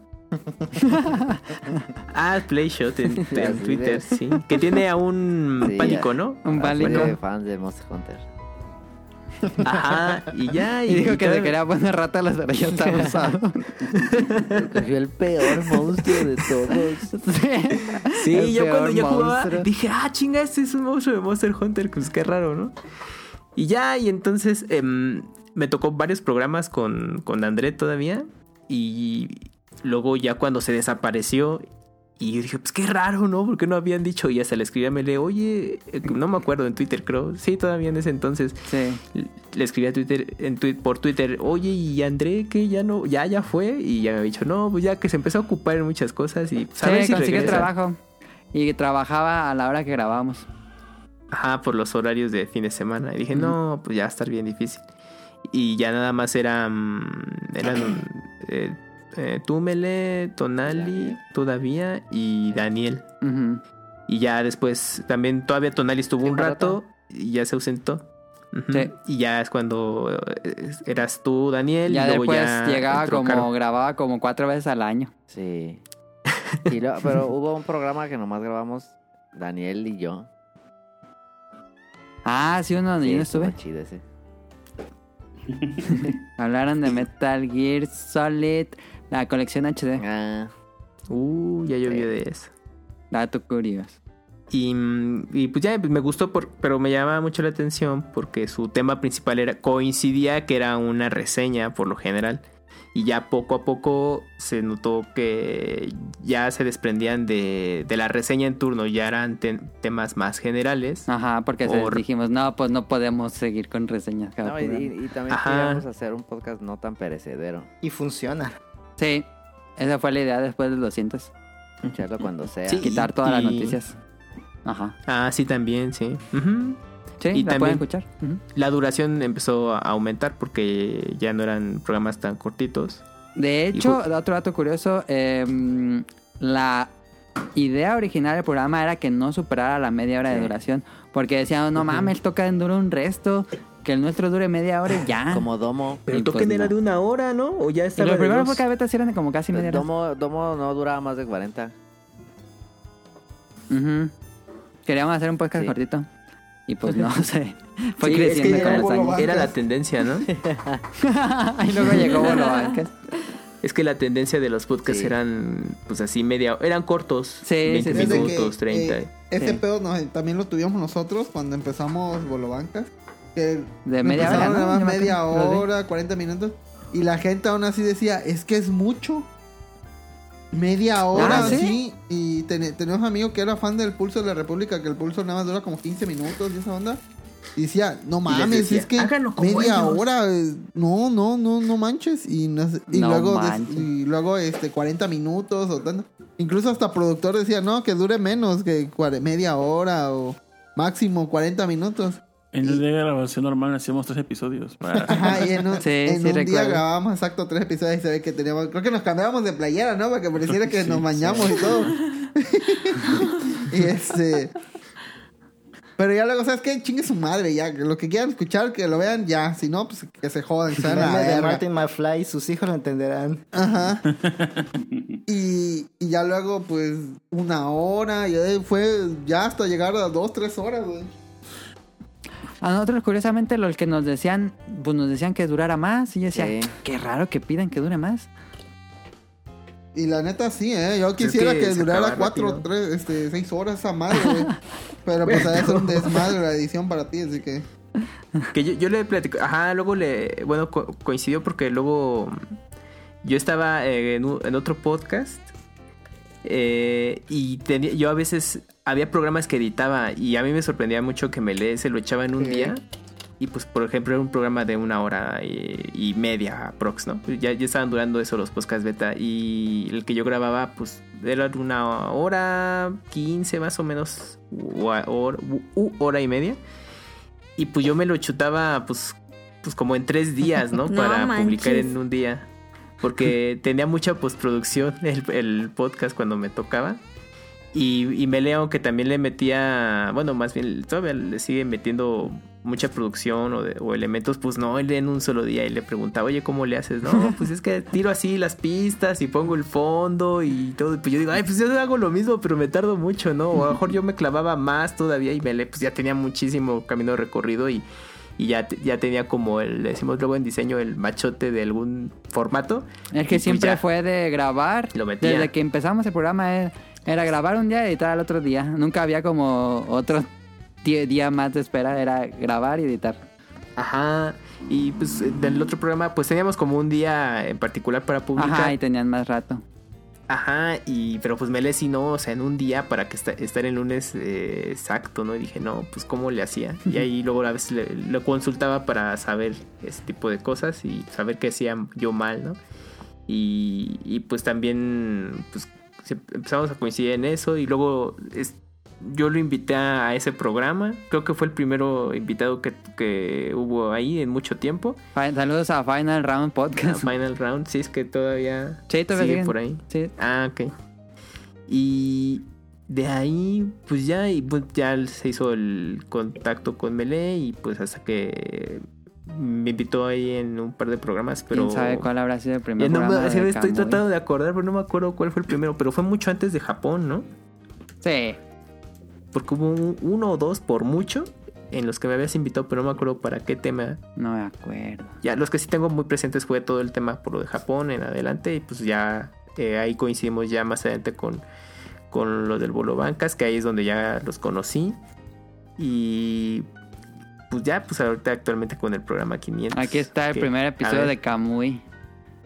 [SPEAKER 8] Ah, Playshot en,
[SPEAKER 3] Así
[SPEAKER 8] en
[SPEAKER 3] de-
[SPEAKER 8] Twitter, sí. Que tiene a un
[SPEAKER 3] Sí,
[SPEAKER 8] pánico,
[SPEAKER 3] a-
[SPEAKER 8] ¿no?
[SPEAKER 3] a- De
[SPEAKER 8] Bueno,
[SPEAKER 3] fans de Monster Hunter.
[SPEAKER 8] Ajá, y ya.
[SPEAKER 2] Y dijo que
[SPEAKER 8] todavía-
[SPEAKER 2] le quería poner rata a las pero ya está usado.
[SPEAKER 3] Cogió el peor monstruo de todos.
[SPEAKER 8] Sí,
[SPEAKER 3] El
[SPEAKER 8] yo cuando
[SPEAKER 3] peor
[SPEAKER 8] yo jugaba
[SPEAKER 3] monstruo.
[SPEAKER 8] dije, ah, chinga, este es un monstruo de Monster Hunter, pues qué raro, ¿no? Y ya, y entonces em, me tocó varios programas con, con André todavía. Y luego ya cuando se desapareció, y yo dije, pues qué raro, ¿no? Porque no habían dicho, y hasta le escribí a Mele, oye, eh, no me acuerdo en Twitter, creo. Sí, todavía en ese entonces.
[SPEAKER 2] Sí.
[SPEAKER 8] Le escribí a Twitter, en Twi- por Twitter, oye, y André, que ya no, ya, ya fue. Y ya me había dicho, no, pues ya que se empezó a ocupar en muchas cosas. Y pues, a ver
[SPEAKER 2] Sí,
[SPEAKER 8] si
[SPEAKER 2] consiguió
[SPEAKER 8] regresa".
[SPEAKER 2] trabajo. Y trabajaba a la hora que grabamos.
[SPEAKER 8] Ajá, por los horarios de fin de semana. Y dije, no, pues ya va a estar bien difícil. Y ya nada más eran. Eran. eh, eh, tú, Mele, Tonali, todavía y Daniel. Y ya después, también todavía Tonali estuvo un rato y ya se ausentó. Ujú.
[SPEAKER 2] Sí.
[SPEAKER 8] Y ya es cuando eh, eras tú, Daniel.
[SPEAKER 2] ya
[SPEAKER 8] y luego
[SPEAKER 2] después
[SPEAKER 8] ya
[SPEAKER 2] llegaba
[SPEAKER 8] entró
[SPEAKER 2] como,
[SPEAKER 8] Caro.
[SPEAKER 2] grababa como cuatro veces al año.
[SPEAKER 3] Sí. Y luego- pero hubo un programa que nomás grabamos Daniel y yo.
[SPEAKER 2] Ah, sí, uno donde
[SPEAKER 3] Sí,
[SPEAKER 2] yo no
[SPEAKER 3] estuvo
[SPEAKER 2] estuve.
[SPEAKER 3] chido ese.
[SPEAKER 2] Hablaron de Metal Gear Solid, la colección HD.
[SPEAKER 3] Ah.
[SPEAKER 8] Uh, ya llovió de eso.
[SPEAKER 2] Dato curioso.
[SPEAKER 8] Y, mm, y pues ya pues, me gustó, por- pero me llamaba mucho la atención porque su tema principal era coincidía que era una reseña por lo general. Y ya poco a poco se notó que ya se desprendían de, de la reseña en turno, ya eran te- temas más generales.
[SPEAKER 2] Ajá, porque se-
[SPEAKER 8] Por-
[SPEAKER 2] dijimos, no, pues no podemos seguir con reseñas. cada
[SPEAKER 3] No, y,
[SPEAKER 2] programa".
[SPEAKER 3] y- y también
[SPEAKER 2] Ajá.
[SPEAKER 3] queríamos hacer un podcast no tan perecedero.
[SPEAKER 5] Y funciona.
[SPEAKER 2] Sí, esa fue la idea después de los 200.
[SPEAKER 3] Echarlo cuando sea.
[SPEAKER 8] Sí,
[SPEAKER 2] Quitar todas las
[SPEAKER 8] y-
[SPEAKER 2] noticias. Ajá.
[SPEAKER 8] Ah, sí, también, sí. Ujú.
[SPEAKER 2] Sí,
[SPEAKER 8] Y
[SPEAKER 2] la
[SPEAKER 8] también-
[SPEAKER 2] pueden escuchar. Ujú.
[SPEAKER 8] La duración empezó a aumentar porque ya no eran programas tan cortitos.
[SPEAKER 2] De hecho,
[SPEAKER 8] ju-
[SPEAKER 2] otro dato curioso, em, la idea original del programa era que no superara la media hora de duración, porque decían, no mames, toca en duro un resto, que el nuestro dure media hora y ya.
[SPEAKER 3] Como domo. pues
[SPEAKER 8] Pero el token era de una hora, ¿no? O ya estaba.
[SPEAKER 2] los
[SPEAKER 8] de
[SPEAKER 2] primeros
[SPEAKER 8] dos.
[SPEAKER 2] podcasts betas eran de como casi media hora.
[SPEAKER 3] Pues Domo, Domo no duraba más de 40.
[SPEAKER 2] Ujú. Queríamos hacer un podcast
[SPEAKER 3] Sí.
[SPEAKER 2] cortito. Y pues no sé. Fue
[SPEAKER 8] Sí, es que
[SPEAKER 2] creciendo con
[SPEAKER 8] era-
[SPEAKER 2] los años.
[SPEAKER 8] Era la tendencia, ¿no?
[SPEAKER 2] y luego llegó Bolo Vázquez.
[SPEAKER 8] Es que la tendencia de los podcasts eran, pues así, media. Eran cortos. 20
[SPEAKER 9] Desde que,
[SPEAKER 8] minutos, 30.
[SPEAKER 9] eh, ese pedo no, también lo tuvimos nosotros cuando empezamos Bolobancas. Que
[SPEAKER 2] De media
[SPEAKER 9] empezaron
[SPEAKER 2] hora, ¿no? Yo me
[SPEAKER 9] a grabar media
[SPEAKER 2] acuerdo, los vi.
[SPEAKER 9] hora, 40 minutos. Y la gente aún así decía, es que es mucho. Media hora,
[SPEAKER 2] Ah,
[SPEAKER 9] sí.
[SPEAKER 2] ¿sí?
[SPEAKER 9] Y ten- tenemos un amigo que era fan del Pulso de la República, que el Pulso nada más dura como 15 minutos y esa onda. Y decía, no
[SPEAKER 8] les
[SPEAKER 9] mames,
[SPEAKER 8] decía,
[SPEAKER 9] es que
[SPEAKER 8] "Háganlo como
[SPEAKER 9] media
[SPEAKER 8] ellos".
[SPEAKER 9] hora, eh, no, no, no, no manches. Y, no sé- y
[SPEAKER 2] No
[SPEAKER 9] luego, des-
[SPEAKER 2] manches.
[SPEAKER 9] y luego este 40 minutos o tanto. Incluso hasta productor decía, no, que dure menos, que cuare- media hora o máximo 40 minutos.
[SPEAKER 12] En el día de grabación normal hacíamos tres episodios. Para...
[SPEAKER 9] Ajá, y en un,
[SPEAKER 2] Sí,
[SPEAKER 9] en
[SPEAKER 2] sí
[SPEAKER 9] un día
[SPEAKER 2] recuerdo.
[SPEAKER 9] grabábamos exacto tres episodios y se ve que teníamos, creo que nos cambiábamos de playera, ¿no? Para que pareciera que
[SPEAKER 12] Sí,
[SPEAKER 9] nos
[SPEAKER 12] sí.
[SPEAKER 9] bañamos y todo. y este... Pero ya luego, ¿sabes qué? Chingue su madre, ya. que Lo que quieran escuchar, que lo vean ya. Si no, pues que se jodan. que se vayan a la
[SPEAKER 5] Meme de
[SPEAKER 9] verga.
[SPEAKER 5] Martin McFly, sus hijos lo entenderán.
[SPEAKER 9] Ajá. y, y ya luego, pues, una hora. Y ahí fue ya hasta llegar a dos, tres horas, güey.
[SPEAKER 2] A nosotros, curiosamente, los que nos decían, pues nos decían que durara más. Y yo decía,
[SPEAKER 3] Sí.
[SPEAKER 2] qué raro que pidan que dure más.
[SPEAKER 9] Y la neta, sí, ¿eh? Yo
[SPEAKER 8] que
[SPEAKER 9] quisiera que,
[SPEAKER 8] se
[SPEAKER 9] durara
[SPEAKER 8] acaba
[SPEAKER 9] cuatro,
[SPEAKER 8] rápido.
[SPEAKER 9] tres, este, seis horas esa madre, güey. Pero pues a es un desmadre la edición para ti, así que...
[SPEAKER 8] Que yo, yo le platico. Ajá, luego le. Bueno, co- coincidió porque luego. mm, Yo estaba eh, en, u- en otro podcast. eh, y tenía, yo a veces. Había programas que editaba. Y a mí me sorprendía mucho que me le, se lo echaba en un
[SPEAKER 9] Sí.
[SPEAKER 8] día. Y pues, por ejemplo, era un programa de una hora y, y media, aprox, ¿no? Pues, Ya, ya estaban durando eso los podcasts beta. Y el que yo grababa, pues, era de una hora, quince más o menos, o a- hor- u- u hora y media. Y pues yo me lo chutaba, pues, pues como en tres días, ¿no?
[SPEAKER 15] No
[SPEAKER 8] Para
[SPEAKER 15] manches.
[SPEAKER 8] publicar en un día. Porque tenía mucha postproducción el, el podcast cuando me tocaba. Y, y me leo que también le metía, bueno, más bien todavía le sigue metiendo mucha producción o, de- o elementos, pues no, él en un solo día y le preguntaba, oye, ¿cómo le haces? No, pues es que tiro así las pistas y pongo el fondo y todo. Pues yo digo, ay, pues yo hago lo mismo, pero me tardo mucho, ¿no? O a lo mejor yo me clavaba más todavía y me le, pues ya tenía muchísimo camino recorrido y, y ya, te- ya tenía como el, le decimos luego en diseño, el machote de algún formato. pues
[SPEAKER 2] Es que siempre fue de grabar.
[SPEAKER 8] Lo metía.
[SPEAKER 2] Desde que empezamos el programa era, era grabar un día y editar al otro día. Nunca había como otro tie- día más de espera, era grabar y editar.
[SPEAKER 8] Ajá. Y pues del otro programa, pues teníamos como un día en particular para publicar.
[SPEAKER 2] Ajá, y tenían más rato.
[SPEAKER 8] Ajá, y pero pues Mele sí no, o sea, en un día para que esta- estar el lunes eh, exacto, ¿no? Y dije, no, pues cómo le hacía. Y ahí luego a veces le- lo consultaba para saber ese tipo de cosas y saber qué hacía yo mal, ¿no? Y, y, pues también pues, se- empezamos a coincidir en eso y luego es- yo lo invité a ese programa, creo que fue el primero invitado que, que hubo ahí en mucho tiempo.
[SPEAKER 2] Fi- Saludos a Final Round Podcast.
[SPEAKER 8] A Final Round, sí, es que todavía
[SPEAKER 2] Sí, todavía
[SPEAKER 8] sigue
[SPEAKER 2] siguen.
[SPEAKER 8] por ahí.
[SPEAKER 2] Sí.
[SPEAKER 8] Ah, ok. Y de ahí, pues ya, y pues ya se hizo el contacto con Mele y pues hasta que me invitó ahí en un par de programas, pero...
[SPEAKER 2] ¿Quién sabe cuál habrá sido el primer
[SPEAKER 8] Ya no me-
[SPEAKER 2] programa
[SPEAKER 8] sí,
[SPEAKER 2] de
[SPEAKER 8] estoy
[SPEAKER 2] Camuy?
[SPEAKER 8] tratando de acordar, pero no me acuerdo cuál fue el primero, pero fue mucho antes de Japón, ¿no?
[SPEAKER 2] Sí.
[SPEAKER 8] Porque hubo un- uno o dos por mucho en los que me habías invitado, pero no me acuerdo para qué tema
[SPEAKER 2] No me acuerdo.
[SPEAKER 8] ya los que sí tengo muy presentes fue todo el tema por lo de Japón en adelante y pues ya eh, ahí coincidimos ya más adelante con, con lo del Bolo Bancas, que ahí es donde ya los conocí y pues ya pues ahorita actualmente con el programa 500.
[SPEAKER 2] Aquí está el
[SPEAKER 8] que-
[SPEAKER 2] primer
[SPEAKER 8] a
[SPEAKER 2] episodio
[SPEAKER 8] ver,
[SPEAKER 2] de Kamui.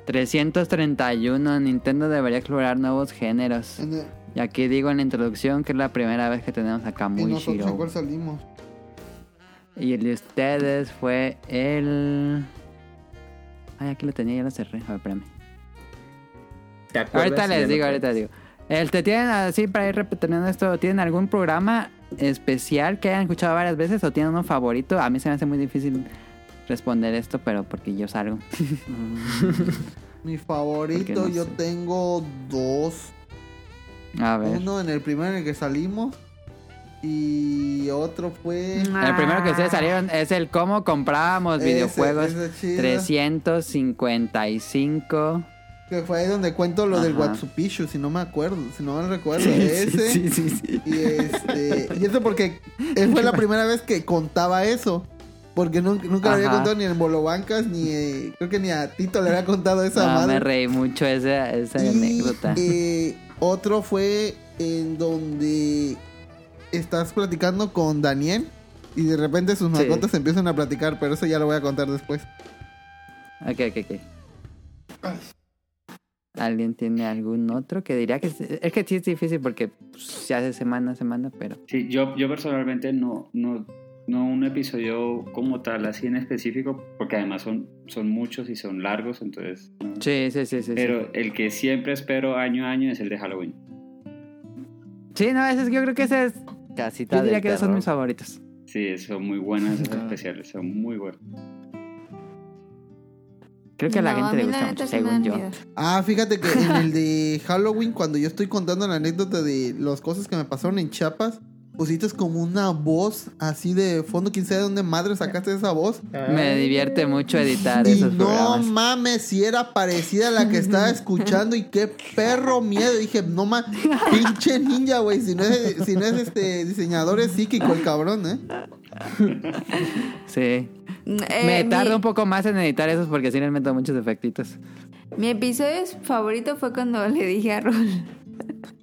[SPEAKER 2] 331. Nintendo debería explorar nuevos géneros. Y aquí digo en la introducción que es la primera vez que tenemos a
[SPEAKER 9] ¿Y
[SPEAKER 2] Kamui
[SPEAKER 9] nosotros en
[SPEAKER 2] Shiro.
[SPEAKER 9] cuál salimos?
[SPEAKER 2] Y el de ustedes fue el. Ay, aquí lo tenía, ya lo cerré. A ver, espérame.
[SPEAKER 8] ¿te acuerdas?
[SPEAKER 2] Ahorita
[SPEAKER 8] Ya
[SPEAKER 2] les
[SPEAKER 8] no
[SPEAKER 2] digo,
[SPEAKER 8] te-
[SPEAKER 2] ahorita digo. Este, ¿Tienen, así para ir repitiendo esto, ¿tienen algún programa especial que hayan escuchado varias veces o tienen uno favorito? A mí se me hace muy difícil responder esto, pero porque yo salgo.
[SPEAKER 9] Mi favorito,
[SPEAKER 2] Porque no
[SPEAKER 9] yo
[SPEAKER 2] sé.
[SPEAKER 9] tengo dos.
[SPEAKER 2] A ver.
[SPEAKER 9] Uno en el primero en el que salimos. Y otro fue.
[SPEAKER 2] El primero que ustedes salieron es el cómo comprábamos
[SPEAKER 9] Ese-
[SPEAKER 2] videojuegos.
[SPEAKER 9] ese es chido.
[SPEAKER 2] 355.
[SPEAKER 9] Que fue ahí donde cuento lo del
[SPEAKER 2] Ajá.
[SPEAKER 9] Watsupishu, si no me acuerdo, si no me recuerdo.
[SPEAKER 2] Sí, sí,
[SPEAKER 9] ese.
[SPEAKER 2] sí, sí,
[SPEAKER 9] Y este. Y eso porque eh, fue la primera vez que contaba eso. Porque nunca, nunca lo había
[SPEAKER 2] Ajá.
[SPEAKER 9] contado ni en Bolobancas, ni eh, creo que ni a Tito le había contado esa
[SPEAKER 2] Ah,
[SPEAKER 9] madre.
[SPEAKER 2] me reí mucho esa, esa anécdota.
[SPEAKER 9] Eh, otro fue en donde estás platicando con Daniel y de repente sus mascotas empiezan a platicar, pero eso ya lo voy a contar después.
[SPEAKER 2] Ok, ok, ok. ¿Alguien tiene algún otro que diría que es, es que sí es difícil porque pues, se hace semana a semana, pero
[SPEAKER 7] Sí, yo, yo personalmente no, no, no un episodio como tal, así en específico, porque además son, son muchos y son largos, entonces... no.
[SPEAKER 2] sí, sí, sí, sí.
[SPEAKER 7] Pero
[SPEAKER 2] sí.
[SPEAKER 7] el que siempre espero año a año es el de Halloween.
[SPEAKER 2] Sí, no, ese es- yo creo que ese es.
[SPEAKER 16] Casita
[SPEAKER 2] Yo diría
[SPEAKER 7] del
[SPEAKER 2] que esos son
[SPEAKER 7] terror.
[SPEAKER 2] mis favoritos. Ah.
[SPEAKER 7] Sí, son muy buenas, esos especiales, son muy buenos.
[SPEAKER 2] Creo que a la
[SPEAKER 4] No,
[SPEAKER 2] gente le
[SPEAKER 4] mí
[SPEAKER 2] gusta
[SPEAKER 4] la neta
[SPEAKER 2] mucho,
[SPEAKER 4] sí me dan
[SPEAKER 2] según yo.
[SPEAKER 4] miedo.
[SPEAKER 9] Ah, fíjate que en el de Halloween, cuando yo estoy contando la anécdota de las cosas que me pasaron en Chiapas, pusiste como una voz así de fondo, quién sabe de dónde madre sacaste esa voz.
[SPEAKER 2] Me divierte mucho editar
[SPEAKER 9] Y
[SPEAKER 2] esos
[SPEAKER 9] no
[SPEAKER 2] programas.
[SPEAKER 9] mames, si era parecida a la que estaba escuchando y qué perro miedo. Dije, no mames, pinche ninja, güey. Si no es, si no es este diseñador es psíquico el cabrón, ¿eh?
[SPEAKER 2] Sí.
[SPEAKER 4] Eh,
[SPEAKER 2] me
[SPEAKER 4] mi-
[SPEAKER 2] tardo un poco más en editar esos porque sí les meto muchos efectitos.
[SPEAKER 4] Mi episodio favorito fue cuando le dije a Rol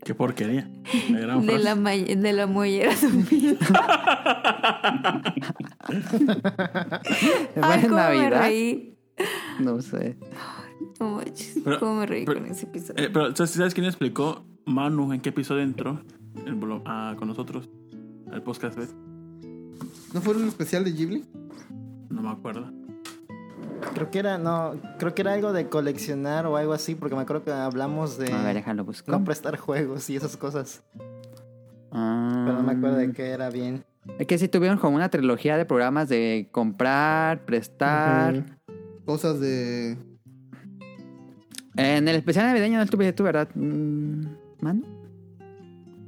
[SPEAKER 12] Qué porquería. La gran
[SPEAKER 4] de
[SPEAKER 12] frase.
[SPEAKER 4] la, ma- de la mollera sufrida.
[SPEAKER 2] Fue
[SPEAKER 4] Ay,
[SPEAKER 2] en
[SPEAKER 4] cómo me
[SPEAKER 2] Navidad.
[SPEAKER 4] reí.
[SPEAKER 2] No sé.
[SPEAKER 4] No manches,
[SPEAKER 12] Pero-
[SPEAKER 4] cómo me reí
[SPEAKER 12] pero-
[SPEAKER 4] con ese episodio.
[SPEAKER 12] Eh, pero ¿sabes sabes quién explicó Manu en qué episodio entró El blo- ah, con nosotros? Al podcast, ¿ves?
[SPEAKER 9] ¿No fue un especial de Ghibli?
[SPEAKER 12] No me acuerdo.
[SPEAKER 5] Creo que era, no, creo que era algo de coleccionar o algo así, porque me acuerdo que hablamos de
[SPEAKER 2] A ver, déjalo buscar.
[SPEAKER 5] no prestar juegos y esas cosas.
[SPEAKER 2] Ah.
[SPEAKER 5] Pero no me acuerdo de qué era bien.
[SPEAKER 2] Es que sí tuvieron como una trilogía de programas de comprar, prestar.
[SPEAKER 9] Cosas de.
[SPEAKER 2] En el especial navideño no estuviste tú, ¿verdad? Mm, ¿Mano?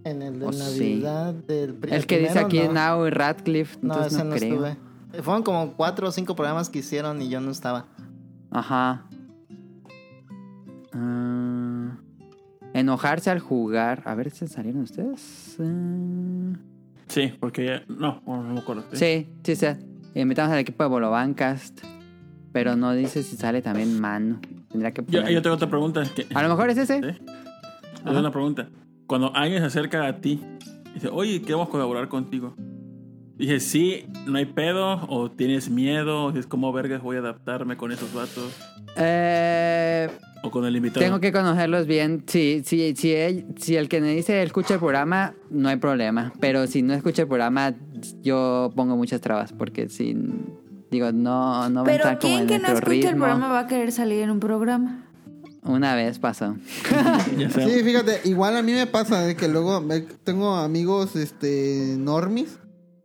[SPEAKER 5] En el de
[SPEAKER 2] Oh, sí.
[SPEAKER 5] Navidad del pri-
[SPEAKER 2] El que dice
[SPEAKER 5] primero,
[SPEAKER 2] aquí
[SPEAKER 5] no.
[SPEAKER 2] Now y Radcliffe.
[SPEAKER 5] No,
[SPEAKER 2] entonces
[SPEAKER 5] ese
[SPEAKER 2] no,
[SPEAKER 5] no
[SPEAKER 2] creo.
[SPEAKER 5] estuve. Fueron como cuatro o cinco programas que hicieron y yo no estaba.
[SPEAKER 2] Ajá. Ah, enojarse al jugar. A ver si salieron ustedes. Ah,
[SPEAKER 12] Sí, porque ya- no, no me acuerdo.
[SPEAKER 2] sí, sí, sí. Invitamos al equipo de Bolobancast. Pero no dice si sale también mano. Tendría que
[SPEAKER 12] Yo,
[SPEAKER 2] poner-
[SPEAKER 12] yo tengo otra pregunta. que-
[SPEAKER 2] A lo mejor es ese.
[SPEAKER 12] Yo
[SPEAKER 2] Ah, Ajá.
[SPEAKER 12] tengo una pregunta. Cuando alguien se acerca a ti, dice, oye, queremos colaborar contigo. Dije, sí, no hay pedo, o tienes miedo, o es como vergas voy a adaptarme con esos vatos,
[SPEAKER 2] Eh,
[SPEAKER 12] o con el invitado.
[SPEAKER 2] tengo que conocerlos bien. Si, si, si, él- si el que me dice escucha el programa, no hay problema. Pero si no escucha el programa, yo pongo muchas trabas. Porque si. Digo, no, no va a
[SPEAKER 4] Pero
[SPEAKER 2] entrar como
[SPEAKER 4] ¿quién
[SPEAKER 2] en
[SPEAKER 4] que no
[SPEAKER 2] nuestro
[SPEAKER 4] escucha el
[SPEAKER 2] ritmo.
[SPEAKER 4] programa va a querer salir en un programa?
[SPEAKER 2] Una vez pasó.
[SPEAKER 9] Sí, fíjate, igual a mí me pasa de que luego me- tengo amigos este normis.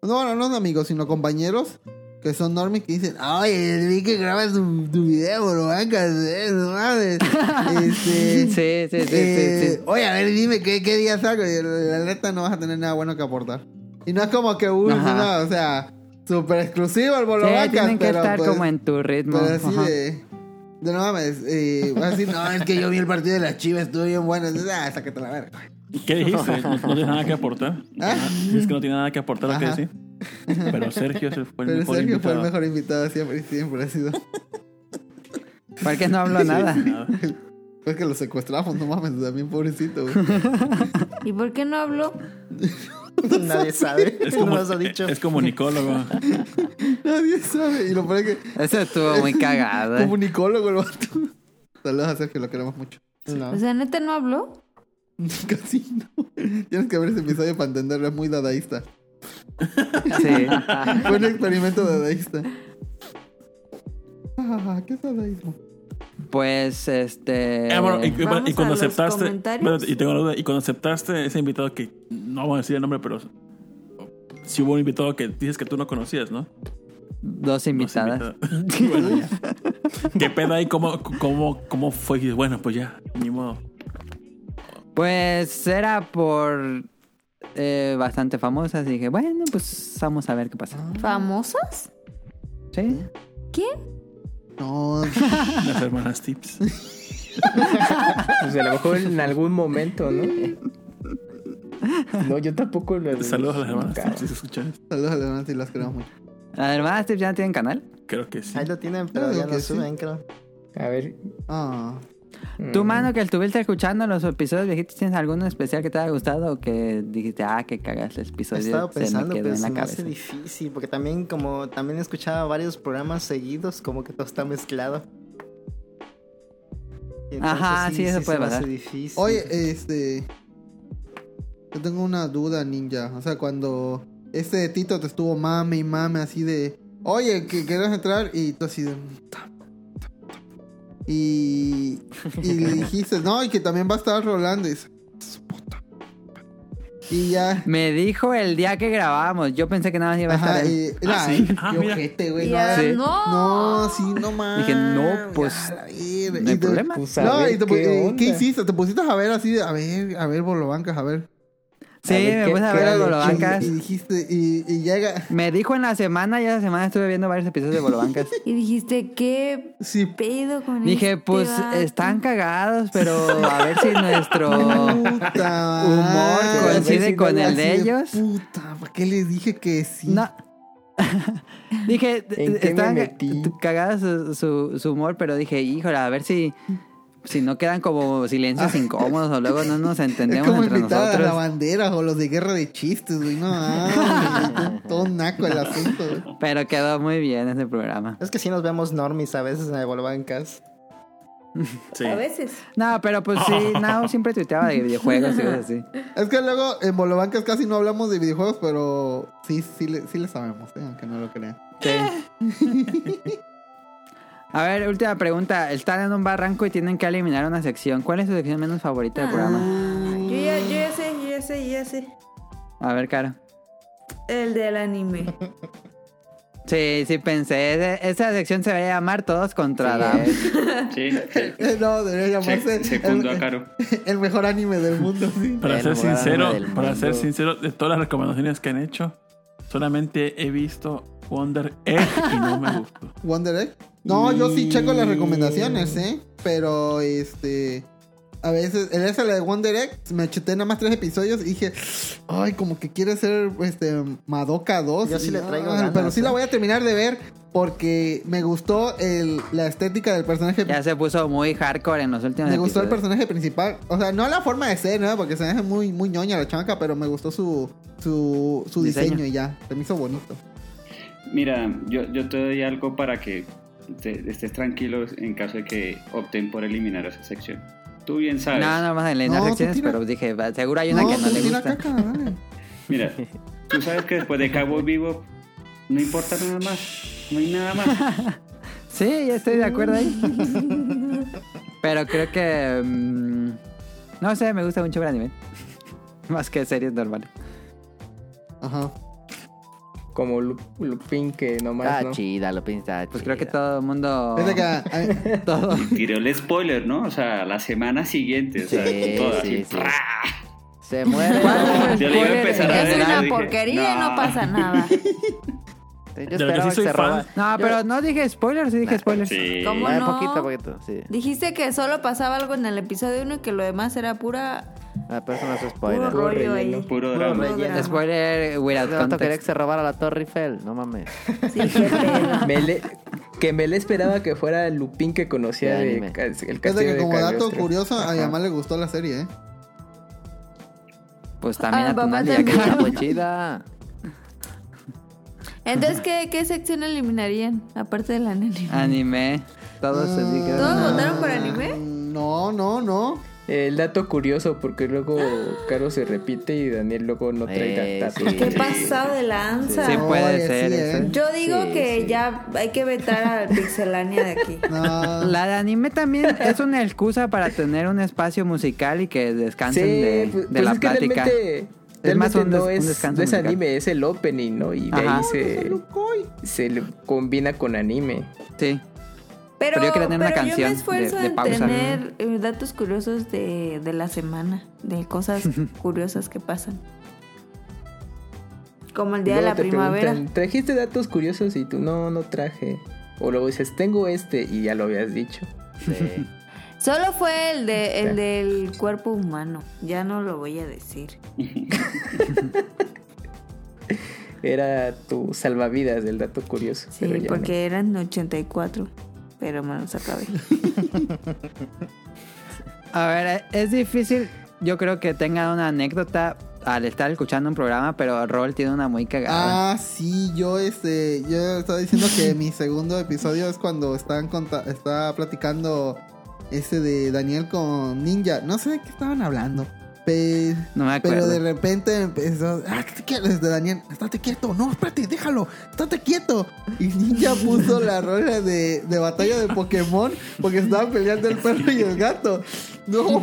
[SPEAKER 9] No, no, no amigos, sino compañeros que son normis que dicen, ay, vi que grabas tu, tu video, bro, bancas, eh, no mames. Este,
[SPEAKER 2] sí, sí, sí, sí,
[SPEAKER 9] eh,
[SPEAKER 2] sí.
[SPEAKER 9] Oye, a ver, dime qué, qué día salgo. Y la la neta no vas a tener nada bueno que aportar. Y no es como que, uy,
[SPEAKER 2] Ajá.
[SPEAKER 9] no, o sea, súper exclusivo el bolo
[SPEAKER 2] Sí,
[SPEAKER 9] bancas,
[SPEAKER 2] tienen que
[SPEAKER 9] pero,
[SPEAKER 2] estar
[SPEAKER 9] pues,
[SPEAKER 2] como en tu ritmo.
[SPEAKER 9] pero así
[SPEAKER 2] Ajá.
[SPEAKER 9] de. De no mames, eh, vas a decir, no, es que yo vi el partido de las chivas, estuvo bien bueno. Entonces, ah, sácate la verga.
[SPEAKER 12] ¿Qué dijiste? No, no tienes nada que aportar.
[SPEAKER 2] Ah.
[SPEAKER 12] Es que no tiene nada que aportar lo que
[SPEAKER 9] Ajá.
[SPEAKER 12] decir. Pero Sergio es el- fue el
[SPEAKER 9] Pero
[SPEAKER 12] mejor
[SPEAKER 9] Sergio fue
[SPEAKER 12] invitado.
[SPEAKER 9] el mejor invitado, siempre, siempre ha sido.
[SPEAKER 2] ¿Por qué no habló
[SPEAKER 9] Sí,
[SPEAKER 2] nada?
[SPEAKER 9] Pues que lo secuestramos, no mames, también pobrecito, güey.
[SPEAKER 4] ¿Y por qué no habló?
[SPEAKER 5] Nadie sabe.
[SPEAKER 12] Es como,
[SPEAKER 5] No nos ha dicho.
[SPEAKER 12] es comunicólogo.
[SPEAKER 9] Nadie sabe. Y lo peor es que.
[SPEAKER 2] Eso estuvo muy cagado. eh.
[SPEAKER 9] Como unicólogo, el vato. Saludos a Sergio, lo queremos mucho. No.
[SPEAKER 4] O sea, neta no habló.
[SPEAKER 9] Casi no. Tienes que ver ese episodio para entenderlo, es muy dadaísta.
[SPEAKER 2] Sí.
[SPEAKER 9] Fue un experimento dadaísta. Ah, ¿Qué es dadaísmo?
[SPEAKER 2] Pues este.
[SPEAKER 12] Ah, bueno, y, y- y cuando aceptaste.
[SPEAKER 9] comentarios.
[SPEAKER 12] bueno, y tengo una duda. Y cuando aceptaste ese invitado que. No vamos a decir el nombre, pero. Si hubo un invitado que dices que tú no conocías, ¿no?
[SPEAKER 2] Dos invitadas.
[SPEAKER 12] Bueno, ya. ¿Qué pedo ahí? ¿Cómo, cómo, cómo fue? Y dices, Bueno, pues ya, ni modo.
[SPEAKER 2] Pues era por. eh, bastante famosas. Y dije, bueno, pues vamos a ver qué pasa.
[SPEAKER 4] ¿Famosas?
[SPEAKER 2] Sí.
[SPEAKER 4] ¿Quién?
[SPEAKER 9] No.
[SPEAKER 12] Las hermanas tips.
[SPEAKER 8] Pues a lo mejor en algún momento, ¿no? No, yo tampoco lo
[SPEAKER 12] Saludos a las hermanas
[SPEAKER 8] Nunca.
[SPEAKER 12] tips, si se escuchan.
[SPEAKER 9] Saludos a Leonardo y las queremos mucho.
[SPEAKER 2] ¿Las hermanas tips ya no tienen canal?
[SPEAKER 12] Creo que sí.
[SPEAKER 5] Ahí lo tienen, pero ya
[SPEAKER 9] Claro que
[SPEAKER 5] lo
[SPEAKER 9] Ah, sí.
[SPEAKER 5] suben, creo.
[SPEAKER 8] A ver.
[SPEAKER 9] Ah.
[SPEAKER 2] Tú, mano, que estuviste escuchando los episodios viejitos, ¿tienes alguno especial que te haya gustado o que dijiste, ah, que cagas el
[SPEAKER 5] He
[SPEAKER 2] episodio?
[SPEAKER 5] estado
[SPEAKER 2] se me
[SPEAKER 5] pensando,
[SPEAKER 2] quedó
[SPEAKER 5] pero
[SPEAKER 2] en
[SPEAKER 9] pues,
[SPEAKER 2] la
[SPEAKER 5] se me hace
[SPEAKER 2] cabeza.
[SPEAKER 5] difícil, porque también como también escuchaba varios programas seguidos, como que todo está mezclado. Y entonces
[SPEAKER 2] Ajá, sí, eso puede
[SPEAKER 5] se me hace
[SPEAKER 2] pasar.
[SPEAKER 5] difícil.
[SPEAKER 9] Oye, este. Yo tengo una duda, ninja. O sea, cuando este Tito te estuvo mame y mame así de. Oye, que querés entrar y tú así de. Y. Y le dijiste, no, y que también va a estar Rolando. Y dice, "Su puta madre". Y ya.
[SPEAKER 2] Me dijo el día que grabábamos. Yo pensé que nada más iba a
[SPEAKER 9] Ajá,
[SPEAKER 2] estar él.
[SPEAKER 9] y. Era,
[SPEAKER 12] Ah, sí. Ah,
[SPEAKER 9] eh, qué
[SPEAKER 12] mira.
[SPEAKER 9] ojete, güey.
[SPEAKER 4] Ya,
[SPEAKER 9] No,
[SPEAKER 2] Sí.
[SPEAKER 4] no.
[SPEAKER 9] no, sí, no mames.
[SPEAKER 2] Dije, no, pues,
[SPEAKER 9] a la verga.
[SPEAKER 2] no hay
[SPEAKER 9] Y te-
[SPEAKER 2] problema.
[SPEAKER 8] Pues, a
[SPEAKER 9] No,
[SPEAKER 8] ver
[SPEAKER 9] y te, eh,
[SPEAKER 8] qué
[SPEAKER 9] ¿qué,
[SPEAKER 8] onda.
[SPEAKER 9] ¿qué hiciste? Te pusiste a ver así de, a ver, a ver, Bolobancas, a ver.
[SPEAKER 2] Sí,
[SPEAKER 8] a ver,
[SPEAKER 2] me
[SPEAKER 8] ¿qué-
[SPEAKER 2] puse a
[SPEAKER 8] qué
[SPEAKER 2] ver a
[SPEAKER 8] hay aquí?
[SPEAKER 2] Bolobancas.
[SPEAKER 9] Y, y dijiste, y, y llega.
[SPEAKER 2] Me dijo en la semana, y esa semana estuve viendo varios episodios de Bolobancas.
[SPEAKER 4] Y dijiste, ¿qué
[SPEAKER 9] Sí,
[SPEAKER 4] pedo con
[SPEAKER 2] Dije,
[SPEAKER 4] este
[SPEAKER 2] pues
[SPEAKER 4] vato?
[SPEAKER 2] están cagados, pero a ver si nuestro.
[SPEAKER 9] puta.
[SPEAKER 2] Humor
[SPEAKER 9] madre.
[SPEAKER 2] coincide
[SPEAKER 9] Así
[SPEAKER 2] con el de ellos.
[SPEAKER 9] Puta, ¿para qué les dije que sí?
[SPEAKER 2] No. dije,
[SPEAKER 8] ¿En qué me
[SPEAKER 2] estaban
[SPEAKER 8] metí?
[SPEAKER 2] cagadas su, su- su humor, pero dije, híjole, a ver si, si no quedan como silencios incómodos o luego no nos
[SPEAKER 9] Es
[SPEAKER 2] entendemos
[SPEAKER 9] como
[SPEAKER 2] entre
[SPEAKER 9] invitar a la
[SPEAKER 2] nosotros.
[SPEAKER 9] bandera o los de guerra de chistes, güey. No, mames, todo naco el asunto, güey.
[SPEAKER 2] Pero quedó muy bien ese programa.
[SPEAKER 5] Es que sí nos vemos normis a veces en el Volvancas.
[SPEAKER 12] Sí.
[SPEAKER 4] A veces.
[SPEAKER 2] No, pero pues sí, Nao siempre tuiteaba de videojuegos y cosas así.
[SPEAKER 9] Es que luego en Bolobancas casi no hablamos de videojuegos, pero sí, sí, le, sí le sabemos, eh, aunque no lo crean. Eh.
[SPEAKER 2] Sí. A ver, última pregunta. Están en un barranco y tienen que eliminar una sección. ¿Cuál es su sección menos favorita del programa?
[SPEAKER 9] Ah.
[SPEAKER 4] Yo ya, yo ya sé, yo ya sé, yo ya sé.
[SPEAKER 2] A ver, cara.
[SPEAKER 4] El del anime.
[SPEAKER 2] Sí, sí pensé. Ese- Esa sección se va a llamar Todos contra Adam.
[SPEAKER 7] Sí, sí.
[SPEAKER 9] Eh, No, debería llamarse
[SPEAKER 7] Se- Segundo a
[SPEAKER 9] el,
[SPEAKER 7] Caro.
[SPEAKER 9] el mejor anime del mundo, sí.
[SPEAKER 12] Para
[SPEAKER 3] El
[SPEAKER 12] ser
[SPEAKER 3] lugar
[SPEAKER 12] sincero,
[SPEAKER 3] del
[SPEAKER 12] para
[SPEAKER 3] mundo.
[SPEAKER 12] ser sincero, de todas las recomendaciones que han hecho, solamente he visto Wonder Egg y no me gustó.
[SPEAKER 9] Wonder Egg. No, yo sí checo las recomendaciones, ¿eh? Pero este. A veces, en esa la de Wonder Egg, me chuté nada más tres episodios y dije, ay, como que quiere ser este Madoka 2.
[SPEAKER 5] Yo sí
[SPEAKER 9] Y,
[SPEAKER 5] le traigo
[SPEAKER 9] "Ay,
[SPEAKER 5] ganas,
[SPEAKER 9] Pero sí
[SPEAKER 5] ¿eh?"
[SPEAKER 9] la voy a terminar de ver porque me gustó el- la estética del personaje.
[SPEAKER 2] Ya se puso muy hardcore en los últimos
[SPEAKER 9] Me gustó el
[SPEAKER 2] episodios.
[SPEAKER 9] personaje principal. O sea, no la forma de ser, ¿no? Porque se me hace muy, muy ñoña la chanca, pero me gustó su, su, su diseño.
[SPEAKER 7] Diseño.
[SPEAKER 9] y ya. Se me hizo bonito.
[SPEAKER 7] Mira, yo, yo te doy algo para que te- estés tranquilo en caso de que opten por eliminar esa sección. Tú bien sabes.
[SPEAKER 2] No, no más en las
[SPEAKER 7] No, tú
[SPEAKER 2] secciones,
[SPEAKER 7] tira.
[SPEAKER 2] pero dije, va, seguro hay una que
[SPEAKER 9] pues
[SPEAKER 2] no le gusta.
[SPEAKER 7] Mira, tú sabes que después de Cabo Vivo no importa nada más. No hay nada más.
[SPEAKER 2] Sí, ya estoy de acuerdo ahí. Pero creo que. mm, no sé, me gusta mucho el anime. Más que series normales.
[SPEAKER 9] Ajá.
[SPEAKER 8] Como Lu- Lupin que nomás
[SPEAKER 3] Está
[SPEAKER 8] no.
[SPEAKER 3] chida, Lupin está
[SPEAKER 2] Pues creo que todo el mundo.
[SPEAKER 7] Ven
[SPEAKER 8] ah,
[SPEAKER 2] todo.
[SPEAKER 7] Y tiró el spoiler, ¿no? O sea, la semana siguiente. O sea,
[SPEAKER 3] Sí,
[SPEAKER 7] con todo
[SPEAKER 3] sí,
[SPEAKER 7] así,
[SPEAKER 3] sí.
[SPEAKER 7] ¡ra!
[SPEAKER 3] Se muere.
[SPEAKER 7] Yo le iba a empezar a
[SPEAKER 4] Es
[SPEAKER 7] ver,
[SPEAKER 4] una
[SPEAKER 7] dije,
[SPEAKER 4] porquería, no pasa nada.
[SPEAKER 3] Yo esperaba que se roba.
[SPEAKER 2] No, pero no dije spoilers, sí dije spoilers.
[SPEAKER 4] ¿Cómo
[SPEAKER 3] Eh,
[SPEAKER 4] no?
[SPEAKER 3] Poquito, poquito, sí.
[SPEAKER 4] Dijiste que solo pasaba algo en el episodio 1 y que lo demás era pura.
[SPEAKER 3] La persona es spoiler.
[SPEAKER 4] Puro rollo Puro relleno, ahí.
[SPEAKER 7] puro
[SPEAKER 4] drama. drama.
[SPEAKER 2] Spoiler, without
[SPEAKER 3] No,
[SPEAKER 2] context.
[SPEAKER 3] quería que se robara la Torre Eiffel, no mames.
[SPEAKER 8] Mele- que me le esperaba que fuera el Lupin que conocía
[SPEAKER 3] De
[SPEAKER 8] de
[SPEAKER 3] anime.
[SPEAKER 8] ca- el
[SPEAKER 9] Fíjate
[SPEAKER 8] castillo
[SPEAKER 9] que
[SPEAKER 8] de
[SPEAKER 9] como dato
[SPEAKER 8] Cagliostro.
[SPEAKER 9] curioso, a
[SPEAKER 8] Ajá.
[SPEAKER 9] Yamal le gustó la serie, ¿eh?
[SPEAKER 2] Pues también
[SPEAKER 4] Ah,
[SPEAKER 2] a tu
[SPEAKER 4] papá
[SPEAKER 2] Nadia, que
[SPEAKER 4] también.
[SPEAKER 2] está muy chida.
[SPEAKER 4] Entonces, ¿qué, qué sección eliminarían? Aparte del anime.
[SPEAKER 2] Anime. Todos se dijeron.
[SPEAKER 4] ¿Todos votaron por anime?
[SPEAKER 9] Ah, No, no, no.
[SPEAKER 8] El dato curioso, porque luego Caro se repite y Daniel luego no trae
[SPEAKER 3] Eh,
[SPEAKER 8] dato.
[SPEAKER 3] sí.
[SPEAKER 4] Qué pasado de lanza.
[SPEAKER 8] Sí, sí puede Oye, ser, sí,
[SPEAKER 9] ¿eh?
[SPEAKER 4] Yo digo
[SPEAKER 8] Sí,
[SPEAKER 4] que
[SPEAKER 8] sí.
[SPEAKER 4] ya hay que vetar al pixelania de aquí.
[SPEAKER 2] La de anime también es una excusa para tener un espacio musical y que descansen
[SPEAKER 8] Sí,
[SPEAKER 2] de,
[SPEAKER 8] pues-
[SPEAKER 2] de
[SPEAKER 8] pues
[SPEAKER 2] la
[SPEAKER 8] es que
[SPEAKER 2] plática.
[SPEAKER 8] realmente,
[SPEAKER 2] es más
[SPEAKER 8] realmente
[SPEAKER 2] un, des-
[SPEAKER 8] no
[SPEAKER 2] un
[SPEAKER 8] es,
[SPEAKER 2] descanso
[SPEAKER 8] no es
[SPEAKER 2] musical.
[SPEAKER 8] anime, es el opening, ¿no? Y de
[SPEAKER 2] Ajá.
[SPEAKER 8] ahí
[SPEAKER 4] Pues
[SPEAKER 8] se, se le combina con anime.
[SPEAKER 2] Sí.
[SPEAKER 4] Pero,
[SPEAKER 8] Pero yo quería tener una
[SPEAKER 4] pero yo
[SPEAKER 8] canción
[SPEAKER 4] me esfuerzo
[SPEAKER 8] de- de
[SPEAKER 4] en
[SPEAKER 8] pausa.
[SPEAKER 4] tener eh, datos curiosos de, de la semana, de cosas curiosas que pasan. Como el día de la
[SPEAKER 8] Luego te
[SPEAKER 4] primavera.
[SPEAKER 8] preguntan, ¿Trajiste datos curiosos? Y tú, no, no traje. O luego dices, tengo este y ya lo habías dicho.
[SPEAKER 4] Solo fue el, de, el
[SPEAKER 8] Sí.
[SPEAKER 4] del cuerpo humano, ya no lo voy a decir.
[SPEAKER 8] Era tu salvavidas del dato curioso.
[SPEAKER 4] Sí,
[SPEAKER 8] pero ya
[SPEAKER 4] porque eran 84, pero me los acabé.
[SPEAKER 2] A ver, es difícil. Yo creo que tengan una anécdota al estar escuchando un programa, pero Rol tiene una muy cagada.
[SPEAKER 9] Ah, sí, yo este, yo estaba diciendo que mi segundo episodio es cuando están conta- está platicando ese de Daniel con Ninja. No sé de qué estaban hablando. Pe-
[SPEAKER 2] No me
[SPEAKER 9] Pero
[SPEAKER 2] acuerdo.
[SPEAKER 9] de repente empezó, ah, ¿qué te quieres de Daniel? Estate quieto, no, espérate, déjalo, estate quieto. Y Ninja puso la rola de, de batalla de Pokémon porque estaban peleando el perro y el gato. No,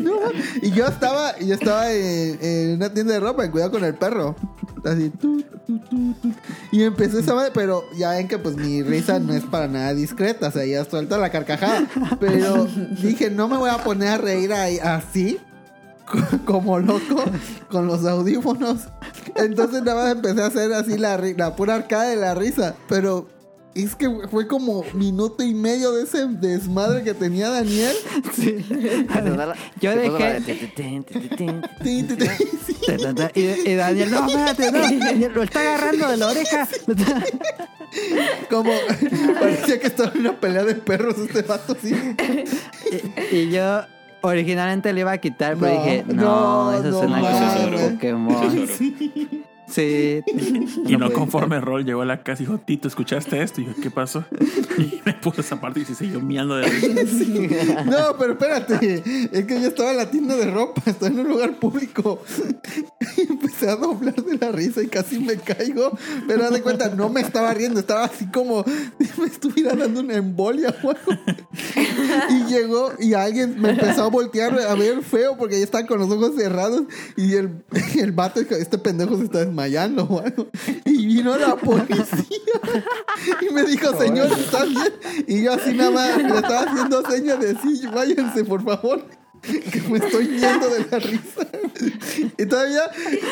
[SPEAKER 9] no. Y yo estaba, yo estaba en, en una tienda de ropa en cuidado con el perro. Así, tu, tu, tu, tu. Y empezó esa madre, pero ya ven que pues mi risa no es para nada discreta, o sea, ya suelta la carcajada. Pero dije, no me voy a poner a reír ahí- así, co- como loco, con los audífonos. Entonces nada más empecé a hacer así la, ri- la pura arcada de la risa, pero... Es que fue como minuto y medio de ese desmadre que tenía Daniel.
[SPEAKER 2] Yo
[SPEAKER 1] Se puso la
[SPEAKER 2] dejé. Y, y Eh, Daniel, no, espérate, no, Daniel, lo está agarrando de la oreja.
[SPEAKER 9] Como parecía que estaba en una pelea de perros este vato así.
[SPEAKER 2] Y yo originalmente le iba a quitar, pero
[SPEAKER 9] No,
[SPEAKER 2] dije, no,
[SPEAKER 9] no,
[SPEAKER 2] eso
[SPEAKER 9] no
[SPEAKER 2] suena como
[SPEAKER 9] mames.
[SPEAKER 2] de Pokémon. Sí.
[SPEAKER 12] Y no conforme Rol llegó a la casa y dijo, Tito, ¿escuchaste esto? Y yo, ¿qué pasó? Y me puso esa parte y se siguió miando de risa.
[SPEAKER 9] Sí. No, pero espérate. Es que yo estaba en la tienda de ropa, estaba en un lugar público. Y empecé a doblar de la risa y casi me caigo. Pero haz de cuenta, no me estaba riendo, estaba así como si me estuviera dando una embolia o algo. Y llegó y alguien me empezó a voltear a ver feo porque ya estaba con los ojos cerrados. Y el, el vato, dijo, este pendejo se está desmayando o algo. Y vino la policía. Y me dijo, señor, ¿está bien? Y yo así nada más le estaba haciendo señas de sí, váyanse, por favor. Que me estoy yendo de la risa. Y todavía,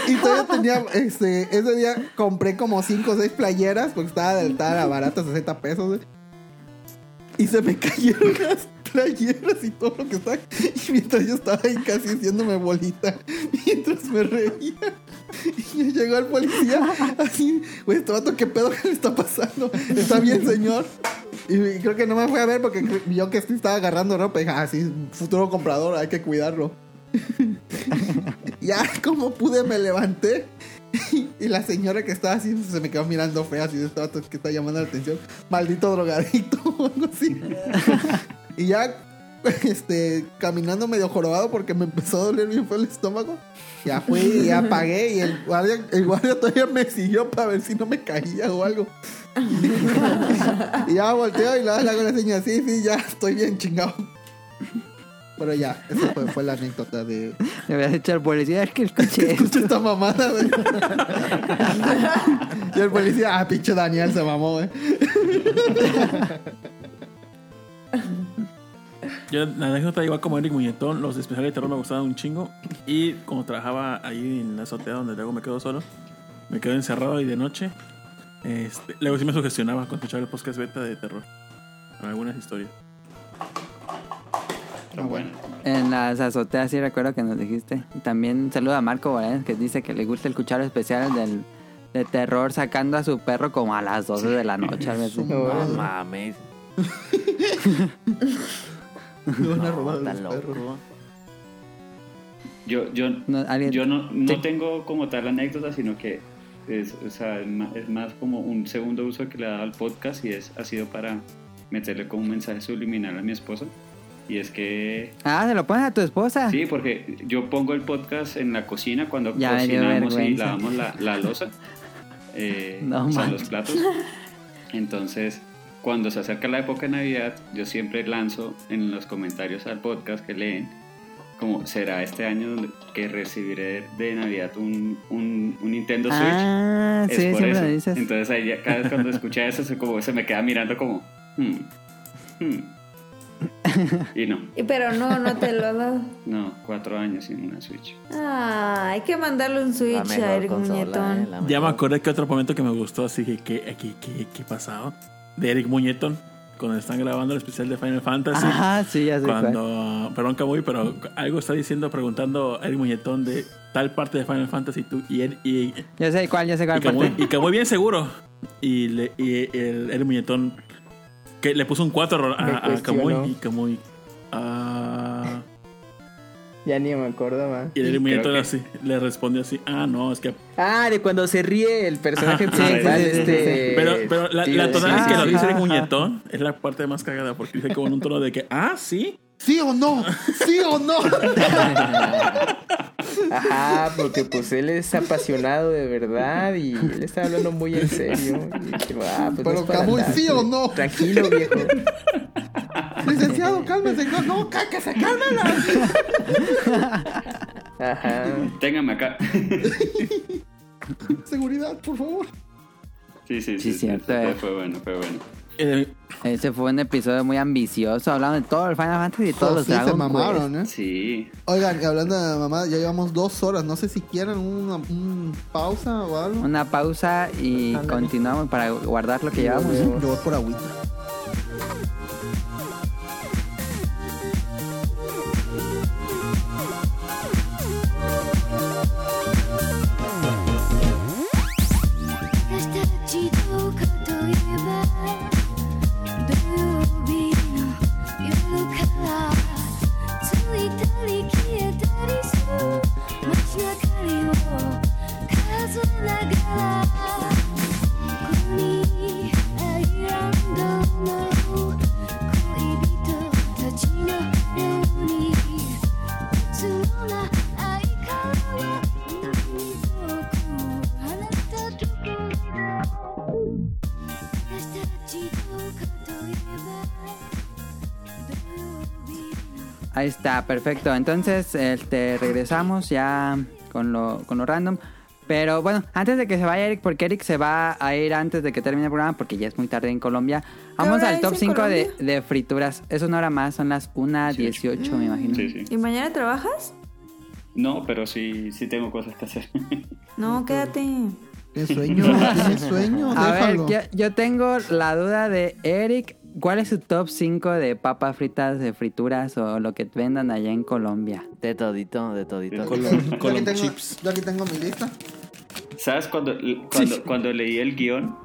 [SPEAKER 9] y todavía tenía, este, ese día compré como 5 o 6 playeras porque estaba del estaba barata, 60 pesos. güey. Y se me cayeron las playeras y todo lo que estaba. Y mientras yo estaba ahí casi haciéndome bolita, mientras me reía. Y llegó el policía, así, güey, este vato, ¿qué pedo que le está pasando? Está bien, señor. Y creo que no me fue a ver porque cre- vio que sí estaba agarrando ropa. Dije, ah, sí, futuro comprador, hay que cuidarlo. ya como pude me levanté. Y la señora que estaba así se me quedó mirando fea, así de este vato que está llamando la atención. Maldito drogadicto o algo así. y ya, este, caminando medio jorobado porque me empezó a doler bien feo el estómago. Ya fui y ya pagué y el guardia, el guardia todavía me siguió para ver si no me caía o algo. y ya volteo y le hago la señal, sí, sí, ya estoy bien chingado. Pero ya, esa fue, fue la anécdota de...
[SPEAKER 2] Le habías dicho al policía "Es que escuché esto.
[SPEAKER 9] esta mamada, güey. Y el policía, ah, pinche Daniel se mamó, güey.
[SPEAKER 12] Yo, la anécdota igual como Eric Muñetón, los especiales de terror me gustaban un chingo. Y como trabajaba ahí en la azotea donde luego me quedo solo, me quedo encerrado y de noche. Este, luego sí me sugestionaba con escuchar el podcast beta de terror. Algunas historias.
[SPEAKER 2] En las azoteas sí recuerdo que nos dijiste. Y también un saludo a Marco Valenz que dice que le gusta escuchar especiales del, de terror sacando a su perro como a las 12 de la noche. algo así.
[SPEAKER 3] No mames.
[SPEAKER 9] Me van a robar
[SPEAKER 3] está
[SPEAKER 9] los
[SPEAKER 3] loco.
[SPEAKER 9] perros.
[SPEAKER 7] Yo, yo, yo no, no tengo como tal anécdota, sino que es, o sea, es ma- es más como un segundo uso que le he dado al podcast y es, ha sido para meterle como un mensaje subliminal a mi esposa. Y es que
[SPEAKER 2] Ah, ¿se lo pones a tu esposa?
[SPEAKER 7] Sí, porque yo pongo el podcast en la cocina cuando
[SPEAKER 2] Ya me dio
[SPEAKER 7] cocinamos y
[SPEAKER 2] vergüenza.
[SPEAKER 7] lavamos la, la losa, eh,
[SPEAKER 2] No
[SPEAKER 7] o sea,
[SPEAKER 2] manches.
[SPEAKER 7] los platos. Entonces, cuando se acerca la época de Navidad, yo siempre lanzo en los comentarios al podcast que leen, como será este año donde- que recibiré de Navidad un, un- un Nintendo Switch.
[SPEAKER 2] Ah,
[SPEAKER 7] Es
[SPEAKER 2] sí,
[SPEAKER 7] por
[SPEAKER 2] siempre
[SPEAKER 7] eso.
[SPEAKER 2] lo dices.
[SPEAKER 7] Entonces, ahí ya cada vez cuando escucha eso, se, como, se me queda mirando como... "Hmm, hmm". Y no,
[SPEAKER 4] Y Pero no, no te lo ha dado.
[SPEAKER 7] no, cuatro años sin una Switch.
[SPEAKER 4] Ah, hay que mandarle un Switch a Eric
[SPEAKER 7] eh,
[SPEAKER 2] eh,
[SPEAKER 4] Muñetón.
[SPEAKER 12] Ya me acordé que otro momento que me gustó, así que qué, qué, qué, qué pasado. De Eric Muñetón, cuando están grabando el especial de Final Fantasy.
[SPEAKER 2] Ajá, sí, ya sé cuál.
[SPEAKER 12] Cuando, perdón Camuy, pero algo está diciendo, preguntando Eric Muñetón de tal parte de Final Fantasy tú, y, él, y,
[SPEAKER 2] Yo sé cuál, yo sé cuál
[SPEAKER 12] y Camuy,
[SPEAKER 2] parte.
[SPEAKER 12] y Camuy bien seguro. Y, le, y el Eric Muñetón que le puso un 4
[SPEAKER 8] Me
[SPEAKER 12] a, a
[SPEAKER 8] cuestionó.
[SPEAKER 12] Camuy y Camuy. ah,
[SPEAKER 8] Ya ni me acordaba.
[SPEAKER 12] y el Eric Muñetón
[SPEAKER 8] Creo que-
[SPEAKER 12] así, le respondió así, ah, no, es que
[SPEAKER 8] Ah, de cuando se ríe el personaje principal. este...
[SPEAKER 12] Pero, pero la,
[SPEAKER 8] tío,
[SPEAKER 12] la tonada
[SPEAKER 8] sí,
[SPEAKER 12] que lo
[SPEAKER 8] sí,
[SPEAKER 12] dice
[SPEAKER 8] sí.
[SPEAKER 12] el muñetón es la parte más cagada porque dice como en un tono de que, ah, sí.
[SPEAKER 9] ¿Sí o no? ¿Sí o no?
[SPEAKER 8] Ajá, porque pues él es apasionado de verdad y él está hablando muy en serio. Y dije, ah, pues, no
[SPEAKER 9] Pero
[SPEAKER 8] es para
[SPEAKER 9] Camuy,
[SPEAKER 8] tanto.
[SPEAKER 9] ¿sí o no?
[SPEAKER 8] Tranquilo, viejo.
[SPEAKER 9] Licenciado, cálmese. No, no, cáquese, cálmala.
[SPEAKER 8] Ajá.
[SPEAKER 7] Téngame acá.
[SPEAKER 9] Seguridad, por favor.
[SPEAKER 7] Sí, sí,
[SPEAKER 2] Sí,
[SPEAKER 7] sí.
[SPEAKER 2] cierto,
[SPEAKER 7] fue-
[SPEAKER 2] eh.
[SPEAKER 7] Fue bueno, fue bueno.
[SPEAKER 2] Ese fue un episodio muy ambicioso, hablando de todo el Final Fantasy y todos
[SPEAKER 9] Pues
[SPEAKER 2] los
[SPEAKER 9] sí, se
[SPEAKER 2] Dragon
[SPEAKER 9] mamaron,
[SPEAKER 2] Quest.
[SPEAKER 9] ¿eh?
[SPEAKER 7] Sí.
[SPEAKER 9] Oigan, y hablando de mamá, ya llevamos dos horas. No sé si quieran una un pausa o algo.
[SPEAKER 2] Una pausa y
[SPEAKER 9] Ándale.
[SPEAKER 2] continuamos para guardar lo que llevamos. ¿eh?
[SPEAKER 9] Yo voy por agüita.
[SPEAKER 1] 「明日とかといえば」「土曜日の夜から」「ついたり消えたりする」「街の明かりを数えながら」「ここにアイランドの恋人たちのように」「つもな相変わらずに遠く離れたところだ」「私たちどうかといえば土曜日
[SPEAKER 2] Ahí está, perfecto. Entonces, este, regresamos ya con lo, con lo random. Pero bueno, antes de que se vaya Eric, porque Eric se va a ir antes de que termine el programa, porque ya es muy tarde en Colombia. Vamos
[SPEAKER 4] hora
[SPEAKER 2] al
[SPEAKER 4] es
[SPEAKER 2] top
[SPEAKER 4] en
[SPEAKER 2] 5 de, de frituras. Es una hora más, son las 1.18, me imagino.
[SPEAKER 4] ¿Y mañana trabajas?
[SPEAKER 7] No, pero sí, sí tengo cosas que hacer.
[SPEAKER 4] No, quédate.
[SPEAKER 9] ¿Qué sueño?
[SPEAKER 2] ¿Qué
[SPEAKER 9] ¿Qué sueño?
[SPEAKER 2] A ver,
[SPEAKER 9] Déjalo.
[SPEAKER 2] yo, yo tengo la duda de Eric. ¿Cuál es su top 5 de papas fritas, de frituras o lo que vendan allá en Colombia?
[SPEAKER 3] De todito, de todito.
[SPEAKER 9] Yo aquí, tengo, yo aquí tengo mi lista.
[SPEAKER 7] ¿Sabes? Cuando, cuando, cuando leí el guión,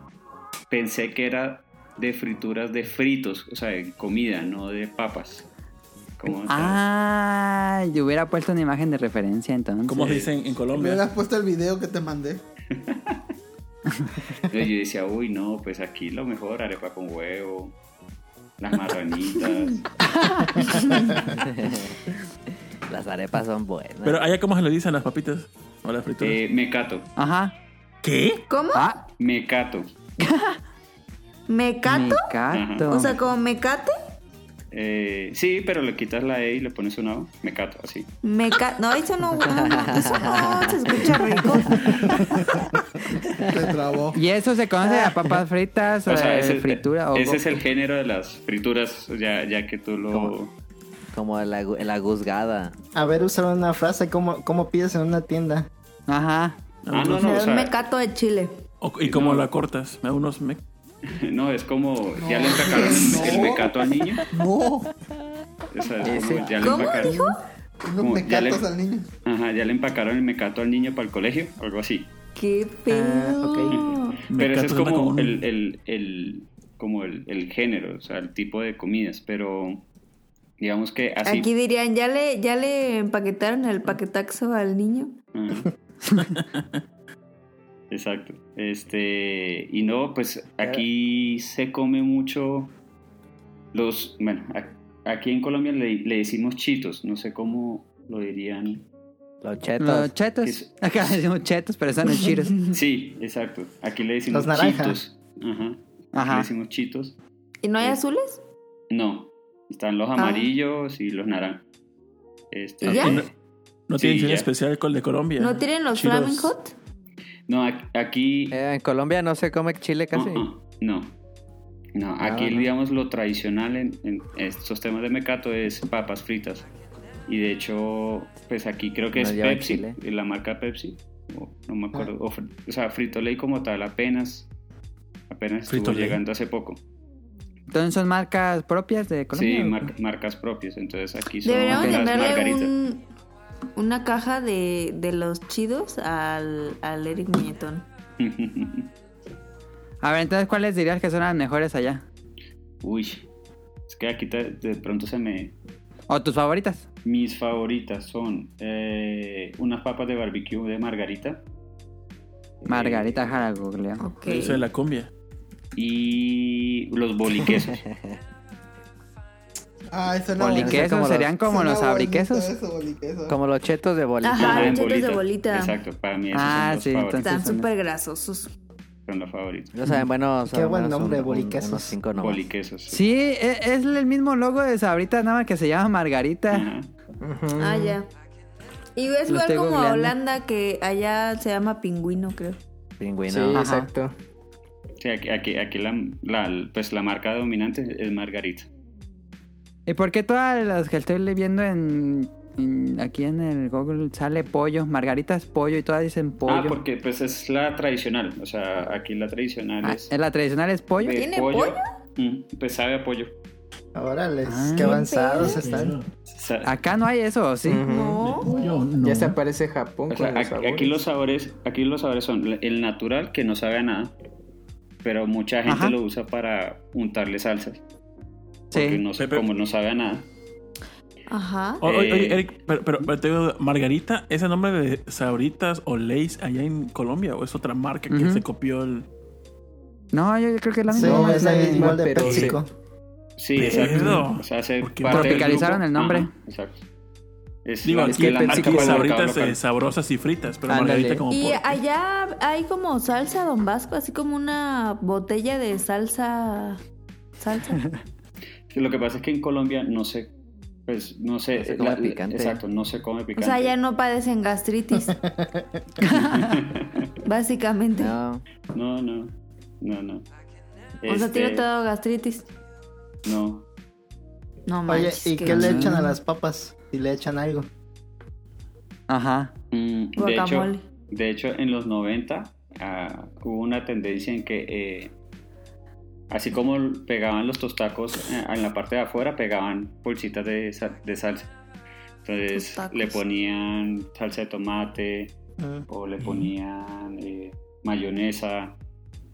[SPEAKER 7] pensé que era de frituras de fritos, o sea, de comida, no de papas. Como
[SPEAKER 2] Ah, yo hubiera puesto una imagen de referencia entonces.
[SPEAKER 7] ¿Cómo dicen en
[SPEAKER 9] Me hubieras puesto el video que te mandé.
[SPEAKER 7] Yo decía, uy, no, pues aquí lo mejor, arepa con huevo, las marranitas.
[SPEAKER 3] Las arepas son buenas.
[SPEAKER 12] Pero allá cómo se le dicen las papitas o las frituras.
[SPEAKER 7] Eh, mecato.
[SPEAKER 2] Ajá.
[SPEAKER 12] ¿Qué?
[SPEAKER 4] ¿Cómo?
[SPEAKER 2] Ah.
[SPEAKER 7] Mecato.
[SPEAKER 4] ¿Mecato?
[SPEAKER 7] Mecato.
[SPEAKER 4] O sea, como mecate.
[SPEAKER 7] Eh, sí, pero le quitas la E y le pones una O, mecato, así.
[SPEAKER 4] Meca... No, eso no, güey, no, no, eso no, se escucha rico.
[SPEAKER 2] ¿Y eso se conoce a papas fritas o,
[SPEAKER 7] O sea,
[SPEAKER 2] de
[SPEAKER 7] ese,
[SPEAKER 2] fritura? o-
[SPEAKER 7] ese es el género de las frituras, ya, ya que tú lo...
[SPEAKER 3] Como la, la guzgada.
[SPEAKER 5] A ver, usar una frase, ¿cómo, cómo pides en una tienda?
[SPEAKER 2] Ajá.
[SPEAKER 7] Ah, no, no, o sea,
[SPEAKER 4] Mecato de chile.
[SPEAKER 12] O- ¿Y cómo la cortas? Me da unos me-
[SPEAKER 7] no, es como ya le empacaron el- el mecato al niño.
[SPEAKER 9] No.
[SPEAKER 7] O sea, es como ya le
[SPEAKER 9] ¿Cómo
[SPEAKER 7] empacaron.
[SPEAKER 9] dijo? Unos
[SPEAKER 7] Como ya le-
[SPEAKER 9] mecatos al niño.
[SPEAKER 7] Ajá, ya le empacaron el mecato al niño para el colegio, algo así.
[SPEAKER 4] Qué pedo.
[SPEAKER 7] Ah, Pero ese es
[SPEAKER 12] suena
[SPEAKER 7] como,
[SPEAKER 12] como un-
[SPEAKER 7] el, el, el- como el, el género, o sea, el tipo de comidas, pero digamos que así.
[SPEAKER 4] Aquí dirían, ya le, ya le empaquetaron el paquetaxo al niño.
[SPEAKER 7] Ajá. Exacto. Este, y no, pues aquí se come mucho los, bueno, a- aquí en Colombia le, le decimos chitos, no sé cómo lo dirían.
[SPEAKER 3] Los
[SPEAKER 2] Los chetos. Acá decimos chetos, pero son los chiros.
[SPEAKER 7] Sí, exacto. Aquí le decimos
[SPEAKER 2] Los naranjas.
[SPEAKER 7] chitos. Ajá. Aquí
[SPEAKER 2] Ajá.
[SPEAKER 7] le decimos chitos.
[SPEAKER 4] ¿Y no hay azules?
[SPEAKER 7] No, están los
[SPEAKER 4] Ah.
[SPEAKER 7] amarillos y los naranjas. Este,
[SPEAKER 4] ¿Y ya?
[SPEAKER 12] No, no
[SPEAKER 7] Sí,
[SPEAKER 12] tienen
[SPEAKER 7] ya.
[SPEAKER 12] especial con el de Colombia.
[SPEAKER 4] ¿No tienen los
[SPEAKER 12] Chiros.
[SPEAKER 4] Flaming Hot?
[SPEAKER 7] No, ac- aquí.
[SPEAKER 3] en Colombia no se come chile casi.
[SPEAKER 7] Uh-uh, No. No, aquí
[SPEAKER 3] no.
[SPEAKER 7] digamos lo tradicional en, en estos temas de mecato es papas fritas. Y de hecho, pues aquí creo que
[SPEAKER 3] No
[SPEAKER 7] es
[SPEAKER 3] lleva
[SPEAKER 7] Pepsi,
[SPEAKER 3] chile.
[SPEAKER 7] la marca Pepsi. O, no me acuerdo.
[SPEAKER 2] Ah.
[SPEAKER 7] O, fr- o sea, Frito-Lay como tal apenas, apenas estuvo
[SPEAKER 2] Frito-Lay.
[SPEAKER 7] llegando hace poco.
[SPEAKER 2] Entonces son marcas propias de Colombia.
[SPEAKER 7] Sí,
[SPEAKER 2] ¿o
[SPEAKER 7] mar- marcas propias. Entonces aquí son
[SPEAKER 4] Deberíamos
[SPEAKER 7] las
[SPEAKER 4] mandarle
[SPEAKER 7] margaritas.
[SPEAKER 4] un, una caja de, de los chidos al, al Eric Muñetón.
[SPEAKER 2] A ver, entonces, ¿cuáles dirías que son las mejores allá?
[SPEAKER 7] Uy, es que aquí te- de pronto se me...
[SPEAKER 2] ¿O tus favoritas?
[SPEAKER 7] Mis favoritas son eh, unas papas de barbecue de margarita. Eh,
[SPEAKER 2] Margarita Jara googleo.
[SPEAKER 12] Eso de la cumbia.
[SPEAKER 7] y los boliquesos.
[SPEAKER 9] Ah, eso no.
[SPEAKER 2] Boliquesos serían como los abriquesos.
[SPEAKER 3] Como los chetos de bolita.
[SPEAKER 4] Ajá,
[SPEAKER 7] Ajá, en
[SPEAKER 4] los chetos de
[SPEAKER 7] bolitas.
[SPEAKER 4] bolita.
[SPEAKER 7] Exacto, para mí esos
[SPEAKER 3] Ah,
[SPEAKER 7] son los
[SPEAKER 3] sí,
[SPEAKER 7] favoritos.
[SPEAKER 3] entonces
[SPEAKER 4] Están súper grasosos.
[SPEAKER 7] Son los favoritos.
[SPEAKER 3] No saben, bueno, saben
[SPEAKER 7] buen
[SPEAKER 3] buenos
[SPEAKER 7] nombre,
[SPEAKER 3] un- un-
[SPEAKER 7] boliquesos.
[SPEAKER 3] unos cinco nomás.
[SPEAKER 7] Boliquesos.
[SPEAKER 2] Sí, e- es el mismo logo de Sabritas, nada más que se llama Margarita.
[SPEAKER 4] Ah, ya. Y es
[SPEAKER 2] Lo
[SPEAKER 4] igual
[SPEAKER 2] estoy
[SPEAKER 4] como a
[SPEAKER 2] googleando.
[SPEAKER 4] Holanda, que allá se llama pingüino, creo.
[SPEAKER 3] Pingüino.
[SPEAKER 7] Sí,
[SPEAKER 3] Ajá.
[SPEAKER 7] exacto. Sí, aquí, aquí, aquí la, la- pues la marca dominante es margarita.
[SPEAKER 2] ¿Y por qué todas las que estoy leyendo en, en- aquí en el Google sale pollo? Margaritas pollo y todas dicen pollo.
[SPEAKER 7] Ah, porque pues es la tradicional. O sea, aquí la tradicional
[SPEAKER 2] Ah,
[SPEAKER 7] es...
[SPEAKER 2] la tradicional es pollo.
[SPEAKER 7] de Mm, pues sabe a pollo.
[SPEAKER 5] Órale, qué avanzados están.
[SPEAKER 7] Sa-
[SPEAKER 2] Ah, Acá no hay eso, ¿o ¿sí?
[SPEAKER 8] Ya se aparece Japón
[SPEAKER 7] O sea,
[SPEAKER 8] con los
[SPEAKER 7] aquí,
[SPEAKER 8] sabores.
[SPEAKER 7] aquí los sabores, aquí los sabores son el natural que no sabe a nada, pero mucha gente lo usa para untarle salsas. Porque no sé, como no sabe a nada.
[SPEAKER 4] Ajá.
[SPEAKER 12] O- oye,
[SPEAKER 7] Eh,
[SPEAKER 12] oye, Eric, pero, pero, pero te digo, Margarita, ¿ese nombre de Sabritas o Lays allá en Colombia o es otra marca que
[SPEAKER 2] Ujú.
[SPEAKER 12] se copió el.
[SPEAKER 2] No, yo creo que es la
[SPEAKER 12] Sí,
[SPEAKER 2] misma.
[SPEAKER 12] es la misma, Igual de pero PepsiCo.
[SPEAKER 7] Sí,
[SPEAKER 12] Pero-
[SPEAKER 7] exacto. O sea, se
[SPEAKER 12] Porque
[SPEAKER 7] parte del
[SPEAKER 2] tropicalizaron
[SPEAKER 7] grupo.
[SPEAKER 2] el nombre.
[SPEAKER 7] Ajá, exacto. Es
[SPEAKER 12] Digo,
[SPEAKER 7] la-
[SPEAKER 12] aquí,
[SPEAKER 7] la marca
[SPEAKER 12] aquí
[SPEAKER 7] para el mercado
[SPEAKER 12] Sabritas
[SPEAKER 7] local.
[SPEAKER 12] eh, sabrosas y fritas, pero
[SPEAKER 2] Ándale.
[SPEAKER 12] Margarita como.
[SPEAKER 4] Y
[SPEAKER 12] por-
[SPEAKER 4] allá hay como salsa Don Vasco, así como una botella de salsa. Salsa.
[SPEAKER 7] Lo que pasa es que en Colombia no se, pues no se,
[SPEAKER 3] se come
[SPEAKER 7] la- la-
[SPEAKER 3] picante.
[SPEAKER 7] Exacto, no se come
[SPEAKER 4] O
[SPEAKER 7] picante.
[SPEAKER 4] sea, ya no padecen gastritis. Básicamente.
[SPEAKER 3] No.
[SPEAKER 7] No, no, no, no.
[SPEAKER 4] O sea, tiene
[SPEAKER 7] Este,
[SPEAKER 4] todo gastritis.
[SPEAKER 7] No.
[SPEAKER 4] No
[SPEAKER 5] Oye,
[SPEAKER 4] manches.
[SPEAKER 5] ¿y qué le echan a las papas? Si le echan algo.
[SPEAKER 2] Ajá.
[SPEAKER 7] Mm, de, hecho,
[SPEAKER 4] Guacamole.
[SPEAKER 7] de hecho, en los 90 ah, hubo una tendencia en que, eh, así como pegaban los tostacos eh, en la parte de afuera, pegaban bolsitas de, sa- de salsa. Entonces
[SPEAKER 13] Tostacos.
[SPEAKER 7] le ponían salsa de tomate o le ponían eh, mayonesa.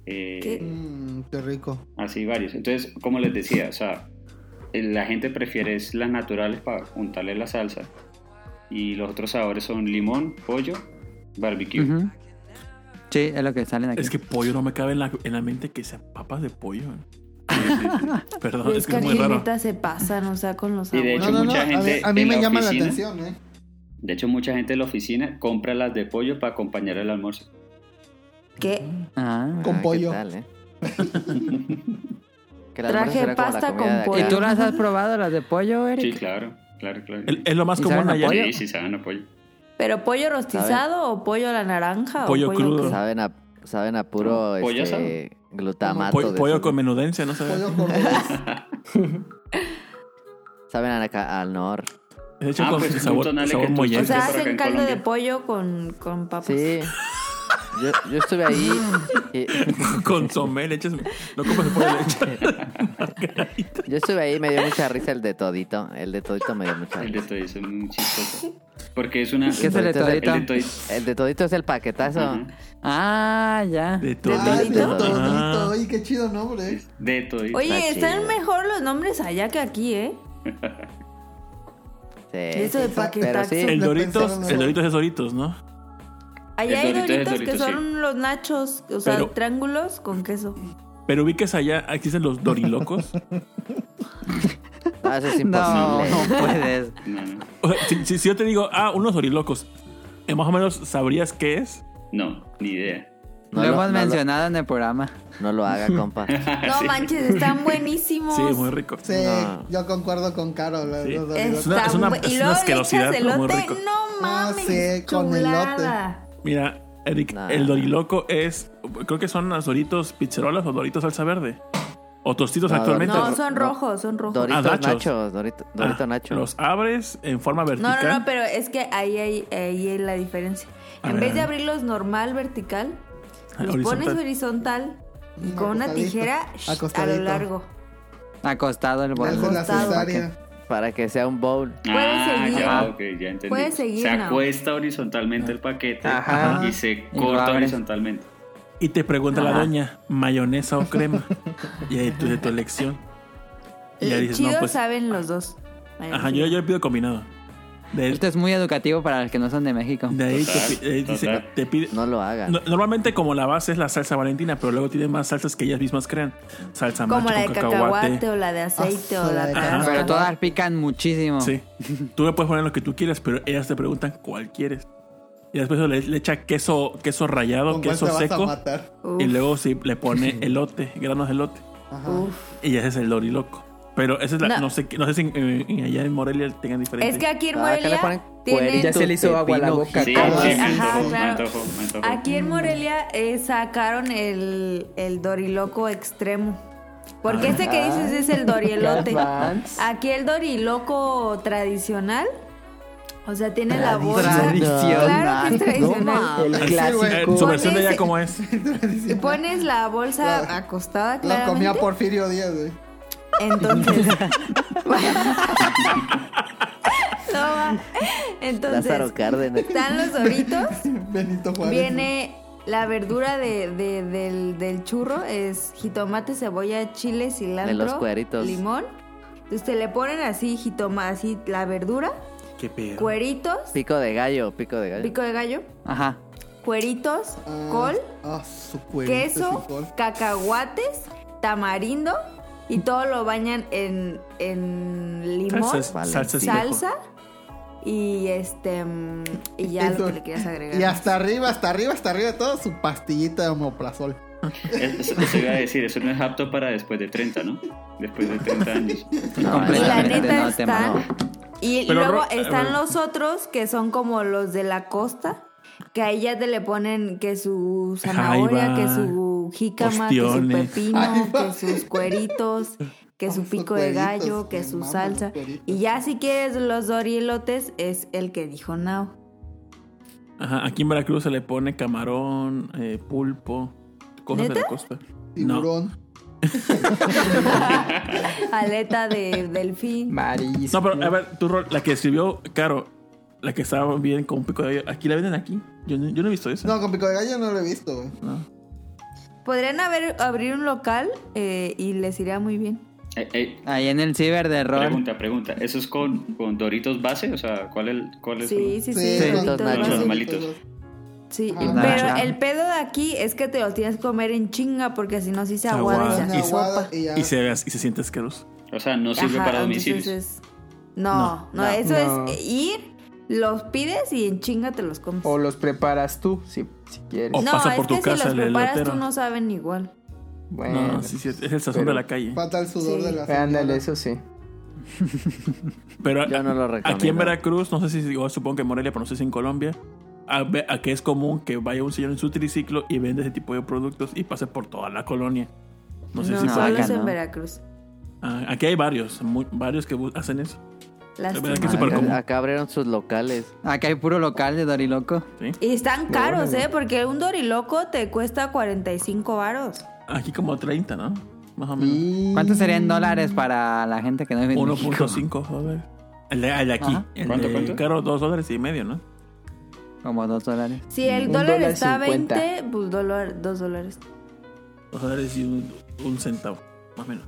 [SPEAKER 7] eh,
[SPEAKER 9] Mm, qué rico.
[SPEAKER 7] Así varios. Entonces, como les decía, o sea, el- la gente prefiere es las naturales para untarle la salsa. Y los otros sabores son limón, pollo, barbecue.
[SPEAKER 2] Ujú. Sí, es lo que salen aquí.
[SPEAKER 12] Es que pollo no me cabe en la, en la mente que sea papas de pollo. Perdón,
[SPEAKER 4] Y
[SPEAKER 12] es que es muy
[SPEAKER 4] que
[SPEAKER 12] raro.
[SPEAKER 4] neta se pasan, o sea, con los
[SPEAKER 7] Y de
[SPEAKER 4] sabores.
[SPEAKER 7] hecho, mucha gente.
[SPEAKER 9] a mí
[SPEAKER 7] en
[SPEAKER 9] me
[SPEAKER 7] la
[SPEAKER 9] llama la
[SPEAKER 7] oficina-
[SPEAKER 9] atención, ¿eh?
[SPEAKER 7] De hecho, mucha gente en la oficina compra las de pollo para acompañar el almuerzo.
[SPEAKER 4] ¿Qué?
[SPEAKER 2] Ah,
[SPEAKER 9] Con
[SPEAKER 3] Ah, ¿qué
[SPEAKER 9] pollo.
[SPEAKER 3] tal, eh? Que el almuerzo
[SPEAKER 4] Traje
[SPEAKER 3] era como la
[SPEAKER 4] pasta
[SPEAKER 3] comida
[SPEAKER 4] con
[SPEAKER 3] de
[SPEAKER 4] pollo.
[SPEAKER 2] ¿Y tú las has probado, las de pollo, Eric?
[SPEAKER 7] Sí, claro, claro, claro.
[SPEAKER 12] Es lo más
[SPEAKER 2] ¿Y común saben a allá. pollo?
[SPEAKER 7] Sí, sí, saben a pollo.
[SPEAKER 4] ¿Pero pollo rostizado o pollo a la naranja? o pollo
[SPEAKER 3] Saben a, saben a puro
[SPEAKER 12] Pollo
[SPEAKER 3] este, glutamato.
[SPEAKER 12] Pollo,
[SPEAKER 3] de
[SPEAKER 12] pollo
[SPEAKER 3] su-
[SPEAKER 12] con menudencia, no sé.
[SPEAKER 3] Saben a la ca- al nor.
[SPEAKER 12] De hecho, Ah, con pues, sabor- juntan, sabor Ale, que
[SPEAKER 4] O sea, hacen caldo de pollo con, con papas.
[SPEAKER 3] Sí. Yo, yo estuve ahí.
[SPEAKER 12] eh,
[SPEAKER 3] y-
[SPEAKER 12] Consomé, leches. No comes pollo de leche.
[SPEAKER 3] Yo estuve ahí y me dio mucha risa el de todito. El de todito me dio mucha risa.
[SPEAKER 7] El de todito es muy chistoso. Porque es una.
[SPEAKER 3] ¿Qué es el de todito?
[SPEAKER 7] El de todito.
[SPEAKER 3] El de todito es el paquetazo.
[SPEAKER 2] Ah, ya.
[SPEAKER 3] De
[SPEAKER 9] Ah, de todito. Oye, qué chido nombre. ¿eh?
[SPEAKER 7] De todito.
[SPEAKER 4] Oye, están mejor los nombres allá que aquí, ¿eh?
[SPEAKER 12] Eh,
[SPEAKER 4] Eso de
[SPEAKER 3] Pero
[SPEAKER 4] paquetazo.
[SPEAKER 3] sí.
[SPEAKER 12] El Doritos, el Doritos es Doritos, ¿no?
[SPEAKER 4] Allá
[SPEAKER 12] El
[SPEAKER 4] hay
[SPEAKER 12] Doritos, el
[SPEAKER 4] doritos que
[SPEAKER 12] Doritos, sí.
[SPEAKER 4] son los nachos, o sea,
[SPEAKER 12] Pero-
[SPEAKER 4] triángulos con queso.
[SPEAKER 12] Pero ubiques allá, existen los dorilocos.
[SPEAKER 3] Ah, eso es
[SPEAKER 12] No,
[SPEAKER 3] imposible.
[SPEAKER 12] no
[SPEAKER 2] puedes.
[SPEAKER 12] O sea, si, si- si yo te digo, ah, unos dorilocos, eh, más o menos sabrías qué es.
[SPEAKER 7] No, ni idea.
[SPEAKER 2] lo hemos mencionado en el programa.
[SPEAKER 3] No lo haga, compa.
[SPEAKER 4] No manches, están buenísimos.
[SPEAKER 12] rico.
[SPEAKER 9] Sí,
[SPEAKER 3] No.
[SPEAKER 9] yo concuerdo con Caro. la-
[SPEAKER 4] Están
[SPEAKER 9] los doritos.
[SPEAKER 12] una-
[SPEAKER 4] bu-
[SPEAKER 12] es
[SPEAKER 4] y
[SPEAKER 12] una
[SPEAKER 4] luego le
[SPEAKER 12] asquerosidad,
[SPEAKER 4] echas
[SPEAKER 12] pero muy
[SPEAKER 4] elote.
[SPEAKER 12] rico.
[SPEAKER 4] No mames,
[SPEAKER 9] Ah, sí, con
[SPEAKER 4] chulada.
[SPEAKER 12] Mira, Eric, el doriloco es, creo que son las doritos pizzerolas o doritos salsa verde. O tostitos actualmente.
[SPEAKER 4] No, son rojos, son rojos.
[SPEAKER 12] Doritos
[SPEAKER 3] nachos, Dorito,
[SPEAKER 12] Dorito Nacho. Los abres en forma
[SPEAKER 4] No,
[SPEAKER 12] vertical.
[SPEAKER 4] no, no, pero es que ahí hay, ahí hay la diferencia.
[SPEAKER 12] A
[SPEAKER 4] en
[SPEAKER 12] ver,
[SPEAKER 4] vez de
[SPEAKER 12] a ver.
[SPEAKER 4] abrirlos normal, vertical, los
[SPEAKER 12] Horizontal.
[SPEAKER 4] pones horizontal y con una
[SPEAKER 9] acostadito,
[SPEAKER 4] tijera shh, a
[SPEAKER 9] acostadito.
[SPEAKER 4] lo largo.
[SPEAKER 2] Acostado el bol.
[SPEAKER 9] Hace la Acostado. cesárea.
[SPEAKER 3] Para que sea un bowl.
[SPEAKER 7] Ah,
[SPEAKER 4] seguir.
[SPEAKER 7] ya,
[SPEAKER 3] Ajá.
[SPEAKER 7] ok, ya entendí.
[SPEAKER 4] Puedes seguir,
[SPEAKER 7] se
[SPEAKER 4] ¿no?
[SPEAKER 7] acuesta horizontalmente el paquete
[SPEAKER 12] Ajá.
[SPEAKER 7] y se
[SPEAKER 12] lo
[SPEAKER 7] corta
[SPEAKER 12] abres.
[SPEAKER 7] horizontalmente.
[SPEAKER 12] Y te pregunta la
[SPEAKER 7] Ajá.
[SPEAKER 12] doña, ¿mayonesa o crema? y ahí tú de tu elección. Y ya dices,
[SPEAKER 4] Eh, Chido
[SPEAKER 12] no, pues.
[SPEAKER 4] saben los dos.
[SPEAKER 12] Ajá, yo, yo pido combinado.
[SPEAKER 4] Este
[SPEAKER 2] Esto es muy educativo para los que no son de México.
[SPEAKER 12] De ahí te pi- eh, dice- te pide-
[SPEAKER 3] No lo hagan.
[SPEAKER 12] No- normalmente como la base es la salsa valentina, pero luego tienen más salsas que ellas mismas crean. Salsa
[SPEAKER 4] Como
[SPEAKER 12] macho
[SPEAKER 4] la de
[SPEAKER 12] con
[SPEAKER 4] cacahuate o la de aceite o la de
[SPEAKER 12] Ajá.
[SPEAKER 2] Pero todas pican muchísimo.
[SPEAKER 12] Sí. Tú le puedes poner lo que tú quieras, pero ellas te preguntan cuál quieres. Y después le, le echa queso, queso rallado,
[SPEAKER 9] ¿Con cuál
[SPEAKER 12] queso
[SPEAKER 9] te vas a
[SPEAKER 12] seco.
[SPEAKER 9] matar?
[SPEAKER 12] Y
[SPEAKER 9] Uf.
[SPEAKER 12] luego sí le pone elote, granos de elote.
[SPEAKER 9] Ajá.
[SPEAKER 12] Y ese es el doriloco. Pero esa es la, no. sé, qué- no sé si en- en- allá en Morelia tengan diferente.
[SPEAKER 4] Es que aquí en Morelia tienen...
[SPEAKER 12] Ya se le hizo agua a la boca.
[SPEAKER 7] Sí,
[SPEAKER 12] Carlos.
[SPEAKER 7] sí, me
[SPEAKER 4] Ajá,
[SPEAKER 7] antojo, me
[SPEAKER 4] claro.
[SPEAKER 7] antojo, me antojo.
[SPEAKER 4] Aquí en Morelia eh, sacaron el, el doriloco extremo.
[SPEAKER 12] Ah.
[SPEAKER 4] Porque este que dices es el dorielote.
[SPEAKER 9] Garbanz.
[SPEAKER 4] Aquí el doriloco tradicional. O sea, tiene la bolsa.
[SPEAKER 9] Tradicional.
[SPEAKER 4] Claro que es tradicional.
[SPEAKER 9] El clásico.
[SPEAKER 12] Eh, su versión de allá cómo es.
[SPEAKER 4] Y pones la bolsa acostada,
[SPEAKER 9] Lo
[SPEAKER 4] claramente.
[SPEAKER 9] comía Porfirio Díaz, güey.
[SPEAKER 4] Entonces. No va. Entonces,
[SPEAKER 3] Lázaro Cárdenas.
[SPEAKER 4] están los doritos.
[SPEAKER 9] Benito Juárez.
[SPEAKER 4] Viene la verdura de, de- del, del churro, es jitomate, cebolla, chile, cilantro,
[SPEAKER 3] De los cueritos.
[SPEAKER 4] limón. Entonces te le ponen así jitomate, así la verdura,
[SPEAKER 12] Qué pedo.
[SPEAKER 4] cueritos,
[SPEAKER 3] Pico de gallo, pico de gallo.
[SPEAKER 4] pico de gallo,
[SPEAKER 2] Ajá.
[SPEAKER 4] cueritos, col,
[SPEAKER 9] Ah, su cuerito
[SPEAKER 4] queso,
[SPEAKER 9] sin col.
[SPEAKER 4] cacahuates, tamarindo y todo lo bañan en, en limón,
[SPEAKER 9] Salsa es- salsa es
[SPEAKER 4] salsa y este mm, y ya lo que le quieras agregar.
[SPEAKER 9] Y hasta arriba, hasta arriba, hasta arriba de todo, su pastillita de omoprazol.
[SPEAKER 7] Eso, eso iba a decir, eso no es apto para después de 30, ¿no? Después de 30 años.
[SPEAKER 2] Completamente
[SPEAKER 4] neta
[SPEAKER 2] no, tema,
[SPEAKER 4] está-
[SPEAKER 2] no.
[SPEAKER 4] Y
[SPEAKER 7] Pero
[SPEAKER 4] luego
[SPEAKER 7] ro-
[SPEAKER 4] están
[SPEAKER 7] eh,
[SPEAKER 4] los otros que son como los de la costa, que ahí ya te le ponen que su zanahoria,
[SPEAKER 12] va.
[SPEAKER 4] que su jícama, que
[SPEAKER 12] Ostiones.
[SPEAKER 4] su pepino, que sus cueritos, que su pico de gallo, que su salsa. Y ya si quieres los dorielotes es el que dijo Nao.
[SPEAKER 12] Ajá, aquí en Veracruz se le pone camarón, eh, pulpo, cosas de la
[SPEAKER 4] ¿Neta?
[SPEAKER 12] costa.
[SPEAKER 9] Tiburón.
[SPEAKER 4] Aleta de delfín.
[SPEAKER 12] No, pero a ver, tu rol, la que escribió Caro, la que estaba bien con pico de gallo, ¿aquí la venden aquí? Yo no, yo no he visto eso.
[SPEAKER 9] No, con pico de gallo no lo he visto, güey.
[SPEAKER 4] Podrían haber, abrir un local eh, y les iría muy bien.
[SPEAKER 2] Ahí en el ciber de rol.
[SPEAKER 7] Eh, Pregunta, pregunta. ¿Eso es con, con Doritos base? O sea, ¿cuál, el, cuál es?
[SPEAKER 4] Sí,
[SPEAKER 7] el-
[SPEAKER 4] sí, sí, Sí, Doritos
[SPEAKER 7] Los
[SPEAKER 4] base.
[SPEAKER 7] normalitos.
[SPEAKER 4] Sí,
[SPEAKER 7] Ah.
[SPEAKER 4] pero
[SPEAKER 7] Ajá.
[SPEAKER 4] el pedo de aquí es que te lo tienes que comer en chinga porque si no, sí se aguada. y se
[SPEAKER 12] Y,
[SPEAKER 4] aguapa.
[SPEAKER 12] y se, y se siente asqueroso.
[SPEAKER 7] O sea, no
[SPEAKER 4] Ajá, entonces es- No, no,
[SPEAKER 8] No.
[SPEAKER 4] eso
[SPEAKER 8] No.
[SPEAKER 4] es ir, los pides y en chinga te los comes.
[SPEAKER 8] O los preparas tú, si, si quieres.
[SPEAKER 4] no, es que si los preparas tú no saben igual.
[SPEAKER 8] Bueno,
[SPEAKER 12] No, sí, sí, es el sazón
[SPEAKER 8] Eh, pero-
[SPEAKER 12] de la calle.
[SPEAKER 9] Falta el sudor
[SPEAKER 4] Sí.
[SPEAKER 9] de la
[SPEAKER 8] Ándale, eso sí.
[SPEAKER 12] Pero
[SPEAKER 3] Yo no lo recomiendo.
[SPEAKER 12] Aquí en Veracruz, no sé si, o supongo que en Morelia, pero no sé si en Colombia, a, ve- a que es común que vaya un señor en su triciclo y vende ese tipo de productos y pase por toda la colonia. No
[SPEAKER 4] No,
[SPEAKER 12] sé si
[SPEAKER 4] solo
[SPEAKER 12] acá,
[SPEAKER 4] es en
[SPEAKER 12] ¿no?
[SPEAKER 4] Veracruz.
[SPEAKER 12] Ah, Aquí hay varios, muy- varios que bu- hacen eso.
[SPEAKER 4] Lástima.
[SPEAKER 12] verdad que es súper común.
[SPEAKER 3] Acá, acá abrieron sus locales.
[SPEAKER 2] Acá hay puro local de Doriloco.
[SPEAKER 4] Y están caros,
[SPEAKER 2] Órale.
[SPEAKER 4] ¿eh? Porque un doriloco te cuesta 45 varos.
[SPEAKER 12] Aquí como 30, ¿no? Más o menos.
[SPEAKER 2] ¿Cuánto serían dólares para la gente que no vive en México?
[SPEAKER 12] 1.5 joder. El de, el de aquí.
[SPEAKER 2] Ajá.
[SPEAKER 12] El
[SPEAKER 2] ¿Cuánto,
[SPEAKER 12] de
[SPEAKER 2] cuánto?
[SPEAKER 12] Caro, dos dólares y medio, ¿no?
[SPEAKER 2] Como dos dólares.
[SPEAKER 4] Si el
[SPEAKER 12] Un
[SPEAKER 4] dólar,
[SPEAKER 12] dólar
[SPEAKER 4] está a
[SPEAKER 12] cincuenta.
[SPEAKER 4] 20, pues dólar, 2 dólares.
[SPEAKER 12] Dos dólares y un, un centavo, más o menos.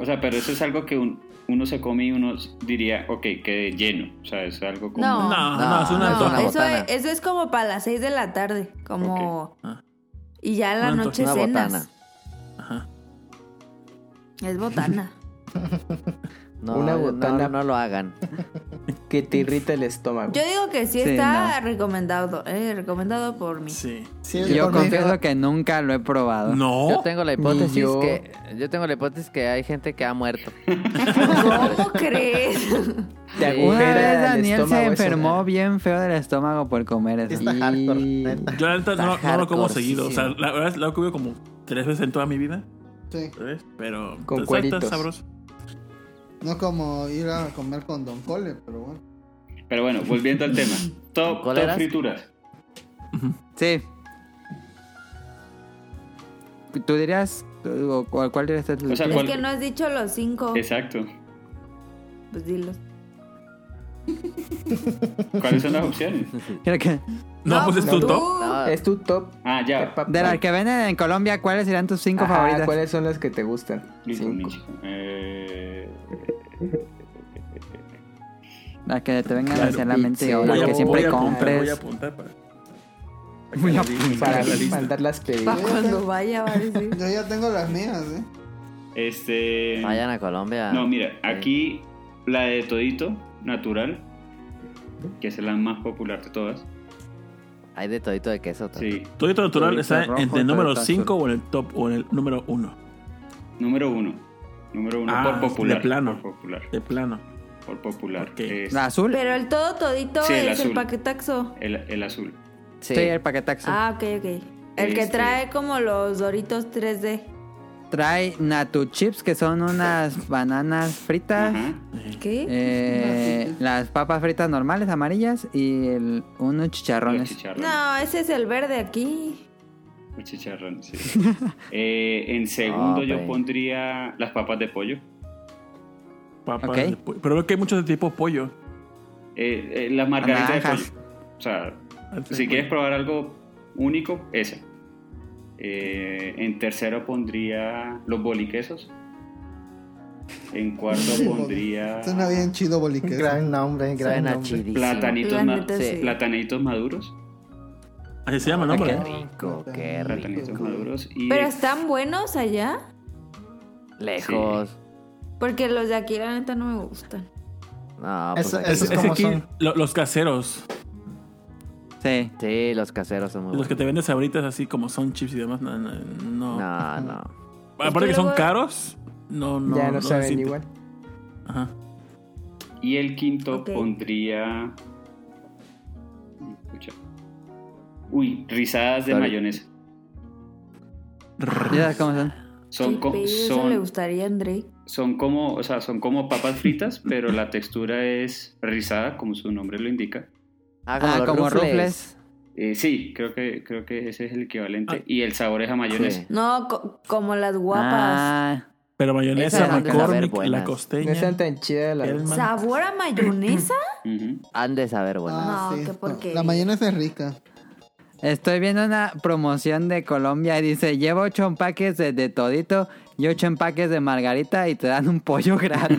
[SPEAKER 7] O sea, pero eso es algo que un- uno se come y uno diría, ok, quede lleno. O sea, es algo como...
[SPEAKER 4] No,
[SPEAKER 7] antojo.
[SPEAKER 4] eso, es, eso es como para las 6 de la tarde. Como. Ah.
[SPEAKER 12] Ah.
[SPEAKER 4] Y ya en la
[SPEAKER 7] Un antojo.
[SPEAKER 4] noche
[SPEAKER 7] Una
[SPEAKER 4] cenas.
[SPEAKER 7] botana.
[SPEAKER 12] Ajá.
[SPEAKER 4] Es botana.
[SPEAKER 3] No,
[SPEAKER 8] Una
[SPEAKER 3] no,
[SPEAKER 8] botana-
[SPEAKER 3] no lo hagan.
[SPEAKER 8] Que te irrita el estómago.
[SPEAKER 4] Yo digo que sí,
[SPEAKER 2] Sí,
[SPEAKER 4] está recomendado. eh, recomendado por mí.
[SPEAKER 12] Sí.
[SPEAKER 2] Yo confieso que nunca lo he probado.
[SPEAKER 12] No.
[SPEAKER 3] Yo tengo la hipótesis
[SPEAKER 2] Ni yo.
[SPEAKER 3] que yo tengo la hipótesis que hay gente que ha muerto.
[SPEAKER 4] ¿Cómo crees?
[SPEAKER 3] Te
[SPEAKER 2] Una
[SPEAKER 3] agujera
[SPEAKER 2] vez
[SPEAKER 3] el
[SPEAKER 2] Daniel se
[SPEAKER 3] estómago eso,
[SPEAKER 2] enfermó bien feo del estómago por comer eso.
[SPEAKER 12] Yo la neta no,
[SPEAKER 2] Está
[SPEAKER 12] no lo como
[SPEAKER 2] hardcore,
[SPEAKER 12] seguido. O sea,
[SPEAKER 2] sí.
[SPEAKER 12] la verdad es- lo he comido como tres veces en toda mi vida.
[SPEAKER 9] Sí.
[SPEAKER 12] ¿Ves? Pero
[SPEAKER 8] Con
[SPEAKER 12] está- está
[SPEAKER 8] cueritos.
[SPEAKER 12] sabroso.
[SPEAKER 9] No como ir a comer con Don Cole, pero bueno.
[SPEAKER 7] Pero bueno, volviendo al tema. Top,
[SPEAKER 9] ¿Cuál
[SPEAKER 7] top
[SPEAKER 9] eras?
[SPEAKER 7] frituras.
[SPEAKER 2] Sí. ¿Tú dirías? o- o ¿Cuál dirías tú?
[SPEAKER 7] O sea,
[SPEAKER 4] es que no has dicho los 5.
[SPEAKER 7] Exacto.
[SPEAKER 4] Pues dilos.
[SPEAKER 7] ¿Cuáles son las opciones?
[SPEAKER 2] Creo que-
[SPEAKER 12] No,
[SPEAKER 2] pues es tu
[SPEAKER 8] tú.
[SPEAKER 2] top.
[SPEAKER 8] No, Es tu top.
[SPEAKER 7] Ah, ya.
[SPEAKER 2] De las que venden en Colombia, ¿cuáles serían tus cinco
[SPEAKER 8] Ajá,
[SPEAKER 2] favoritas?
[SPEAKER 8] ¿Cuáles son las que te gustan?
[SPEAKER 7] Listo,
[SPEAKER 8] Cinco.
[SPEAKER 7] Michi. Eh,
[SPEAKER 2] Las que te vengan
[SPEAKER 8] Claro,
[SPEAKER 2] hacia la mente
[SPEAKER 8] sí.
[SPEAKER 2] o las
[SPEAKER 8] Voy a-
[SPEAKER 2] que
[SPEAKER 8] voy
[SPEAKER 2] siempre
[SPEAKER 8] a apuntar,
[SPEAKER 12] Voy a
[SPEAKER 2] compres.
[SPEAKER 12] apuntar para.
[SPEAKER 2] Voy a
[SPEAKER 8] Para
[SPEAKER 2] apuntar.
[SPEAKER 8] mandar las
[SPEAKER 4] Para
[SPEAKER 8] pedidas.
[SPEAKER 4] cuando vaya, va a decir.
[SPEAKER 9] Yo ya tengo las mías, ¿eh?
[SPEAKER 7] Este.
[SPEAKER 3] Vayan a Colombia.
[SPEAKER 7] No, mira, aquí la de Todito, natural, que es la más popular de todas.
[SPEAKER 3] Hay de todito de queso. todo.
[SPEAKER 7] Sí.
[SPEAKER 12] Todito natural
[SPEAKER 7] Todito
[SPEAKER 12] está
[SPEAKER 7] rojo,
[SPEAKER 12] entre el número
[SPEAKER 7] todito
[SPEAKER 12] 5 o en el top o en el número 1.
[SPEAKER 7] Número uno. Número uno
[SPEAKER 12] Ah,
[SPEAKER 7] por popular.
[SPEAKER 12] de plano.
[SPEAKER 7] Por popular.
[SPEAKER 12] De plano.
[SPEAKER 7] Por popular. Es
[SPEAKER 2] ¿La azul?
[SPEAKER 4] Pero el todo todito
[SPEAKER 7] Sí, el
[SPEAKER 4] es el
[SPEAKER 7] azul.
[SPEAKER 4] paquetaxo.
[SPEAKER 7] el, el azul.
[SPEAKER 2] Sí, el paquetaxo.
[SPEAKER 4] Ah, ok, ok. El que
[SPEAKER 2] Este.
[SPEAKER 4] trae como los doritos 3D.
[SPEAKER 2] Trae Natu Chips, que son unas bananas fritas.
[SPEAKER 4] ¿Qué?
[SPEAKER 2] eh, las papas fritas normales, amarillas. Y el- unos chicharrones.
[SPEAKER 4] No, ese es el verde aquí.
[SPEAKER 7] El chicharrón, sí. Eh, en segundo
[SPEAKER 12] Ah,
[SPEAKER 7] yo
[SPEAKER 12] pues.
[SPEAKER 7] pondría las papas de pollo.
[SPEAKER 12] Papas
[SPEAKER 7] Ok.
[SPEAKER 12] de pollo. Pero veo que hay muchos de tipo pollo.
[SPEAKER 7] Eh, eh, las margaritas de
[SPEAKER 12] Naranjas.
[SPEAKER 7] pollo. O sea,
[SPEAKER 12] Ah,
[SPEAKER 7] si quieres probar algo único, esa. Eh, en tercero pondría los boliquesos. En cuarto pondría
[SPEAKER 9] Suena bien chido, bolique. Gran nombre, gran
[SPEAKER 7] Suena
[SPEAKER 9] nombre.
[SPEAKER 7] chidísimo. platanitos,
[SPEAKER 9] La
[SPEAKER 7] ma-
[SPEAKER 9] neta, sí.
[SPEAKER 7] platanitos maduros.
[SPEAKER 12] Así se llama, ¿no?
[SPEAKER 7] Qué
[SPEAKER 12] Pero-
[SPEAKER 3] rico, qué
[SPEAKER 7] Platanitos maduros. Y
[SPEAKER 4] Pero están buenos allá.
[SPEAKER 3] Lejos.
[SPEAKER 4] Porque los de aquí, la neta, no me gustan.
[SPEAKER 3] No,
[SPEAKER 2] Ah,
[SPEAKER 4] Eso-
[SPEAKER 3] pues aquí-
[SPEAKER 12] Es aquí lo- los caseros.
[SPEAKER 2] Sí.
[SPEAKER 3] Sí, los caseros son muy
[SPEAKER 12] Los
[SPEAKER 3] buenos.
[SPEAKER 12] que te venden sabritas así como son chips y demás. No. No, no.
[SPEAKER 3] No, no.
[SPEAKER 12] Aparte
[SPEAKER 3] Es que
[SPEAKER 12] que son
[SPEAKER 3] luego-
[SPEAKER 12] caros. No, no.
[SPEAKER 8] Ya no saben
[SPEAKER 12] existe.
[SPEAKER 8] igual.
[SPEAKER 12] Ajá.
[SPEAKER 7] Y el quinto pondría. Escucha. Uy, rizadas de
[SPEAKER 2] Sorry.
[SPEAKER 7] mayonesa.
[SPEAKER 2] ¿Ya sabes cómo son?
[SPEAKER 7] Son, co-
[SPEAKER 4] Pero eso le
[SPEAKER 7] son,
[SPEAKER 4] gustaría a André.
[SPEAKER 7] son como, o sea, son como papas fritas, pero la textura es rizada, como su nombre lo indica.
[SPEAKER 3] Ah,
[SPEAKER 2] Ah, como rufles.
[SPEAKER 7] Eh, sí, creo que, creo que ese es el equivalente. Y el sabor es a mayonesa. Ah,
[SPEAKER 4] No, co- como las guapas.
[SPEAKER 12] Pero
[SPEAKER 3] Esas
[SPEAKER 12] mayonesa,
[SPEAKER 3] han de saber
[SPEAKER 12] McCormick,
[SPEAKER 3] buenas.
[SPEAKER 12] la costeña.
[SPEAKER 3] No están tan chidas las-
[SPEAKER 12] Hellman.
[SPEAKER 4] ¿Sabor a mayonesa?
[SPEAKER 3] Han de saber, bueno.
[SPEAKER 2] Ah,
[SPEAKER 4] no, qué porquería.
[SPEAKER 9] La mayonesa es rica.
[SPEAKER 2] Estoy viendo una promoción de Colombia y dice, lleva ocho empaques de, de todito y ocho empaques de margarita y te dan un pollo gratis.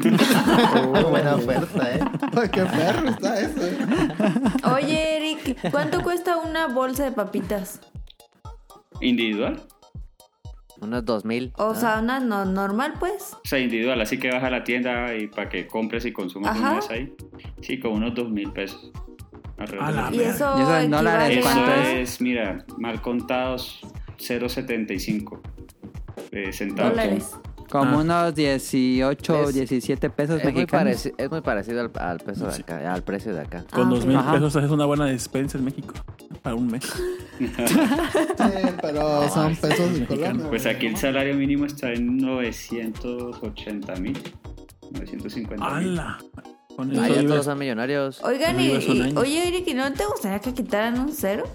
[SPEAKER 5] buena
[SPEAKER 7] pues,
[SPEAKER 5] oferta, ¿eh?
[SPEAKER 9] Qué perro está eso.
[SPEAKER 4] Oye, Eric, ¿cuánto cuesta una bolsa de papitas?
[SPEAKER 7] ¿Individual?
[SPEAKER 3] Unos 2000.
[SPEAKER 4] O
[SPEAKER 7] Ah.
[SPEAKER 4] sea, una no, normal, pues.
[SPEAKER 7] O sea, individual, así que vas a la tienda y para que compres y consumas de
[SPEAKER 4] Ajá.
[SPEAKER 7] una vez ahí. Sí, con unos dos mil pesos. Alrededor
[SPEAKER 12] A
[SPEAKER 7] de
[SPEAKER 12] la
[SPEAKER 7] eso.
[SPEAKER 4] Y eso Y eso en dólares, equivale
[SPEAKER 7] Eso
[SPEAKER 4] ¿cuánto es?
[SPEAKER 7] es, mira, mal contados, 0.75 eh, centavos.
[SPEAKER 4] Dólares.
[SPEAKER 7] Ah.
[SPEAKER 12] Ah.
[SPEAKER 2] Como unos 18,
[SPEAKER 3] Es-
[SPEAKER 2] 17 pesos
[SPEAKER 3] Es muy,
[SPEAKER 2] mexicanos.
[SPEAKER 3] pareci- es muy parecido al, al peso de acá, al precio de acá.
[SPEAKER 12] Con dos mil
[SPEAKER 2] Ah, Ajá.
[SPEAKER 12] pesos haces una buena despensa en México. Para un mes.
[SPEAKER 7] Pues
[SPEAKER 9] pero son pesos de color. ¿no?
[SPEAKER 7] Pues aquí el salario mínimo está en 980 mil. 950 mil.
[SPEAKER 12] ¡Hala!
[SPEAKER 3] Allá todos son millonarios.
[SPEAKER 4] Oigan, y,
[SPEAKER 7] Vivo hace un
[SPEAKER 4] y-
[SPEAKER 7] año.
[SPEAKER 4] oye, Eric, ¿y no te gustaría que quitaran un cero?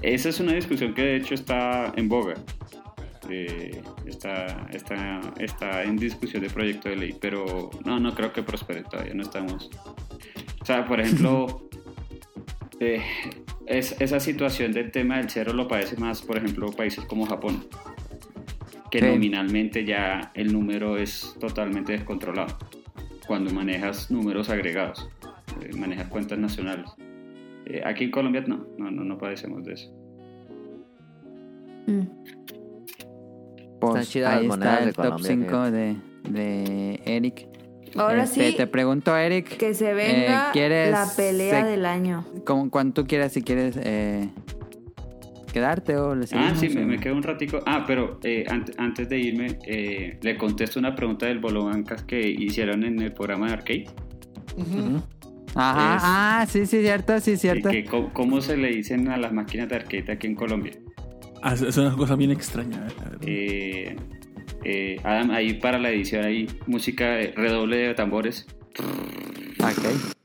[SPEAKER 7] Esa es una discusión que de hecho está en boga. Eh, está, está, está en discusión de proyecto de ley, pero no, no creo que prospere todavía, no estamos. O sea, por ejemplo, eh, es, esa situación del tema del cero lo padece más, por ejemplo, países como Japón, que
[SPEAKER 3] Sí.
[SPEAKER 7] nominalmente ya el número es totalmente descontrolado cuando manejas números agregados, eh, manejas cuentas nacionales. Eh, aquí en Colombia no, no, no, no padecemos de eso.
[SPEAKER 2] Pues,
[SPEAKER 3] Están chidas
[SPEAKER 2] ahí
[SPEAKER 3] las
[SPEAKER 2] Mm. está
[SPEAKER 3] monedas
[SPEAKER 2] el
[SPEAKER 3] de
[SPEAKER 2] top
[SPEAKER 3] Colombia,
[SPEAKER 2] 5 de, de Eric.
[SPEAKER 4] Ahora
[SPEAKER 2] Este,
[SPEAKER 4] sí,
[SPEAKER 2] Te pregunto, Eric.
[SPEAKER 4] que se venga
[SPEAKER 2] eh, ¿quieres
[SPEAKER 4] la pelea
[SPEAKER 2] se-
[SPEAKER 4] del año.
[SPEAKER 2] como cuando tú quieras, si quieres eh, quedarte o le
[SPEAKER 7] Ah,
[SPEAKER 2] seguimos,
[SPEAKER 7] sí, me,
[SPEAKER 2] o-
[SPEAKER 7] me quedo un ratico. Ah, pero eh, ant- antes de irme, eh, le contesto una pregunta del Bolo Bancas que hicieron en el programa de Arcade.
[SPEAKER 2] Ajá,
[SPEAKER 7] Es-
[SPEAKER 2] ah, sí, sí, cierto, sí,
[SPEAKER 7] Que,
[SPEAKER 2] cierto.
[SPEAKER 7] que co- ¿Cómo se le dicen a las máquinas de arcade aquí en Colombia?
[SPEAKER 12] Ah, Es es una cosa bien extraña. la verdad.
[SPEAKER 7] Eh, eh, Adam, ahí para la edición, ahí música de redoble de tambores.
[SPEAKER 2] Ok.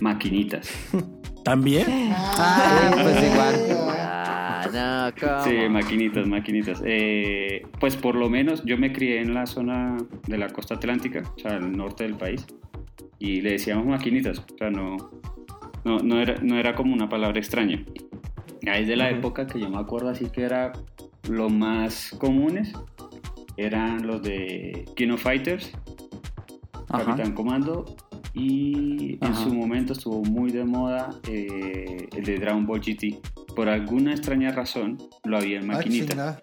[SPEAKER 7] Maquinitas.
[SPEAKER 12] ¿También?
[SPEAKER 2] Ah, pues igual.
[SPEAKER 3] Ah, no, ¿cómo?
[SPEAKER 7] Sí, maquinitas, maquinitas. Eh, pues por lo menos yo me crié en la zona de la costa atlántica, o sea, el norte del país, y le decíamos maquinitas, o sea, no, no, no, era, no era como una palabra extraña. Ahí de la época que yo me acuerdo así que era lo más comunes, eran los de Kino Fighters,
[SPEAKER 2] Ajá.
[SPEAKER 7] Capitán Comando, y en
[SPEAKER 2] Ajá.
[SPEAKER 7] su momento estuvo muy de moda eh, el de Dragon Ball GT. Por alguna extraña razón lo había en
[SPEAKER 2] pues
[SPEAKER 7] maquinita.
[SPEAKER 9] Ah, chingada.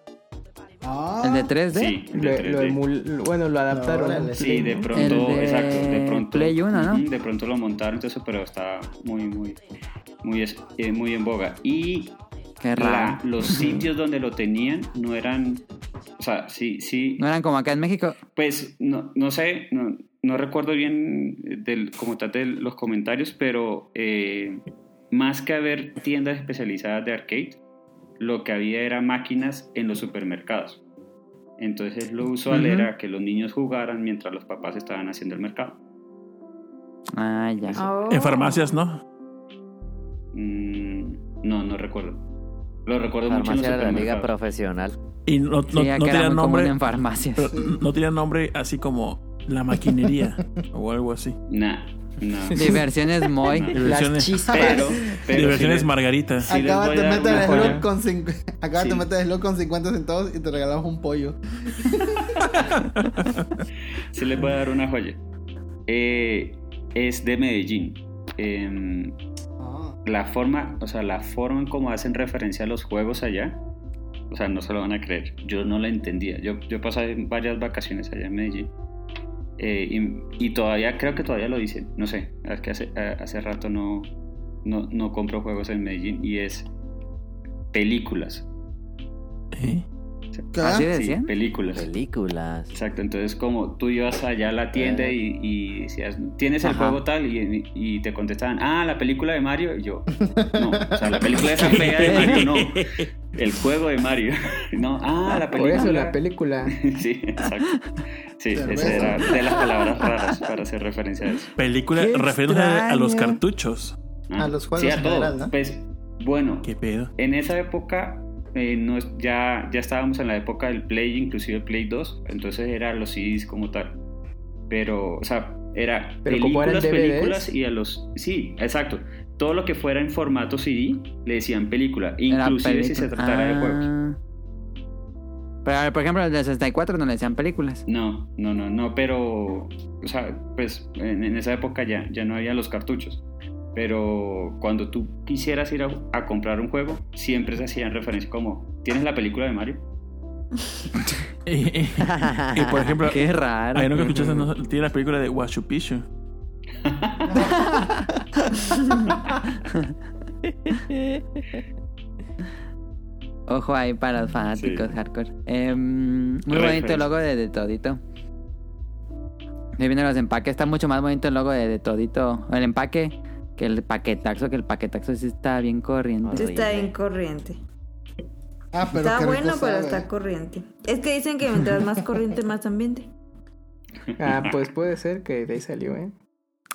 [SPEAKER 9] Ah.
[SPEAKER 2] ¿El de 3D?
[SPEAKER 7] sí, el
[SPEAKER 8] Lo,
[SPEAKER 7] de
[SPEAKER 8] lo
[SPEAKER 7] 3D.
[SPEAKER 8] emul- bueno, lo adaptaron.
[SPEAKER 9] Órale.
[SPEAKER 7] Sí, de
[SPEAKER 2] El
[SPEAKER 7] pronto,
[SPEAKER 2] de
[SPEAKER 7] exacto, de pronto.
[SPEAKER 2] Play 1, ¿no?
[SPEAKER 7] Ujú, De pronto lo montaron, entonces, pero está muy, muy, muy, es- eh, muy en boga. Y
[SPEAKER 2] Qué
[SPEAKER 7] la-
[SPEAKER 2] raro.
[SPEAKER 7] los sitios donde lo tenían no eran, o sea, sí, sí,
[SPEAKER 2] No eran como acá en México.
[SPEAKER 7] pues no, no sé, no, no recuerdo bien del, como tal de los comentarios, pero eh, más que haber tiendas especializadas de arcade, lo que había era máquinas en los supermercados. Entonces lo usual
[SPEAKER 2] Ujú.
[SPEAKER 7] era que los niños jugaran mientras los papás estaban haciendo el mercado.
[SPEAKER 2] Ah, ya.
[SPEAKER 4] Oh.
[SPEAKER 12] En farmacias, ¿no?
[SPEAKER 7] Mm, no, no recuerdo. Lo recuerdo mucho en los
[SPEAKER 3] Farmacia de la liga
[SPEAKER 7] supermercados.
[SPEAKER 3] profesional.
[SPEAKER 12] Y no,
[SPEAKER 2] Sí,
[SPEAKER 12] no,
[SPEAKER 2] acá
[SPEAKER 12] no
[SPEAKER 2] era
[SPEAKER 12] tenía
[SPEAKER 2] muy común
[SPEAKER 12] nombre.
[SPEAKER 2] en farmacias.
[SPEAKER 12] pero no tenía nombre así como la maquinería o algo así.
[SPEAKER 7] Nah, no.
[SPEAKER 2] Diversiones Moy.
[SPEAKER 7] No.
[SPEAKER 12] Diversiones,
[SPEAKER 7] Pero, pero
[SPEAKER 12] diversiones
[SPEAKER 7] sí le-
[SPEAKER 12] Margarita.
[SPEAKER 7] sí les
[SPEAKER 9] Acabas
[SPEAKER 7] voy
[SPEAKER 9] de
[SPEAKER 7] a dar
[SPEAKER 9] meter
[SPEAKER 7] una-
[SPEAKER 9] el
[SPEAKER 8] una
[SPEAKER 9] slot
[SPEAKER 8] joya.
[SPEAKER 9] con, cincu- Acabas de
[SPEAKER 7] Sí.
[SPEAKER 9] meter el slot con 50 centavos y te regalamos un pollo.
[SPEAKER 7] sí les voy a dar una joya. Eh, es de Medellín. Em, la forma, o sea, la forma en cómo hacen referencia a los juegos allá, o sea, no se lo van a creer. Yo no la entendía. Yo, yo pasé varias vacaciones allá en Medellín. eh, y, y todavía, creo que todavía lo dicen. No sé, es que hace, a- hace rato no, no, no compro juegos en Medellín. Y es películas.
[SPEAKER 12] ¿Eh?
[SPEAKER 9] ¿Qué?
[SPEAKER 7] Ah,
[SPEAKER 2] ¿Así decían?
[SPEAKER 7] películas.
[SPEAKER 3] Películas.
[SPEAKER 7] Exacto, entonces como tú ibas allá a la tienda y, y decías, tienes el
[SPEAKER 3] Ajá.
[SPEAKER 7] juego tal y, y te contestaban, ah, la película de Mario, y yo, no, o sea, la película esa fea de Mario, no, el juego de Mario, no, ah, la
[SPEAKER 8] Por
[SPEAKER 7] película.
[SPEAKER 8] eso la película.
[SPEAKER 7] sí, exacto. Sí, esa
[SPEAKER 8] Cerveza.
[SPEAKER 7] era de las palabras raras para hacer referencia a eso.
[SPEAKER 12] Película
[SPEAKER 7] Qué
[SPEAKER 12] refiriéndose a, a los
[SPEAKER 7] extraño.
[SPEAKER 12] cartuchos.
[SPEAKER 7] Ah,
[SPEAKER 5] A los
[SPEAKER 7] sí,
[SPEAKER 5] juegos en
[SPEAKER 7] todo.
[SPEAKER 5] general, ¿no?
[SPEAKER 7] Pues, bueno,
[SPEAKER 12] ¿Qué pedo?
[SPEAKER 7] en esa época eh, no, es- ya, ya estábamos en la época del Play, inclusive Play 2, entonces eran los CDs como tal. Pero, o sea, era
[SPEAKER 8] Pero como eran
[SPEAKER 7] películas,
[SPEAKER 8] DVDs.
[SPEAKER 7] películas y a los... Sí, exacto. Todo lo que fuera en formato CD le decían película, inclusive si se
[SPEAKER 2] película.
[SPEAKER 7] tratara de juegos.
[SPEAKER 2] Ah. Pero, a ver, por ejemplo, el de 64 no le decían películas.
[SPEAKER 7] No, no, no, no, pero, o sea, pues en, en esa época ya, ya no había los cartuchos. Pero cuando tú quisieras ir a, a comprar un juego, siempre se hacían referencia como, ¿tienes la película de Mario?
[SPEAKER 12] Y, y- y, por ejemplo,
[SPEAKER 2] Qué raro.
[SPEAKER 12] Ahí nunca escuchaste, no, tiene la película de Washu Pichu.
[SPEAKER 2] Ah. Ojo ahí para los fanáticos hardcore. Em, muy bonito
[SPEAKER 12] Referencia.
[SPEAKER 2] el logo de, de Todito. Ahí vienen los empaques. Está mucho más bonito el logo de, de Todito. El empaque que el paquetaxo. Que el paquetaxo sí está bien corriente.
[SPEAKER 11] Sí está bien corriente.
[SPEAKER 9] Ah,
[SPEAKER 2] pero
[SPEAKER 11] está
[SPEAKER 2] qué rico
[SPEAKER 11] bueno, pero
[SPEAKER 2] sabe.
[SPEAKER 11] está corriente. Es que dicen que mientras más corriente, más ambiente.
[SPEAKER 8] Ah, pues puede ser que de ahí salió, ¿eh?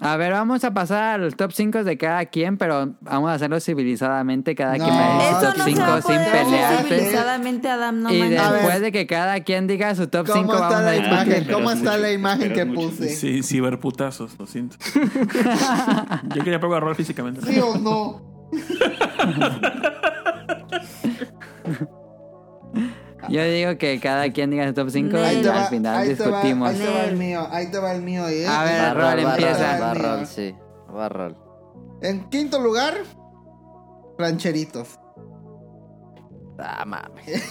[SPEAKER 2] A ver, vamos a pasar a los top 5 de cada quien, pero vamos a hacerlo civilizadamente. Cada
[SPEAKER 9] No,
[SPEAKER 2] quien va a decir
[SPEAKER 9] Eso
[SPEAKER 2] top
[SPEAKER 9] no se
[SPEAKER 2] 5
[SPEAKER 9] va a
[SPEAKER 2] sin
[SPEAKER 9] poder hacer
[SPEAKER 2] pelearse.
[SPEAKER 11] Civilizadamente, Adam, no
[SPEAKER 2] y
[SPEAKER 11] manches.
[SPEAKER 2] después de que cada quien diga su top 5,
[SPEAKER 9] ¿Cómo está
[SPEAKER 2] vamos a
[SPEAKER 9] la imagen?
[SPEAKER 2] discutir.
[SPEAKER 9] ¿Cómo está la imagen que
[SPEAKER 12] Esperas mucho.
[SPEAKER 9] puse?
[SPEAKER 12] Sí, ciberputazos, lo siento. Yo quería probar a Rol físicamente.
[SPEAKER 9] ¿Sí o no?
[SPEAKER 2] Yo digo que cada quien diga su top 5
[SPEAKER 9] Ahí
[SPEAKER 2] y
[SPEAKER 9] te
[SPEAKER 2] al
[SPEAKER 9] va,
[SPEAKER 2] final
[SPEAKER 9] ahí te va,
[SPEAKER 2] discutimos.
[SPEAKER 9] Ahí te va el mío, ahí te va el mío. ¿eh?
[SPEAKER 2] A ver,
[SPEAKER 9] Ahí te va
[SPEAKER 2] Rol,
[SPEAKER 9] el mío.
[SPEAKER 2] empieza.
[SPEAKER 9] Ahí te va el
[SPEAKER 3] Barrol,
[SPEAKER 9] mío.
[SPEAKER 3] sí. Barrol.
[SPEAKER 9] En quinto lugar, rancheritos.
[SPEAKER 3] Ah, mames.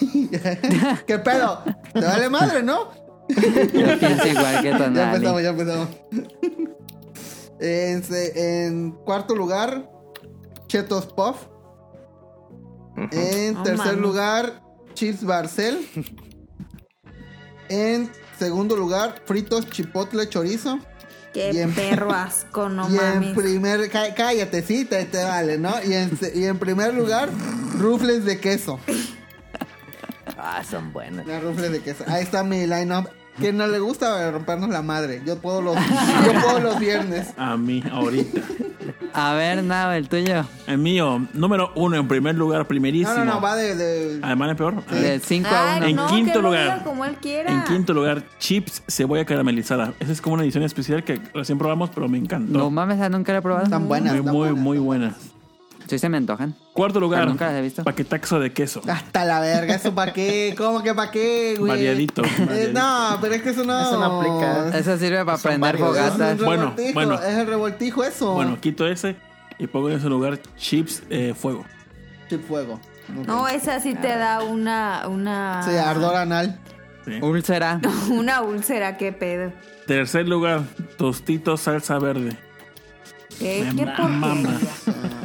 [SPEAKER 9] ¿Qué pedo? Te vale madre, ¿no?
[SPEAKER 2] Yo pienso igual que Tonali.
[SPEAKER 9] Ya empezamos, ya empezamos. En, se- en cuarto lugar, Chetos Puff. En
[SPEAKER 11] No
[SPEAKER 9] tercer
[SPEAKER 11] Ah, mames.
[SPEAKER 9] lugar, Chips Barcel. En segundo lugar, Fritos Chipotle Chorizo.
[SPEAKER 11] Qué
[SPEAKER 9] Y en-
[SPEAKER 11] perro asco, no
[SPEAKER 9] y en
[SPEAKER 11] mames.
[SPEAKER 9] primer, cá- cállate, sí, te, te vale, ¿no? Y en, se- y en primer lugar, Rufles de queso.
[SPEAKER 3] Ah, son buenas.
[SPEAKER 9] Las rufles de queso. Ahí está mi line-up. Que no le gusta rompernos la madre. Yo puedo los, yo puedo los viernes.
[SPEAKER 12] A mí, ahorita.
[SPEAKER 2] A ver, Nao, el tuyo.
[SPEAKER 12] El mío, número uno, en primer lugar, primerísimo.
[SPEAKER 9] No, no, no, va de. de-
[SPEAKER 12] Además, el peor.
[SPEAKER 2] De 5 a
[SPEAKER 11] Ay,
[SPEAKER 2] 1.
[SPEAKER 12] En
[SPEAKER 11] no,
[SPEAKER 12] quinto
[SPEAKER 11] que lo
[SPEAKER 12] lugar.
[SPEAKER 11] diga como él quiera.
[SPEAKER 12] En quinto lugar, chips cebolla caramelizada. Esa es como una edición especial que recién probamos, pero me
[SPEAKER 2] No
[SPEAKER 12] encantó.
[SPEAKER 2] mames, ah, nunca lo he probado.
[SPEAKER 9] Están buenas.
[SPEAKER 12] muy,
[SPEAKER 9] están
[SPEAKER 12] muy,
[SPEAKER 9] buenas.
[SPEAKER 12] muy buenas.
[SPEAKER 2] Sí, se me antojan.
[SPEAKER 12] Cuarto lugar,
[SPEAKER 2] Pero nunca las he visto.
[SPEAKER 12] paquetaxo de queso.
[SPEAKER 9] Hasta la verga, ¿eso para qué? ¿Cómo que para qué, güey?
[SPEAKER 12] Variadito.
[SPEAKER 9] Eh, no, pero es que eso no.
[SPEAKER 5] Eso no aplica.
[SPEAKER 2] Eso sirve para prender
[SPEAKER 9] varios,
[SPEAKER 2] fogatas.
[SPEAKER 9] Es un
[SPEAKER 12] Bueno,
[SPEAKER 9] revoltijo,
[SPEAKER 12] bueno.
[SPEAKER 9] Es el revoltijo eso.
[SPEAKER 12] Bueno, quito ese y pongo en ese lugar chips eh, fuego.
[SPEAKER 9] Chip fuego.
[SPEAKER 11] No, esa sí te da una, una,
[SPEAKER 9] Sí, ardor anal.
[SPEAKER 12] Sí.
[SPEAKER 2] Úlcera.
[SPEAKER 11] una úlcera, qué pedo.
[SPEAKER 12] Tercer lugar, tostitos salsa verde.
[SPEAKER 11] Qué,
[SPEAKER 12] Me
[SPEAKER 11] qué
[SPEAKER 12] mama.
[SPEAKER 11] porquería.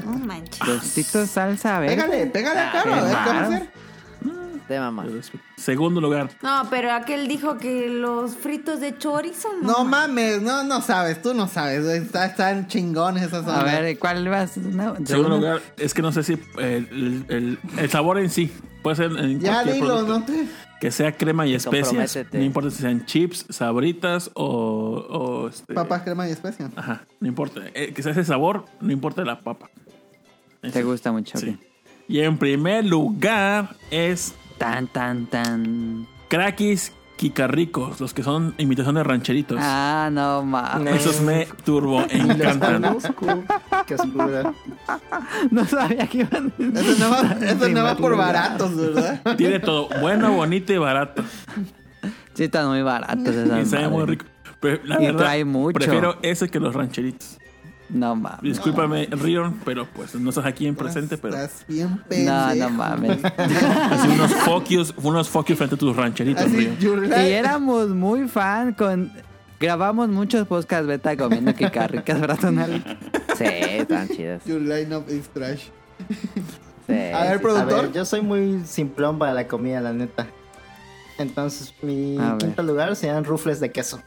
[SPEAKER 11] No manches.
[SPEAKER 2] Tostitos salsa Ah, verde.
[SPEAKER 9] Pégale, pégale acá,
[SPEAKER 2] qué
[SPEAKER 9] a ver qué va a
[SPEAKER 2] raro.
[SPEAKER 9] hacer.
[SPEAKER 2] mm,
[SPEAKER 3] De mamá.
[SPEAKER 12] Segundo lugar,
[SPEAKER 11] No, pero aquel dijo que los fritos de chorizo.
[SPEAKER 9] No mames, no, no sabes, tú no sabes. Está- están chingones esas
[SPEAKER 2] A ver, ¿cuál vas? No,
[SPEAKER 12] segundo
[SPEAKER 2] segundo.
[SPEAKER 12] lugar, es que no sé si eh, el, el- el sabor en sí puede ser en
[SPEAKER 9] Ya
[SPEAKER 12] cualquier
[SPEAKER 9] dilo,
[SPEAKER 12] producto.
[SPEAKER 9] no te.
[SPEAKER 12] que sea crema y especias.
[SPEAKER 3] Comprométete.
[SPEAKER 12] No importa si sean chips, sabritas o, o, este,
[SPEAKER 9] Papas, crema y especias.
[SPEAKER 12] Ajá, no importa. Eh, que sea ese sabor, no importa la papa.
[SPEAKER 2] Te gusta mucho.
[SPEAKER 12] Sí.
[SPEAKER 2] ok.
[SPEAKER 12] Y en primer lugar es
[SPEAKER 2] Tan, tan, tan.
[SPEAKER 12] Crackis Kikarricos, los que son imitación de rancheritos.
[SPEAKER 2] Ah, no mames.
[SPEAKER 12] Esos me turbo encantan.
[SPEAKER 5] Qué oscura.
[SPEAKER 2] No sabía que iban a
[SPEAKER 9] Eso no va, eso no va
[SPEAKER 2] primer
[SPEAKER 9] por
[SPEAKER 2] lugar.
[SPEAKER 9] baratos, ¿verdad?
[SPEAKER 12] Tiene todo bueno, bonito y barato.
[SPEAKER 2] Sí, están muy baratos
[SPEAKER 12] Y
[SPEAKER 2] esas
[SPEAKER 12] sabe muy
[SPEAKER 2] madres.
[SPEAKER 12] rico. Pero la
[SPEAKER 2] Y
[SPEAKER 12] verdad,
[SPEAKER 2] trae mucho.
[SPEAKER 12] prefiero ese que los rancheritos.
[SPEAKER 2] No mames.
[SPEAKER 12] Discúlpame, Rion, pero pues no estás aquí en presente, pero
[SPEAKER 9] Estás bien
[SPEAKER 2] No, no
[SPEAKER 9] pendejo.
[SPEAKER 2] mames.
[SPEAKER 12] Así unos focus, unos focus frente a tus rancheritos,
[SPEAKER 9] Así,
[SPEAKER 12] Rion.
[SPEAKER 9] you're
[SPEAKER 2] Y
[SPEAKER 9] right.
[SPEAKER 2] éramos muy fan con... Grabamos muchos podcasts beta comiendo kikarricas, ¿verdad, Tonali?
[SPEAKER 3] Sí, están chidas.
[SPEAKER 9] Your lineup is trash.
[SPEAKER 3] Sí,
[SPEAKER 9] A ver,
[SPEAKER 3] sí,
[SPEAKER 5] Eh, A
[SPEAKER 9] productor.
[SPEAKER 5] ver, yo soy muy simplón para la comida, la neta. Entonces, mi
[SPEAKER 2] A ver.
[SPEAKER 5] quinto lugar serían rufles de queso.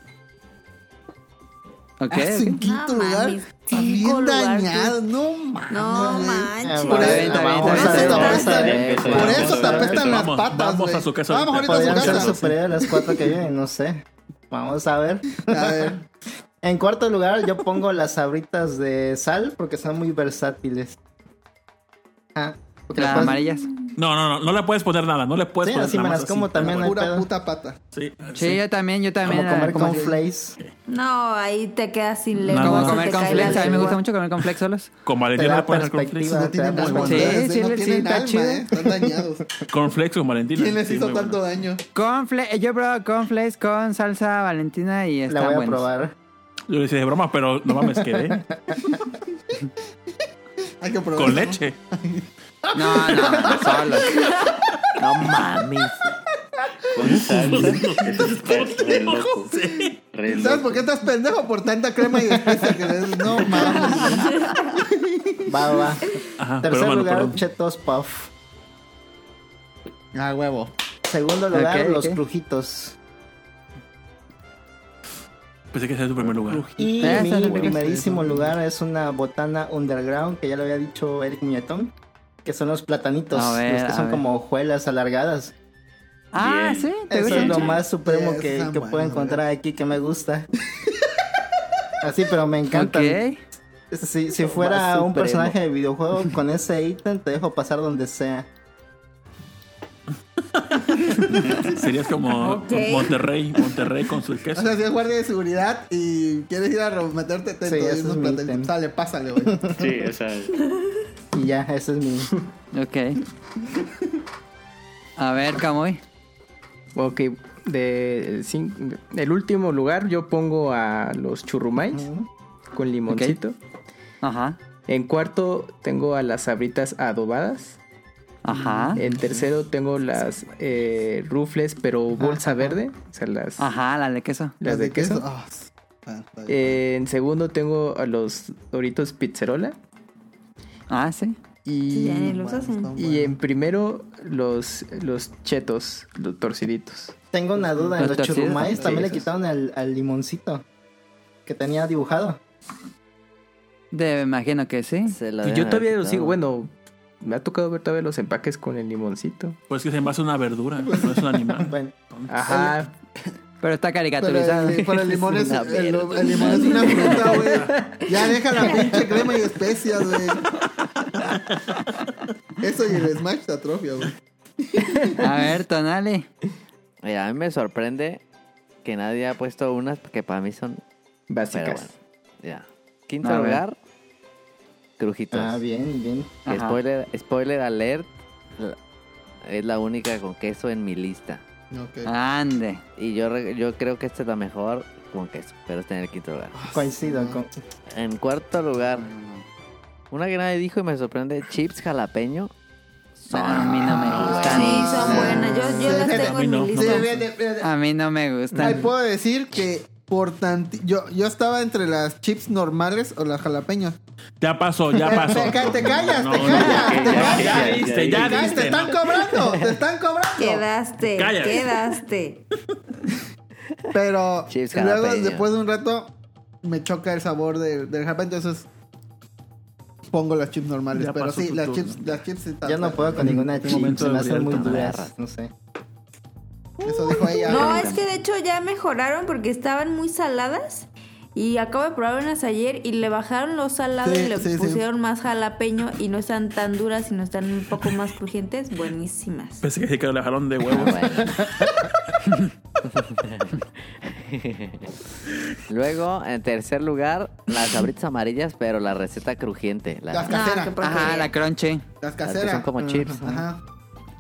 [SPEAKER 2] Ok.
[SPEAKER 5] Ah, sí,
[SPEAKER 2] ok.
[SPEAKER 5] quinto No lugar. pues. mames,
[SPEAKER 9] Está bien dañado, no
[SPEAKER 4] No manches.
[SPEAKER 9] Por eso- por eso te apestan- por eso te apestan las
[SPEAKER 5] Vamos,
[SPEAKER 9] patas.
[SPEAKER 5] vamos
[SPEAKER 9] güey.
[SPEAKER 5] a su casa.
[SPEAKER 9] Vamos ahorita
[SPEAKER 5] Podrían
[SPEAKER 9] a su
[SPEAKER 5] ser
[SPEAKER 9] casa.
[SPEAKER 5] superiores a las cuatro que vienen, no sé. Vamos a ver. En cuarto lugar, yo pongo las sabritas de sal porque son muy versátiles. Ah, porque
[SPEAKER 12] Las
[SPEAKER 5] puedes-
[SPEAKER 2] amarillas.
[SPEAKER 12] No, no, no, no le puedes poner nada, no le puedes
[SPEAKER 5] Sí,
[SPEAKER 12] poner
[SPEAKER 5] así
[SPEAKER 12] nada
[SPEAKER 5] me
[SPEAKER 12] más
[SPEAKER 5] las como también, no hay Pura pedo. puta
[SPEAKER 9] pata.
[SPEAKER 12] Sí,
[SPEAKER 2] Sí, yo también, yo también.
[SPEAKER 5] Como comer cornflakes.
[SPEAKER 4] No, ahí te quedas sin lengua.
[SPEAKER 2] Como
[SPEAKER 4] se
[SPEAKER 2] comer
[SPEAKER 4] te cae la
[SPEAKER 2] cornflakes. A mí me gusta
[SPEAKER 4] lengua.
[SPEAKER 2] mucho comer cornflakes solos.
[SPEAKER 12] Como
[SPEAKER 5] Te
[SPEAKER 12] Valentina
[SPEAKER 5] da
[SPEAKER 12] le puedes poner cornflakes.
[SPEAKER 5] perspectiva, No tienen te da alma,
[SPEAKER 2] Sí,
[SPEAKER 5] perspectiva.
[SPEAKER 2] sí,
[SPEAKER 5] No
[SPEAKER 2] sí,
[SPEAKER 5] tienen
[SPEAKER 2] está
[SPEAKER 5] alma,
[SPEAKER 2] chido.
[SPEAKER 5] eh,
[SPEAKER 9] Están dañados.
[SPEAKER 12] Cornflakes con Valentina.
[SPEAKER 9] ¿Quién les
[SPEAKER 12] sí,
[SPEAKER 9] hizo
[SPEAKER 12] muy
[SPEAKER 9] tanto daño?
[SPEAKER 2] Cornfla- yo he probado cornflakes con salsa valentina y está
[SPEAKER 12] voy a
[SPEAKER 2] bueno.
[SPEAKER 12] probar. Yo le hice de broma, pero no mames, quedé.
[SPEAKER 9] Hay que probar.
[SPEAKER 12] Con leche.
[SPEAKER 2] No, no, solo.
[SPEAKER 14] No mames.
[SPEAKER 7] Con salsa. Eso está re loco. Re loco.
[SPEAKER 9] ¿Sabes por qué estás pendejo? Por tanta crema y especia que le- No mames.
[SPEAKER 5] Va, va.
[SPEAKER 9] Ajá,
[SPEAKER 5] Tercer
[SPEAKER 9] perdón,
[SPEAKER 5] lugar,
[SPEAKER 9] perdón.
[SPEAKER 5] Chetos Puff.
[SPEAKER 9] Ah, huevo.
[SPEAKER 5] Segundo lugar,
[SPEAKER 9] Ok,
[SPEAKER 5] los
[SPEAKER 9] ok.
[SPEAKER 5] crujitos.
[SPEAKER 12] Pensé que ese es tu primer lugar.
[SPEAKER 2] Ah,
[SPEAKER 5] Y
[SPEAKER 12] Ese es
[SPEAKER 5] mi
[SPEAKER 12] el primer
[SPEAKER 5] primerísimo lugar es una botana underground que ya lo había dicho Eric Muñetón, que son los platanitos,
[SPEAKER 2] A ver,
[SPEAKER 5] los que
[SPEAKER 2] a
[SPEAKER 5] son
[SPEAKER 2] ver.
[SPEAKER 5] como hojuelas alargadas.
[SPEAKER 2] Ah, sí, te
[SPEAKER 5] Eso
[SPEAKER 2] gusta
[SPEAKER 5] es lo
[SPEAKER 2] mucho.
[SPEAKER 5] más supremo
[SPEAKER 2] Sí,
[SPEAKER 5] que,
[SPEAKER 2] están
[SPEAKER 5] que puedo
[SPEAKER 2] buenos,
[SPEAKER 5] encontrar aquí que me gusta. Así, pero me encantan.
[SPEAKER 2] Ok.
[SPEAKER 5] Si, si
[SPEAKER 2] Lo
[SPEAKER 5] fuera
[SPEAKER 2] más
[SPEAKER 5] un
[SPEAKER 2] supremo.
[SPEAKER 5] personaje de videojuego con ese ítem, te dejo pasar donde sea.
[SPEAKER 12] Serías como
[SPEAKER 9] Ok.
[SPEAKER 12] Monterrey, Monterrey con su
[SPEAKER 9] O
[SPEAKER 12] queso.
[SPEAKER 9] sea, si es guardia de seguridad y quieres ir a ro- meterte te
[SPEAKER 5] Sí, ese es mi ítem.
[SPEAKER 9] Sale, pásale, güey.
[SPEAKER 7] Sí, o sea,
[SPEAKER 5] Y ya, ese es mi.
[SPEAKER 2] Ok. A ver, Camuy.
[SPEAKER 14] Ok, de, cin- el último lugar yo pongo a los churrumais con limoncito.
[SPEAKER 2] Ajá.
[SPEAKER 14] En cuarto tengo a las sabritas adobadas.
[SPEAKER 2] Ajá.
[SPEAKER 14] En tercero tengo las eh, rufles, pero bolsa verde. O sea, las,
[SPEAKER 2] Ah, Ajá, las de queso.
[SPEAKER 14] las de queso.
[SPEAKER 9] Ah, s- ah, está bien.
[SPEAKER 14] Eh, en segundo tengo a los doritos pizzerola.
[SPEAKER 2] Ah, sí.
[SPEAKER 14] Y,
[SPEAKER 4] Sí, ya ni los hacen.
[SPEAKER 14] y en primero los, los chetos, los torciditos.
[SPEAKER 5] Tengo una duda, en
[SPEAKER 14] Los
[SPEAKER 5] los
[SPEAKER 14] torcidos
[SPEAKER 5] churumais
[SPEAKER 14] son
[SPEAKER 5] también le
[SPEAKER 14] esos.
[SPEAKER 5] quitaron al, al limoncito que tenía dibujado.
[SPEAKER 2] De, imagino que sí.
[SPEAKER 14] Y yo todavía los sigo, bueno, me ha tocado ver todavía los empaques con el limoncito.
[SPEAKER 12] Pues que se me hace una verdura, no es un animal.
[SPEAKER 14] Ajá.
[SPEAKER 2] Pero está
[SPEAKER 9] Pero
[SPEAKER 2] caricaturizado.
[SPEAKER 9] el, pero el limón es,
[SPEAKER 2] Una
[SPEAKER 9] el,
[SPEAKER 2] verga.
[SPEAKER 9] el limón es una fruta, güey. Ya deja la pinche crema y especias, güey. Eso y el Smash te atrofia, güey.
[SPEAKER 2] A ver, Tonali.
[SPEAKER 3] Mira, a mí me sorprende que nadie ha puesto unas que para mí son
[SPEAKER 14] Básicas.
[SPEAKER 3] Pero bueno, ya. Quinto
[SPEAKER 14] A ver.
[SPEAKER 3] lugar, crujitos.
[SPEAKER 5] Ah, bien, bien.
[SPEAKER 3] Que Spoiler, spoiler alert, la- es la única con queso en mi lista.
[SPEAKER 2] Ah. Ande.
[SPEAKER 3] Y yo, re- yo creo que esta es la mejor con queso, pero está en el quinto lugar.
[SPEAKER 5] Coincido con.
[SPEAKER 3] En cuarto lugar, una que nadie dijo y me sorprende, chips jalapeño.
[SPEAKER 2] a mí no me gustan.
[SPEAKER 4] Sí, son buenas. Yo, yo las
[SPEAKER 9] Ah. Sí,
[SPEAKER 4] tengo en mi
[SPEAKER 9] sí,
[SPEAKER 4] lista.
[SPEAKER 9] fíjate, fíjate.
[SPEAKER 2] A mí no me
[SPEAKER 9] Ay,
[SPEAKER 2] gustan.
[SPEAKER 9] puedo decir que por tanto yo, yo estaba entre las chips normales o las jalapeños. Eh,
[SPEAKER 12] Ya pasó, Oh, ya
[SPEAKER 9] Te-
[SPEAKER 12] pasó.
[SPEAKER 9] Te, ca- te callas,
[SPEAKER 12] No,
[SPEAKER 9] te
[SPEAKER 12] no,
[SPEAKER 9] callas,
[SPEAKER 12] ya,
[SPEAKER 9] te
[SPEAKER 12] ya,
[SPEAKER 9] callas.
[SPEAKER 12] ya diste, ya
[SPEAKER 9] Te callas,
[SPEAKER 12] diste,
[SPEAKER 9] Te están
[SPEAKER 12] ¿no?
[SPEAKER 9] cobrando, te están cobrando.
[SPEAKER 4] Quedaste,
[SPEAKER 9] Cállate.
[SPEAKER 4] quedaste.
[SPEAKER 9] Pero
[SPEAKER 3] Chips
[SPEAKER 9] luego
[SPEAKER 3] jalapeño.
[SPEAKER 9] después de un rato me choca el sabor de- del jalapeño, entonces pongo las chips normales.
[SPEAKER 5] Ya
[SPEAKER 9] pero
[SPEAKER 5] pasó
[SPEAKER 9] sí,
[SPEAKER 5] tu
[SPEAKER 9] las
[SPEAKER 5] turno.
[SPEAKER 9] chips, las chips están-
[SPEAKER 5] Ya no puedo con ninguna chip,
[SPEAKER 12] momento
[SPEAKER 5] se me
[SPEAKER 12] de
[SPEAKER 5] hacen muy
[SPEAKER 12] realidad.
[SPEAKER 5] duras, no sé.
[SPEAKER 9] Eso dijo ella.
[SPEAKER 4] No, es que de hecho ya mejoraron porque estaban muy saladas. Y acabo de probar unas ayer y le bajaron los salados
[SPEAKER 9] Sí,
[SPEAKER 4] y le
[SPEAKER 9] sí, sí.
[SPEAKER 4] pusieron más jalapeño y no están tan duras, sino están un poco más crujientes. Buenísimas.
[SPEAKER 12] Pensé que sí que le dejaron de huevos.
[SPEAKER 3] Luego, en tercer lugar, las abritas amarillas, pero la receta crujiente. la-
[SPEAKER 9] Las caseras.
[SPEAKER 2] Ajá, la crunchy.
[SPEAKER 9] Las
[SPEAKER 3] que
[SPEAKER 9] caseras.
[SPEAKER 3] son como chips, ¿no?
[SPEAKER 9] Ajá.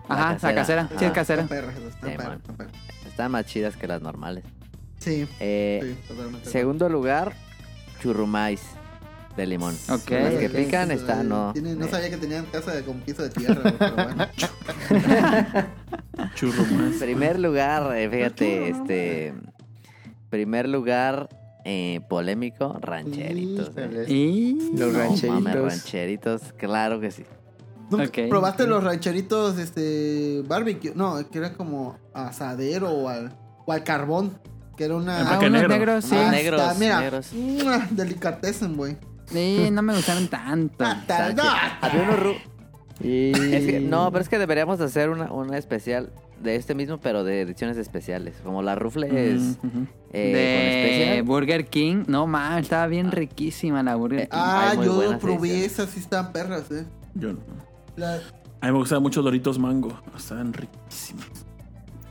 [SPEAKER 2] Ajá, la casera. Sí,
[SPEAKER 9] Ah,
[SPEAKER 2] es
[SPEAKER 3] Ajá.
[SPEAKER 2] casera.
[SPEAKER 3] Sí, bueno. Están más chidas que las normales.
[SPEAKER 9] Sí.
[SPEAKER 3] Eh,
[SPEAKER 9] sí, totalmente.
[SPEAKER 3] segundo lugar, churrumais de limón.
[SPEAKER 2] Ok.
[SPEAKER 3] Las que
[SPEAKER 9] Ok,
[SPEAKER 3] pican
[SPEAKER 9] sí,
[SPEAKER 3] están, no.
[SPEAKER 9] tiene-
[SPEAKER 3] eh,
[SPEAKER 9] no sabía que tenían casa de, con piso de tierra, güey, pero bueno.
[SPEAKER 12] Churrumais.
[SPEAKER 3] Primer lugar, eh, fíjate, este. Primer lugar eh, polémico, rancheritos. eh.
[SPEAKER 2] Y
[SPEAKER 14] Los
[SPEAKER 3] No mames,
[SPEAKER 14] rancheritos.
[SPEAKER 3] rancheritos, claro que sí.
[SPEAKER 2] Ok.
[SPEAKER 9] ¿Probaste los rancheritos este barbecue? No, que era como asadero o al, o al carbón. Que era una.
[SPEAKER 2] Ah, Empaque unos negro. negros, sí.
[SPEAKER 9] Ah,
[SPEAKER 2] Negros,
[SPEAKER 9] está, mira.
[SPEAKER 2] negros.
[SPEAKER 9] ¡mua! Delicatessen, güey. Ah,
[SPEAKER 2] Sí, no me gustaron tanto.
[SPEAKER 3] Había unos ru- Es que- no, pero es que deberíamos de hacer una, una especial de este mismo, pero de ediciones especiales. Como la Rufles eh,
[SPEAKER 2] Ujú, ujú. Mm. de eh, Burger King, no más, estaba bien riquísima la Burger King.
[SPEAKER 9] Ah, yo probé esas, sí están perras, eh.
[SPEAKER 12] Yo no.
[SPEAKER 9] La-
[SPEAKER 12] A mí me gustaban mucho Doritos Mango. Estaban riquísimos.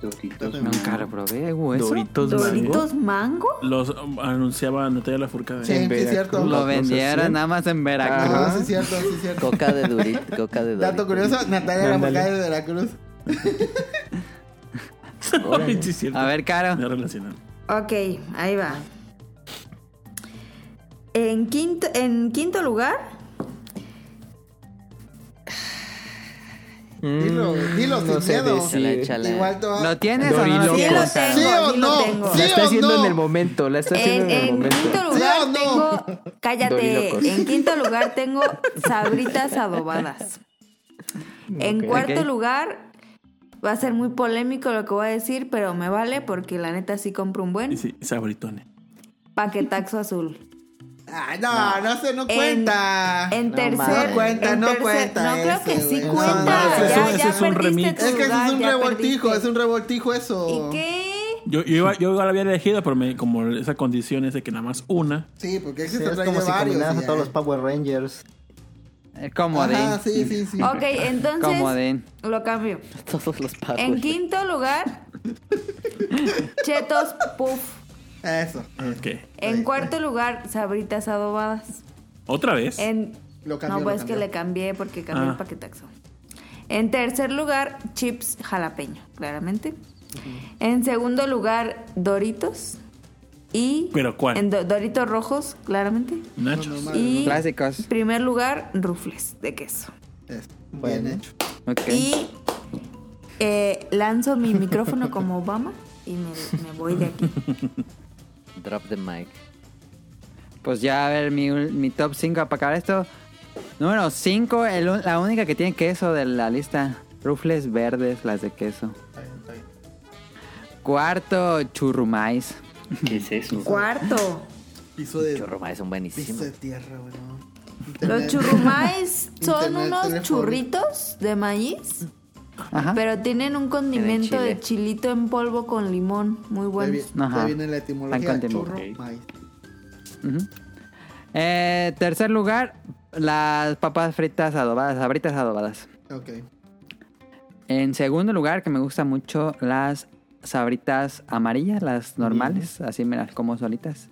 [SPEAKER 12] Doritos
[SPEAKER 2] Nunca lo probé, güey.
[SPEAKER 12] Doritos,
[SPEAKER 4] ¿Doritos mango?
[SPEAKER 12] Los um, anunciaba Natalia La Furcada.
[SPEAKER 9] Sí, sí, es cierto.
[SPEAKER 2] Lo vendieron nada más en Veracruz.
[SPEAKER 9] Ah, sí, es cierto, sí, es cierto.
[SPEAKER 3] Coca de Durit, Coca de
[SPEAKER 9] Dato curioso, Natalia la
[SPEAKER 2] Ándale.
[SPEAKER 9] Mercado de Veracruz.
[SPEAKER 2] A ver, Caro.
[SPEAKER 4] Ok, ahí va. En quinto, en quinto lugar.
[SPEAKER 2] Mm.
[SPEAKER 9] Dilo, dilo sin
[SPEAKER 14] no sé
[SPEAKER 9] miedo.
[SPEAKER 14] decir. Échale, échale.
[SPEAKER 9] Igual te va-
[SPEAKER 2] ¿Lo tienes o no lo
[SPEAKER 14] Dorilocos.
[SPEAKER 2] tienes?
[SPEAKER 9] ¿Sí o
[SPEAKER 4] sí lo
[SPEAKER 9] no?
[SPEAKER 4] tengo.
[SPEAKER 14] La
[SPEAKER 9] ¿Sí
[SPEAKER 14] está
[SPEAKER 9] o
[SPEAKER 14] haciendo
[SPEAKER 9] no?
[SPEAKER 14] en el momento, la está haciendo
[SPEAKER 4] En,
[SPEAKER 2] Eh,
[SPEAKER 14] en, el
[SPEAKER 4] en
[SPEAKER 14] momento.
[SPEAKER 4] quinto lugar
[SPEAKER 9] ¿Sí o no?
[SPEAKER 4] tengo. Cállate.
[SPEAKER 14] Dorilocos.
[SPEAKER 4] En quinto lugar tengo sabritas adobadas. En
[SPEAKER 14] Ok.
[SPEAKER 4] cuarto
[SPEAKER 14] Ok.
[SPEAKER 4] lugar. Va a ser muy polémico lo que voy a decir, pero me vale porque la neta sí compro un buen
[SPEAKER 12] Sí, sabritones.
[SPEAKER 4] paquetaxo azul.
[SPEAKER 9] Ah, no, no, se no
[SPEAKER 4] En-
[SPEAKER 9] cuenta.
[SPEAKER 4] En
[SPEAKER 9] No
[SPEAKER 4] tercer
[SPEAKER 9] mames. No cuenta,
[SPEAKER 4] en
[SPEAKER 9] no
[SPEAKER 4] tercer-
[SPEAKER 9] cuenta
[SPEAKER 4] No, creo que
[SPEAKER 9] ese,
[SPEAKER 4] sí
[SPEAKER 9] güey.
[SPEAKER 4] cuenta.
[SPEAKER 9] No, no, ese es
[SPEAKER 4] ya,
[SPEAKER 9] un-
[SPEAKER 4] ya
[SPEAKER 12] ese es un
[SPEAKER 4] perdiste
[SPEAKER 12] remix.
[SPEAKER 4] tu
[SPEAKER 9] Es que eso es
[SPEAKER 4] lugar,
[SPEAKER 9] un
[SPEAKER 4] ya
[SPEAKER 9] revoltijo,
[SPEAKER 4] perdiste.
[SPEAKER 9] es un revoltijo eso.
[SPEAKER 4] ¿Y qué?
[SPEAKER 12] Yo, yo, iba- yo la había elegido, pero me- como esa condición es de que nada más una.
[SPEAKER 9] Sí, porque
[SPEAKER 5] Sí,
[SPEAKER 9] existe
[SPEAKER 5] es como si combinaras a todos los Power Rangers.
[SPEAKER 2] Es comodín.
[SPEAKER 9] Ajá, sí, sí, sí.
[SPEAKER 4] Ok, entonces
[SPEAKER 2] Comodín.
[SPEAKER 4] lo cambio.
[SPEAKER 3] Todos los
[SPEAKER 14] Ah,
[SPEAKER 3] pagos.
[SPEAKER 14] pues.
[SPEAKER 4] En quinto lugar, Chetos Puff.
[SPEAKER 9] Eso.
[SPEAKER 12] Ok.
[SPEAKER 4] En cuarto lugar, Sabritas Adobadas.
[SPEAKER 12] ¿Otra vez?
[SPEAKER 4] En...
[SPEAKER 9] Lo cambió,
[SPEAKER 4] No,
[SPEAKER 9] lo
[SPEAKER 4] pues es que
[SPEAKER 9] cambió.
[SPEAKER 4] le cambié porque cambié
[SPEAKER 12] Ah.
[SPEAKER 4] el paquetaxo. En tercer lugar, Chips Jalapeño, claramente. En segundo lugar, Doritos. Y
[SPEAKER 12] ¿Pero cuál?
[SPEAKER 4] en do- Doritos Rojos, claramente.
[SPEAKER 12] Nachos.
[SPEAKER 4] Y
[SPEAKER 2] Clásicos.
[SPEAKER 4] primer lugar, rufles de queso.
[SPEAKER 9] Bien eh. hecho.
[SPEAKER 2] Ok.
[SPEAKER 4] Y eh, lanzo mi micrófono como Obama y me, me voy de aquí.
[SPEAKER 3] Drop the mic.
[SPEAKER 2] Pues ya, a ver, mi, ul- mi top 5 para acabar esto. Número 5, la única que tiene queso de la lista. Rufles verdes, las de queso. Cuarto, churrumais.
[SPEAKER 7] ¿Qué es eso?
[SPEAKER 4] Cuarto,
[SPEAKER 9] Piso de,
[SPEAKER 3] Churrumais son
[SPEAKER 9] piso
[SPEAKER 3] buenísimos.
[SPEAKER 9] de tierra, güey. no.
[SPEAKER 4] los
[SPEAKER 9] Internet.
[SPEAKER 4] churrumais son
[SPEAKER 9] Internet,
[SPEAKER 4] unos
[SPEAKER 9] teléfono.
[SPEAKER 4] churritos de maíz,
[SPEAKER 2] Ajá.
[SPEAKER 4] pero tienen un condimento
[SPEAKER 3] chile.
[SPEAKER 4] de chilito en polvo con limón, muy
[SPEAKER 9] Ahí
[SPEAKER 4] bueno.
[SPEAKER 9] vi-
[SPEAKER 2] Ajá.
[SPEAKER 9] ahí viene la etimología.
[SPEAKER 2] Tan contento.
[SPEAKER 9] Churro,
[SPEAKER 7] Ok.
[SPEAKER 9] maíz.
[SPEAKER 2] Ujú. Eh, tercer lugar, las papas fritas adobadas, sabritas adobadas.
[SPEAKER 9] Ok.
[SPEAKER 2] En segundo lugar, que me gustan mucho las sabritas amarillas, las normales, así me las como solitas.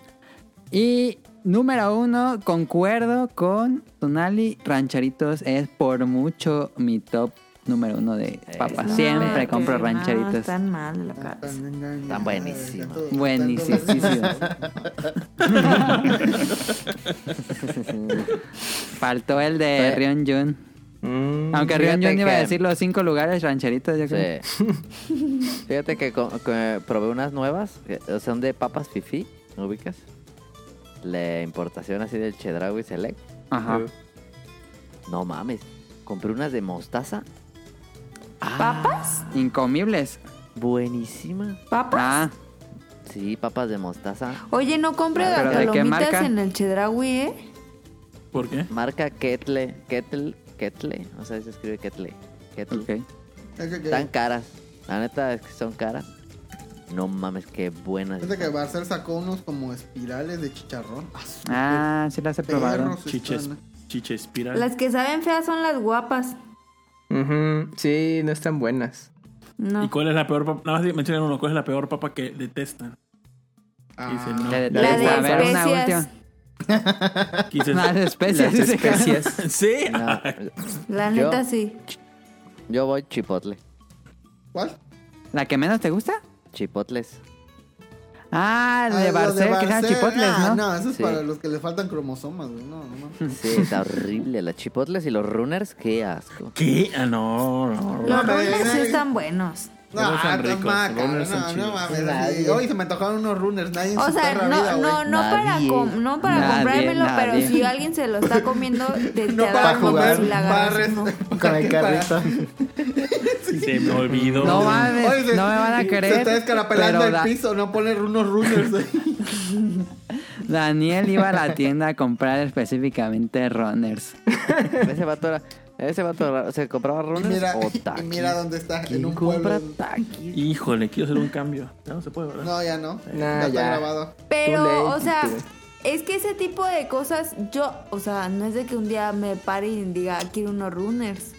[SPEAKER 2] Y número uno, concuerdo con Tonali Rancheritos, es por mucho mi top número uno de papas.
[SPEAKER 3] No,
[SPEAKER 2] Siempre
[SPEAKER 4] hombre,
[SPEAKER 2] compro
[SPEAKER 4] no,
[SPEAKER 2] rancheritos.
[SPEAKER 4] están mal de la cabeza.
[SPEAKER 9] Están
[SPEAKER 3] Están buenísimas.
[SPEAKER 2] Buenísimas. Faltó el de
[SPEAKER 3] Sí.
[SPEAKER 2] Rion Jun.
[SPEAKER 14] Mm,
[SPEAKER 2] Aunque
[SPEAKER 3] fíjate
[SPEAKER 2] Rion Jun iba a
[SPEAKER 3] que-
[SPEAKER 2] decir los cinco lugares rancheritos, yo creo.
[SPEAKER 3] Sí. Fíjate que, co- que probé unas nuevas, que son de papas fifi, ¿me ubicas? La importación así del Chedraui Select.
[SPEAKER 2] Ajá.
[SPEAKER 3] No mames, compré unas de mostaza. Ah.
[SPEAKER 4] ¿Papas?
[SPEAKER 2] Incomibles.
[SPEAKER 3] Buenísima.
[SPEAKER 4] ¿Papas?
[SPEAKER 2] Ah,
[SPEAKER 3] Sí, papas de mostaza.
[SPEAKER 4] Oye, no compre
[SPEAKER 2] ¿Pero
[SPEAKER 4] las
[SPEAKER 2] de qué
[SPEAKER 4] palomitas
[SPEAKER 2] marca?
[SPEAKER 4] en el Chedraui, ¿eh?
[SPEAKER 12] ¿Por qué?
[SPEAKER 3] Marca Ketle, Ketle, Ketle. No sé si se escribe Ketle. Ketle.
[SPEAKER 2] ok.
[SPEAKER 3] Están caras. La neta es que son caras. No mames, qué buenas.
[SPEAKER 9] Fíjate que Barcel sacó unos como espirales de chicharrón. Ah, su-
[SPEAKER 2] Ah, sí las he probado.
[SPEAKER 9] perros
[SPEAKER 12] Chiches,
[SPEAKER 9] están.
[SPEAKER 12] chiche espiral.
[SPEAKER 4] Las que saben feas son las guapas.
[SPEAKER 14] Ujú, Mm, Sí, no están buenas.
[SPEAKER 12] ¿Y
[SPEAKER 4] No.
[SPEAKER 12] cuál es la peor papa? Nada más mencionen uno, ¿cuál es la peor papa que detestan?
[SPEAKER 9] Ah.
[SPEAKER 12] Dicen, no.
[SPEAKER 2] La de,
[SPEAKER 14] La de
[SPEAKER 2] a ver, una
[SPEAKER 4] especias.
[SPEAKER 2] última.
[SPEAKER 12] Dicen,
[SPEAKER 2] Las
[SPEAKER 14] Las
[SPEAKER 2] especies. dice.
[SPEAKER 14] especias.
[SPEAKER 12] sí.
[SPEAKER 3] No,
[SPEAKER 4] La
[SPEAKER 3] Yo-
[SPEAKER 4] neta sí.
[SPEAKER 3] yo voy chipotle.
[SPEAKER 9] ¿Cuál?
[SPEAKER 2] ¿La que menos te gusta?
[SPEAKER 3] Chipotles.
[SPEAKER 2] Ah, el
[SPEAKER 9] Ah,
[SPEAKER 2] de
[SPEAKER 9] lo
[SPEAKER 2] Barcel, que sean
[SPEAKER 9] Barcel.
[SPEAKER 2] chipotles,
[SPEAKER 9] Ah,
[SPEAKER 2] ¿no?
[SPEAKER 9] No, eso es
[SPEAKER 3] Sí.
[SPEAKER 9] para los que le faltan cromosomas, güey. No, no, no.
[SPEAKER 3] Sí, está horrible. Las chipotles y los runners, qué asco.
[SPEAKER 12] ¿Qué? Ah, no, no.
[SPEAKER 4] Los
[SPEAKER 9] pero
[SPEAKER 4] runners
[SPEAKER 9] ya-
[SPEAKER 4] sí están buenos.
[SPEAKER 9] No,
[SPEAKER 14] Luego son
[SPEAKER 9] ah, no,
[SPEAKER 14] ricos,
[SPEAKER 9] maca,
[SPEAKER 14] los runners son
[SPEAKER 9] no, no
[SPEAKER 14] chidos.
[SPEAKER 9] mames.
[SPEAKER 14] Nadie.
[SPEAKER 9] así, Hoy se me antojaron unos runners. Nadie en
[SPEAKER 4] O
[SPEAKER 9] su
[SPEAKER 4] sea,
[SPEAKER 9] perra
[SPEAKER 4] no,
[SPEAKER 9] vida, güey.
[SPEAKER 4] no, no para,
[SPEAKER 9] Nadie.
[SPEAKER 4] com- no para
[SPEAKER 9] Nadie,
[SPEAKER 4] comprármelo,
[SPEAKER 9] nadie.
[SPEAKER 4] pero si alguien se lo está comiendo, te,
[SPEAKER 9] No
[SPEAKER 4] te
[SPEAKER 9] para
[SPEAKER 4] agarro
[SPEAKER 9] jugar,
[SPEAKER 4] como si la agarras,
[SPEAKER 9] barres.
[SPEAKER 4] ¿no?
[SPEAKER 5] Con el carrito.
[SPEAKER 12] Se me olvidó.
[SPEAKER 2] No mames,
[SPEAKER 9] Oye, se-
[SPEAKER 2] no me van a querer.
[SPEAKER 9] Se está escarapelando
[SPEAKER 2] pero
[SPEAKER 9] el
[SPEAKER 2] da-
[SPEAKER 9] piso, no poner unos runners ahí.
[SPEAKER 2] Daniel iba a la tienda a comprar específicamente runners.
[SPEAKER 3] Ese vato era. Ese vato era- se compraba runners
[SPEAKER 9] Mira,
[SPEAKER 3] o
[SPEAKER 9] y
[SPEAKER 3] taquis.
[SPEAKER 9] mira dónde está.
[SPEAKER 3] ¿Quién
[SPEAKER 9] En un
[SPEAKER 3] compra
[SPEAKER 9] pueblo.
[SPEAKER 3] taquis?
[SPEAKER 12] Híjole, quiero hacer un cambio. Ya no se puede, ¿verdad?
[SPEAKER 9] No, ya no.
[SPEAKER 8] Nah,
[SPEAKER 9] ya, está
[SPEAKER 8] ya.
[SPEAKER 9] grabado.
[SPEAKER 4] Pero, o sea, es que ese tipo de cosas, yo, o sea, no es de que un día me pare y diga, "Ah, quiero unos runners.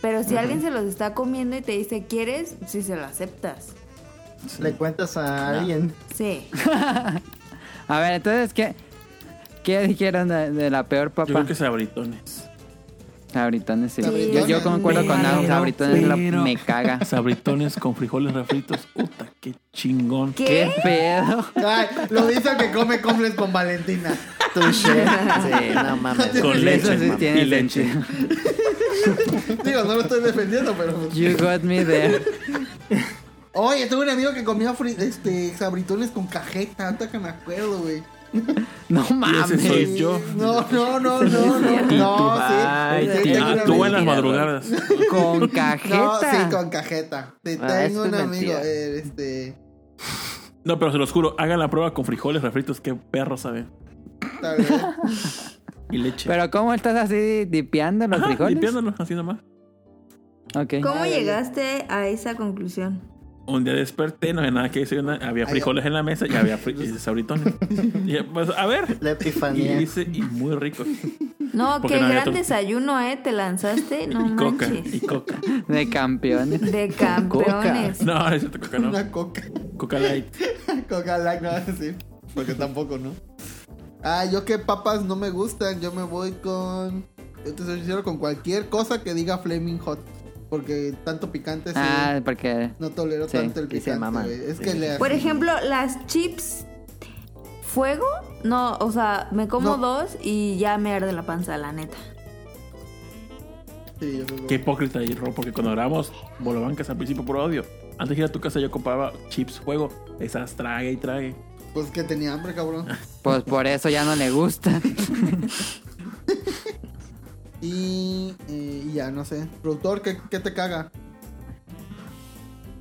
[SPEAKER 4] Pero si
[SPEAKER 5] Ujú.
[SPEAKER 4] alguien se los está comiendo y te dice, ¿quieres? Sí, se lo aceptas.
[SPEAKER 5] Le cuentas a alguien.
[SPEAKER 4] Sí.
[SPEAKER 2] A ver, entonces, ¿qué, qué dijeron de, de la peor papa?
[SPEAKER 12] Yo creo que sabritones.
[SPEAKER 2] Sabritones, sí. Yo,
[SPEAKER 12] Sabritones.
[SPEAKER 2] yo concuerdo con Nao,
[SPEAKER 12] Pero,
[SPEAKER 2] sabritones la-
[SPEAKER 12] pero-
[SPEAKER 2] me caga.
[SPEAKER 12] Sabritones con frijoles refritos. Puta, qué chingón.
[SPEAKER 2] ¿Qué? ¿Qué pedo?
[SPEAKER 9] Ay, lo dice el que come complex con Valentina.
[SPEAKER 3] Sí, no mames.
[SPEAKER 12] Con leche.
[SPEAKER 2] sí
[SPEAKER 12] mami,
[SPEAKER 2] tiene
[SPEAKER 12] y leche.
[SPEAKER 9] Digo, no lo estoy defendiendo, pero. pues
[SPEAKER 2] You got me there.
[SPEAKER 9] Oye, tuve un amigo que comía fri- este, sabritones con cajeta. Ahorita que me acuerdo, güey.
[SPEAKER 2] No
[SPEAKER 12] mames. Ese soy yo.
[SPEAKER 9] No, no, no, no, no. No, sí.
[SPEAKER 12] Ay,
[SPEAKER 9] Sí,
[SPEAKER 12] tío.
[SPEAKER 9] tengo un
[SPEAKER 12] Ah, tú en las
[SPEAKER 9] amigo.
[SPEAKER 12] madrugadas.
[SPEAKER 2] Con
[SPEAKER 9] No,
[SPEAKER 2] cajeta.
[SPEAKER 9] sí, con cajeta. Sí,
[SPEAKER 12] Ah,
[SPEAKER 9] tengo
[SPEAKER 12] eso es
[SPEAKER 9] un amigo,
[SPEAKER 12] mentira.
[SPEAKER 9] eh, este.
[SPEAKER 12] No, pero se los juro, hagan la prueba con frijoles refritos. Qué perro sabe.
[SPEAKER 9] Tal vez.
[SPEAKER 12] Y leche.
[SPEAKER 2] Pero ¿cómo estás así dipeando los
[SPEAKER 12] Ajá,
[SPEAKER 2] frijoles?
[SPEAKER 12] Limpiándolo, así nomás.
[SPEAKER 2] Ok.
[SPEAKER 4] ¿Cómo llegaste a esa conclusión?
[SPEAKER 12] Un día desperté, no había nada que desayunar. Había frijoles en la mesa y había fri- y sabritones. Y, pues, a ver.
[SPEAKER 5] La
[SPEAKER 12] epifanía. Y hice, y muy rico.
[SPEAKER 4] No,
[SPEAKER 12] Porque
[SPEAKER 4] qué
[SPEAKER 12] no había
[SPEAKER 4] gran
[SPEAKER 12] otro-
[SPEAKER 4] desayuno, ¿eh? Te lanzaste, no
[SPEAKER 12] Y coca,
[SPEAKER 4] manches.
[SPEAKER 12] y coca.
[SPEAKER 2] De campeones.
[SPEAKER 4] De campeones.
[SPEAKER 12] No, es cierto, coca no.
[SPEAKER 9] Una coca.
[SPEAKER 12] Coca light.
[SPEAKER 9] coca light, no, sí. Porque tampoco, ¿no? Ah, yo que papas no me gustan. Yo me voy con. Yo te soy sincero, con cualquier cosa que diga Flaming Hot. Porque tanto picante sí.
[SPEAKER 2] Ah, porque.
[SPEAKER 9] no tolero
[SPEAKER 2] sí,
[SPEAKER 9] tanto el
[SPEAKER 2] y se
[SPEAKER 9] picante.
[SPEAKER 2] maman.
[SPEAKER 9] güey. Es que le.
[SPEAKER 4] Por ejemplo, las chips fuego, no, o sea, me como dos y ya me arde la panza, la neta.
[SPEAKER 12] Qué hipócrita y robo, porque cuando grabamos Bolobancas al principio por odio. Antes de ir a tu casa yo compraba chips juego. Esas trague y trague.
[SPEAKER 9] Pues que tenía hambre, cabrón.
[SPEAKER 2] Pues por eso ya no le gusta.
[SPEAKER 9] Y, eh, y ya, no sé. Productor, ¿qué, qué te caga?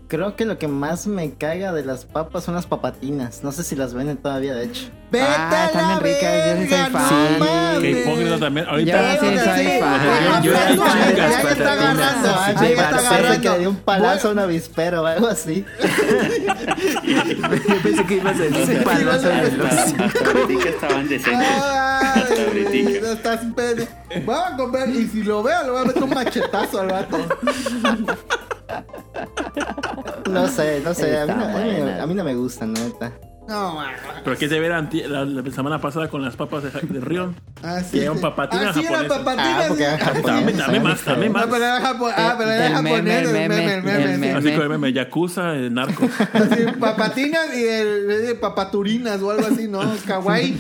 [SPEAKER 5] Creo que lo que más me caga de las papas son las papatinas. No sé si las venden todavía, de hecho.
[SPEAKER 9] ¡Vete
[SPEAKER 2] Ah, están bien ricas, yo sí soy
[SPEAKER 5] verga,
[SPEAKER 2] fan.
[SPEAKER 5] Ah, no mames.
[SPEAKER 12] Qué hipócrita también. Ahorita.
[SPEAKER 2] Yo sí soy fan.
[SPEAKER 12] Yo estoy
[SPEAKER 5] Ahí
[SPEAKER 12] chingas,
[SPEAKER 5] está
[SPEAKER 12] patatinas,
[SPEAKER 5] agarrando, ahí
[SPEAKER 12] sin
[SPEAKER 5] está
[SPEAKER 12] llevarse.
[SPEAKER 5] agarrando. que le dio un palazo a un avispero o algo así.
[SPEAKER 14] Yo pensé que ibas a decir palazo de los
[SPEAKER 7] ahorita estaban decentes.
[SPEAKER 9] Ay,
[SPEAKER 7] Ahorita.
[SPEAKER 9] no estás pene. Voy a comer y si lo veo, le voy a meter un machetazo al vato.
[SPEAKER 5] No
[SPEAKER 2] Ah,
[SPEAKER 5] sé, no sé. A mí, no-
[SPEAKER 9] Está
[SPEAKER 5] a mí-
[SPEAKER 9] buena.
[SPEAKER 5] a mí no me gustan, la neta.
[SPEAKER 9] No, man.
[SPEAKER 12] Pero que se ver anti- la, la semana pasada con las papas de, de Rion.
[SPEAKER 9] Ah,
[SPEAKER 12] Que eran papatinas
[SPEAKER 9] Así Ah, era
[SPEAKER 12] japonesas.
[SPEAKER 9] papatina.
[SPEAKER 12] Dame, dame más, dame más.
[SPEAKER 9] Ah, pero era japo- ah, pero era
[SPEAKER 2] El meme,
[SPEAKER 9] japonés,
[SPEAKER 2] el
[SPEAKER 9] el meme, el meme. sí.
[SPEAKER 12] Así que meme, Yakuza, eh, narcos.
[SPEAKER 9] Así, papatinas y el, el de papaturinas o algo así, ¿no? Kawaii.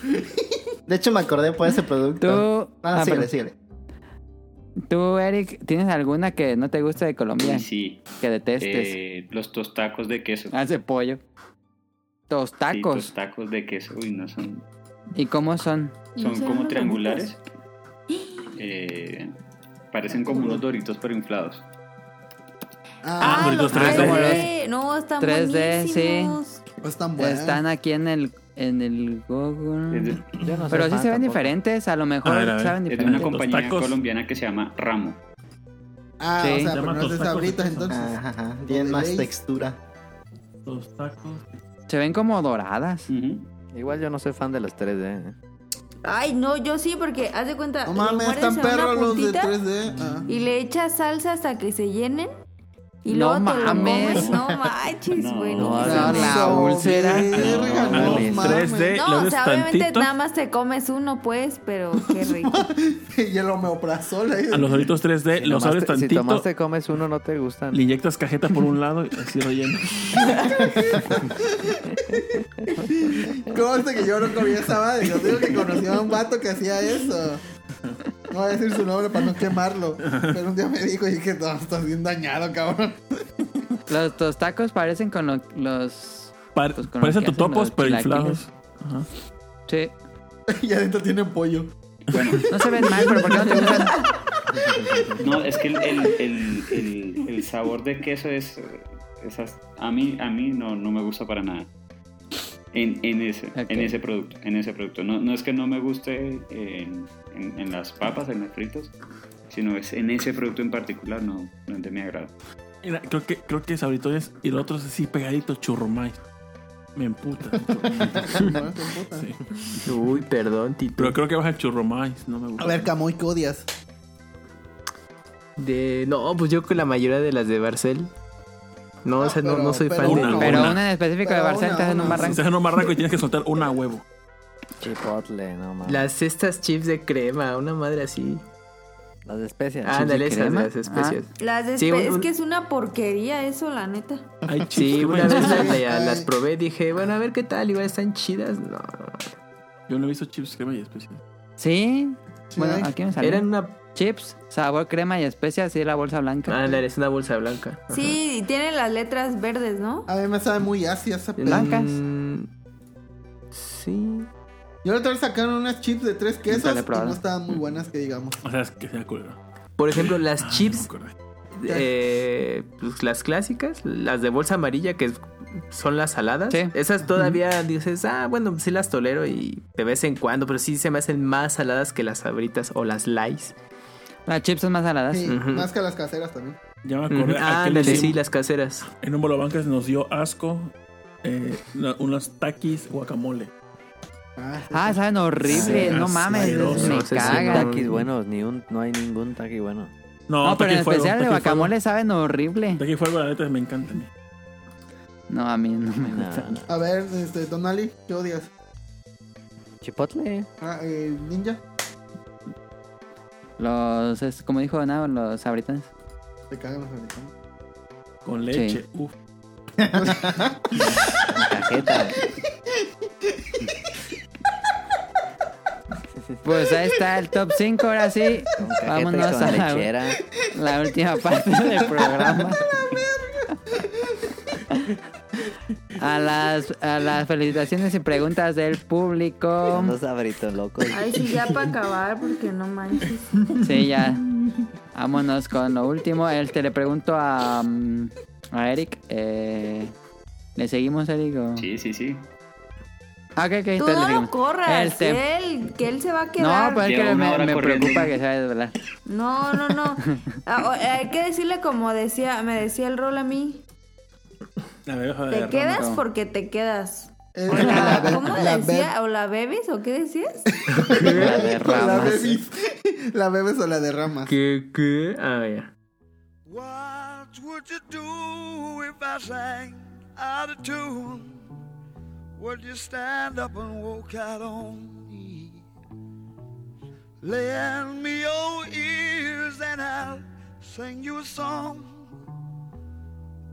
[SPEAKER 5] De hecho, me acordé por ese producto.
[SPEAKER 2] Tú-
[SPEAKER 5] Ah,
[SPEAKER 2] ah,
[SPEAKER 5] síguele,
[SPEAKER 2] pero-
[SPEAKER 5] síguele.
[SPEAKER 2] ¿Tú, Eric, tienes alguna que no te gusta de Colombia?
[SPEAKER 7] Uy, sí.
[SPEAKER 2] Que detestes.
[SPEAKER 7] Eh, los tostacos de queso.
[SPEAKER 2] Hace pollo.
[SPEAKER 7] Sí,
[SPEAKER 2] Tostacos.
[SPEAKER 7] tostacos de queso. Uy, no son.
[SPEAKER 2] ¿Y cómo son?
[SPEAKER 7] Son como triangulares. Eh, parecen como unos doritos pero inflados.
[SPEAKER 12] Ah, Doritos 3D.
[SPEAKER 4] Eh, no, están
[SPEAKER 2] 3D, sí.
[SPEAKER 4] buenísimos.
[SPEAKER 9] Están
[SPEAKER 2] buenas. Están aquí en el, en el Google.
[SPEAKER 7] Yo no soy
[SPEAKER 2] Pero sí
[SPEAKER 7] fan
[SPEAKER 2] se ven
[SPEAKER 7] tampoco.
[SPEAKER 2] diferentes, a lo mejor
[SPEAKER 12] A ver, a ver.
[SPEAKER 2] saben
[SPEAKER 7] Es de una
[SPEAKER 2] diferentes.
[SPEAKER 7] compañía colombiana que se llama Ramo.
[SPEAKER 9] Ah,
[SPEAKER 2] Sí.
[SPEAKER 9] o sea,
[SPEAKER 2] Se
[SPEAKER 9] pero
[SPEAKER 2] llama
[SPEAKER 9] no es de
[SPEAKER 2] tostacos de
[SPEAKER 9] sabritos
[SPEAKER 2] queso.
[SPEAKER 9] entonces.
[SPEAKER 5] Ajá, ajá. Tienen más
[SPEAKER 9] Leyes.
[SPEAKER 5] textura.
[SPEAKER 12] Los tacos.
[SPEAKER 2] Se ven como doradas.
[SPEAKER 3] Igual yo no soy fan de los 3D. ¿eh?
[SPEAKER 4] Ay, no, yo sí, porque haz de cuenta.
[SPEAKER 9] No
[SPEAKER 4] lo
[SPEAKER 9] mames,
[SPEAKER 4] muerdes
[SPEAKER 9] están
[SPEAKER 4] en una
[SPEAKER 9] perros los de
[SPEAKER 4] puntita
[SPEAKER 9] 3D. Ah.
[SPEAKER 4] Y le echas salsa hasta que se llenen. Y
[SPEAKER 2] No
[SPEAKER 4] luego te lo
[SPEAKER 2] mames.
[SPEAKER 4] comes. No manches, güey.
[SPEAKER 2] No,
[SPEAKER 4] no,
[SPEAKER 2] la
[SPEAKER 9] no,
[SPEAKER 2] úlcera.
[SPEAKER 9] verga, no
[SPEAKER 12] los
[SPEAKER 9] mames.
[SPEAKER 12] 3D,
[SPEAKER 4] No,
[SPEAKER 12] los
[SPEAKER 4] o sea, obviamente
[SPEAKER 12] tantitos.
[SPEAKER 4] nada más te comes uno, pues, pero qué rico.
[SPEAKER 9] Y el homeoprazol ahí.
[SPEAKER 12] A los doritos 3D, los
[SPEAKER 3] Nomás
[SPEAKER 12] abres
[SPEAKER 3] te- Si
[SPEAKER 12] tantito.
[SPEAKER 3] tomás te comes uno, no te gustan.
[SPEAKER 12] Le inyectas cajeta por un lado y así relleno.
[SPEAKER 9] Conste este que yo no comía esa madre. Yo digo que conocía a un vato que hacía eso. No voy a decir su nombre para no quemarlo. Pero un día me dijo y dije, no, estás bien dañado, cabrón.
[SPEAKER 2] Los, los tacos parecen con lo- los.
[SPEAKER 12] Par-
[SPEAKER 2] pues, con lo
[SPEAKER 12] parecen
[SPEAKER 2] que hacen
[SPEAKER 12] totopos,
[SPEAKER 2] los
[SPEAKER 12] pero
[SPEAKER 2] chilaquiles.
[SPEAKER 12] inflados. Ajá.
[SPEAKER 2] Sí.
[SPEAKER 6] y adentro tiene pollo.
[SPEAKER 2] No se ven mal, pero ¿por qué no te gustan?
[SPEAKER 7] No, es que el, el- el- el- el sabor de queso es, es as- a mí a mí no, no me gusta para nada. En, en ese en ese producto, en ese producto. No, no es que no me guste en, en- en las papas, en las fritas, sino es en ese producto en particular no, no es de mi agrado.
[SPEAKER 12] Mira, creo que, creo que Sabritorias y el otro es así pegadito, churrumay. Me emputa.
[SPEAKER 14] Uy, perdón, Tito.
[SPEAKER 12] Pero creo que baja churrumay, no me gusta.
[SPEAKER 6] A ver, Camoy, ¿qué odias?
[SPEAKER 14] De, no, pues yo con la mayoría de las de Barcel. No, o sea, no, no soy fan de
[SPEAKER 2] Pero
[SPEAKER 14] ninguna.
[SPEAKER 2] una en específico de Barcel te hacen un barranco.
[SPEAKER 12] Estás en un barranco y tienes que soltar una huevo.
[SPEAKER 3] Chipotle, no mames.
[SPEAKER 14] Las estas chips de crema, una madre así.
[SPEAKER 3] Las especias.
[SPEAKER 14] Ah, dale, esas, las especias.
[SPEAKER 2] Ah.
[SPEAKER 4] Las de
[SPEAKER 14] Sí,
[SPEAKER 4] espe-
[SPEAKER 14] un-
[SPEAKER 4] es
[SPEAKER 14] un-
[SPEAKER 4] que es una porquería eso, la neta.
[SPEAKER 14] Sí,
[SPEAKER 12] que
[SPEAKER 14] una
[SPEAKER 12] venden.
[SPEAKER 14] vez la- la- las probé y dije, bueno, a ver qué tal, igual están chidas. No.
[SPEAKER 12] Yo no he visto chips crema y especias.
[SPEAKER 2] Sí. Bueno,
[SPEAKER 14] hay.
[SPEAKER 2] aquí me salió.
[SPEAKER 14] Eran una-
[SPEAKER 2] Chips, sabor crema y especias y la bolsa blanca.
[SPEAKER 14] Ah, es una bolsa blanca.
[SPEAKER 4] Sí, y tienen las letras verdes, ¿no?
[SPEAKER 9] A mí me sabe muy ácida esa peda.
[SPEAKER 2] Blancas.
[SPEAKER 14] Sí.
[SPEAKER 9] Yo la otra vez sacaron unas chips de tres quesos
[SPEAKER 14] Nunca la he
[SPEAKER 9] y
[SPEAKER 14] probado.
[SPEAKER 9] no estaban muy buenas, que digamos.
[SPEAKER 12] O sea, es que sea culero. Ah,
[SPEAKER 14] Por ejemplo, las chips,
[SPEAKER 9] Ya.
[SPEAKER 14] eh, pues, las clásicas, las de bolsa amarilla, que son las saladas. Esas todavía dices, ah, bueno, sí las tolero y de vez en cuando, pero sí se me hacen más saladas que las sabritas o las lights.
[SPEAKER 2] Las chips son más saladas.
[SPEAKER 9] Sí,
[SPEAKER 14] Ujú.
[SPEAKER 9] Más que las caseras también.
[SPEAKER 12] Ya me acordé.
[SPEAKER 14] Ujú. Ah,
[SPEAKER 12] aquel
[SPEAKER 14] ándale,
[SPEAKER 12] día
[SPEAKER 14] sí, las caseras.
[SPEAKER 12] En un bolo bancas nos dio asco eh, na- unos taquis guacamole.
[SPEAKER 2] Ah, saben horrible. no mames,
[SPEAKER 12] asqueroso.
[SPEAKER 2] me
[SPEAKER 12] No sé si
[SPEAKER 2] caga.
[SPEAKER 12] no-
[SPEAKER 3] taquis buenos, ni un, no hay ningún taqui bueno.
[SPEAKER 2] No, pero en
[SPEAKER 12] taquis fuego,
[SPEAKER 2] especial de
[SPEAKER 12] taquis fuego.
[SPEAKER 2] guacamole saben horrible.
[SPEAKER 12] Taquis fuego, la neta, me encanta. a mí.
[SPEAKER 2] No, a mí Ah, no me gusta.
[SPEAKER 9] A ver, este, Donali, ¿qué odias?
[SPEAKER 3] Chipotle.
[SPEAKER 9] Ah, eh, ninja,
[SPEAKER 2] Los, es- como dijo Nao, los sabritones.
[SPEAKER 9] te cagan los americanos.
[SPEAKER 12] Con leche.
[SPEAKER 2] Sí.
[SPEAKER 12] Uf.
[SPEAKER 3] Cajeta.
[SPEAKER 2] Pues ahí está el top 5, ahora sí.
[SPEAKER 3] cajeta
[SPEAKER 2] Vámonos
[SPEAKER 3] con
[SPEAKER 2] a
[SPEAKER 3] lechera.
[SPEAKER 2] la, la última parte del programa. A las, a las felicitaciones y preguntas del público.
[SPEAKER 3] Los sabritos locos.
[SPEAKER 4] Ay, sí, ya para acabar, porque no manches.
[SPEAKER 2] Sí, ya. Vámonos con lo último. Este, le pregunto a, mm, a Eric. eh, ¿Le seguimos, Eric? o?
[SPEAKER 7] Sí, sí, sí.
[SPEAKER 2] Ah, ok, ok.
[SPEAKER 4] Tú
[SPEAKER 2] entonces le
[SPEAKER 4] no lo
[SPEAKER 2] seguimos.
[SPEAKER 4] corras, ¿eh?
[SPEAKER 2] Este,
[SPEAKER 4] él, que él se va a quedar.
[SPEAKER 2] no, pues es que
[SPEAKER 7] Lleva una
[SPEAKER 2] me,
[SPEAKER 7] hora
[SPEAKER 2] me
[SPEAKER 7] corriendo.
[SPEAKER 2] preocupa que se vaya a desvelar.
[SPEAKER 4] No, no, no. Ah, o- hay que decirle como decía, me decía el rol a mí.
[SPEAKER 12] A ver, deja de
[SPEAKER 4] Te
[SPEAKER 12] agarrar,
[SPEAKER 4] quedas
[SPEAKER 12] no.
[SPEAKER 4] porque te quedas.
[SPEAKER 9] Eh,
[SPEAKER 4] O la-
[SPEAKER 9] la be-
[SPEAKER 4] ¿Cómo
[SPEAKER 9] la
[SPEAKER 4] decía? ¿O la bebes? ¿O qué decías?
[SPEAKER 3] La
[SPEAKER 9] La
[SPEAKER 8] Ah,
[SPEAKER 3] derramas.
[SPEAKER 9] bebes, la bebes o la derramas.
[SPEAKER 14] ¿Qué, qué? Ah, A ver.
[SPEAKER 17] What would you do if I sang out of tune? Would you stand up and walk out on me? Lend me your ears and I'll sing you a song.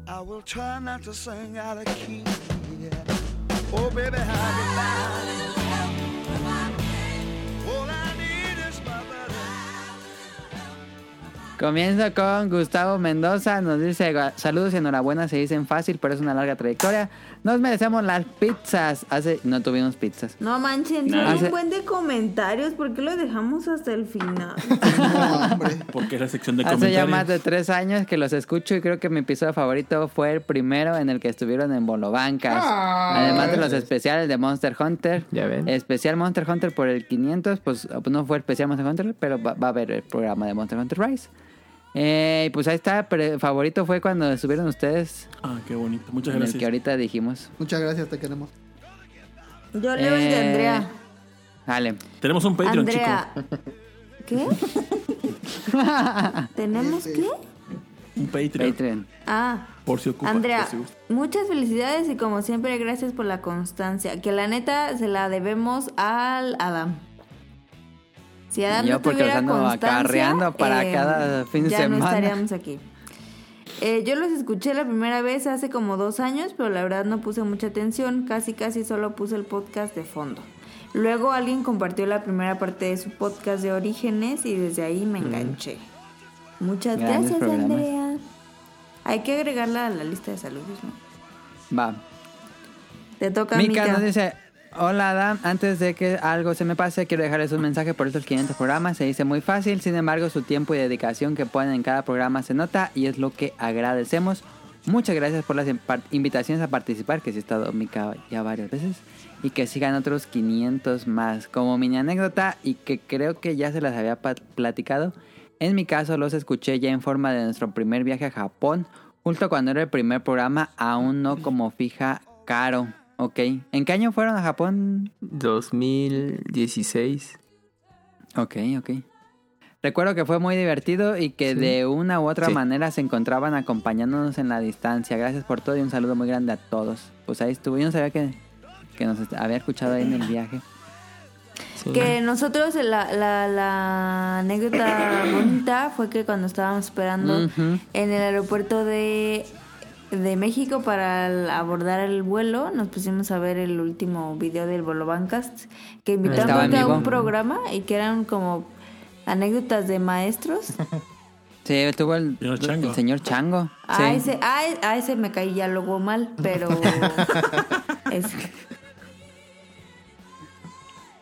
[SPEAKER 17] I will try not to sing out of key. yeah. Oh, baby, how you like? All I need is my
[SPEAKER 2] Comienzo con Gustavo Mendoza. Nos dice: Saludos y enhorabuena. Se dicen fácil, pero es una larga trayectoria. Nos merecemos las pizzas. Hace. No tuvimos pizzas.
[SPEAKER 4] No manchen,
[SPEAKER 2] No.
[SPEAKER 4] son
[SPEAKER 2] Hace-
[SPEAKER 4] un buen de comentarios. ¿Por qué lo dejamos hasta el final?
[SPEAKER 12] Porque es la sección de
[SPEAKER 2] Hace ya
[SPEAKER 12] comentarios.
[SPEAKER 2] más de tres años que los escucho y creo que mi episodio favorito fue el primero en el que estuvieron en Bolobancas.
[SPEAKER 14] Ah.
[SPEAKER 2] Además de los especiales de Monster Hunter.
[SPEAKER 14] Ya ven.
[SPEAKER 2] Especial Monster Hunter por el 500. Pues no fue especial Monster Hunter, pero va, va a haber el programa de Monster Hunter Rise. Eh, y pues ahí está, pero el favorito fue cuando estuvieron ustedes.
[SPEAKER 12] Ah, qué bonito. Muchas
[SPEAKER 2] en el
[SPEAKER 12] gracias.
[SPEAKER 2] que ahorita dijimos.
[SPEAKER 9] Muchas gracias, te queremos.
[SPEAKER 4] Yo leo el de
[SPEAKER 2] Eh,
[SPEAKER 4] Andrea.
[SPEAKER 2] Dale.
[SPEAKER 12] Tenemos un Patreon,
[SPEAKER 4] Andrea. ¿Qué? ¿Tenemos qué?
[SPEAKER 12] chico. Un Patreon.
[SPEAKER 4] Ah.
[SPEAKER 12] Por si ocupa.
[SPEAKER 4] Andrea,
[SPEAKER 12] por si gusta.
[SPEAKER 4] muchas felicidades y como siempre, gracias por la constancia. Que la neta se la debemos al Adam. Si Adam
[SPEAKER 2] Y yo
[SPEAKER 4] no
[SPEAKER 2] porque
[SPEAKER 4] tuviera
[SPEAKER 2] los ando
[SPEAKER 4] constancia, eh,
[SPEAKER 2] acarreando para cada fin de
[SPEAKER 4] ya no
[SPEAKER 2] semana.
[SPEAKER 4] estaríamos aquí. Eh, yo los escuché la primera vez hace como dos años, pero la verdad no puse mucha atención. Casi, casi solo puse el podcast de fondo. Luego alguien compartió la primera parte de su podcast de Orígenes y desde ahí me enganché. Muchas
[SPEAKER 2] Mm. Grandes
[SPEAKER 4] gracias,
[SPEAKER 2] programas.
[SPEAKER 4] Andrea. Hay que agregarla a la lista de saludos, ¿no?
[SPEAKER 2] Va.
[SPEAKER 4] Te toca,
[SPEAKER 2] Mika
[SPEAKER 4] Mika.
[SPEAKER 2] nos dice, hola Adam, antes de que algo se me pase, quiero dejarles un mensaje por estos 500 programas. Se dice muy fácil, sin embargo su tiempo y dedicación que ponen en cada programa se nota y es lo que agradecemos. Muchas gracias por las impar- invitaciones a participar, que sí he estado Mika ya varias veces, y que sigan otros 500 más. Como mini anécdota, y que creo que ya se las había pa- platicado, en mi caso los escuché ya en forma de nuestro primer viaje a Japón, justo cuando era el primer programa, aún no como fija caro. Ok, ¿en qué año fueron a Japón?
[SPEAKER 14] 2016.
[SPEAKER 2] Ok, ok. Recuerdo que fue muy divertido y que
[SPEAKER 14] Sí.
[SPEAKER 2] de una u otra
[SPEAKER 14] Sí.
[SPEAKER 2] manera se encontraban acompañándonos en la distancia. Gracias por todo y un saludo muy grande a todos. Pues ahí estuvo. Yo no sabía que, que nos est- había escuchado ahí en el viaje.
[SPEAKER 4] Que nosotros la, la, la anécdota bonita fue que cuando estábamos esperando
[SPEAKER 2] Ujú.
[SPEAKER 4] en el aeropuerto de, de México para el- abordar el vuelo, nos pusimos a ver el último video del Bolobancast que
[SPEAKER 2] Estaba
[SPEAKER 4] invitaron
[SPEAKER 2] en
[SPEAKER 4] creo que a
[SPEAKER 2] vivo.
[SPEAKER 4] un programa y que eran como anécdotas de maestros.
[SPEAKER 2] Sí, estuvo el, el señor Chango.
[SPEAKER 4] A,
[SPEAKER 2] Sí.
[SPEAKER 4] ese, a, e- a ese me caí ya luego mal, pero... es-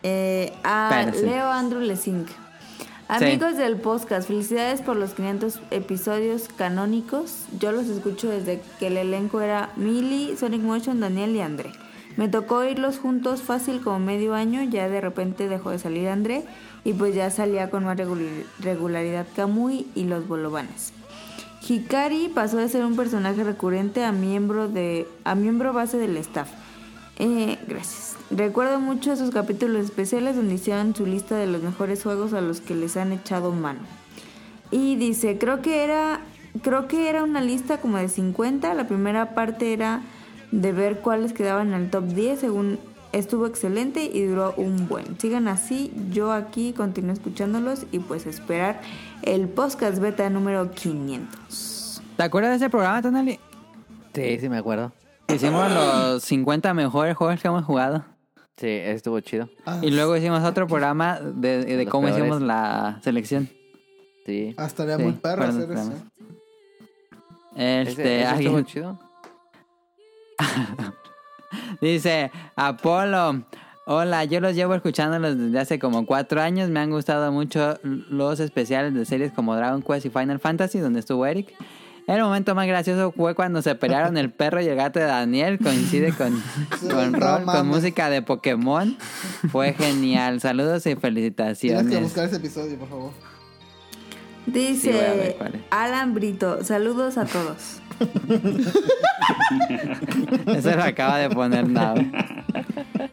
[SPEAKER 4] Eh, a
[SPEAKER 2] Espérense.
[SPEAKER 4] Leo Andrew Lesing.
[SPEAKER 2] Sí.
[SPEAKER 4] Amigos del podcast, felicidades por los 500 episodios canónicos. Yo los escucho desde que el elenco era Millie, Sonic Motion, Daniel y André. Me tocó irlos juntos fácil como medio año, ya de repente dejó de salir André y pues ya salía con más regul- regularidad Kamui y los Bolobanes. Hikari pasó de ser un personaje recurrente a miembro de a miembro base del staff. Eh, gracias. Recuerdo mucho esos capítulos especiales donde hicieron su lista de los mejores juegos a los que les han echado mano. Y dice, creo que era creo que era una lista como de 50, la primera parte era de ver cuáles quedaban en el top 10 según estuvo excelente y duró un buen. Sigan así, yo aquí continúo escuchándolos y pues esperar el podcast beta número 500.
[SPEAKER 2] ¿Te acuerdas de ese programa, Tonali?
[SPEAKER 3] Sí, sí me acuerdo. Ah.
[SPEAKER 2] Hicimos los 50 mejores juegos que hemos jugado.
[SPEAKER 3] Sí, estuvo chido.
[SPEAKER 2] Y luego hicimos otro programa de, de
[SPEAKER 3] Ah, Los
[SPEAKER 2] cómo
[SPEAKER 3] peores.
[SPEAKER 2] hicimos la Ah, selección.
[SPEAKER 3] Sí.
[SPEAKER 9] Ah, estaría
[SPEAKER 2] Sí,
[SPEAKER 9] muy perro
[SPEAKER 2] fueron
[SPEAKER 9] hacer
[SPEAKER 2] los
[SPEAKER 9] eso. ¿eh?
[SPEAKER 2] programas. Este,
[SPEAKER 3] ¿Ese- ese estuvo
[SPEAKER 2] alguien
[SPEAKER 3] chido?
[SPEAKER 2] dice, Apolo, hola, yo los llevo escuchándolos desde hace como cuatro años, me han gustado mucho los especiales de series como Dragon Quest y Final Fantasy, donde estuvo Eric. El momento más gracioso fue cuando se pelearon el perro y el gato de Daniel, coincide con, con,
[SPEAKER 9] no
[SPEAKER 2] rol,
[SPEAKER 9] mames.
[SPEAKER 2] con música de Pokémon. Fue genial, saludos y
[SPEAKER 9] Tienes que
[SPEAKER 2] felicitaciones.
[SPEAKER 9] buscar ese episodio, por favor.
[SPEAKER 2] Sí, voy a ver
[SPEAKER 4] Dice
[SPEAKER 2] cuál es.
[SPEAKER 4] Alan Brito, saludos a todos.
[SPEAKER 2] Ese lo acaba de poner Nao.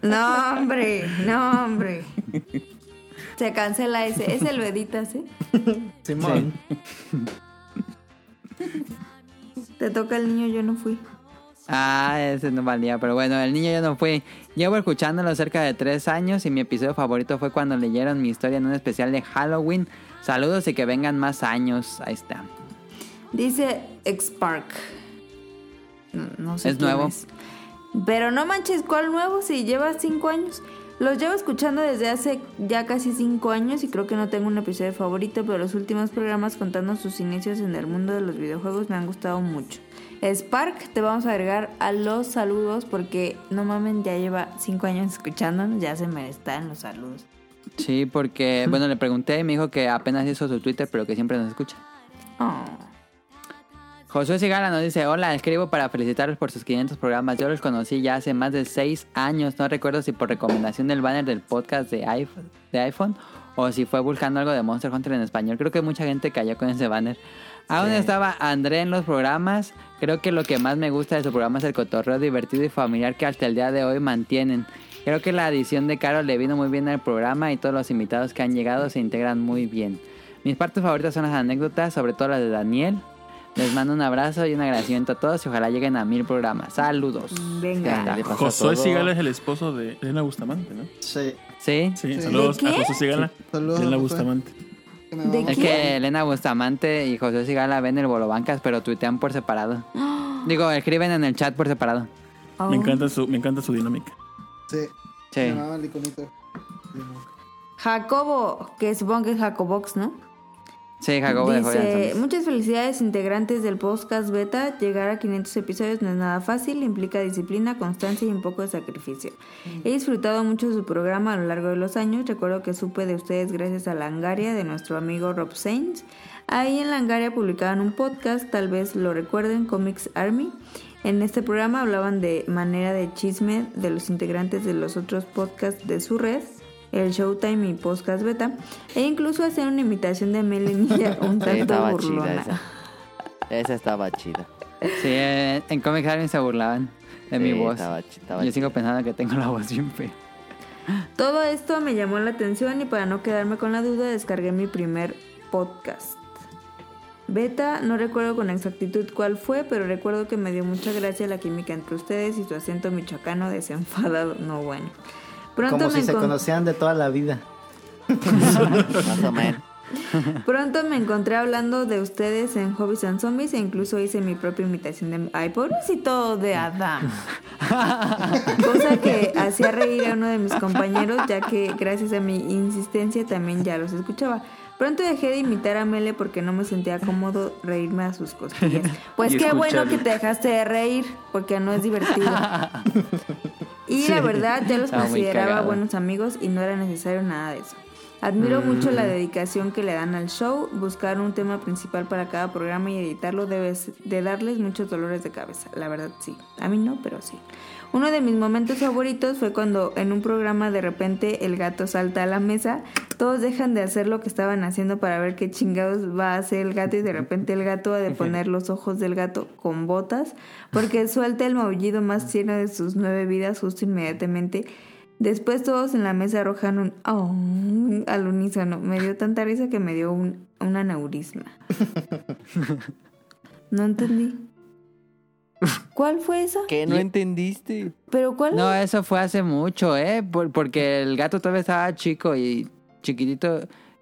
[SPEAKER 4] No, hombre, no, hombre. Se cancela ese. Es el Veditas, ¿eh?
[SPEAKER 2] Simón.
[SPEAKER 4] Te toca el niño, yo no fui.
[SPEAKER 2] Ah, ese no valía, pero bueno, el niño yo no fui. Llevo escuchándolo cerca de tres años y mi episodio favorito fue cuando leyeron mi historia en un especial de Halloween. Saludos y que vengan más años. Ahí está.
[SPEAKER 4] Dice Xpark. No, no sé.
[SPEAKER 2] es
[SPEAKER 4] quién
[SPEAKER 2] nuevo.
[SPEAKER 4] es. Pero no manches, ¿cuál nuevo? Si lleva cinco años. Los llevo escuchando desde hace ya casi cinco años y creo que no tengo un episodio favorito, pero los últimos programas contando sus inicios en el mundo de los videojuegos me han gustado mucho. Spark, te vamos a agregar a los saludos porque no mamen, ya lleva cinco años escuchándonos, ya se me están los saludos.
[SPEAKER 2] Sí, porque, bueno, le pregunté y me dijo que apenas hizo su Twitter, pero que siempre nos escucha.
[SPEAKER 4] Oh.
[SPEAKER 2] Josué Cigala nos dice, hola, escribo para felicitaros por sus 500 programas. Yo los conocí ya hace más de 6 años. No recuerdo si por recomendación del banner del podcast de iPhone, de iPhone o si fue buscando algo de Monster Hunter en español. Creo que mucha gente cayó con ese banner. Aún estaba André en los programas. Creo que lo que más me gusta de su programa es el cotorreo divertido y familiar que hasta el día de hoy mantienen. Creo que la adición de Caro le vino muy bien al programa y todos los invitados que han llegado se integran muy bien. Mis partes favoritas son las anécdotas, sobre todo las de Daniel. Les mando un abrazo y un agradecimiento a todos y ojalá lleguen a mil programas. Saludos.
[SPEAKER 4] Venga.
[SPEAKER 2] Ya le pasó
[SPEAKER 12] Josué
[SPEAKER 2] todo.
[SPEAKER 12] Sigala es el esposo de Elena Bustamante, ¿no?
[SPEAKER 5] Sí.
[SPEAKER 2] Sí.
[SPEAKER 12] Sí, saludos
[SPEAKER 2] ¿De
[SPEAKER 12] a
[SPEAKER 2] qué?
[SPEAKER 12] Josué Sigala.
[SPEAKER 2] Sí.
[SPEAKER 12] Saludos. Elena Bustamante.
[SPEAKER 4] ¿De
[SPEAKER 2] Es que Elena Bustamante y José Sigala ven el Bolobancas, pero tuitean por separado. Digo, escriben en el chat por separado.
[SPEAKER 4] Oh.
[SPEAKER 12] Me encanta su, me encanta su dinámica.
[SPEAKER 9] Sí.
[SPEAKER 2] Sí.
[SPEAKER 9] No, el iconito.
[SPEAKER 4] Jacobo, que supongo que es Jacobox, ¿no?
[SPEAKER 2] Sí, Jacobo dejó de
[SPEAKER 4] Dice,
[SPEAKER 2] Anselmo.
[SPEAKER 4] muchas felicidades integrantes del podcast beta. Llegar a 500 episodios no es nada fácil, implica disciplina, constancia y un poco de sacrificio.
[SPEAKER 2] Mm.
[SPEAKER 4] He disfrutado mucho de su programa a lo largo de los años. Recuerdo que supe de ustedes gracias a Langaria de nuestro amigo Rob Sainz. Ahí en Langaria publicaban un podcast, tal vez lo recuerden, Comics Army. En este programa hablaban de manera de chisme de los integrantes de los otros podcasts de su red, el Showtime y Podcast Beta, e incluso hacían una imitación de Melenilla un
[SPEAKER 3] Sí,
[SPEAKER 4] tanto
[SPEAKER 3] estaba chida
[SPEAKER 4] burlona.
[SPEAKER 3] esa. Esa estaba chida.
[SPEAKER 2] Sí, eh, en Comic Harvey se burlaban de mi
[SPEAKER 3] Sí,
[SPEAKER 2] voz.
[SPEAKER 3] estaba ch- estaba
[SPEAKER 2] Yo sigo pensando que tengo la voz bien fea.
[SPEAKER 4] Todo esto me llamó la atención y para no quedarme con la duda descargué mi primer podcast. Beta, no recuerdo con exactitud cuál fue, pero recuerdo que me dio mucha gracia la química entre ustedes y su acento michoacano desenfadado. No bueno. Pronto
[SPEAKER 5] Como
[SPEAKER 4] me
[SPEAKER 5] si se
[SPEAKER 4] encon-
[SPEAKER 5] conocieran de toda la vida.
[SPEAKER 3] Más o menos.
[SPEAKER 4] Pronto me encontré hablando de ustedes en Hobbies and Zombies e incluso hice mi propia imitación de... ¡Ay, pobrecito de Adam! Cosa que hacía reír a uno de mis compañeros ya que gracias a mi insistencia también ya los escuchaba. Pronto dejé de imitar a Mele porque no me sentía cómodo reírme a sus costillas. Pues
[SPEAKER 11] Y
[SPEAKER 4] qué bueno
[SPEAKER 11] escucharlo.
[SPEAKER 4] que te dejaste de reír porque no es divertido. Y la
[SPEAKER 11] Sí.
[SPEAKER 4] verdad ya los
[SPEAKER 11] Estaba muy
[SPEAKER 4] consideraba
[SPEAKER 11] cagado.
[SPEAKER 4] buenos amigos y no era necesario nada de eso. Admiro
[SPEAKER 11] Mm.
[SPEAKER 4] mucho la dedicación que le dan al show. Buscar un tema principal para cada programa y editarlo debe s- de darles muchos dolores de cabeza. La verdad sí. A mí no, pero sí. Uno de mis momentos favoritos fue cuando en un programa de repente el gato salta a la mesa. Todos dejan de hacer lo que estaban haciendo para ver qué chingados va a hacer el gato y de repente el gato ha de poner los ojos del gato con botas porque suelta el maullido más tierno de sus nueve vidas justo inmediatamente. Después todos en la mesa arrojan un "Oh", al unísono. Me dio tanta risa que me dio un, un aneurisma. No entendí. ¿Cuál fue esa?
[SPEAKER 3] Que no entendiste. eh.
[SPEAKER 4] ¿Pero cuál?
[SPEAKER 2] No, eso fue hace mucho, ¿eh? Por- porque el gato todavía estaba chico y chiquitito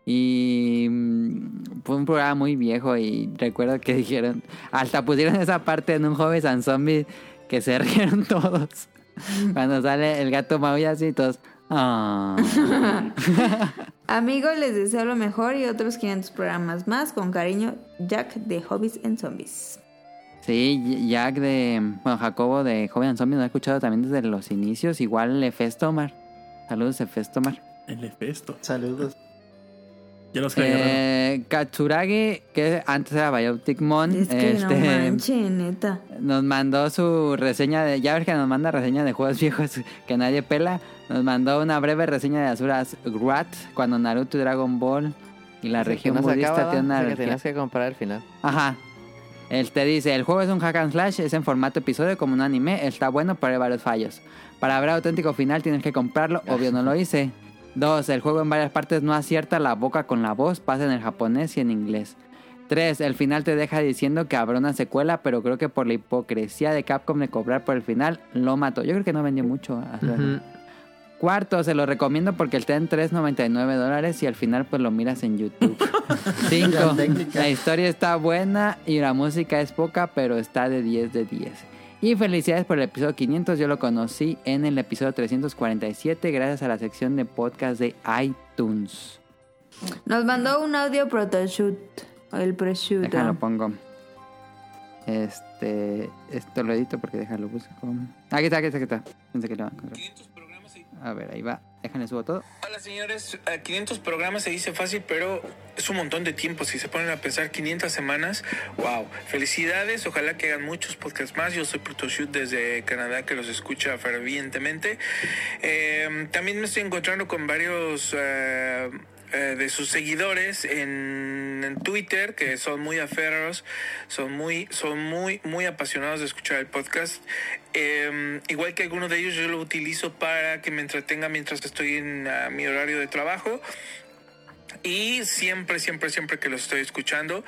[SPEAKER 2] y mm, fue un programa muy viejo y recuerdo que dijeron, hasta pusieron esa parte en un joven and Zombies que se rieron todos. Cuando sale el gato maulla así todos... "Ah".
[SPEAKER 4] Amigos, les deseo lo mejor y otros 500 programas más. Con cariño, Jack de Hobbies and Zombies.
[SPEAKER 2] Sí, Jack de... Bueno, Jacobo de Joven and Zombies lo he escuchado también desde los inicios. Igual Efestomar. Saludos, Efestomar.
[SPEAKER 12] El Hefesto.
[SPEAKER 5] Saludos.
[SPEAKER 12] Ya los cagué.
[SPEAKER 2] Eh, Katsuragi, que antes era Biotic Mon,
[SPEAKER 4] Es que no
[SPEAKER 2] este,
[SPEAKER 4] manchen, neta.
[SPEAKER 2] nos mandó su reseña de. Ya ves que nos manda reseña de juegos viejos que nadie pela. Nos mandó una breve reseña de Asuras Grat cuando Naruto y Dragon Ball y la
[SPEAKER 3] Es el
[SPEAKER 2] región
[SPEAKER 3] que no se
[SPEAKER 2] budista
[SPEAKER 3] acaba,
[SPEAKER 2] tiene una
[SPEAKER 3] es el que
[SPEAKER 2] religión.
[SPEAKER 3] tenías que comprar al final.
[SPEAKER 2] Ajá. Él te dice, el juego es un hack and slash, es en formato episodio como un anime, está bueno, pero hay varios fallos. Para ver auténtico final tienes que comprarlo, obvio no lo hice. Dos, El juego en varias partes no acierta la boca con la voz, pasa en el japonés y en inglés. Tres, El final te deja diciendo que habrá una secuela, pero creo que por la hipocresía de Capcom de cobrar por el final, lo mató. Yo creo que no vendió mucho.
[SPEAKER 14] Ujú.
[SPEAKER 2] Cuarto, se lo recomiendo porque está en 3.99 dólares y al final pues lo miras en YouTube.
[SPEAKER 5] La
[SPEAKER 2] Cinco,
[SPEAKER 5] técnica.
[SPEAKER 2] la historia está buena y la música es poca, pero está de 10 de 10. Y felicidades por el episodio 500, yo lo conocí en el episodio 347 gracias a la sección de podcast de iTunes.
[SPEAKER 4] Nos mandó un audio protoshoot. El proshoot.
[SPEAKER 2] Déjalo, pongo. Este, esto lo edito porque déjalo, busco. Aquí está, aquí está, aquí está. Pensé que lo iba a encontrar. A ver, ahí va. Déjale, subo todo.
[SPEAKER 18] Hola señores, a 500 programas se dice fácil, pero es un montón de tiempo. Si se ponen a pensar 500 semanas, wow. Felicidades, ojalá que hagan muchos podcasts más. Yo soy Protoshoot desde Canadá que los escucha fervientemente. Eh, también me estoy encontrando con varios eh, eh, de sus seguidores en, en Twitter que son muy aferros, son muy, son muy, muy apasionados de escuchar el podcast. Eh, igual que algunos de ellos, yo lo utilizo para que me entretenga mientras estoy en ah, mi horario de trabajo. Y siempre, siempre, siempre que los estoy escuchando,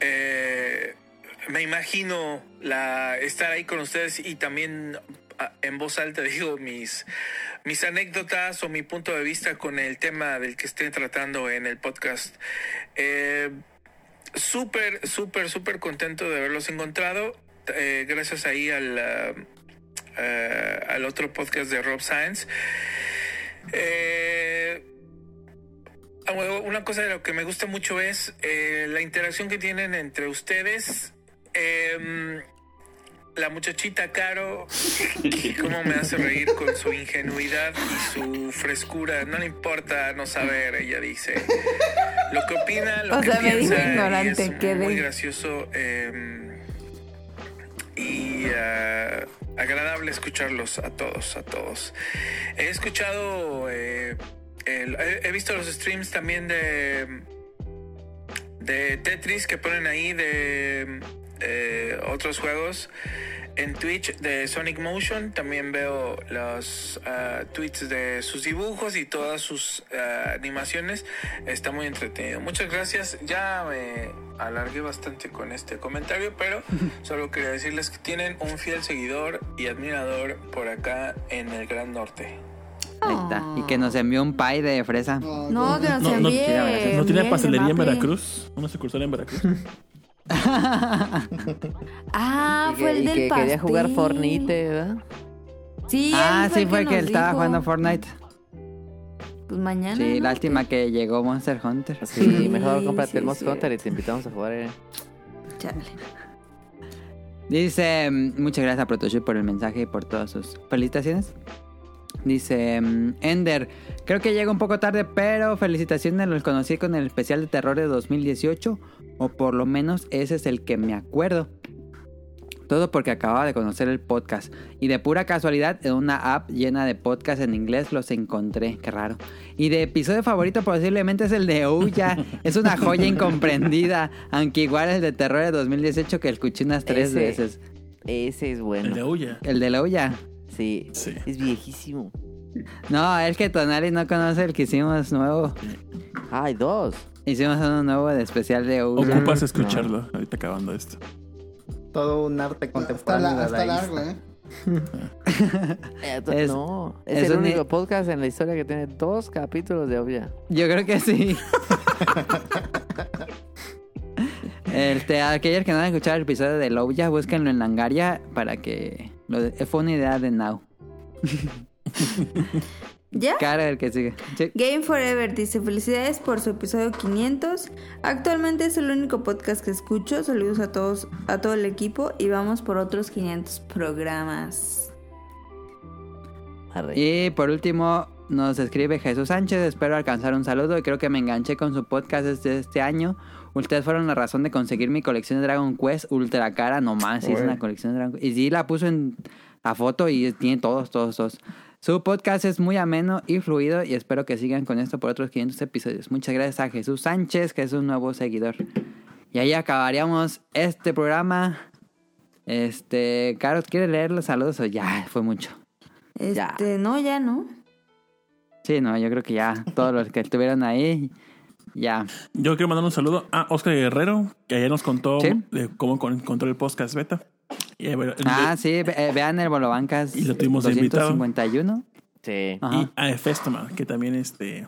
[SPEAKER 18] eh, me imagino la, estar ahí con ustedes y también ah, en voz alta digo mis, mis anécdotas o mi punto de vista con el tema del que estén tratando en el podcast. Eh, súper, súper, súper contento de haberlos encontrado. Eh, gracias ahí al, ah, ah, al Eh, otro podcast de Rob Science. ah, bueno, una cosa de lo que me gusta mucho es eh, la interacción que tienen entre ustedes. Em, la muchachita Caro, que cómo me hace reír con su ingenuidad y su frescura. No le importa no saber, ella dice lo que opina, lo
[SPEAKER 4] O
[SPEAKER 18] que
[SPEAKER 4] sea, me dijo
[SPEAKER 18] piensa. y
[SPEAKER 4] ignorante,
[SPEAKER 18] es
[SPEAKER 4] quedé.
[SPEAKER 18] muy gracioso em, y ah, agradable escucharlos a todos, a todos. He escuchado, eh, el- he, he visto los streams también de de Tetris que ponen ahí de eh, otros juegos en Twitch de Sonic Motion. También veo los ah, tweets de sus dibujos y todas sus ah, animaciones. Está muy entretenido. Muchas gracias. Ya me alargué bastante con este comentario, pero solo quería decirles que tienen un fiel seguidor y admirador por acá en el Gran Norte.
[SPEAKER 2] Ahí está. Y que nos envió un pie de fresa.
[SPEAKER 4] Ah. No, que nos
[SPEAKER 12] no, no,
[SPEAKER 4] envíe,
[SPEAKER 12] ¿no tiene
[SPEAKER 4] envíe
[SPEAKER 12] pastelería en
[SPEAKER 4] Zimbabue.
[SPEAKER 12] Veracruz? ¿Una sucursal en Veracruz?
[SPEAKER 4] Ah,
[SPEAKER 3] Y que-
[SPEAKER 4] fue el
[SPEAKER 3] y
[SPEAKER 4] del
[SPEAKER 3] que quería jugar
[SPEAKER 4] pastel.
[SPEAKER 3] Fortnite, ¿verdad?
[SPEAKER 4] Sí,
[SPEAKER 2] ah,
[SPEAKER 4] él
[SPEAKER 2] sí,
[SPEAKER 4] el
[SPEAKER 2] fue que,
[SPEAKER 4] nos
[SPEAKER 2] él estaba
[SPEAKER 4] dijo.
[SPEAKER 2] jugando Fortnite.
[SPEAKER 4] Pues mañana.
[SPEAKER 2] Sí,
[SPEAKER 4] ¿no? pues.
[SPEAKER 2] lástima que llegó Monster Hunter.
[SPEAKER 3] Sí, mejor cómprate el Monster Hunter y te invitamos a jugar. eh.
[SPEAKER 2] Dice, mm, muchas gracias a Protoshoot por el mensaje y por todas sus felicitaciones. Dice mm, Ender, creo que llega un poco tarde, pero felicitaciones, los conocí con el especial de terror de 2018, o por lo menos ese es el que me acuerdo. Todo porque acababa de conocer el podcast. Y de pura casualidad, en una app llena de podcasts en inglés los encontré. Qué raro. Y de episodio favorito posiblemente es el de Ouya. es una joya incomprendida. Aunque igual el de terror de 2018 que escuché unas tres
[SPEAKER 3] Ese-
[SPEAKER 2] veces.
[SPEAKER 3] Ese es bueno.
[SPEAKER 2] El de
[SPEAKER 12] Ouya.
[SPEAKER 2] ¿El de la Ouya?
[SPEAKER 3] Sí. Es viejísimo.
[SPEAKER 2] No, es que Tonali no conoce el que hicimos nuevo.
[SPEAKER 3] Ay, dos.
[SPEAKER 2] Hicimos uno nuevo de especial de Ouya.
[SPEAKER 12] Ocupas escucharlo ahorita acabando esto.
[SPEAKER 5] Todo un arte
[SPEAKER 9] Está,
[SPEAKER 5] contemporáneo.
[SPEAKER 9] la- está
[SPEAKER 5] dadaísta.
[SPEAKER 9] largo, ¿eh?
[SPEAKER 3] Eh, to-
[SPEAKER 2] Es-
[SPEAKER 3] no, es,
[SPEAKER 2] es
[SPEAKER 3] el
[SPEAKER 2] un-
[SPEAKER 3] único podcast en la historia que tiene dos capítulos de obvia.
[SPEAKER 2] Yo creo que sí. Este, aquellos que no han escuchado el episodio de Lobya, búsquenlo en Langaria para que. lo- fue una idea de Now.
[SPEAKER 4] ¿Ya?
[SPEAKER 2] Cara el que sigue. Sí.
[SPEAKER 4] Game Forever dice felicidades por su episodio 500. Actualmente es el único podcast que escucho. Saludos a todos, a todo el equipo y vamos por otros 500 programas.
[SPEAKER 2] Y por último, nos escribe Jesús Sánchez. Espero alcanzar un saludo. Y creo que me enganché con su podcast desde este año. Ustedes fueron la razón de conseguir mi colección de Dragon Quest ultra cara nomás. Sí, es
[SPEAKER 3] Bueno.
[SPEAKER 2] una colección de Dragon Quest. Y sí, la puso en a foto y tiene todos, todos, todos. Su podcast es muy ameno y fluido. Y espero que sigan con esto por otros 500 episodios. Muchas gracias a Jesús Sánchez, que es un nuevo seguidor. Y ahí acabaríamos este programa. Este, Carlos, ¿quiere leer los saludos o ya? Fue mucho.
[SPEAKER 4] Este, no, ya no.
[SPEAKER 2] Sí, no, yo creo que ya todos los que estuvieron ahí, ya.
[SPEAKER 12] Yo quiero mandar un saludo a Oscar Guerrero, que ayer nos contó
[SPEAKER 2] Sí.
[SPEAKER 12] de cómo con- encontró el podcast beta. Y, eh, bueno,
[SPEAKER 2] Ah, sí, ve- eh, vean el Bolobancas
[SPEAKER 12] Y lo tuvimos de invitado.
[SPEAKER 2] 251.
[SPEAKER 3] Sí.
[SPEAKER 12] y a Efestoma, que también este,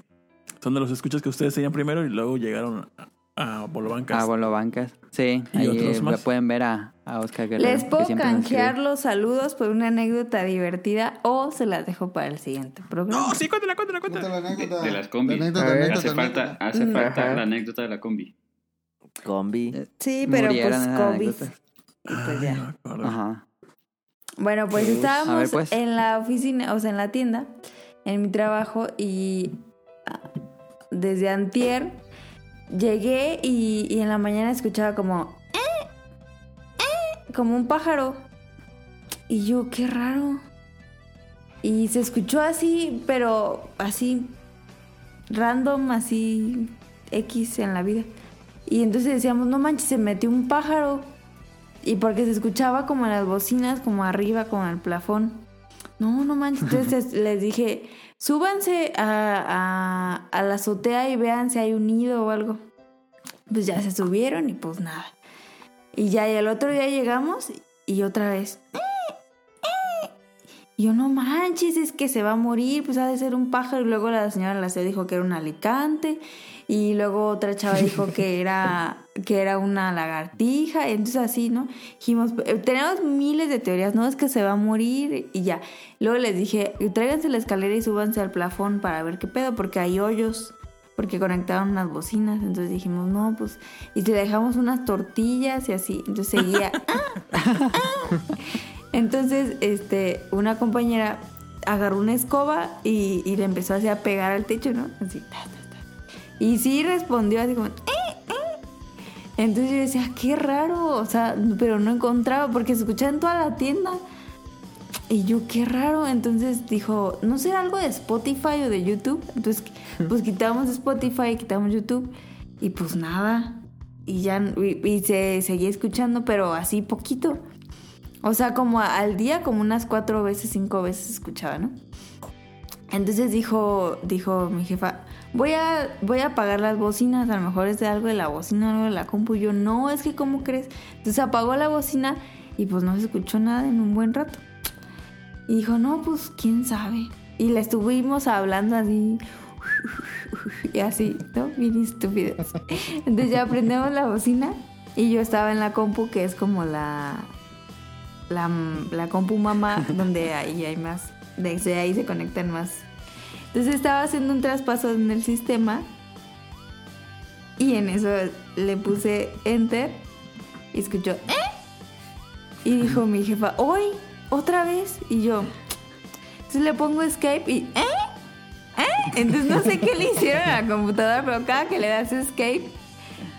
[SPEAKER 12] son de los escuchas que ustedes seguían primero y luego llegaron a, a Bolobancas.
[SPEAKER 2] A Bolobancas. Sí,
[SPEAKER 12] Y
[SPEAKER 2] ahí
[SPEAKER 12] otros
[SPEAKER 2] eh,
[SPEAKER 12] más.
[SPEAKER 2] pueden ver a, a Oscar Guerrero.
[SPEAKER 4] Les
[SPEAKER 2] que
[SPEAKER 4] puedo
[SPEAKER 2] siempre nos escribe.
[SPEAKER 4] canjear los saludos por una anécdota divertida o se las dejo para el siguiente programa. No,
[SPEAKER 12] sí, cuéntala, cuéntala,
[SPEAKER 9] cuéntala.
[SPEAKER 7] De las combis.
[SPEAKER 9] La anécdota, la
[SPEAKER 7] hace
[SPEAKER 9] anécdota, la
[SPEAKER 7] falta,
[SPEAKER 9] anécdota.
[SPEAKER 7] hace
[SPEAKER 9] Mm.
[SPEAKER 7] falta
[SPEAKER 9] Ajá.
[SPEAKER 7] la anécdota de la combi.
[SPEAKER 3] Combi.
[SPEAKER 4] Sí, pero
[SPEAKER 2] Murieron
[SPEAKER 4] pues
[SPEAKER 2] esas
[SPEAKER 4] COVID.
[SPEAKER 2] anécdotas.
[SPEAKER 14] Ah,
[SPEAKER 4] pues ya.
[SPEAKER 2] Ajá.
[SPEAKER 4] Bueno, pues
[SPEAKER 2] Uy.
[SPEAKER 4] estábamos
[SPEAKER 2] A ver, pues.
[SPEAKER 4] en la oficina, o sea, en la tienda, en mi trabajo y ah, desde antier llegué y, y en la mañana escuchaba como "Eh, eh", como un pájaro. Y yo, qué raro. Y se escuchó así, pero así random, así X en la vida. Y entonces decíamos, no manches, se metió un pájaro. Y porque se escuchaba como en las bocinas, como arriba, como en el plafón. No, no manches. Entonces les dije, súbanse a, a- a la azotea y vean si hay un nido o algo. Pues ya se subieron y pues nada. Y ya y el otro día llegamos y otra vez. "Eh, eh". Y Yo no manches, es que se va a morir, pues ha de ser un pájaro. Y luego la señora la se dijo que era un alicante. Y luego otra chava dijo que era, que era una lagartija. Y entonces así, ¿no? Dijimos, eh, tenemos miles de teorías, no es que se va a morir y ya. Luego les dije, tráiganse la escalera y súbanse al plafón para ver qué pedo, porque hay hoyos. porque conectaron unas bocinas, entonces dijimos, no, pues, y te dejamos unas tortillas y así, entonces seguía. entonces, este, una compañera agarró una escoba y, y le empezó así a pegar al techo, ¿no? Así, ta, ta, ta. Y sí respondió así como, "Eh, entonces yo decía, qué raro, o sea, pero no encontraba porque se escuchaba en toda la tienda. Y yo, qué raro. Entonces dijo, ¿no será algo de Spotify o de YouTube? Entonces, pues quitamos Spotify, quitamos YouTube y pues nada. Y ya, y, y se seguía escuchando, pero así poquito. O sea, como a- al día, como unas cuatro veces, cinco veces escuchaba, ¿no? Entonces dijo, dijo mi jefa, voy a, voy a apagar las bocinas, a lo mejor es de algo de la bocina, algo de la compu. Y yo, no, es que ¿cómo crees? Entonces apagó la bocina y pues no se escuchó nada en un buen rato. Y dijo, no, pues quién sabe. Y le estuvimos hablando así, y así, ¿no? Bien estúpidos. Entonces ya prendemos la bocina y yo estaba en la compu, que es como la, la, la compu mamá, donde ahí hay más, desde ahí se conectan más. Entonces estaba haciendo un traspaso en el sistema y en eso le puse enter y escuchó, ¿eh? Y dijo mi jefa, hoy, otra vez. Y yo, entonces le pongo escape y, ¿eh? ¿eh? Entonces no sé qué le hicieron a la computadora, pero cada que le das escape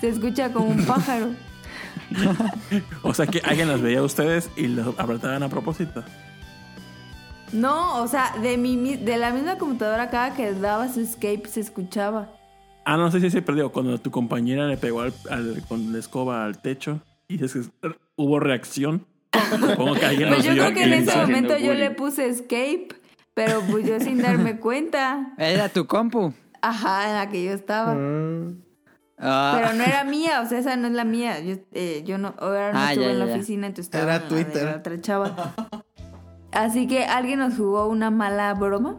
[SPEAKER 4] se escucha como un pájaro.
[SPEAKER 12] O sea que alguien las veía a ustedes y las apretaban a propósito.
[SPEAKER 4] No, o sea, de, mi, mi- de la misma computadora cada que dabas escape se escuchaba.
[SPEAKER 12] Ah, no sé si se perdió. Cuando tu compañera le pegó al, al- con la escoba al techo y dices que hubo reacción. Supongo que alguien
[SPEAKER 4] Pues
[SPEAKER 12] los
[SPEAKER 4] yo
[SPEAKER 12] vio
[SPEAKER 4] creo que en
[SPEAKER 12] y
[SPEAKER 4] ese
[SPEAKER 12] hizo-
[SPEAKER 4] momento yo le puse escape, pero pues yo sin darme cuenta.
[SPEAKER 2] Era tu compu.
[SPEAKER 4] Ajá, en la que yo estaba.
[SPEAKER 2] Ah.
[SPEAKER 4] Pero no era mía, o sea, esa no es la mía. Yo, eh, yo no, ahora no
[SPEAKER 2] Ah,
[SPEAKER 4] estuve
[SPEAKER 2] ya,
[SPEAKER 4] en
[SPEAKER 2] ya,
[SPEAKER 4] la
[SPEAKER 2] ya.
[SPEAKER 4] oficina, entonces estaba
[SPEAKER 2] Era
[SPEAKER 4] en la de
[SPEAKER 2] Twitter.
[SPEAKER 4] la otra chava. Así que alguien nos jugó una mala broma,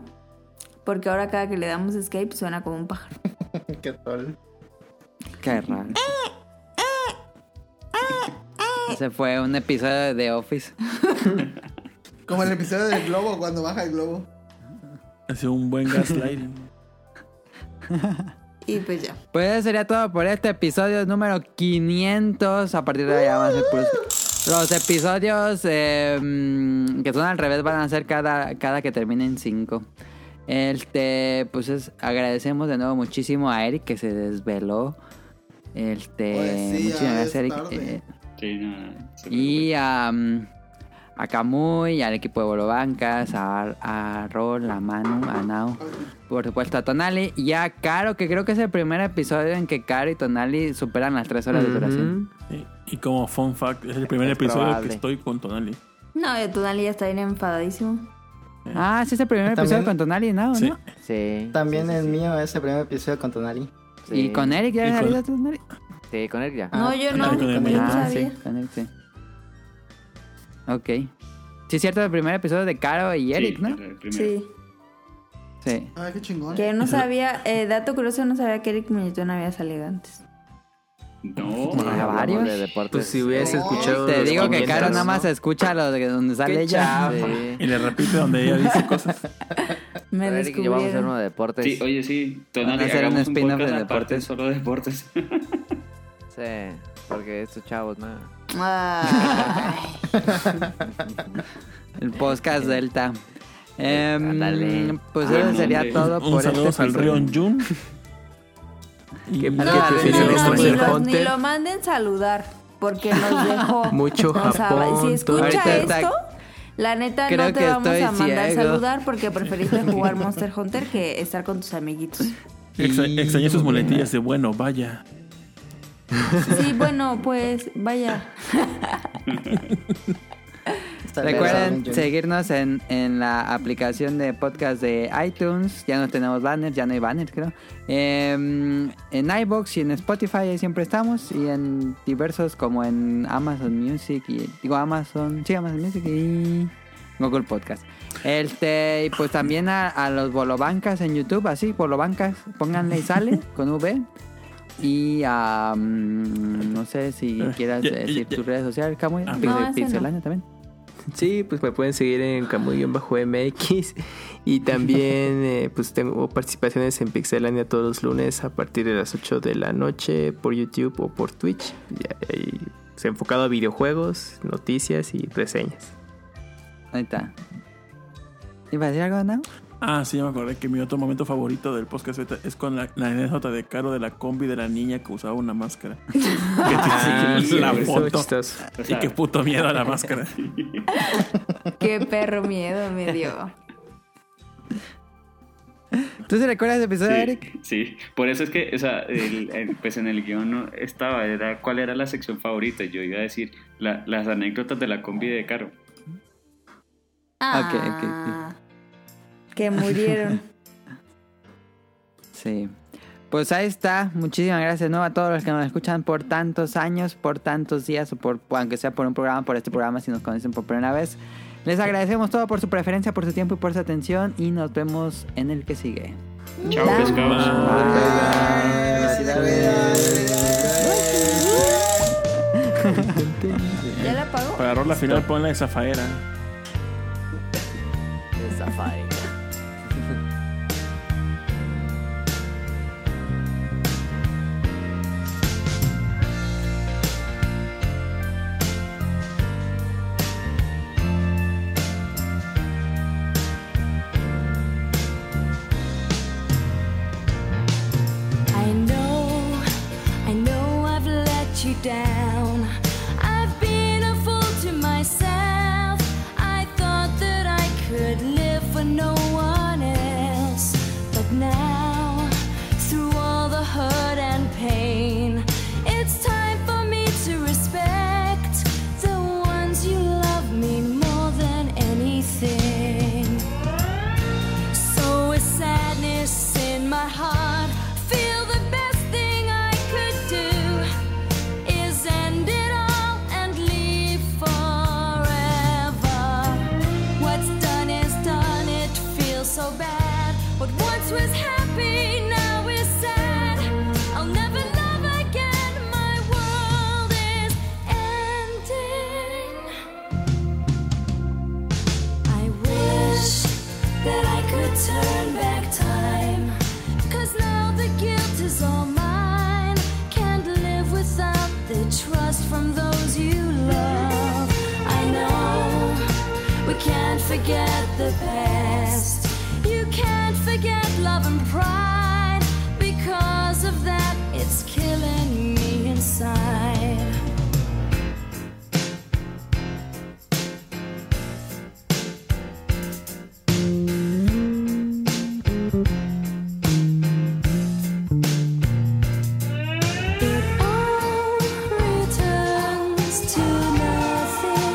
[SPEAKER 4] porque ahora cada que le damos escape suena como un pájaro.
[SPEAKER 5] Qué tal.
[SPEAKER 2] Qué raro. Ese fue un episodio de The Office.
[SPEAKER 9] Como el episodio del globo, cuando baja el globo.
[SPEAKER 12] Hace un buen gaslighting.
[SPEAKER 4] Y pues ya.
[SPEAKER 2] Pues eso sería todo por este episodio número 500. A partir de ahí van a ser puros- Los episodios eh, mm, que son al revés van a ser cada, cada que terminen 5. Este, pues es- agradecemos de nuevo muchísimo a Eric que se desveló. Este,
[SPEAKER 7] Oye, Pues sí,
[SPEAKER 2] muchísimas
[SPEAKER 7] ya
[SPEAKER 2] gracias,
[SPEAKER 7] es
[SPEAKER 2] Eric.
[SPEAKER 7] tarde.
[SPEAKER 2] Eh,
[SPEAKER 7] Sí, no, no, se
[SPEAKER 2] y a, mm, a Camuy, al equipo de Bolobancas, a, a Rol, a Manu, a Nao, por supuesto a Tonali y a Caro, que creo que es el primer episodio en que Caro y Tonali superan las tres horas de duración.
[SPEAKER 12] Sí, Y como fun fact, es el primer
[SPEAKER 2] Es
[SPEAKER 12] episodio
[SPEAKER 2] probable.
[SPEAKER 12] que estoy con Tonali.
[SPEAKER 4] No, y tu Dani ya está bien enfadadísimo.
[SPEAKER 2] Ah, sí, es el primer
[SPEAKER 5] También-
[SPEAKER 2] episodio con Tonali y Nao, ¿no?
[SPEAKER 3] Sí.
[SPEAKER 5] También el mío es el primer episodio con Tonali.
[SPEAKER 3] Sí.
[SPEAKER 2] Y con Eric ya había salido Tonali.
[SPEAKER 3] Sí, con él ya.
[SPEAKER 5] Ah,
[SPEAKER 4] No, yo no, con él no
[SPEAKER 2] Ah, sí,
[SPEAKER 4] sabía.
[SPEAKER 2] con él sí. Ok. Sí, es cierto, el primer episodio de Caro y Eric, ¿no?
[SPEAKER 4] Sí.
[SPEAKER 2] Sí.
[SPEAKER 9] Ay, qué chingón.
[SPEAKER 4] Que no sabía, eh, dato curioso, no sabía que Eric Muñetón había salido antes.
[SPEAKER 7] No,
[SPEAKER 2] Ah, varios.
[SPEAKER 14] Pues si hubieras
[SPEAKER 3] Oh.
[SPEAKER 14] escuchado.
[SPEAKER 2] Te
[SPEAKER 14] los
[SPEAKER 2] digo que
[SPEAKER 14] 500,
[SPEAKER 2] Caro nada
[SPEAKER 14] ¿no?
[SPEAKER 2] más escucha lo de donde sale ella.
[SPEAKER 3] Sí.
[SPEAKER 12] Y le repite donde ella dice cosas.
[SPEAKER 4] Me
[SPEAKER 3] Pero Eric y yo vamos a hacer uno de deportes.
[SPEAKER 7] Sí, oye, sí. Tonali,
[SPEAKER 3] Van a hacer un
[SPEAKER 7] hagamos un,
[SPEAKER 3] spin-off
[SPEAKER 7] podcast
[SPEAKER 3] de
[SPEAKER 7] aparte solo de deportes.
[SPEAKER 3] Sí, porque estos chavos, ¿no?
[SPEAKER 2] El podcast Delta. Em, pues
[SPEAKER 12] Eh, Ah,
[SPEAKER 2] eso
[SPEAKER 12] no,
[SPEAKER 2] sería
[SPEAKER 12] hombre.
[SPEAKER 2] todo
[SPEAKER 12] Un- un
[SPEAKER 2] por
[SPEAKER 12] saludo
[SPEAKER 2] este
[SPEAKER 12] al
[SPEAKER 2] episodio.
[SPEAKER 12] Rion Jun.
[SPEAKER 14] Que-
[SPEAKER 12] No,
[SPEAKER 14] que
[SPEAKER 12] no,
[SPEAKER 14] prefieren
[SPEAKER 12] no,
[SPEAKER 14] los
[SPEAKER 12] no,
[SPEAKER 14] Treasure
[SPEAKER 12] ni los-
[SPEAKER 4] Ni
[SPEAKER 14] Hunter.
[SPEAKER 4] lo manden saludar, porque nos dejó.
[SPEAKER 14] Mucho
[SPEAKER 4] O sea,
[SPEAKER 14] Japón,
[SPEAKER 4] si
[SPEAKER 14] todo.
[SPEAKER 4] escucha
[SPEAKER 14] Ahorita está-
[SPEAKER 4] esto, la neta
[SPEAKER 14] Creo
[SPEAKER 4] no te
[SPEAKER 14] que
[SPEAKER 4] vamos
[SPEAKER 14] estoy
[SPEAKER 4] a mandar
[SPEAKER 14] ciego.
[SPEAKER 4] saludar porque preferiste jugar Monster Hunter que estar con tus amiguitos.
[SPEAKER 12] Exa- Extrañé sus muletillas de bueno, vaya.
[SPEAKER 4] Sí, bueno, pues vaya.
[SPEAKER 2] Recuerden seguirnos en, en la aplicación de podcast de iTunes. Ya no tenemos banners, ya no hay banners, creo. Em, en iBox y en Spotify ahí siempre estamos. Y en diversos como en Amazon Music. Y, digo, Amazon. Sí, Amazon Music y Google Podcast. Este, y pues también a, a los bolobancas en YouTube, así, bolobancas. Pónganle y sale con V. Y a. mm, no sé si quieras
[SPEAKER 12] ya,
[SPEAKER 2] decir
[SPEAKER 12] Ah, ya.
[SPEAKER 2] tus redes sociales, Camuy.
[SPEAKER 12] Ah,
[SPEAKER 2] Pixel-
[SPEAKER 12] no, ese no.
[SPEAKER 2] Pixelania también.
[SPEAKER 14] Sí, pues me pueden seguir en Camuy-MX. Y también, eh, pues tengo participaciones en Pixelania todos los lunes a partir de las 8 de la noche por YouTube o por Twitch. Y, ahí, pues, enfocado a videojuegos, noticias y reseñas.
[SPEAKER 2] Ahí está. ¿Iba a decir algo, no?
[SPEAKER 12] Ah, sí, ya me acordé que mi otro momento favorito del podcast ahorita es con la, la anécdota de Caro de la combi de la niña que usaba una máscara. que te
[SPEAKER 14] Ah,
[SPEAKER 12] enseñé
[SPEAKER 14] sí,
[SPEAKER 12] la
[SPEAKER 14] estuvo
[SPEAKER 12] foto.
[SPEAKER 14] chistoso.
[SPEAKER 12] Y qué puto miedo a la máscara.
[SPEAKER 4] Qué perro miedo me dio.
[SPEAKER 2] ¿Tú se recuerdas ese episodio,
[SPEAKER 7] Sí,
[SPEAKER 2] Eric?
[SPEAKER 7] Sí, por eso es que, o sea, el- el- pues en el guión no estaba, era cuál era la sección favorita. Yo iba a decir la- las anécdotas de la combi de Caro.
[SPEAKER 2] Ah, ok, ok,
[SPEAKER 11] Que murieron.
[SPEAKER 2] Sí. Pues ahí está. Muchísimas gracias de nuevo a todos los que nos escuchan por tantos años, por tantos días, o por aunque sea por un programa, por este programa, si nos conocen por primera vez. Les agradecemos todo por su preferencia, por su tiempo y por su atención. Y nos vemos en el que sigue.
[SPEAKER 7] Chao, pescados.
[SPEAKER 11] ¿Ya la apagó?
[SPEAKER 12] Para la final ponla de Zafaera.
[SPEAKER 1] I know, I know I've let you down. I've been a fool to myself. I thought that I could live for no one else. But now, through all the hurt and pain, it's time for me to respect the ones you love me more than anything. So with sadness in my heart, feel the best thing I could do is end it all and leave forever. What's done is done, it feels so bad. What once was happy now is sad. I'll never love again, my world is ending. I wish that I could turn back time. Cause now the guilt is all mine. Can't live without the trust from those you love. I know we can't forget the past. You can't forget love and pride. Because of that, it's killing me inside. returns to nothing.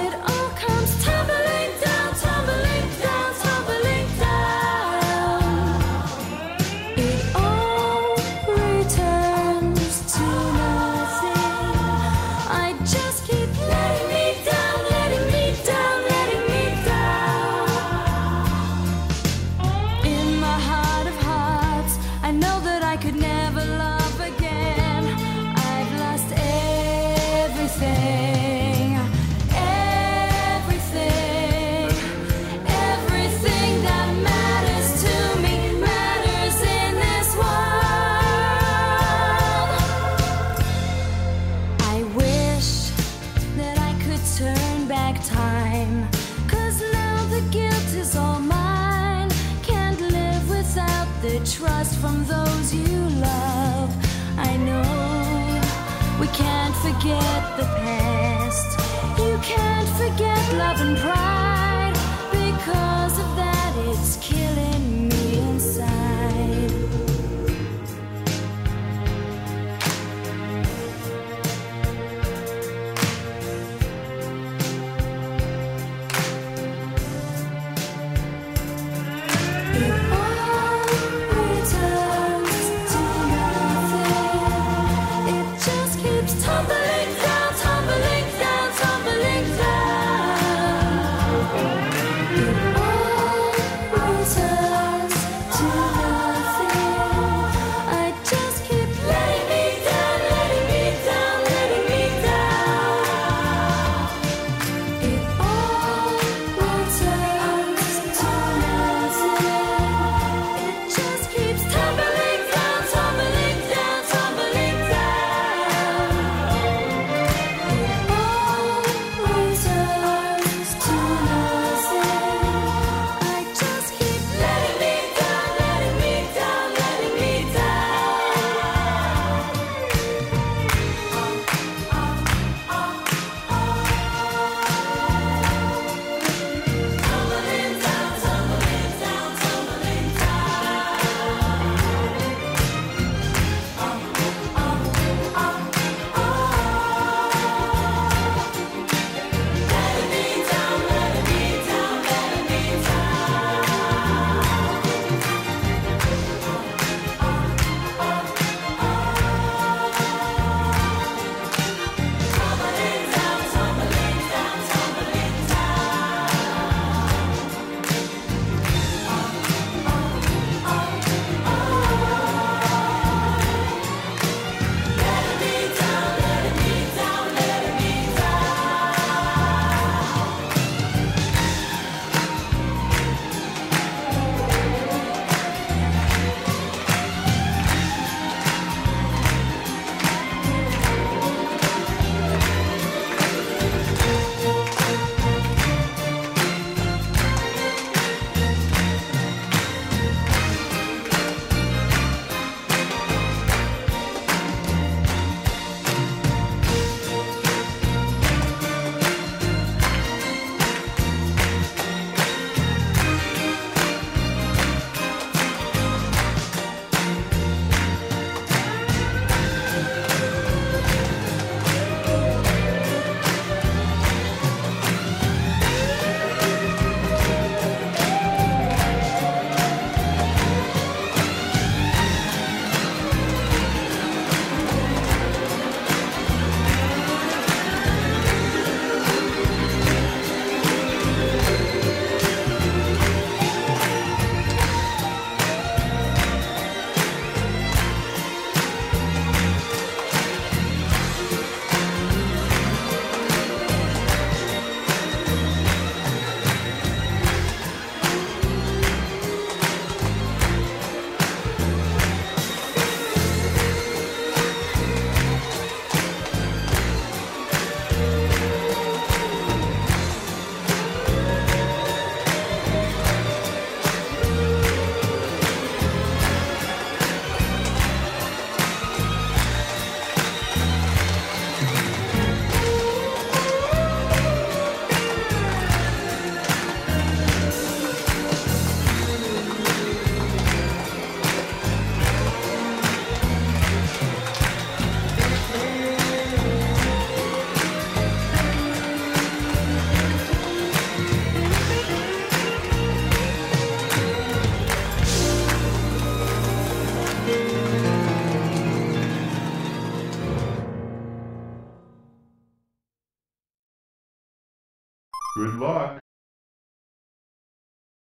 [SPEAKER 1] It all comes tumbling down, tumbling down, tumbling down. It all returns to nothing. I just keep letting me down, letting me down, letting me down. In my heart of hearts, I know that I could never love again. I've lost everything, everything, everything that matters to me matters in this world. I wish that I could turn back time. Cause now the guilt is all mine. Can't live without the trust from those you love. I know we can't forget the past. You can't forget love and pride. Because of that, it's killing me inside. returns to nothing. It just keeps tumbling down, tumbling down, tumbling down. It all returns
[SPEAKER 6] Good luck.